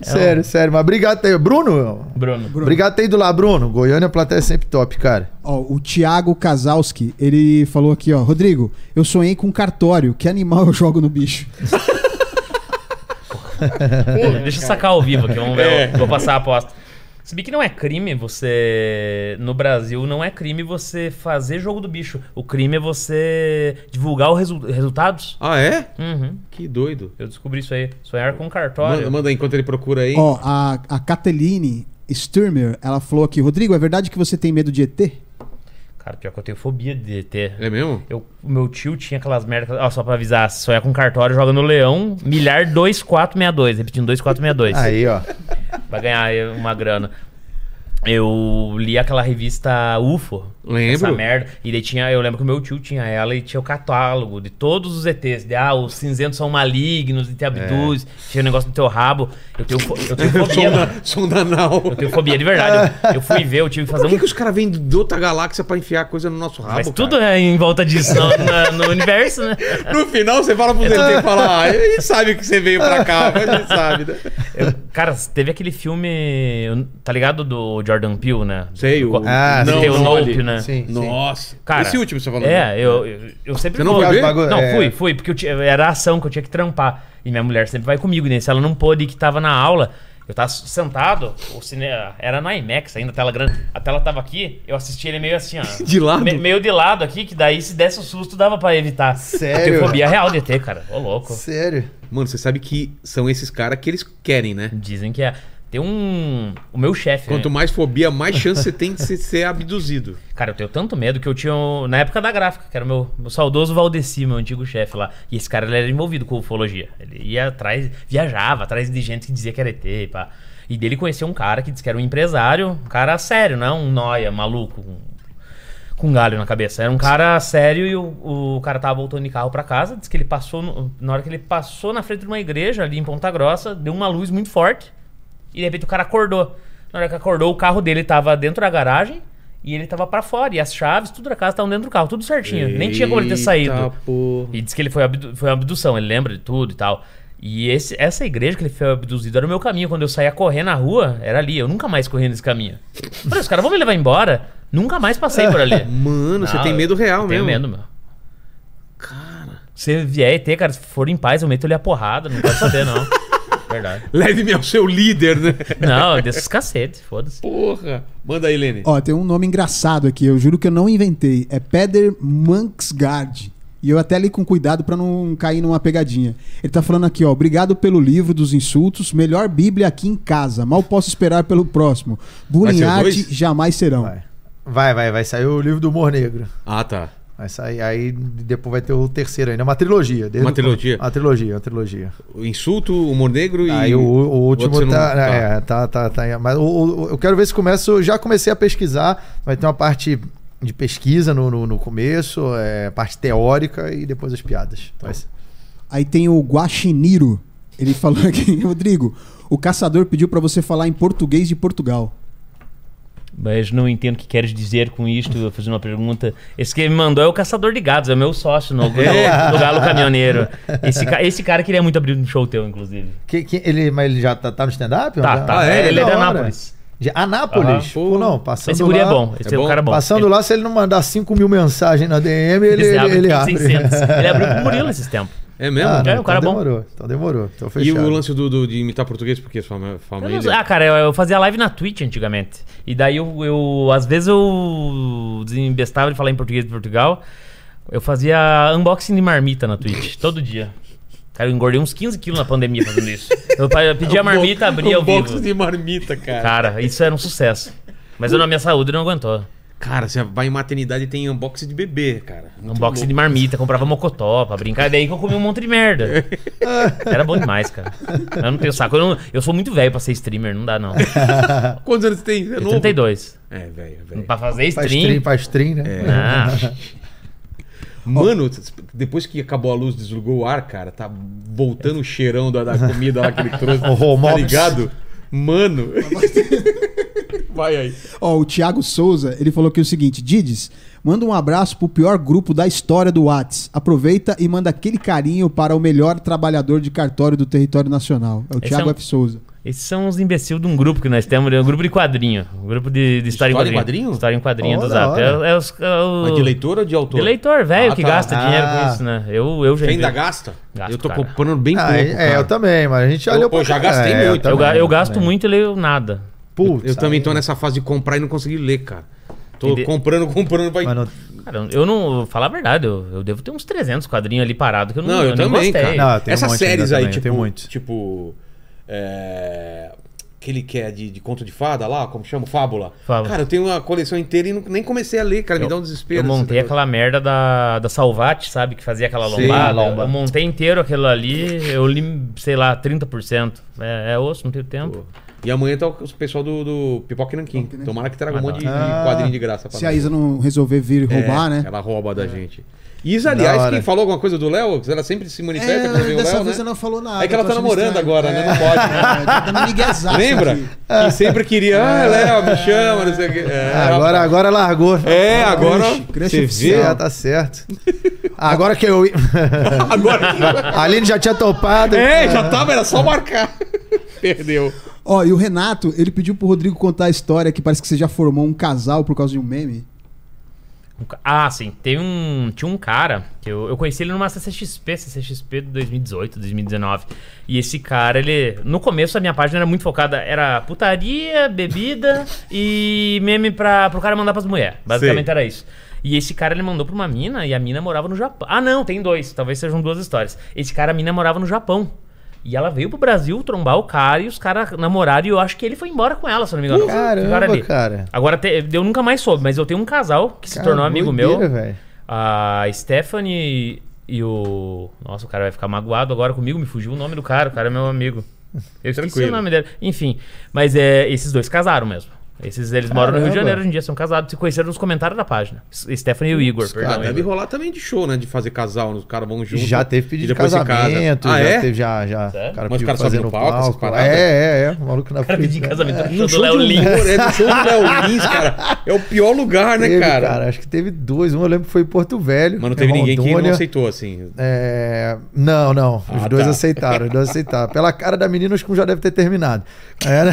Speaker 5: sério, sério. Mas obrigado aí. Bruno,
Speaker 4: Bruno.
Speaker 5: obrigado aí do lá, Bruno. Goiânia, a plateia é sempre top, cara.
Speaker 2: Ó, o Thiago Kazalski, ele falou aqui, ó, Rodrigo, eu sonhei com um cartório, que animal eu jogo no bicho?
Speaker 4: Deixa eu sacar ao vivo aqui, vamos ver.
Speaker 1: É.
Speaker 4: eu Vou passar a aposta. Se bem que não é crime você. No Brasil, não é crime você fazer jogo do bicho. O crime é você divulgar os resu- resultados.
Speaker 1: Ah, é?
Speaker 4: Uhum.
Speaker 1: Que doido.
Speaker 4: Eu descobri isso aí. Sonhar com cartório.
Speaker 1: Manda, manda aí enquanto ele procura aí.
Speaker 2: Ó, a, a Cateline Sturmer, ela falou aqui, Rodrigo, é verdade que você tem medo de ET?
Speaker 4: Cara, pior que eu tenho fobia de ET.
Speaker 1: É mesmo?
Speaker 4: Eu, o meu tio tinha aquelas merdas. Ó, só pra avisar, se sonhar com cartório, joga no leão, milhar 2462. Repetindo, 2462.
Speaker 5: Aí, ó.
Speaker 4: Vai ganhar aí uma grana. Eu li aquela revista UFO.
Speaker 1: Lembro.
Speaker 4: Essa merda. E daí tinha, eu lembro que o meu tio tinha ela e tinha o catálogo de todos os ETs. De, ah, os cinzentos são malignos e te abduz. Tinha o negócio no teu rabo. Eu tenho, fo- eu tenho fobia. mano.
Speaker 1: Sonda, sonda anal.
Speaker 4: Eu tenho fobia de verdade. Eu, eu fui ver, eu tive que fazer
Speaker 1: Por que,
Speaker 4: um
Speaker 1: que os caras vêm de outra galáxia pra enfiar coisa no nosso rabo?
Speaker 4: Mas
Speaker 1: cara?
Speaker 4: tudo é em volta disso no, na- no universo, né?
Speaker 1: No final você fala pro Zé e fala, ah, ele sabe que você veio pra cá, mas ele sabe, né?
Speaker 4: Eu- cara, teve aquele filme, tá ligado, do Jordan Peele, né?
Speaker 1: Sei, o-
Speaker 4: Do-
Speaker 5: Ah,
Speaker 4: do-
Speaker 5: sim.
Speaker 4: tem o
Speaker 1: não,
Speaker 4: Nope,
Speaker 1: ele-
Speaker 4: né?
Speaker 5: Sim, sim.
Speaker 1: Nossa.
Speaker 4: Cara,
Speaker 1: Esse último que você falou. né?
Speaker 4: É, eu, eu, eu sempre
Speaker 1: Você não
Speaker 4: vou-
Speaker 1: foi ver?
Speaker 5: Bagulho-
Speaker 4: Não,
Speaker 5: é.
Speaker 4: fui, fui, porque eu ti- era a ação que eu tinha que trampar. E minha mulher sempre vai comigo, né? Se ela não pôde ir, que tava na aula, eu tava sentado, o cinema era na IMAX ainda, a tela grande. A tela tava aqui, eu assisti ele meio assim, ó.
Speaker 1: [laughs] De lado?
Speaker 4: Me- meio de lado aqui, que daí se desse o susto dava pra evitar.
Speaker 5: Sério?
Speaker 4: Eu tenho fobia real de ET, cara. Ô, louco.
Speaker 5: Sério.
Speaker 1: Mano, você sabe que são esses caras que eles querem, né?
Speaker 4: Dizem que é. Tem um. O meu chefe.
Speaker 1: Quanto
Speaker 4: né?
Speaker 1: mais fobia, mais chance você tem de se- ser abduzido.
Speaker 4: Cara, eu tenho tanto medo que eu tinha. um- Na época da gráfica, que era o meu, meu saudoso Valdeci, meu antigo chefe lá. E esse cara ele era envolvido com ufologia. Ele ia atrás, viajava atrás de gente que dizia que era ET e pá. E dele conheceu um cara que disse que era um empresário, um cara sério, não é um noia, maluco, um com um galho na cabeça. Era um cara sério e o, o cara tava voltando de carro pra casa. Diz que ele passou, no- na hora que ele passou na frente de uma igreja ali em Ponta Grossa, deu uma luz muito forte e de repente o cara acordou. Na hora que acordou, o carro dele tava dentro da garagem e ele tava pra fora. E as chaves, tudo da casa, estavam dentro do carro, tudo certinho. Nem tinha como ele ter
Speaker 1: Eita,
Speaker 4: saído.
Speaker 1: porra.
Speaker 4: E diz que ele foi, abdu- foi uma abdução, ele lembra de tudo e tal. E esse- essa igreja que ele foi abduzido era o meu caminho. Quando eu saía correndo na rua, era ali. Eu nunca mais corri nesse caminho. Falei, os caras vão me levar embora. Nunca mais passei
Speaker 1: [laughs]
Speaker 4: por ali.
Speaker 1: Mano, você
Speaker 4: Não,
Speaker 1: tem medo real
Speaker 4: eu
Speaker 1: mesmo.
Speaker 4: Tenho medo, meu. Cara. Se vier ET, cara, se for em paz, eu meto ele a porrada. Não pode saber, não. Verdade.
Speaker 1: Leve-me ao seu líder, né?
Speaker 4: Não, desses cacete, foda-se.
Speaker 1: Porra. Manda aí, Lene.
Speaker 2: Ó, tem um nome engraçado aqui, eu juro que eu não inventei. É Peder Manksgaard. E eu até li com cuidado pra não cair numa pegadinha. Ele tá falando aqui, ó, obrigado pelo livro dos insultos, melhor bíblia aqui em casa. Mal posso esperar pelo próximo.
Speaker 1: Vai
Speaker 2: Bullying
Speaker 1: ser os
Speaker 2: arte
Speaker 1: dois?
Speaker 2: jamais serão.
Speaker 5: Vai. Vai, vai, vai sair o livro do Humor Negro.
Speaker 1: Ah, tá.
Speaker 5: Vai sair, aí depois vai ter o terceiro ainda. É Uma trilogia. desde
Speaker 1: Uma
Speaker 5: o-
Speaker 1: trilogia?
Speaker 5: Uma trilogia, uma trilogia.
Speaker 1: O insulto, o humor negro e...
Speaker 5: Aí o, o último
Speaker 1: outro
Speaker 5: tá,
Speaker 1: você não-
Speaker 5: É, tá, tá, tá. Mas o- o- eu quero ver se começo. Já comecei a pesquisar. Vai ter uma parte de pesquisa no, no, no começo, é, parte teórica e depois as piadas. Mas-
Speaker 2: Aí tem o Guaxiniro. Ele [laughs] falou aqui, Rodrigo, o caçador pediu pra você falar em português de Portugal.
Speaker 4: Mas não entendo o que queres dizer com isto. Eu vou fazer uma pergunta. Esse que me mandou é o caçador de gados, é meu sócio no, no, no Galo Caminhoneiro. Esse, ca- esse cara queria muito abrir um show teu, inclusive.
Speaker 5: que- que- ele, mas ele já tá, tá no stand-up?
Speaker 4: Tá, tá.
Speaker 1: Ah, é?
Speaker 4: Ele é de
Speaker 5: Da hora.
Speaker 4: Anápolis.
Speaker 5: De Anápolis?
Speaker 1: Ah,
Speaker 5: Pô, não, passando
Speaker 4: Esse guri
Speaker 5: lá,
Speaker 4: é bom. Esse
Speaker 1: É
Speaker 4: é,
Speaker 1: bom?
Speaker 4: um cara bom.
Speaker 5: Passando lá, se ele não mandar 5 mil mensagens na DM, ele, ele,
Speaker 4: abre,
Speaker 5: abre.
Speaker 4: tem 600. ele abriu pro Murilo esses tempos.
Speaker 1: É mesmo?
Speaker 5: [laughs] Ah,
Speaker 4: É, o cara é
Speaker 5: então
Speaker 4: bom.
Speaker 5: demorou, então demorou. Então
Speaker 1: E
Speaker 5: fechado.
Speaker 1: o lance do, do- de imitar português, porque sua ma-
Speaker 4: Eu não
Speaker 1: família.
Speaker 4: sei. Ah, cara, eu, eu fazia live na Twitch antigamente. E daí eu, eu às vezes eu desembestava de falar em português de Portugal. Eu fazia unboxing de marmita na [laughs] Twitch, todo dia. Cara, eu engordei uns 15 quilos na pandemia fazendo isso. Eu pa- eu [laughs] pedia a marmita, abria ao
Speaker 1: o Um box
Speaker 4: vivo.
Speaker 1: de marmita, cara. cara.
Speaker 4: Cara, isso era um sucesso. Mas eu, na minha saúde, não aguentou.
Speaker 1: você vai em maternidade e tem unboxing de bebê, cara. Muito
Speaker 4: Unboxing de marmita, comprava mocotó pra brincar. Daí que eu comi um monte de [laughs] merda. Era bom demais, cara. Eu não tenho saco. Eu, não- eu sou muito velho pra ser streamer, não dá não.
Speaker 1: louco. Quantos anos você tem? Você é
Speaker 4: Eu
Speaker 1: novo?
Speaker 4: 32.
Speaker 1: É, velho, velho.
Speaker 4: Pra fazer
Speaker 5: Faz
Speaker 4: stream.
Speaker 5: stream, faz stream, né?
Speaker 1: É.
Speaker 4: Ah,
Speaker 1: Mano, depois que acabou a luz, desligou o ar, cara, tá voltando o Tá cheirão da, da comida lá que ele trouxe.
Speaker 5: O home
Speaker 1: tá
Speaker 5: office.
Speaker 1: ligado? Mano.
Speaker 6: Vai aí.
Speaker 2: Ó, o Thiago Souza, ele falou aqui o seguinte: Didis, manda um abraço pro pior grupo da história do Whats. Aproveita e manda aquele carinho para o melhor trabalhador de cartório do território nacional. É o
Speaker 4: Esse
Speaker 2: Thiago
Speaker 4: é um-
Speaker 2: F. Souza.
Speaker 4: Esses são uns imbecil de um grupo que nós temos, um grupo de quadrinho. Um grupo de, de história,
Speaker 1: História em
Speaker 4: em quadrinho.
Speaker 1: quadrinho?
Speaker 4: História em quadrinho
Speaker 5: Oh,
Speaker 4: do
Speaker 5: da
Speaker 4: Zap. É,
Speaker 5: hora.
Speaker 4: é os, é o-
Speaker 1: Mas de leitor ou de autor?
Speaker 4: De leitor, velho,
Speaker 1: Ah,
Speaker 4: que
Speaker 1: tá.
Speaker 4: gasta dinheiro
Speaker 5: Ah.
Speaker 4: com isso, né? Eu, eu já
Speaker 1: Quem
Speaker 4: investi-
Speaker 1: ainda gasta?
Speaker 4: Gasto,
Speaker 1: eu tô
Speaker 4: cara.
Speaker 1: comprando bem
Speaker 5: Ah,
Speaker 1: pouco.
Speaker 5: é, eu
Speaker 1: cara.
Speaker 5: também, mas a gente já
Speaker 1: Eu-
Speaker 5: olhou
Speaker 1: eu já gastei
Speaker 5: é,
Speaker 1: muito. né?
Speaker 4: Eu, ga-
Speaker 5: também,
Speaker 4: eu gasto
Speaker 5: também.
Speaker 4: muito e leio nada.
Speaker 5: Putz,
Speaker 1: Eu também tô nessa fase de comprar e não consegui ler, cara. Tô
Speaker 4: Entende-
Speaker 1: comprando, comprando, vai.
Speaker 5: Mano,
Speaker 4: Cara, eu não. Falar a verdade, eu, eu devo ter uns 300 quadrinhos ali parado que eu não,
Speaker 1: Não, eu,
Speaker 4: nem
Speaker 1: também,
Speaker 4: gostei.
Speaker 1: cara.
Speaker 5: Não, eu tenho um
Speaker 1: Essas
Speaker 5: monte
Speaker 1: séries
Speaker 5: ainda
Speaker 1: aí,
Speaker 5: também, eu
Speaker 1: tipo.
Speaker 5: tenho muito.
Speaker 1: Tipo. É... Aquele que é de, de conto de fada lá, como chama? Fábula.
Speaker 4: Fábula.
Speaker 1: Cara, eu tenho uma coleção inteira e não- nem comecei a ler, cara. me dá um desespero.
Speaker 4: Eu montei
Speaker 1: esse negócio.
Speaker 4: aquela merda da, da Salvati, sabe? Que fazia aquela
Speaker 1: Sim,
Speaker 4: lombada.
Speaker 5: lomba.
Speaker 4: Eu montei inteiro aquilo ali, eu li, sei lá, 30%. É, é osso, não tenho tempo.
Speaker 1: E amanhã tá o pessoal do, do Pipoca e Nanquim. Tomara que
Speaker 4: tá.
Speaker 1: traga um monte de, de
Speaker 5: Ah.
Speaker 1: quadrinho de graça pra
Speaker 2: Se a
Speaker 1: nós.
Speaker 2: Isa não resolver vir
Speaker 1: É,
Speaker 2: roubar, né?
Speaker 1: Ela rouba da gente. Isa, aliás,
Speaker 5: Da hora.
Speaker 1: quem falou alguma coisa do Léo, ela sempre se manifesta
Speaker 2: É,
Speaker 1: quando vem o
Speaker 2: dessa
Speaker 1: Léo,
Speaker 2: vez
Speaker 1: né?
Speaker 2: ela não falou nada.
Speaker 1: É que ela
Speaker 2: tô
Speaker 1: tá
Speaker 2: achando
Speaker 1: namorando
Speaker 2: estranho.
Speaker 1: agora, né? Não
Speaker 2: [laughs] É, tá dando miguezaço
Speaker 1: [laughs] Lembra?
Speaker 2: aqui.
Speaker 1: Que sempre queria, ah, Léo, me chama, não sei o quê. É,
Speaker 5: Ah, agora, agora largou.
Speaker 1: É, agora.
Speaker 2: Crush, crush
Speaker 1: você
Speaker 5: Sim,
Speaker 1: vê.
Speaker 5: já tá certo. Agora que eu. [laughs]
Speaker 1: [laughs] Agora.
Speaker 5: A Aline já tinha topado.
Speaker 1: É, já tava, era só marcar. [laughs] Perdeu.
Speaker 2: Ó, e o Renato, ele pediu pro Rodrigo contar a história que parece que você já formou um casal por causa de um meme.
Speaker 4: Um ca- Ah, sim. Tem um, tinha um cara que eu, eu conheci ele numa CCXP, CCXP de 2018, 2019. E esse cara, ele. No começo a minha página era muito focada. Era putaria, bebida [laughs] e meme pra, pro cara mandar pras mulheres. Basicamente
Speaker 1: Sei.
Speaker 4: era isso. E esse cara ele mandou pra uma mina e a mina morava no Japão. Ah, não, tem dois. Talvez sejam duas histórias. Esse cara, a mina morava no Japão. E ela veio pro Brasil trombar o cara e os caras namoraram e eu acho que ele foi embora com ela, se eu não me engano. Ficaram
Speaker 5: Caramba,
Speaker 4: ali.
Speaker 5: cara.
Speaker 4: Agora, te- eu nunca mais soube, mas eu tenho um casal que se tornou amigo meu.
Speaker 5: Doideira, velho.
Speaker 4: A Stephanie e o. Nossa, o cara vai ficar magoado agora comigo, me fugiu o nome do cara, o cara é meu amigo. Eu esqueci
Speaker 1: Tranquilo.
Speaker 4: o nome dele. Enfim, mas é, esses dois casaram mesmo. Esses, eles moram no Rio de
Speaker 5: Caramba.
Speaker 4: Janeiro hoje em dia, são casados, se conheceram nos comentários da página. S- Stephanie e o Igor,
Speaker 1: Ah,
Speaker 4: perdão.
Speaker 5: é
Speaker 4: [laughs]
Speaker 1: deve
Speaker 4: Igor.
Speaker 1: rolar também de show, né? De fazer casal, os caras vão juntos.
Speaker 5: Já teve pedido
Speaker 1: e
Speaker 5: de
Speaker 1: depois se
Speaker 5: casamento,
Speaker 1: casam. Ah,
Speaker 5: já
Speaker 1: é?
Speaker 5: teve, já, já.
Speaker 4: Sério?
Speaker 1: Mas os caras sobem
Speaker 5: fazer no
Speaker 1: no palco, essas paradas?
Speaker 5: É, é, é. O maluco na
Speaker 4: O cara
Speaker 5: frente,
Speaker 4: pediu em
Speaker 5: né?
Speaker 4: casamento no
Speaker 1: No
Speaker 4: show do
Speaker 1: show
Speaker 4: Léo
Speaker 1: do Lins.
Speaker 4: Lins.
Speaker 1: É, no show do Léo Lins, cara. É o pior lugar, né,
Speaker 5: Teve,
Speaker 1: cara?
Speaker 5: Acho que teve dois. Um eu lembro que foi em Porto Velho.
Speaker 1: Mas não teve
Speaker 5: em
Speaker 1: ninguém que não
Speaker 5: Rondônia.
Speaker 1: aceitou, assim.
Speaker 5: É, Não, não. Os
Speaker 1: Ah,
Speaker 5: dois
Speaker 1: tá.
Speaker 5: aceitaram, os dois aceitaram. Pela cara da menina, acho que um já deve ter terminado.
Speaker 1: [laughs]
Speaker 5: Era...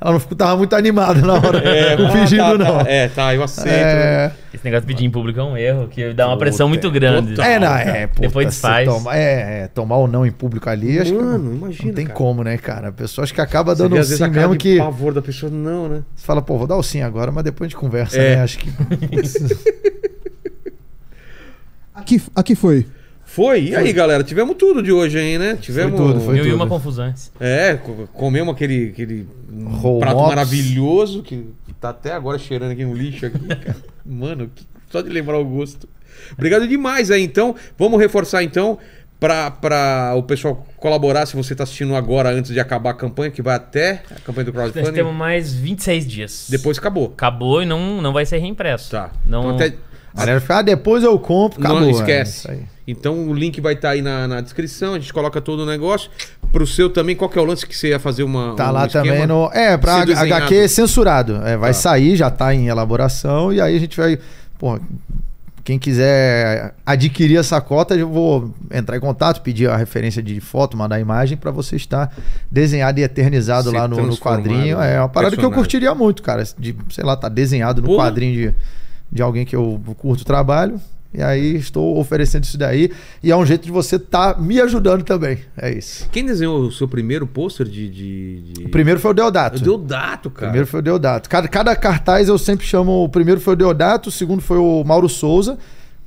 Speaker 5: Ela não ficou- tava muito animada na hora. não [laughs]
Speaker 1: ah,
Speaker 5: fingindo,
Speaker 1: tá, tá.
Speaker 5: não. É,
Speaker 1: É, tá, eu aceito.
Speaker 5: é...
Speaker 4: Esse negócio de pedir em público é um erro, que dá uma pressão muito grande.
Speaker 1: total.
Speaker 5: não, é, puta,
Speaker 4: Depois
Speaker 5: se
Speaker 4: desfaz.
Speaker 5: Toma, é, é, tomar ou não em público ali, acho que
Speaker 1: Mano,
Speaker 5: não,
Speaker 1: imagina,
Speaker 5: não tem
Speaker 1: cara.
Speaker 5: como, né, cara? Pessoas que acaba
Speaker 1: Você
Speaker 5: dando
Speaker 1: vê,
Speaker 5: um
Speaker 1: às vezes
Speaker 5: sim
Speaker 1: a cara
Speaker 5: mesmo
Speaker 1: de
Speaker 5: que.
Speaker 1: pavor da pessoa, não, né?
Speaker 5: Você fala, pô, vou dar o sim agora, mas depois a gente conversa,
Speaker 1: É.
Speaker 5: né? Acho que.
Speaker 2: Aqui, aqui foi.
Speaker 1: Foi. E aí, galera? Tivemos tudo de hoje aí, né? Tivemos.
Speaker 5: tudo, foi
Speaker 4: Mil e uma
Speaker 5: tudo.
Speaker 4: confusões.
Speaker 1: É, co- comemos aquele, aquele um
Speaker 5: Roll
Speaker 1: prato
Speaker 5: mops.
Speaker 1: maravilhoso que tá até agora cheirando aqui no lixo. Aqui, cara. [laughs] Mano, que- só de lembrar o gosto. Obrigado demais aí, então. Vamos reforçar, então, para o pessoal colaborar se você tá assistindo agora antes de acabar a campanha, que vai até a campanha do
Speaker 4: Nós temos
Speaker 1: crowdfunding.
Speaker 4: mais 26 dias.
Speaker 1: Depois acabou.
Speaker 4: Acabou e não, não vai ser reimpresso.
Speaker 1: Tá.
Speaker 4: Não,
Speaker 1: Então, até-
Speaker 5: A galera fica, ah, depois eu compro, acabou.
Speaker 1: não
Speaker 5: é,
Speaker 1: esquece.
Speaker 5: isso aí.
Speaker 1: então o link vai estar aí na, na descrição, a gente coloca todo o negócio. Pro seu também, qual que é o lance que você ia fazer uma.
Speaker 5: Tá
Speaker 1: um
Speaker 5: lá
Speaker 1: esquema?
Speaker 5: também no. É, pra
Speaker 1: Ser desenhado.
Speaker 5: HQ é censurado. É, vai
Speaker 1: Tá.
Speaker 5: sair, já tá em elaboração, e aí a gente vai. Pô, quem quiser adquirir essa cota, eu vou entrar em contato, pedir a referência de foto, mandar a imagem pra você estar desenhado e eternizado
Speaker 1: Ser
Speaker 5: lá no, no
Speaker 1: transformado,
Speaker 5: quadrinho.
Speaker 1: né?
Speaker 5: É uma parada que eu
Speaker 1: Personagem.
Speaker 5: curtiria muito, cara. De, sei lá, tá desenhado no
Speaker 1: Porra.
Speaker 5: quadrinho de, de alguém que eu curto o trabalho. E aí estou oferecendo isso daí. E é um jeito de você estar me ajudando também. É isso.
Speaker 1: Quem desenhou o seu primeiro pôster de. de, de...
Speaker 5: O primeiro foi o Deodato.
Speaker 1: Eu dei o dato, cara.
Speaker 5: Primeiro foi o Deodato. Cada, cada cartaz eu sempre chamo. O primeiro foi o Deodato, o segundo foi o Mauro Souza,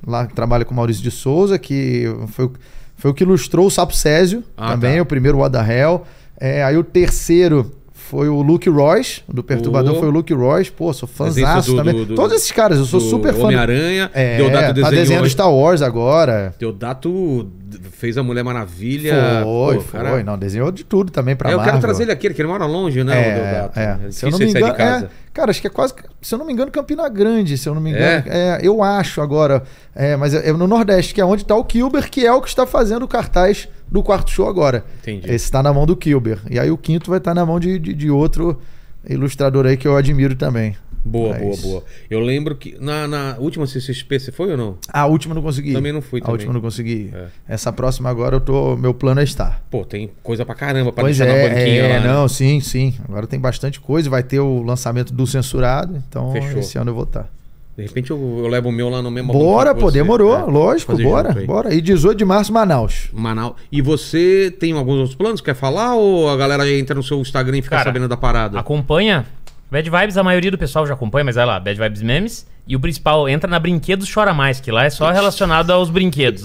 Speaker 5: lá que trabalha com o Maurício de Souza, que foi, o- foi o que ilustrou o Sapo Césio
Speaker 1: Ah,
Speaker 5: também,
Speaker 1: tá.
Speaker 5: o primeiro What the Hell. É, aí o terceiro foi o Luke Royce, do Perturbador
Speaker 1: Pô.
Speaker 5: foi o Luke Royce. Pô, sou
Speaker 1: Desenho
Speaker 5: fãzaço
Speaker 1: é do-
Speaker 5: também.
Speaker 1: do- do-
Speaker 5: Todos esses caras, eu sou
Speaker 1: Do
Speaker 5: super fã.
Speaker 1: Homem-Aranha.
Speaker 5: É,
Speaker 1: Deodato
Speaker 5: tá desenhando
Speaker 1: desenhou.
Speaker 5: Star Wars agora.
Speaker 1: Deodato d- fez a Mulher Maravilha.
Speaker 5: Foi,
Speaker 1: é- Pô,
Speaker 5: foi.
Speaker 1: cara-
Speaker 5: Não, desenhou de tudo também pra
Speaker 1: É, eu
Speaker 5: Marvel.
Speaker 1: quero trazer ele aqui, que ele mora longe, né, o Deodato?
Speaker 5: é.
Speaker 1: difícil
Speaker 5: Se eu não me
Speaker 1: ele sair
Speaker 5: engano,
Speaker 1: de casa.
Speaker 5: é, cara, acho que é quase, se eu não me engano, Campina Grande, se eu não me engano, é, eu acho agora, é, mas é, é no Nordeste, que é onde está o Kilber, que é o que está fazendo o cartaz do quarto show agora. tá
Speaker 1: Entendi.
Speaker 5: Esse está na mão do Kilber, e aí o quinto vai estar na mão de, de, de outro ilustrador aí que eu admiro também.
Speaker 1: Boa, boa,
Speaker 5: Mas-
Speaker 1: boa. Eu lembro que na, na última CCXP você foi ou não?
Speaker 5: A última eu não consegui.
Speaker 1: Também não fui
Speaker 5: A
Speaker 1: também.
Speaker 5: última eu não consegui.
Speaker 1: É.
Speaker 5: Essa próxima agora eu tô. Meu plano é estar.
Speaker 1: Pô, tem coisa pra caramba pra
Speaker 5: pois
Speaker 1: deixar
Speaker 5: é,
Speaker 1: na banquinha
Speaker 5: é
Speaker 1: lá. né?
Speaker 5: não, sim, sim. Agora tem bastante coisa. Vai ter o lançamento do censurado. Então
Speaker 1: Fechou.
Speaker 5: esse ano eu vou estar.
Speaker 1: De repente eu, eu levo o meu lá no mesmo banquinho
Speaker 5: Bora,
Speaker 1: que
Speaker 5: pô,
Speaker 1: você.
Speaker 5: demorou.
Speaker 1: É,
Speaker 5: Lógico,
Speaker 1: fazer
Speaker 5: bora,
Speaker 1: junto aí.
Speaker 5: bora. E 18 de março, Manaus.
Speaker 1: Manaus. E você tem alguns outros planos? Quer falar ou a galera entra no seu Instagram e fica
Speaker 4: Cara,
Speaker 1: sabendo da parada?
Speaker 4: Acompanha. Bad Vibes, a maioria do pessoal já acompanha, mas vai lá, Bad Vibes Memes. E o principal, entra na Brinquedos Chora Mais, que lá é só relacionado aos brinquedos.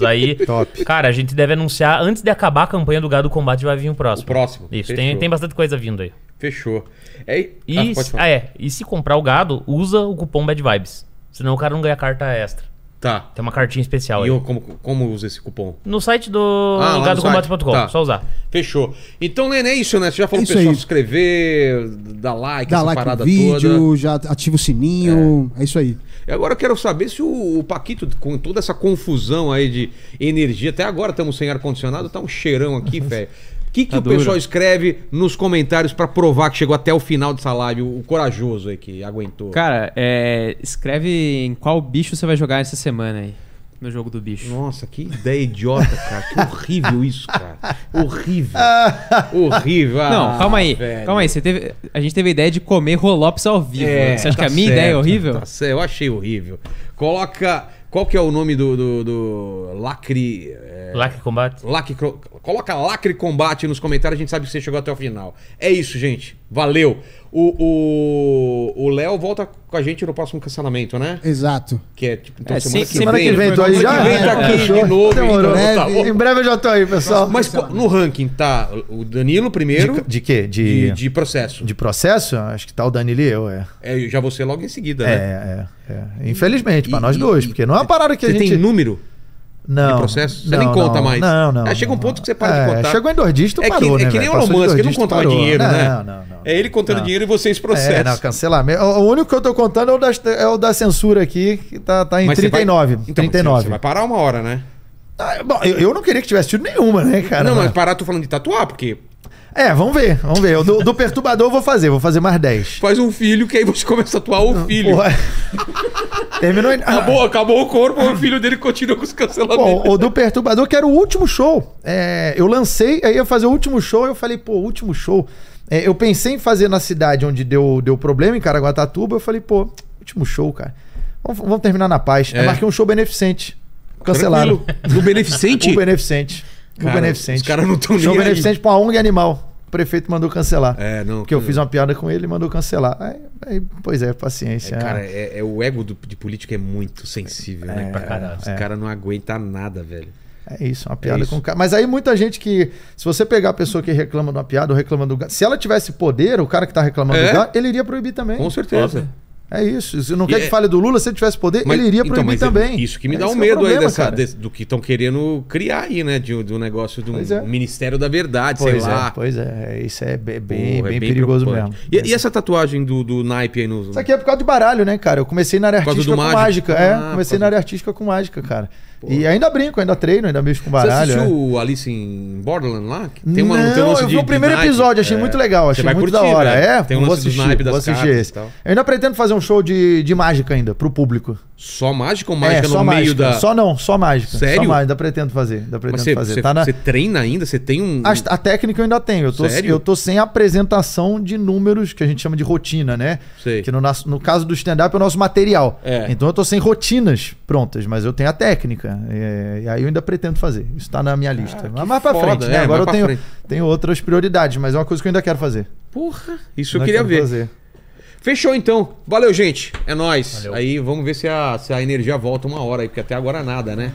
Speaker 1: [laughs]
Speaker 4: Aí,
Speaker 5: Top.
Speaker 4: cara, a gente deve anunciar, antes de acabar a campanha do Gado Combate, vai vir o próximo.
Speaker 1: O próximo.
Speaker 4: Isso,
Speaker 1: Fechou.
Speaker 4: tem, tem bastante coisa vindo aí.
Speaker 1: Fechou. É,
Speaker 4: E,
Speaker 1: ah, pode
Speaker 4: se-
Speaker 1: falar.
Speaker 4: ah, é, e se comprar o gado, usa o cupom Bad Vibes. Senão o cara não ganha carta extra.
Speaker 1: Tá.
Speaker 4: Tem uma cartinha
Speaker 1: E
Speaker 4: especial aí.
Speaker 1: eu, como, como usa esse cupom?
Speaker 4: No site do
Speaker 1: Ah, lá no
Speaker 4: gadocombate.com,
Speaker 1: site. Tá.
Speaker 4: só usar.
Speaker 1: Fechou. Então, Lene, é isso, né? Você já falou pro
Speaker 2: É isso
Speaker 1: pessoal
Speaker 2: aí.
Speaker 1: se inscrever, dar like,
Speaker 2: Dá
Speaker 1: essa
Speaker 2: like
Speaker 1: parada
Speaker 2: no vídeo,
Speaker 1: toda.
Speaker 2: já ativa o sininho. É. isso aí.
Speaker 1: E agora eu quero saber se o, o Paquito, com toda essa confusão aí de energia, até agora estamos sem ar-condicionado, tá um cheirão aqui,
Speaker 3: Uhum.
Speaker 1: velho. O que, que
Speaker 3: Tá
Speaker 1: o pessoal escreve nos comentários pra provar que chegou até o final dessa live, o, o corajoso aí que aguentou?
Speaker 3: Cara, é, escreve em qual bicho você vai jogar essa semana aí. No jogo do bicho.
Speaker 1: Nossa, que ideia idiota, cara. Que horrível isso, cara. Horrível. horrível. Ah,
Speaker 3: Não, calma aí.
Speaker 1: velho.
Speaker 3: Calma aí. Você teve, a gente teve a ideia de comer rolopes ao vivo.
Speaker 1: É,
Speaker 3: você acha
Speaker 1: tá
Speaker 3: que a minha
Speaker 1: certo,
Speaker 3: ideia é horrível?
Speaker 1: Tá certo, eu achei horrível. Coloca. Qual que é o nome do. do, do lacre. é,
Speaker 4: Lacre Combate.
Speaker 1: lacre. cro- Coloca lacre combate nos comentários, a gente sabe que você chegou até o final. É isso, gente. Valeu. O o- o Léo volta com a gente no próximo cancelamento, né?
Speaker 2: Exato.
Speaker 1: Que é tipo. Então,
Speaker 3: É,
Speaker 1: semana,
Speaker 3: se-
Speaker 1: que
Speaker 3: semana
Speaker 1: vem.
Speaker 3: que vem,
Speaker 5: tô então aí já?
Speaker 1: Semana que vem tá aqui
Speaker 5: Fechou.
Speaker 1: de novo.
Speaker 5: Demorou. É, né?
Speaker 1: então, tá
Speaker 2: Breve.
Speaker 1: bom.
Speaker 5: Em breve eu já tô aí, pessoal.
Speaker 1: Mas qual- no ranking tá o Danilo primeiro
Speaker 5: de, de quê?
Speaker 1: de,
Speaker 5: De, de,
Speaker 1: de processo.
Speaker 5: processo? Acho que tá o Danilo e eu, é.
Speaker 1: É, eu já você logo em seguida, né?
Speaker 5: É, é. é. Infelizmente, pra
Speaker 1: E-
Speaker 5: nós
Speaker 1: e-
Speaker 5: dois,
Speaker 1: e-
Speaker 5: porque não é uma parada que
Speaker 1: Você
Speaker 5: a gente.
Speaker 1: tem número?
Speaker 5: não,
Speaker 1: de processo? Você
Speaker 5: não,
Speaker 1: nem conta
Speaker 5: não,
Speaker 1: mais.
Speaker 5: Não, não.
Speaker 1: É, chega um
Speaker 5: não,
Speaker 1: ponto que você para de
Speaker 5: é,
Speaker 1: contar.
Speaker 5: Chegou em dois dias, tu
Speaker 1: é que,
Speaker 5: parou,
Speaker 1: é
Speaker 5: né,
Speaker 1: que nem
Speaker 5: velho?
Speaker 1: o
Speaker 5: Passou de
Speaker 1: Elon Musk,
Speaker 5: dois
Speaker 1: ele não
Speaker 5: dias, tu
Speaker 1: conta mais
Speaker 5: parou.
Speaker 1: dinheiro,
Speaker 5: Não,
Speaker 1: né?
Speaker 5: Não, não, não.
Speaker 1: É ele contando
Speaker 5: Não.
Speaker 1: dinheiro e vocês
Speaker 5: É, não,
Speaker 1: processos.
Speaker 5: cancelamento. O o único que eu tô contando é o, das- é o da censura aqui, que tá, tá em
Speaker 1: Mas você vai-
Speaker 5: 39.
Speaker 1: Então, Você
Speaker 5: 39.
Speaker 1: vai parar uma hora, né?
Speaker 5: Ah, bom, eu, eu não queria que tivesse tido nenhuma, né, cara?
Speaker 1: não, mas
Speaker 5: Mas-
Speaker 1: parar, tô falando de tatuar, porque
Speaker 5: É, vamos ver, vamos ver. Eu Do, do perturbador eu vou fazer, vou fazer mais 10.
Speaker 1: faz um filho que aí você [laughs] começa a tatuar o filho. Tá
Speaker 5: Porra. Terminou em...
Speaker 1: Acabou, acabou o corpo, o filho dele continua com os cancelamentos.
Speaker 5: Bom, o do Perturbador, que era o último show. É, eu lancei, aí ia fazer o último show, eu falei, pô, último show. É, eu pensei em fazer na cidade onde deu, deu problema, em Caraguatatuba, eu falei, pô, último show, cara. Vamos, vamos terminar na paz.
Speaker 1: É.
Speaker 5: Eu marquei um show beneficente. Cancelaram.
Speaker 1: Tranquilo. Do beneficente?
Speaker 5: [laughs] O beneficente. O
Speaker 1: Cara,
Speaker 5: beneficente.
Speaker 1: os caras não tão
Speaker 5: Show
Speaker 1: nem aí.
Speaker 5: beneficente pra ONG Animal. O prefeito mandou cancelar.
Speaker 1: É, não,
Speaker 5: Porque eu
Speaker 1: que-
Speaker 5: fiz uma piada com ele e mandou cancelar. Aí, aí, pois é, paciência.
Speaker 1: Cara, é, é- o ego do- de político é muito sensível, né? Pra caralho. Os caras não aguentam nada, velho.
Speaker 5: É isso, uma piada
Speaker 1: É isso.
Speaker 5: com cara. Mas aí muita gente que. Se você pegar a pessoa que reclama de uma piada ou reclama do gato. Se ela tivesse poder, o cara que tá reclamando
Speaker 1: É?
Speaker 5: do gato, ele iria proibir também.
Speaker 1: Com certeza.
Speaker 5: É isso. Se não quer
Speaker 1: E é-
Speaker 5: que fale do Lula, se ele tivesse poder, ele iria
Speaker 1: então,
Speaker 5: proibir
Speaker 1: mas
Speaker 5: também.
Speaker 1: Isso que me
Speaker 5: É
Speaker 1: dá um
Speaker 5: que é o
Speaker 1: medo aí
Speaker 5: problema,
Speaker 1: dessa,
Speaker 5: cara.
Speaker 1: desse- do que estão querendo criar aí, né? De, do negócio do
Speaker 5: Pois é.
Speaker 1: Ministério da Verdade,
Speaker 5: Pois
Speaker 1: sei
Speaker 5: é,
Speaker 1: lá.
Speaker 5: pois é. Isso é be-
Speaker 1: Pô,
Speaker 5: bem,
Speaker 1: é
Speaker 5: bem, perigoso
Speaker 1: preocupante.
Speaker 5: mesmo.
Speaker 1: E, e essa tatuagem do, do naipe aí no.
Speaker 5: Isso aqui é por causa de baralho, né, cara? Eu comecei na área
Speaker 1: Por causa
Speaker 5: artística
Speaker 1: do
Speaker 5: com
Speaker 1: mágico.
Speaker 5: mágica.
Speaker 1: Ah,
Speaker 5: É,
Speaker 1: por
Speaker 5: comecei
Speaker 1: causa
Speaker 5: na área artística com mágica, cara. E ainda brinco, ainda treino, ainda mexo com
Speaker 1: Você
Speaker 5: baralho. é.
Speaker 1: assistiu o Alice em Borderland lá? Que
Speaker 5: não,
Speaker 1: tem um lance
Speaker 5: eu vi
Speaker 1: de-
Speaker 5: o
Speaker 1: de
Speaker 5: primeiro
Speaker 1: naipe.
Speaker 5: episódio, achei
Speaker 1: É.
Speaker 5: muito legal,
Speaker 1: Você
Speaker 5: achei
Speaker 1: vai
Speaker 5: muito da
Speaker 1: curtir,
Speaker 5: hora.
Speaker 1: velho.
Speaker 5: É,
Speaker 1: Tem um
Speaker 5: vou
Speaker 1: lance do
Speaker 5: assistir,
Speaker 1: naipe
Speaker 5: vou
Speaker 1: das
Speaker 5: assistir
Speaker 1: cartas e
Speaker 5: esse.
Speaker 1: tal.
Speaker 5: Eu ainda pretendo fazer um show de, de mágica ainda, pro público.
Speaker 1: Só mágica ou mágica
Speaker 5: é,
Speaker 1: no
Speaker 5: só
Speaker 1: meio
Speaker 5: mágica.
Speaker 1: da.
Speaker 5: Só não, só mágica. Só
Speaker 1: Sério?
Speaker 5: mágica, ainda pretendo fazer, ainda
Speaker 1: Mas
Speaker 5: pretendo
Speaker 1: você,
Speaker 5: fazer.
Speaker 1: você-
Speaker 5: Tá na- tá
Speaker 1: você treina ainda? Você tem um.
Speaker 5: a, a técnica eu ainda tenho. Eu tô,
Speaker 1: Sério?
Speaker 5: eu tô sem apresentação de números que a gente chama de rotina, né?
Speaker 1: Sei.
Speaker 5: Que no, nosso- no caso do stand-up é o nosso material.
Speaker 1: É.
Speaker 5: Então eu tô sem rotinas prontas, mas eu tenho a técnica. É, e aí eu ainda pretendo fazer. Isso tá na minha lista.
Speaker 1: Cara,
Speaker 5: mas
Speaker 1: que
Speaker 5: mais pra
Speaker 1: foda,
Speaker 5: frente, né?
Speaker 1: é, mais
Speaker 5: Agora eu
Speaker 1: pra
Speaker 5: tenho,
Speaker 1: frente.
Speaker 5: tenho outras prioridades, mas é uma coisa que eu ainda quero fazer.
Speaker 1: Porra, isso eu
Speaker 5: Ainda
Speaker 1: queria
Speaker 5: quero
Speaker 1: ver.
Speaker 5: fazer.
Speaker 1: Fechou então. Valeu, gente. É nóis. Aí vamos ver se a, se a energia volta uma hora aí, porque até agora nada, né?